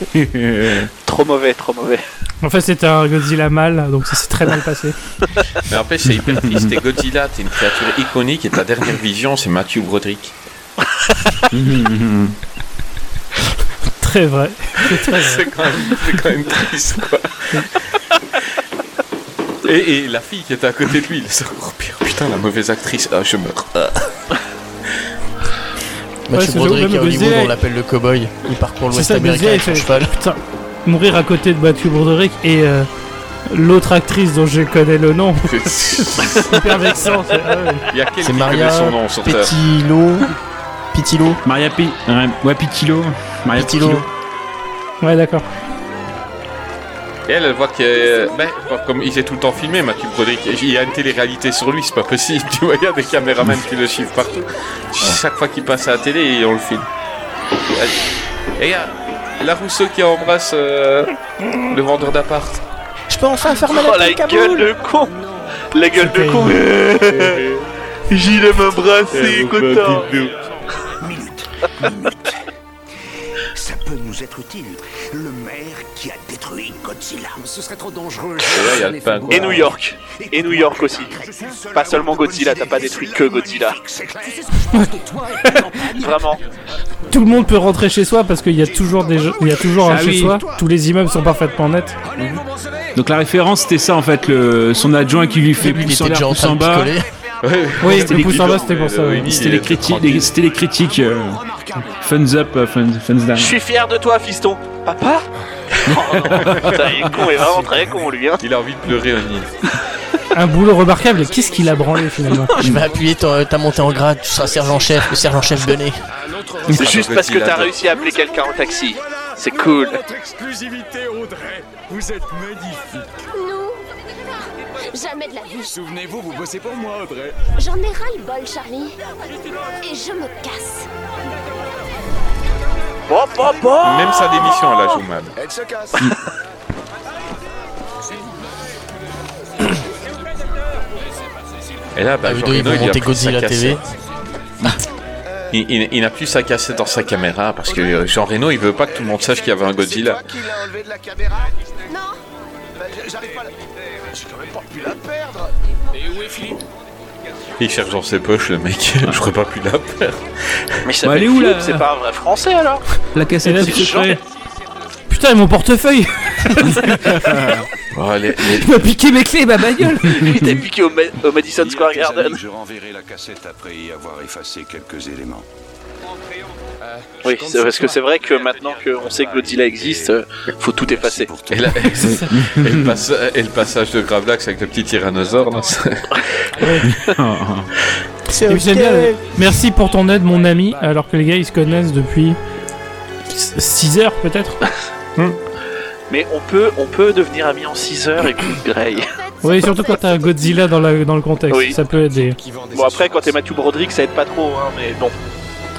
Speaker 21: Trop mauvais, trop mauvais.
Speaker 5: En fait, c'était un Godzilla mâle, donc ça s'est très mal passé.
Speaker 4: Mais après c'est hyper triste, t'es Godzilla, t'es une créature iconique et ta dernière vision c'est Matthew Broderick.
Speaker 5: Très vrai. C'est très vrai.
Speaker 4: c'est quand, même- c'est quand même triste, quoi. Et, et la fille qui était à côté de lui, c'est encore pire. Putain, la mauvaise actrice. Ah, je meurs.
Speaker 5: Ouais,
Speaker 6: Mathieu
Speaker 5: c'est
Speaker 6: Broderick
Speaker 5: le-
Speaker 6: à
Speaker 5: le
Speaker 6: Hollywood,
Speaker 5: Godzilla,
Speaker 6: on l'appelle le cowboy. Il parcourt
Speaker 5: C'est
Speaker 6: l'Ouest
Speaker 5: ça,
Speaker 6: américain
Speaker 5: Godzilla il
Speaker 6: avec son
Speaker 5: fait
Speaker 6: cheval.
Speaker 5: Putain, mourir à côté de Matthew Broderick et euh, l'autre actrice dont je connais le nom. C'est hyper vexant. c'est- ah ouais.
Speaker 4: Il y a quelqu'un
Speaker 6: C'est
Speaker 4: qui connaît
Speaker 6: Maria
Speaker 4: son nom sur Terre.
Speaker 6: Petilo. Petilo.
Speaker 7: Maria P. Ouais, ouais, Pitilo. Maria
Speaker 6: Petilo.
Speaker 7: Pitilo.
Speaker 5: Ouais, d'accord.
Speaker 4: Et elle, elle voit que. Ben, comme il est tout le temps filmé, Mathieu Broderick, il y a une télé-réalité sur lui, c'est pas possible. Tu vois, il y a des caméramans qui le suivent partout. Chaque fois qu'il passe à la télé, on le filme. Et il y a la Rousseau qui embrasse euh, le vendeur d'appart.
Speaker 6: Je peux enfin fermer
Speaker 21: Oh
Speaker 6: la
Speaker 21: la
Speaker 6: porte, Kaboul.
Speaker 21: gueule de con La gueule de con Gilles m'embrasser, content
Speaker 17: Ça peut nous être utile. Le maire qui a détruit Godzilla.
Speaker 18: Ce serait trop dangereux.
Speaker 4: Et là, il y a le pain, quoi.
Speaker 21: Et New York Et New York aussi Pas seulement Godzilla, t'as pas détruit que Godzilla. Vraiment.
Speaker 5: Tout le monde peut rentrer chez soi parce qu'il y a toujours des, il y a toujours un
Speaker 7: Ah
Speaker 5: chez
Speaker 7: oui.
Speaker 5: soi. Tous les immeubles sont parfaitement nets.
Speaker 7: Donc la référence, c'était ça en fait, le, son adjoint qui lui fait
Speaker 6: Lui, il
Speaker 7: pouce en
Speaker 6: était
Speaker 7: l'air,
Speaker 6: déjà en
Speaker 7: pouce
Speaker 6: train
Speaker 7: en
Speaker 6: de
Speaker 7: bas.
Speaker 6: picoler.
Speaker 5: Oui,
Speaker 7: C'était
Speaker 5: le
Speaker 7: les
Speaker 5: pouce en bas,
Speaker 7: clients,
Speaker 5: c'était pour
Speaker 4: mais
Speaker 5: ça.
Speaker 4: le
Speaker 5: ouais.
Speaker 4: Winnie,
Speaker 7: C'était les critiques, les- c'était les critiques. euh, Thumbs up, euh, thumbs thumbs down.
Speaker 21: Je suis fier de toi, fiston Papa Oh non, ça, il est con, il est vraiment très con lui, hein
Speaker 4: Il a envie de pleurer, O'Neill.
Speaker 5: Un boulot remarquable. Et Qu'est-ce qu'il a branlé finalement
Speaker 6: Je vais appuyer ta ta montée en grade, tu seras sergent-chef, le sergent-chef donné.
Speaker 21: C'est juste parce que t'as réussi à appeler quelqu'un en taxi. C'est cool.
Speaker 17: exclusivité, Audrey. Vous êtes magnifique.
Speaker 9: Nous Jamais de la vie.
Speaker 11: Souvenez-vous, vous bossez pour moi, Audrey.
Speaker 9: J'en ai ras le bol, Charlie. Et je me casse.
Speaker 21: Bon, bon, bon
Speaker 4: Même sa démission, elle a joué mal.
Speaker 11: Elle se casse.
Speaker 4: Et là, bah,
Speaker 6: Ah oui,
Speaker 4: Jean
Speaker 6: donc ils
Speaker 4: Reno,
Speaker 6: vont
Speaker 4: il a
Speaker 6: monter
Speaker 4: pris sa
Speaker 6: Godzilla TV.
Speaker 4: cassette. Il, il- il n'a plus sa cassette dans sa caméra parce que euh, Jean Reno il veut pas que tout le monde sache qu'il y avait un Godzilla.
Speaker 20: J'arrive pas à la... J'ai quand même pas pu la perdre
Speaker 15: Et où est Philippe
Speaker 4: Il cherche dans ses poches le mec, je crois pas plus la peur.
Speaker 21: Mais
Speaker 7: Bah, elle est où,
Speaker 21: Philippe,
Speaker 7: la-
Speaker 21: c'est pas un vrai français alors
Speaker 7: La cassette
Speaker 21: Et là,
Speaker 7: de
Speaker 21: c'est
Speaker 7: secret.
Speaker 5: Putain, et mon portefeuille
Speaker 4: Oh, les- les-
Speaker 5: Il m'a piqué mes clés, ma bagnole
Speaker 21: Il t'a piqué au, Ma- au Madison Square Garden.
Speaker 18: Je renverrai la cassette après y avoir effacé quelques éléments.
Speaker 21: Oui, c'est- parce que c'est vrai que maintenant qu'on sait que Godzilla existe, euh, faut tout effacer.
Speaker 4: Et, la- et le passa- et le passage de Gravelax avec le petit tyrannosaure. là, ça-
Speaker 5: Et puis, j'aime bien, euh, Merci pour ton aide, mon ami. Alors que les gars, ils se connaissent depuis 6 heures, peut-être
Speaker 21: Mais on peut, on peut devenir amis en 6 heures et puis Grey.
Speaker 5: Oui, surtout quand t'as Godzilla dans, la- dans le contexte.
Speaker 21: Oui.
Speaker 5: Ça peut aider.
Speaker 21: Bon après quand t'es Mathieu Broderick ça aide pas trop hein, mais bon.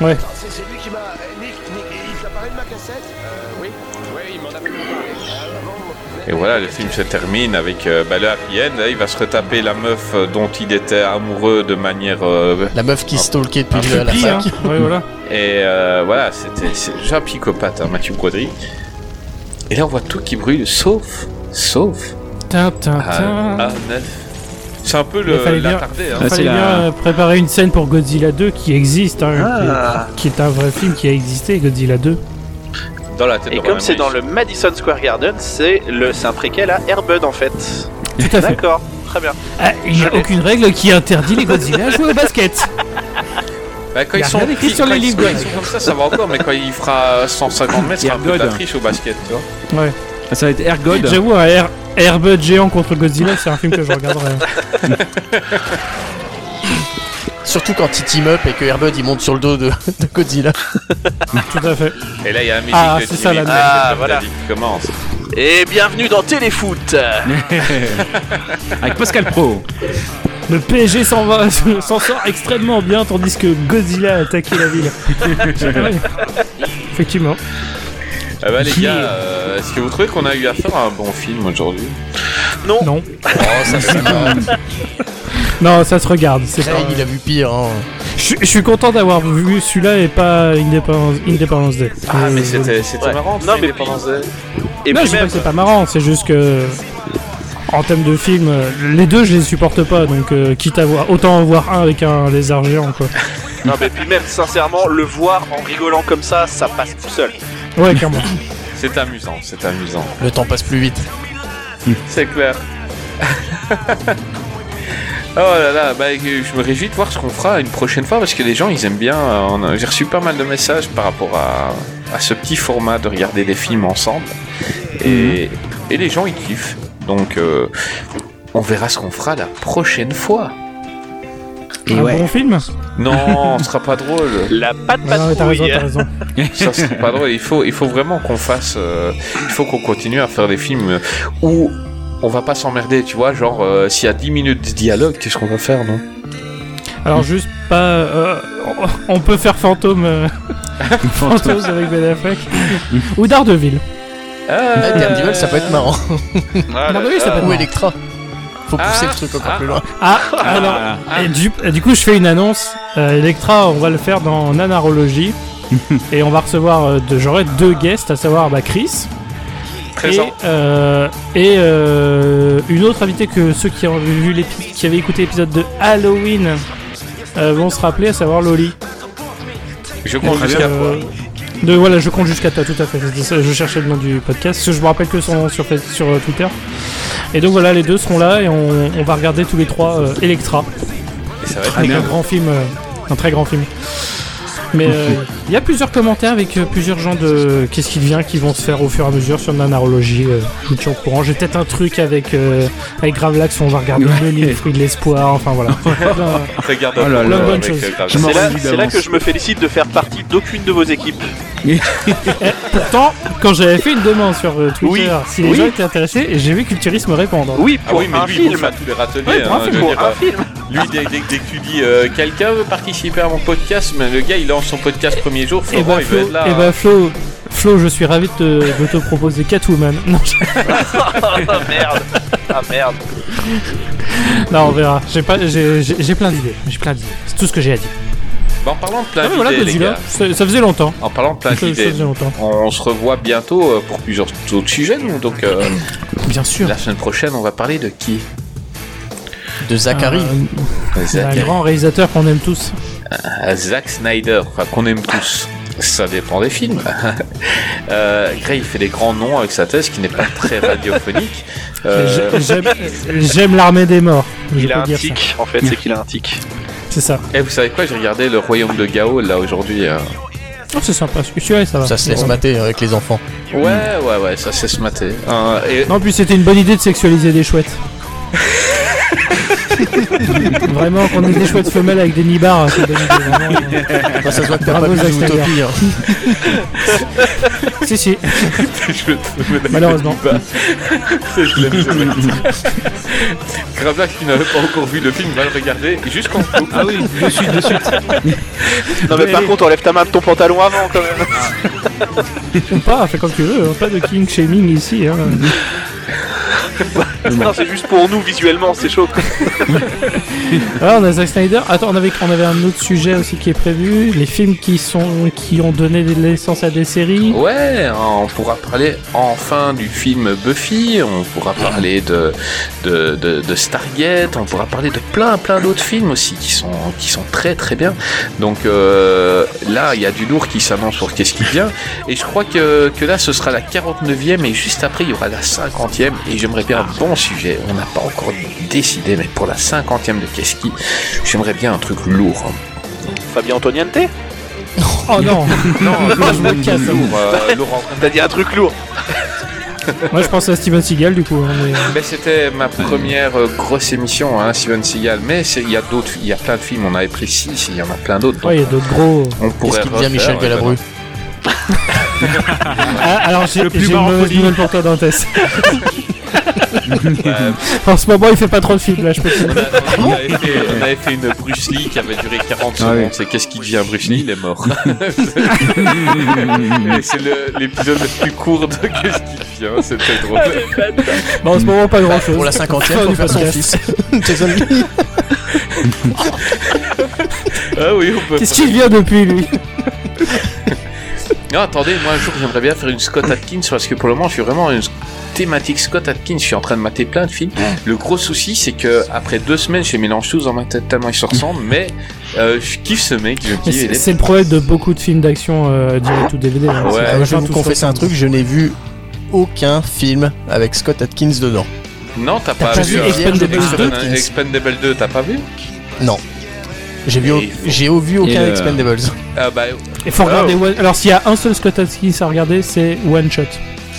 Speaker 5: Ouais.
Speaker 10: C'est c'est lui qui m'a... euh, Nick, Nick, il t'a parlé de ma cassette
Speaker 13: Oui, oui, il m'en a même parlé.
Speaker 4: Et voilà, le film se termine avec euh, bah, le happy end. hein, il va se retaper la meuf euh, dont il était amoureux de manière. euh,
Speaker 6: La meuf qui stalkait
Speaker 4: un
Speaker 6: depuis
Speaker 4: peu
Speaker 6: le- la
Speaker 4: pire,
Speaker 6: fac.
Speaker 4: hein. Et euh, voilà, c'était c'est déjà un psychopathe, hein, Mathieu Broderick. Et là, on voit tout qui brûle, sauf, sauf.
Speaker 5: Tintin,
Speaker 4: Ah, ah, neuf. C'est un peu
Speaker 5: Il fallait
Speaker 4: le
Speaker 5: bien,
Speaker 4: l'attardé. hein,
Speaker 5: il fallait bien, euh, préparer une scène pour Godzilla 2 qui existe, hein,
Speaker 21: Ah.
Speaker 5: qui, qui est un vrai film qui a existé, Godzilla 2.
Speaker 4: Dans la tête
Speaker 21: Et
Speaker 4: de
Speaker 21: comme
Speaker 4: Roland
Speaker 21: c'est dans
Speaker 4: Emmerich.
Speaker 21: le Madison Square Garden, c'est le c'est un préquel à Airbud en fait.
Speaker 5: Tout à fait.
Speaker 21: D'accord, très bien.
Speaker 5: Ah, Il n'y a aucune règle qui interdit les Godzilla à jouer au basket.
Speaker 4: Bah, quand
Speaker 5: y
Speaker 4: ils
Speaker 5: a
Speaker 4: sont
Speaker 5: rien écrit
Speaker 4: petits,
Speaker 5: sur
Speaker 4: quand
Speaker 5: les
Speaker 4: ils
Speaker 5: livres,
Speaker 4: sont-
Speaker 5: ouais.
Speaker 4: ils sont comme ça, ça va encore, mais quand il fera 150 mètres, c'est un peu de la
Speaker 7: Ergod.
Speaker 4: triche au basket, tu vois.
Speaker 5: Ouais.
Speaker 7: Ça va être Air God.
Speaker 5: J'avoue, un Air, Airbud géant contre Godzilla, c'est un film que je regarderai. hein.
Speaker 6: Surtout quand il team up et que Airbud il monte sur le dos de, de Godzilla.
Speaker 5: Tout à fait.
Speaker 4: Et là, il y a la musique
Speaker 6: Ah,
Speaker 4: de
Speaker 6: c'est ça, la
Speaker 4: Jimmy
Speaker 6: musique.
Speaker 4: Page,
Speaker 6: Ah,
Speaker 4: comme
Speaker 6: voilà.
Speaker 4: t'as dit, qui commence.
Speaker 21: Et bienvenue dans Téléfoot.
Speaker 7: Avec Pascal Pro.
Speaker 5: Le PSG s'en va- s'en sort extrêmement bien, tandis que Godzilla a attaqué la ville. Effectivement.
Speaker 4: Ah bah, les gars, euh, est-ce que vous trouvez qu'on a eu affaire à un bon film aujourd'hui
Speaker 21: Non.
Speaker 5: Non.
Speaker 4: ça
Speaker 5: Non, ça se regarde. C'est
Speaker 6: Ça,
Speaker 5: pas...
Speaker 6: il a vu pire. hein.
Speaker 5: Je suis- je suis content d'avoir vu celui-là et pas Independence, Independence Day.
Speaker 4: Ah, mais c'était c'était
Speaker 21: Ouais.
Speaker 4: marrant,
Speaker 21: Non, mais
Speaker 4: c'était
Speaker 21: Et
Speaker 4: pendant
Speaker 5: non, je
Speaker 21: puis
Speaker 5: dis pas
Speaker 21: même,
Speaker 5: que c'est pas marrant, c'est juste que. En termes de film, euh, les deux je les supporte pas, donc euh, quitte à voir, autant en voir un avec un lézard géant quoi.
Speaker 21: non, mais puis même sincèrement le voir en rigolant comme ça, ça passe tout seul.
Speaker 5: Ouais, clairement.
Speaker 4: C'est amusant, c'est amusant.
Speaker 6: Le temps passe plus vite.
Speaker 4: C'est clair. oh là là, bah, je me réjouis de voir ce qu'on fera une prochaine fois parce que les gens ils aiment bien. euh, on a- J'ai reçu pas mal de messages par rapport à, à ce petit format de regarder des films ensemble et, et les gens ils kiffent. Donc euh, on verra ce qu'on fera la prochaine fois.
Speaker 5: un bon film
Speaker 4: Non, ce sera pas drôle.
Speaker 21: La patte
Speaker 5: Ouais, non, mais t'as raison, t'as raison.
Speaker 4: Ça serait pas drôle. Il faut, il faut vraiment qu'on fasse. euh, il faut qu'on continue à faire des films euh, où on va pas s'emmerder, tu vois. Genre, euh, s'il y a 10 minutes de dialogue, qu'est-ce qu'on va faire, non
Speaker 5: Alors juste pas, euh, on peut faire fantôme, euh, fantôme avec Ben Affleck ou Daredevil.
Speaker 6: Ah, Daredevil, ça peut être marrant.
Speaker 4: Ah,
Speaker 5: Daredevil, ça peut être
Speaker 6: Ou
Speaker 5: marrant.
Speaker 6: Electra. Faut pousser le truc encore plus loin.
Speaker 5: Ah, alors, et du, et du coup, je fais une annonce. Euh, Electra, on va le faire dans Nanarologie. et on va recevoir, euh, de, j'aurai deux guests, à savoir bah, Chris.
Speaker 4: Présent.
Speaker 5: Et, euh, et, euh, une autre invitée que ceux qui, ont vu l'épi- qui avaient écouté l'épisode de Halloween euh, vont se rappeler, à savoir Loli.
Speaker 4: Je compte
Speaker 5: Euh,
Speaker 4: jusqu'à.
Speaker 5: de, voilà, je compte jusqu'à toi, tout à fait. C'est ça, Je cherchais le nom du podcast, parce que je me rappelle que son nom sur, Face- sur euh, Twitter. Et donc voilà, les deux seront là et on, on va regarder tous les trois euh, Electra.
Speaker 4: Et ça va être
Speaker 5: Avec
Speaker 4: bien.
Speaker 5: un grand film, euh, un très grand film. Mais
Speaker 4: Mhm.
Speaker 5: euh, il y a plusieurs commentaires avec euh, plusieurs gens de Qu'est-ce qu'il vient qui vont se faire au fur et à mesure sur Nanarologie. euh, je vous tiens au courant. J'ai peut-être un truc avec, euh, avec Gravelax où on va regarder le livre Fruit de l'espoir. Enfin voilà. Plein-
Speaker 4: Regarde
Speaker 5: Oh là
Speaker 4: un peu
Speaker 5: là.
Speaker 4: avec, euh,
Speaker 5: Bonne chose.
Speaker 4: Gravel.
Speaker 5: Je m'en
Speaker 21: C'est là,
Speaker 5: réjouis
Speaker 21: c'est là
Speaker 5: d'avance.
Speaker 21: que je me félicite de faire partie d'aucune de vos équipes.
Speaker 5: Pourtant, quand j'avais fait une demande sur euh, Twitter,
Speaker 21: Oui.
Speaker 5: si les
Speaker 21: Oui.
Speaker 5: gens étaient intéressés, et j'ai vu Culturisme répondre.
Speaker 21: Oui,
Speaker 4: Ah
Speaker 21: pour
Speaker 4: oui, mais
Speaker 21: un
Speaker 4: lui, il
Speaker 21: film.
Speaker 4: bouffe à tous les râteliers.
Speaker 5: Ouais, pour un
Speaker 4: hein,
Speaker 5: film,
Speaker 4: je veux
Speaker 5: pour
Speaker 4: dire,
Speaker 5: un
Speaker 4: euh, Lui, dès, dès- dès que tu dis euh, quelqu'un veut participer à mon podcast, mais le gars il lance son podcast premier jour,
Speaker 5: Et
Speaker 4: Florent
Speaker 5: bah,
Speaker 4: il veut
Speaker 5: Flo,
Speaker 4: être là. hein.
Speaker 5: eh ben, Flo, Flo, je suis ravi de te, de te proposer Catwoman. Non, je-
Speaker 21: Ah, merde. Ah merde.
Speaker 5: Non, on verra. J'ai pas, j'ai, j'ai j'ai plein d'idées. J'ai plein d'idées. C'est tout ce que j'ai à dire.
Speaker 4: Bah, en parlant de plein
Speaker 5: Ah,
Speaker 4: d'idées,
Speaker 5: voilà,
Speaker 4: les
Speaker 5: Godzilla.
Speaker 4: gars.
Speaker 5: Ça, ça faisait longtemps.
Speaker 4: En parlant de plein
Speaker 5: Ça- ça
Speaker 4: d'idées,
Speaker 5: faisait longtemps.
Speaker 4: on se revoit bientôt euh, pour plusieurs autres sujets, nous. Donc, euh,
Speaker 5: bien sûr.
Speaker 4: La semaine prochaine, on va parler de qui
Speaker 6: De Zachary.
Speaker 5: Ah.
Speaker 4: Euh,
Speaker 5: Un
Speaker 4: Zachary.
Speaker 5: grand réalisateur qu'on aime tous.
Speaker 4: Euh, Zack Snyder, enfin, qu'on aime tous. Ça dépend des films. euh, Gray il fait des grands noms avec sa thèse qui n'est pas très radiophonique. Euh,
Speaker 5: J'ai- J'aime, j'aime l'armée des morts. Je
Speaker 4: Il
Speaker 5: peux
Speaker 4: a un
Speaker 5: dire
Speaker 4: tic, en fait, c'est qu'il a un tic.
Speaker 5: ça. C'est ça.
Speaker 4: Et eh, vous savez quoi, j'ai regardé le royaume de Gao là aujourd'hui. euh.
Speaker 5: Oh, c'est sympa. Celui-là, ça va.
Speaker 6: Ça se laisse mater avec les enfants.
Speaker 4: Ouais, ouais, ouais, ça c'est se mater. Euh, et-
Speaker 5: Non, puis c'était une bonne idée de sexualiser des chouettes. Vraiment, qu'on ait des chouettes femelles avec des nibards, c'est une bonne idée. Vraiment.
Speaker 6: Enfin, ça se voit que t'as pas
Speaker 5: Bravo,
Speaker 6: vu
Speaker 5: Zack Snyder.
Speaker 6: Utopie. hein.
Speaker 5: si, si.
Speaker 4: Je l'aime, ce
Speaker 5: Malheureusement.
Speaker 4: mec. Je l'aime, ce mec. Gravelax qui n'avait pas encore vu le film va le regarder jusqu'en bout. Ah oui,
Speaker 7: de suite, de suite.
Speaker 8: Non, mais par contre, enlève ta main de ton pantalon avant quand même.
Speaker 5: Ou pas, fais comme tu veux. hein. Pas de king shaming ici. hein.
Speaker 8: non, c'est juste pour nous visuellement, c'est chaud. quoi.
Speaker 5: Ah, on a Zack Snyder. Attends, on avait, on avait un autre sujet aussi qui est prévu. Les films qui sont, qui ont donné naissance à des séries.
Speaker 4: Ouais, on pourra parler enfin du film Buffy, on pourra parler de, de, de, de Stargate, on pourra parler de plein plein d'autres films aussi qui sont, qui sont très très bien. Donc euh, là, il y a du lourd qui s'annonce pour qu'est-ce qui vient. Et je crois que, que là, ce sera la 49e et juste après, il y aura la 50e. Et j'aimerais bien un bon sujet, on n'a pas encore décidé, mais pour la 50e de qu'est-ce qui, j'aimerais bien un truc lourd.
Speaker 8: Fabien Antoniente
Speaker 5: Oh non.
Speaker 4: Non,
Speaker 5: je me casse.
Speaker 4: lourd, euh, lourd en-
Speaker 8: T'as dit un truc lourd.
Speaker 5: Moi, je pensais à Steven Seagal du coup. hein, mais, euh,
Speaker 4: Ben, c'était ma première euh, grosse émission, hein, Steven Seagal. Mais c'est- il y a d'autres, il y a plein de films. On avait pris six, il y en a plein d'autres.
Speaker 5: Ouais, il y a d'autres gros.
Speaker 4: On pourrait
Speaker 6: Qu'est-ce qu'il devient
Speaker 4: refaire,
Speaker 6: Michel
Speaker 4: ouais,
Speaker 6: Galabru
Speaker 5: Ah, alors, j'ai
Speaker 6: Le plus
Speaker 5: j'ai une
Speaker 6: marrant
Speaker 5: mauvaise
Speaker 6: folie.
Speaker 5: nouvelle pour toi, Dantes.
Speaker 4: ben, euh,
Speaker 5: en ce moment, il fait pas trop de films là, je peux te dire.
Speaker 4: on, avait fait, on avait fait une Bruce Lee qui avait duré 40
Speaker 7: Ah
Speaker 4: secondes.
Speaker 7: oui.
Speaker 4: C'est qu'est-ce qui devient Bruce Lee Il est mort. Et c'est le- l'épisode le plus court de qu'est-ce qui devient. C'était
Speaker 6: Ah,
Speaker 4: drôle.
Speaker 5: Bon, en ce moment, pas grand chose.
Speaker 6: Pour la cinquantième,
Speaker 5: Fin
Speaker 6: faut
Speaker 5: du
Speaker 6: faire son
Speaker 5: podcast.
Speaker 6: fils. Tes amis.
Speaker 4: Ah oui, on peut.
Speaker 5: Qu'est-ce qu'il vient depuis lui
Speaker 4: Non, attendez, moi un jour j'aimerais bien faire une Scott Atkins parce que pour le moment je suis vraiment une thématique Scott Atkins. Je suis en train de mater plein de films. Le gros souci c'est que après deux semaines je les mélange tous dans ma tête tellement ils se ressemblent, mais euh, je kiffe ce mec. Je
Speaker 5: Mais
Speaker 4: kiffe, il
Speaker 5: C'est
Speaker 4: est-
Speaker 5: c'est le problème de beaucoup de films d'action euh, direct ou DVD. hein.
Speaker 4: Ouais.
Speaker 5: C'est
Speaker 6: Ah,
Speaker 5: pas
Speaker 6: moi, je vais
Speaker 5: tous
Speaker 6: vous confesser un
Speaker 5: ressemblent.
Speaker 6: truc, je n'ai vu aucun film avec Scott Atkins dedans.
Speaker 4: Non, t'as pas,
Speaker 6: pas
Speaker 4: vu
Speaker 6: vu
Speaker 4: euh,
Speaker 6: Expendables
Speaker 4: Expen-
Speaker 6: 2, Atkins
Speaker 4: Expendables 2, t'as pas vu
Speaker 6: Non. J'ai vu, au-
Speaker 4: Et-
Speaker 6: j'ai au- vu
Speaker 7: Et,
Speaker 6: aucun
Speaker 7: euh,
Speaker 6: Expendables.
Speaker 4: Ah bah,
Speaker 5: Il faut regarder.
Speaker 6: Ah.
Speaker 5: One- Alors, s'il y a un seul Scott Atkins à regarder, c'est One Shot.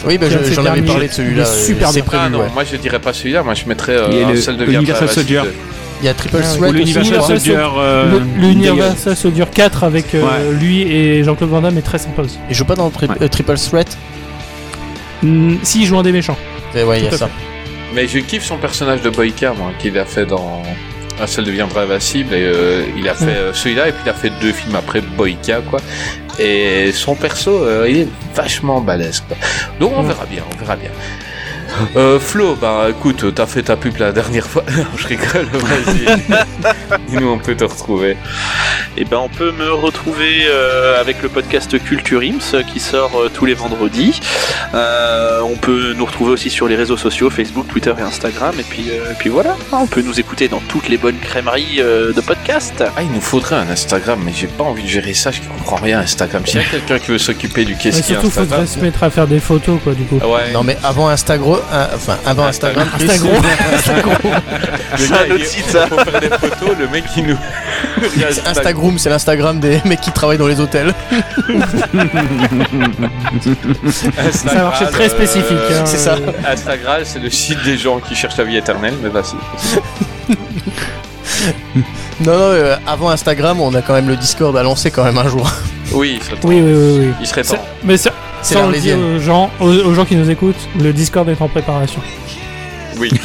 Speaker 6: Oui, bah,
Speaker 5: C'est un de
Speaker 6: je-
Speaker 5: ces
Speaker 6: j'en avais
Speaker 5: derniers.
Speaker 6: parlé de celui-là.
Speaker 5: Il est
Speaker 6: euh,
Speaker 5: super
Speaker 6: C'est
Speaker 5: bien.
Speaker 6: prévu.
Speaker 4: ah non,
Speaker 6: ouais.
Speaker 4: moi je dirais pas celui-là, moi je mettrais
Speaker 7: Il y
Speaker 4: euh,
Speaker 7: a
Speaker 4: un
Speaker 7: le
Speaker 4: seul de Viagra
Speaker 7: Universal
Speaker 4: Vasquez
Speaker 7: Soldier.
Speaker 4: deux.
Speaker 6: Il y a Triple
Speaker 5: Ah oui.
Speaker 6: Threat.
Speaker 7: Ou
Speaker 6: aussi.
Speaker 7: l'Universal
Speaker 5: Universal
Speaker 7: Soldier. euh,
Speaker 5: Le- L'univers
Speaker 7: Dagger.
Speaker 5: ça se dure 4 avec euh, lui et Jean-Claude Van Damme est très sympa aussi.
Speaker 6: Il joue pas dans le tri-
Speaker 7: Ouais.
Speaker 6: euh, Triple Threat
Speaker 5: Hmm, S'il joue un des méchants.
Speaker 6: Eh Ouais, il y a
Speaker 5: Tout à
Speaker 6: ça.
Speaker 4: Mais je kiffe son personnage de Boyka, moi, qu'il a fait dans La salle deviendra invasible. Et euh, il a fait euh, celui-là, et puis il a fait deux films après Boyka, quoi. Et son perso, euh, il est vachement balèze, quoi. Donc on
Speaker 5: Ouais.
Speaker 4: verra bien, on verra bien. Euh, Flo, bah écoute, t'as fait ta pub la dernière fois. Non, je rigole, vas-y. Dis-nous, on peut te retrouver.
Speaker 8: Et ben, on peut me retrouver euh, avec le podcast Culture Ims euh, qui sort euh, tous les vendredis. Euh, on peut nous retrouver aussi sur les réseaux sociaux Facebook, Twitter et Instagram. Et puis, euh, et puis voilà, on peut nous écouter dans toutes les bonnes crèmeries euh, de podcast.
Speaker 4: Ah, il nous faudrait un Instagram, mais j'ai pas envie de gérer ça, je comprends rien à Instagram. S'il y a quelqu'un qui veut s'occuper du
Speaker 5: Mais
Speaker 4: qu'est-ce qu'il y a
Speaker 5: surtout, faudrait
Speaker 4: Instagram.
Speaker 5: se mettre à faire des photos quoi du coup.
Speaker 4: Ouais,
Speaker 6: Non, mais avant Instagram, enfin, avant Instagram, Chris,
Speaker 5: Instagram.
Speaker 4: Le
Speaker 8: C'est
Speaker 4: gars,
Speaker 8: un autre
Speaker 4: il-
Speaker 8: site, Ah, ça.
Speaker 4: Faut faire des photos, le mec qui nous.
Speaker 6: c'est Instagram, c'est l'Instagram des mecs qui travaillent dans les hôtels.
Speaker 4: Instagram,
Speaker 5: Ça marchait très
Speaker 4: euh,
Speaker 5: spécifique. hein.
Speaker 6: Ah, c'est ça.
Speaker 4: Instagram, c'est le site des gens qui cherchent la vie éternelle, mais vas-y.
Speaker 6: Non, non, euh, avant Instagram, on a quand même le Discord à lancer quand même un jour.
Speaker 4: Oui, il serait temps.
Speaker 5: Oui, oui, oui. oui.
Speaker 4: Il serait temps.
Speaker 5: Mais ça,
Speaker 6: C'est
Speaker 5: ça on le dit
Speaker 6: l'Arlésienne.
Speaker 5: aux gens, aux, aux gens qui nous écoutent, le Discord est en préparation.
Speaker 4: Oui.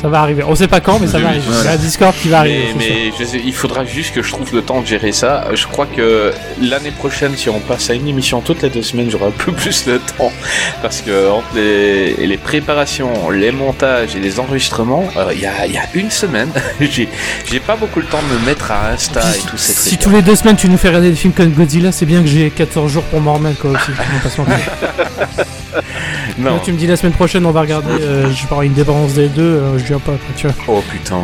Speaker 5: Ça va arriver. On sait pas quand, mais ça va arriver.
Speaker 4: Voilà.
Speaker 5: C'est un Discord qui va arriver.
Speaker 4: Mais,
Speaker 5: c'est sûr.
Speaker 4: mais je sais- il faudra juste que je trouve le temps de gérer ça. Euh, Je crois que l'année prochaine, si on passe à une émission toutes les deux semaines, j'aurai un peu plus de temps. Parce que entre les, les préparations, les montages et les enregistrements, euh, il y, a, il y a une semaine, j'ai j'ai pas beaucoup le temps de me mettre à Insta et tout ces
Speaker 5: Si
Speaker 4: trucs.
Speaker 5: tous les deux semaines tu nous fais regarder des films comme Godzilla, c'est bien que j'ai 14 jours pour m'en remettre quoi aussi. on va pas se mentir.
Speaker 4: Non.
Speaker 5: Là, tu me dis la semaine prochaine on va regarder, euh, je parle une dépendance des deux, euh, je viens pas quoi, tu vois.
Speaker 4: Oh putain.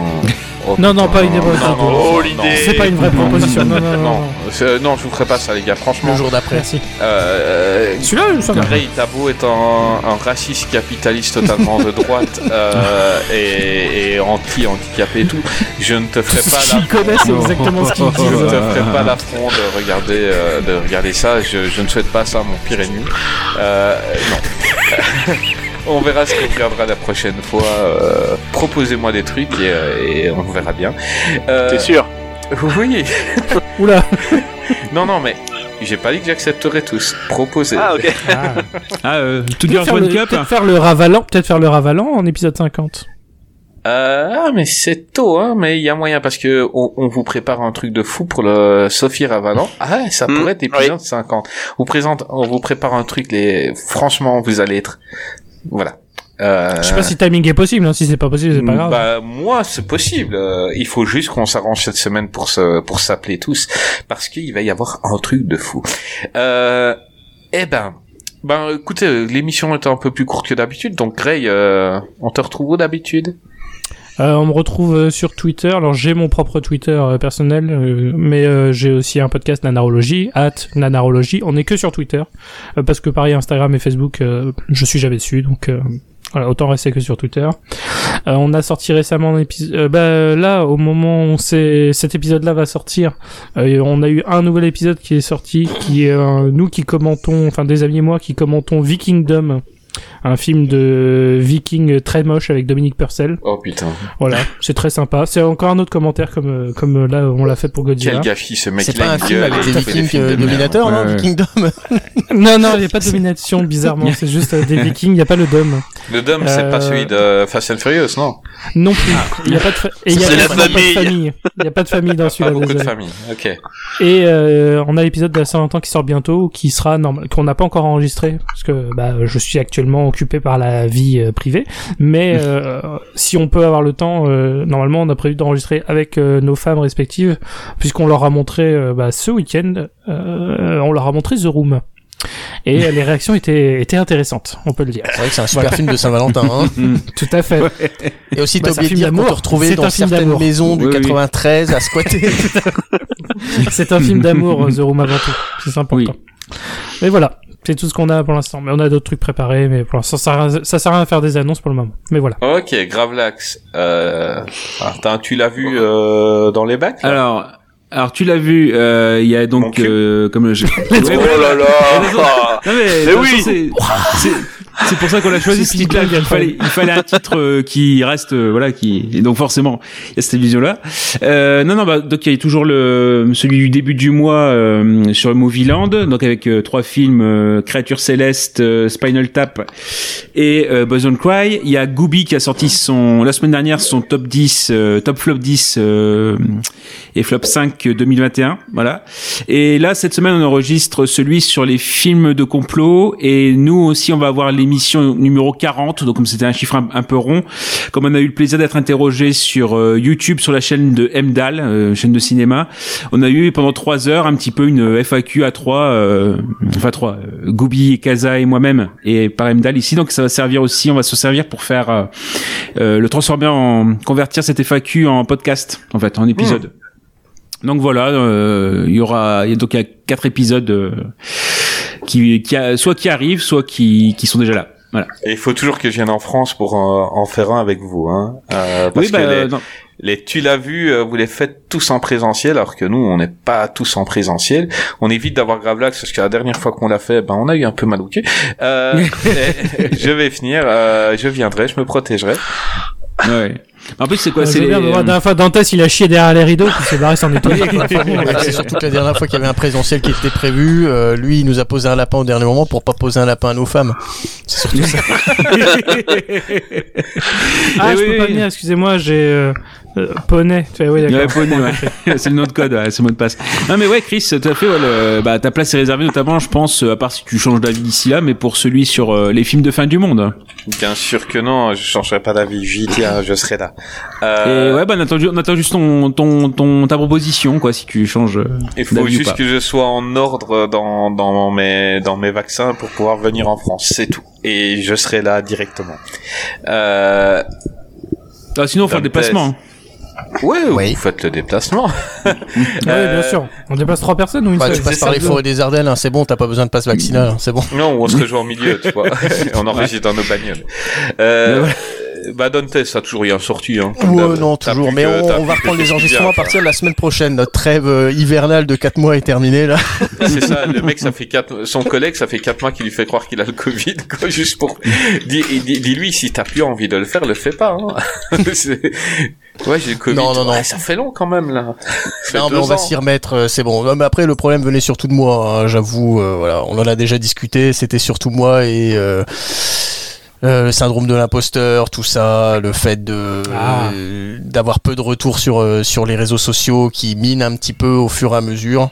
Speaker 4: Oh,
Speaker 5: Non, non,
Speaker 4: putain.
Speaker 5: pas une bonne
Speaker 4: Non,
Speaker 5: idée.
Speaker 4: non,
Speaker 5: Oh,
Speaker 4: non,
Speaker 5: l'idée.
Speaker 4: non.
Speaker 5: C'est pas une vraie proposition. Non, non, non,
Speaker 4: Non,
Speaker 5: non.
Speaker 4: c'est- non, je vous ferai pas ça, les gars, franchement.
Speaker 5: Le jour d'après. Merci.
Speaker 4: Euh,
Speaker 5: Celui-là, ça va.
Speaker 4: Ray Tabo est un, un raciste capitaliste totalement de droite euh, et, et anti-handicapé et tout. Je ne te ferai pas la.
Speaker 5: S'il connaît, c'est exactement ce qu'il dit.
Speaker 4: Je ne te ferai pas l'affront de regarder, euh, de regarder ça. Je, je ne souhaite pas ça à mon pire ennemi. Euh, non. on verra ce qu'on regardera la prochaine fois. Euh, Proposez-moi des trucs et, euh, et on verra bien. Euh,
Speaker 8: T'es sûr
Speaker 4: Oui.
Speaker 5: Oula.
Speaker 4: non, non, mais j'ai pas dit que j'accepterais tous. Proposez.
Speaker 8: Ah, ok.
Speaker 7: Ah, euh, Two
Speaker 5: Peut-être
Speaker 7: Girls
Speaker 5: faire,
Speaker 7: One
Speaker 5: le,
Speaker 7: Cup
Speaker 5: peut-être faire le ravalant, peut-être faire le ravalant en épisode 50.
Speaker 4: Euh, ah, mais c'est tôt, hein, mais il y a moyen parce que on, on vous prépare un truc de fou pour le Sophie Ravalant. Ah, ouais, ça pourrait être épisode 50. Vous présente, on vous prépare un truc, les, franchement, vous allez être, voilà. Euh,
Speaker 5: Je sais pas si le timing est possible, hein, si c'est pas possible, c'est pas grave.
Speaker 4: Bah moi c'est possible. Euh, il faut juste qu'on s'arrange cette semaine pour se pour s'appeler tous parce qu'il va y avoir un truc de fou. Euh, eh ben ben écoutez euh, l'émission est un peu plus courte que d'habitude donc Gray euh, on te retrouve où d'habitude
Speaker 5: Euh, on me retrouve euh, sur Twitter. Alors j'ai mon propre Twitter euh, personnel, euh, mais euh, j'ai aussi un podcast Nanarologie, at Nanarologie. On n'est que sur Twitter euh, parce que pareil Instagram et Facebook, euh, je suis jamais dessus, donc euh, voilà, autant rester que sur Twitter. Euh, on a sorti récemment un épisode. bah, là, au moment où c'est- cet épisode-là va sortir, euh, on a eu un nouvel épisode qui est sorti, qui est euh, nous qui commentons, enfin des amis et moi qui commentons Vikingdom. Un film de viking euh, très moche avec Dominique Purcell.
Speaker 4: Oh putain.
Speaker 5: Voilà, c'est très sympa. C'est encore un autre commentaire comme euh, comme euh, là on l'a fait pour Godzilla.
Speaker 4: Quel gâchis ce mec
Speaker 6: C'est
Speaker 4: il a
Speaker 6: pas un
Speaker 4: une
Speaker 6: film
Speaker 4: gueule
Speaker 6: avec
Speaker 4: et
Speaker 6: des
Speaker 4: il fait des
Speaker 6: vikings
Speaker 4: films de
Speaker 6: euh,
Speaker 4: merde.
Speaker 6: dominateurs, non Kingdom
Speaker 5: non non, il n'y a pas de domination bizarrement, c'est juste euh, des Vikings, il n'y a pas le dôme.
Speaker 4: Le Dom c'est
Speaker 5: Euh,
Speaker 4: pas celui de Fast and Furious non
Speaker 5: Non plus. Il n'y a pas de fa- et il y a
Speaker 4: Ah, C'est la
Speaker 5: pas de
Speaker 4: famille. Ah,
Speaker 5: famille. Il n'y a pas de famille dans celui-là.
Speaker 4: Pas beaucoup de
Speaker 5: désolé.
Speaker 4: famille. Ok.
Speaker 5: Et euh, on a l'épisode de la Saint-Valentin qui sort bientôt, qui sera normal, qu'on n'a pas encore enregistré parce que bah, je suis actuellement occupé par la vie euh, privée. Mais euh, si on peut avoir le temps, euh, normalement on a prévu d'enregistrer avec euh, nos femmes respectives, puisqu'on leur a montré euh, bah, ce week-end, euh, on leur a montré The Room. Et euh, les réactions étaient, étaient intéressantes, on peut le dire.
Speaker 6: C'est vrai que c'est un super film de Saint-Valentin, hein.
Speaker 5: Tout à fait.
Speaker 6: Et aussi,
Speaker 5: Bah,
Speaker 6: t'as
Speaker 5: c'est un film
Speaker 6: oublié de dire qu'on te
Speaker 5: d'amour.
Speaker 6: retrouvait
Speaker 5: C'est
Speaker 6: dans
Speaker 5: un film
Speaker 6: certaines
Speaker 5: d'amour.
Speaker 6: maisons du
Speaker 5: Oui, oui.
Speaker 6: 93 à squatter.
Speaker 5: Ah, C'est un film d'amour, The Room avant tout. C'est important. Mais voilà, c'est tout ce qu'on a pour l'instant. Mais on a d'autres trucs préparés, mais pour l'instant, ça, sert à- ça sert à rien à faire des annonces pour le moment. Mais voilà.
Speaker 4: Ok Gravelax. Euh, attends, tu l'as vu euh, dans les bacs là
Speaker 7: Alors, alors tu l'as vu, euh, il y a donc euh, comme je...
Speaker 4: Oh là là
Speaker 7: Non, mais, de
Speaker 4: Mais
Speaker 7: toute
Speaker 4: oui.
Speaker 7: façon, c'est- c'est c'est pour ça qu'on l'a choisi ce titre-là. Il fallait, il fallait un titre euh, qui reste, euh, voilà, qui et donc forcément il y a cette vision-là. Euh, non, non, bah donc il y a toujours le celui du début du mois euh, sur le Movie Land, donc avec euh, trois films euh, Créatures célestes, euh, Spinal Tap et euh, Buzz Don't Cry. Il y a Gooby qui a sorti son la semaine dernière son top 10, euh, top flop 10 euh, et flop euh, 5 2021, voilà. Et là cette semaine on enregistre celui sur les films de complot et nous aussi on va avoir l'émission numéro 40 donc comme c'était un chiffre un, un peu rond comme on a eu le plaisir d'être interrogé sur euh, YouTube sur la chaîne de Mdal euh, chaîne de cinéma on a eu pendant trois heures un petit peu une FAQ à trois euh, enfin trois euh, Goubi et Kaza et moi-même et par Mdal ici donc ça va servir aussi on va se servir pour faire euh, euh, le transformer en convertir cette FAQ en podcast en fait en épisode donc voilà, euh, il y aura il y a donc il y a quatre épisodes euh, qui, qui a- soit qui arrivent, soit qui, qui sont déjà là. Voilà.
Speaker 4: Et il faut toujours que je vienne en France pour euh, en faire un avec vous. Hein. Euh, parce
Speaker 7: Oui, bah,
Speaker 4: que
Speaker 7: euh,
Speaker 4: les,
Speaker 7: non.
Speaker 4: les tu l'as vu, euh, vous les faites tous en présentiel, alors que nous, on n'est pas tous en présentiel. On évite d'avoir Gravelax, parce que la dernière fois qu'on l'a fait, ben, on a eu un peu mal au cul. Euh, mais je vais finir, euh, je viendrai, je me protégerai.
Speaker 7: Ouais. En plus, c'est quoi
Speaker 5: Euh,
Speaker 7: C'est
Speaker 5: je veux dire,
Speaker 7: les-
Speaker 5: la dernière fois, Dantes, il a chié derrière les rideaux, puis il s'est barré sans nettoyer.
Speaker 6: Ouais, c'est surtout que la dernière fois qu'il y avait un présentiel qui était prévu, euh, lui il nous a posé un lapin au dernier moment pour pas poser un lapin à nos femmes. C'est surtout ça.
Speaker 5: Ah,
Speaker 7: Eh
Speaker 5: je
Speaker 7: oui,
Speaker 5: peux pas
Speaker 7: oui.
Speaker 5: venir, excusez-moi, j'ai euh, euh, poney. Tu fais, oui, d'accord.
Speaker 7: Ouais, poney, ouais. c'est le nom de code, ouais, c'est le mot de passe. Non mais ouais, Chris, tout à fait. ouais, le- bah, ta place est réservée notamment, je pense, euh, à part si tu changes d'avis d'ici là, mais pour celui sur euh, les films de fin du monde.
Speaker 4: Bien sûr que non, je changerai pas d'avis. J'y tiens, je serai là. Euh,
Speaker 7: Et ouais, bah, on attend, ju- on attend juste ton, ton, ton, ta proposition, quoi, si tu changes. euh,
Speaker 4: Il faut
Speaker 7: d'avis ou
Speaker 4: juste
Speaker 7: pas.
Speaker 4: que je sois en ordre dans, dans, mes, dans mes vaccins pour pouvoir venir en France, c'est tout. Et je serai là directement. Euh...
Speaker 7: Ah, sinon, on fait un déplacement.
Speaker 4: Ouais, vous faites le déplacement.
Speaker 5: Ah Oui, bien sûr. On déplace trois personnes ou une
Speaker 6: Bah,
Speaker 5: seule
Speaker 6: tu passes par les forêts des Ardennes, hein, c'est bon, t'as pas besoin de passe vaccinal, hein, c'est bon.
Speaker 4: Non, ou on se rejoint au milieu, tu vois. on enregistre dans nos bagnoles. Euh... Bah, Dante, ça a toujours rien sorti. Hein, comme
Speaker 6: Ouais,
Speaker 4: d'hab.
Speaker 6: euh, non,
Speaker 4: T'as
Speaker 6: toujours.
Speaker 4: plus
Speaker 6: Mais
Speaker 4: que-
Speaker 6: on,
Speaker 4: t'as
Speaker 6: on
Speaker 4: plus
Speaker 6: va reprendre
Speaker 4: que
Speaker 6: les
Speaker 4: ce
Speaker 6: enregistrements à
Speaker 4: qu'il y a,
Speaker 6: partir de la semaine prochaine. Notre trêve euh, hivernale de 4 mois est terminée, là.
Speaker 4: C'est ça, le mec, ça fait quatre, son collègue, ça fait quatre mois qu'il lui fait croire qu'il a le Covid, quoi, juste pour, dis, dis- dis-lui, si t'as plus envie de le faire, le fais pas, hein. C'est- ouais, j'ai le Covid.
Speaker 6: Non, non, non.
Speaker 4: Ouais, ça fait long quand même, là. Ça
Speaker 6: Non,
Speaker 4: fait
Speaker 6: mais on
Speaker 4: deux
Speaker 6: va
Speaker 4: ans.
Speaker 6: s'y remettre, euh, c'est bon. Non, mais après, le problème venait surtout de moi, hein, j'avoue. euh, voilà, on en a déjà discuté, c'était surtout moi et euh, euh, le syndrome de l'imposteur, tout ça, le fait de
Speaker 5: Ah.
Speaker 6: euh, d'avoir peu de retours sur euh, sur les réseaux sociaux qui minent un petit peu au fur et à mesure.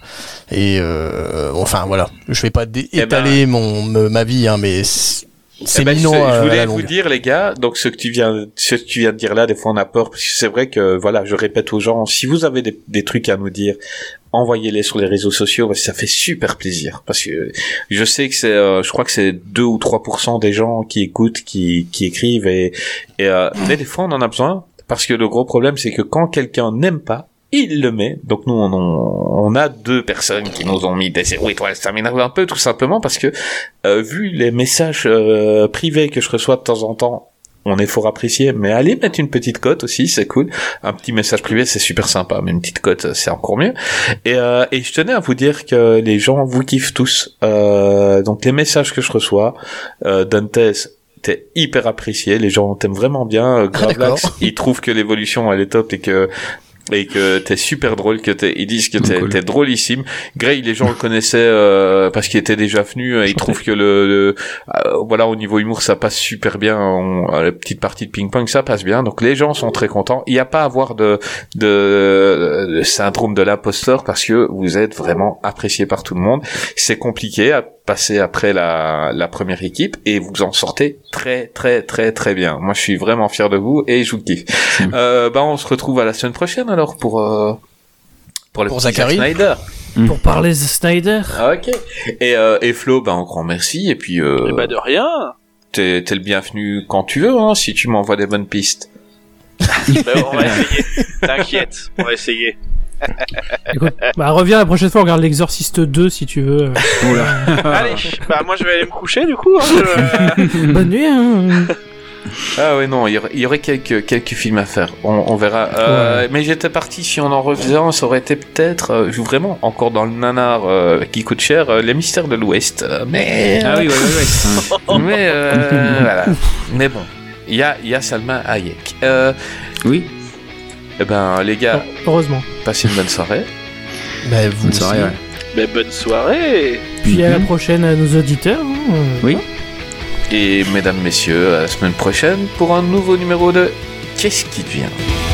Speaker 6: Et euh, enfin voilà, je vais pas dé- étaler mon me- ma vie, hein, mais c'est
Speaker 4: ben, Eh
Speaker 6: c'est
Speaker 4: ben,
Speaker 6: minant
Speaker 4: je,
Speaker 6: à-
Speaker 4: je
Speaker 6: à
Speaker 4: voulais
Speaker 6: la
Speaker 4: vous
Speaker 6: longue.
Speaker 4: dire, les gars, donc ce que tu viens, ce que tu viens de dire là, des fois on a peur, parce que c'est vrai que, voilà, je répète aux gens, si vous avez des, des trucs à nous dire, envoyez-les sur les réseaux sociaux, parce que ça fait super plaisir, parce que je sais que c'est, euh, je crois que c'est 2 ou 3% des gens qui écoutent, qui, qui écrivent, et, et euh, mais des fois on en a besoin, parce que le gros problème c'est que quand quelqu'un n'aime pas, il le met. Donc nous, on, on- on a deux personnes qui nous ont mis des zéro étoiles. Ça m'énerve un peu, tout simplement, parce que euh, vu les messages euh, privés que je reçois de temps en temps, on est fort apprécié. Mais allez mettre une petite cote aussi, c'est cool. Un petit message privé, c'est super sympa, mais une petite cote, euh, c'est encore mieux. Et, euh, et je tenais à vous dire que les gens vous kiffent tous. Euh, donc les messages que je reçois, euh, Dantes t'es hyper apprécié les gens t'aiment vraiment bien Euh, Gravelax
Speaker 6: d'accord.
Speaker 4: ils trouvent que l'évolution elle est top et que et que t'es super drôle, que t'es, ils disent que t'es, t'es drôlissime. Gray, les gens le connaissaient euh, parce qu'il était déjà venu. euh, Ils trouvent que le, le- euh, voilà au niveau humour ça passe super bien. On, euh, la petite partie de ping pong ça passe bien. Donc les gens sont très contents. Il n'y a pas à avoir de, de, de syndrome de l'imposteur parce que vous êtes vraiment apprécié par tout le monde. C'est compliqué à passer après la, la première équipe et vous en sortez très très très très bien. Moi je suis vraiment fier de vous et je vous kiffe. Euh, bah on se retrouve à la semaine prochaine alors pour euh, pour le
Speaker 6: Pour
Speaker 4: petit Zack
Speaker 6: Zachary.
Speaker 4: Snyder.
Speaker 5: Pour parler de Snyder.
Speaker 4: Ah, Ok. Et, euh, et Flo, bah, un grand merci. Et puis,
Speaker 8: Eh
Speaker 4: euh,
Speaker 8: ben,
Speaker 21: Bah de rien.
Speaker 4: t'es t'es le bienvenu quand tu veux, hein, si tu m'envoies des bonnes pistes.
Speaker 21: Bah,
Speaker 8: Ben,
Speaker 21: on va essayer. T'inquiète, on va essayer.
Speaker 5: Écoute, bah, reviens la prochaine fois, on regarde l'Exorciste 2 si tu veux.
Speaker 8: Ah.
Speaker 21: Allez, bah moi je vais aller me coucher du coup. hein, je-
Speaker 5: Bonne nuit, hein.
Speaker 4: Ah ouais, non, il y aurait- il y aurait quelques, quelques films à faire. On, on verra. Euh, Mais j'étais parti, si on en refaisait un, ça aurait été peut-être, euh, vraiment, encore dans le nanar euh, qui coûte cher, euh, Les Mystères de l'Ouest. Euh, mais...
Speaker 7: Ah oui, ouais, ouais, ouais.
Speaker 4: mais, euh, voilà. mais bon, il y a, il y a Salma Hayek. Euh,
Speaker 7: oui.
Speaker 4: Eh ben, les gars,
Speaker 5: Heureusement.
Speaker 4: passez une bonne soirée.
Speaker 6: Bah, vous
Speaker 4: aussi. soirée, ouais.
Speaker 21: Mais
Speaker 8: Ben,
Speaker 21: bonne soirée.
Speaker 5: Puis à la prochaine à nos auditeurs. hein.
Speaker 7: Oui.
Speaker 4: Et mesdames, messieurs, à la semaine prochaine pour un nouveau numéro de Qu'est-ce qui devient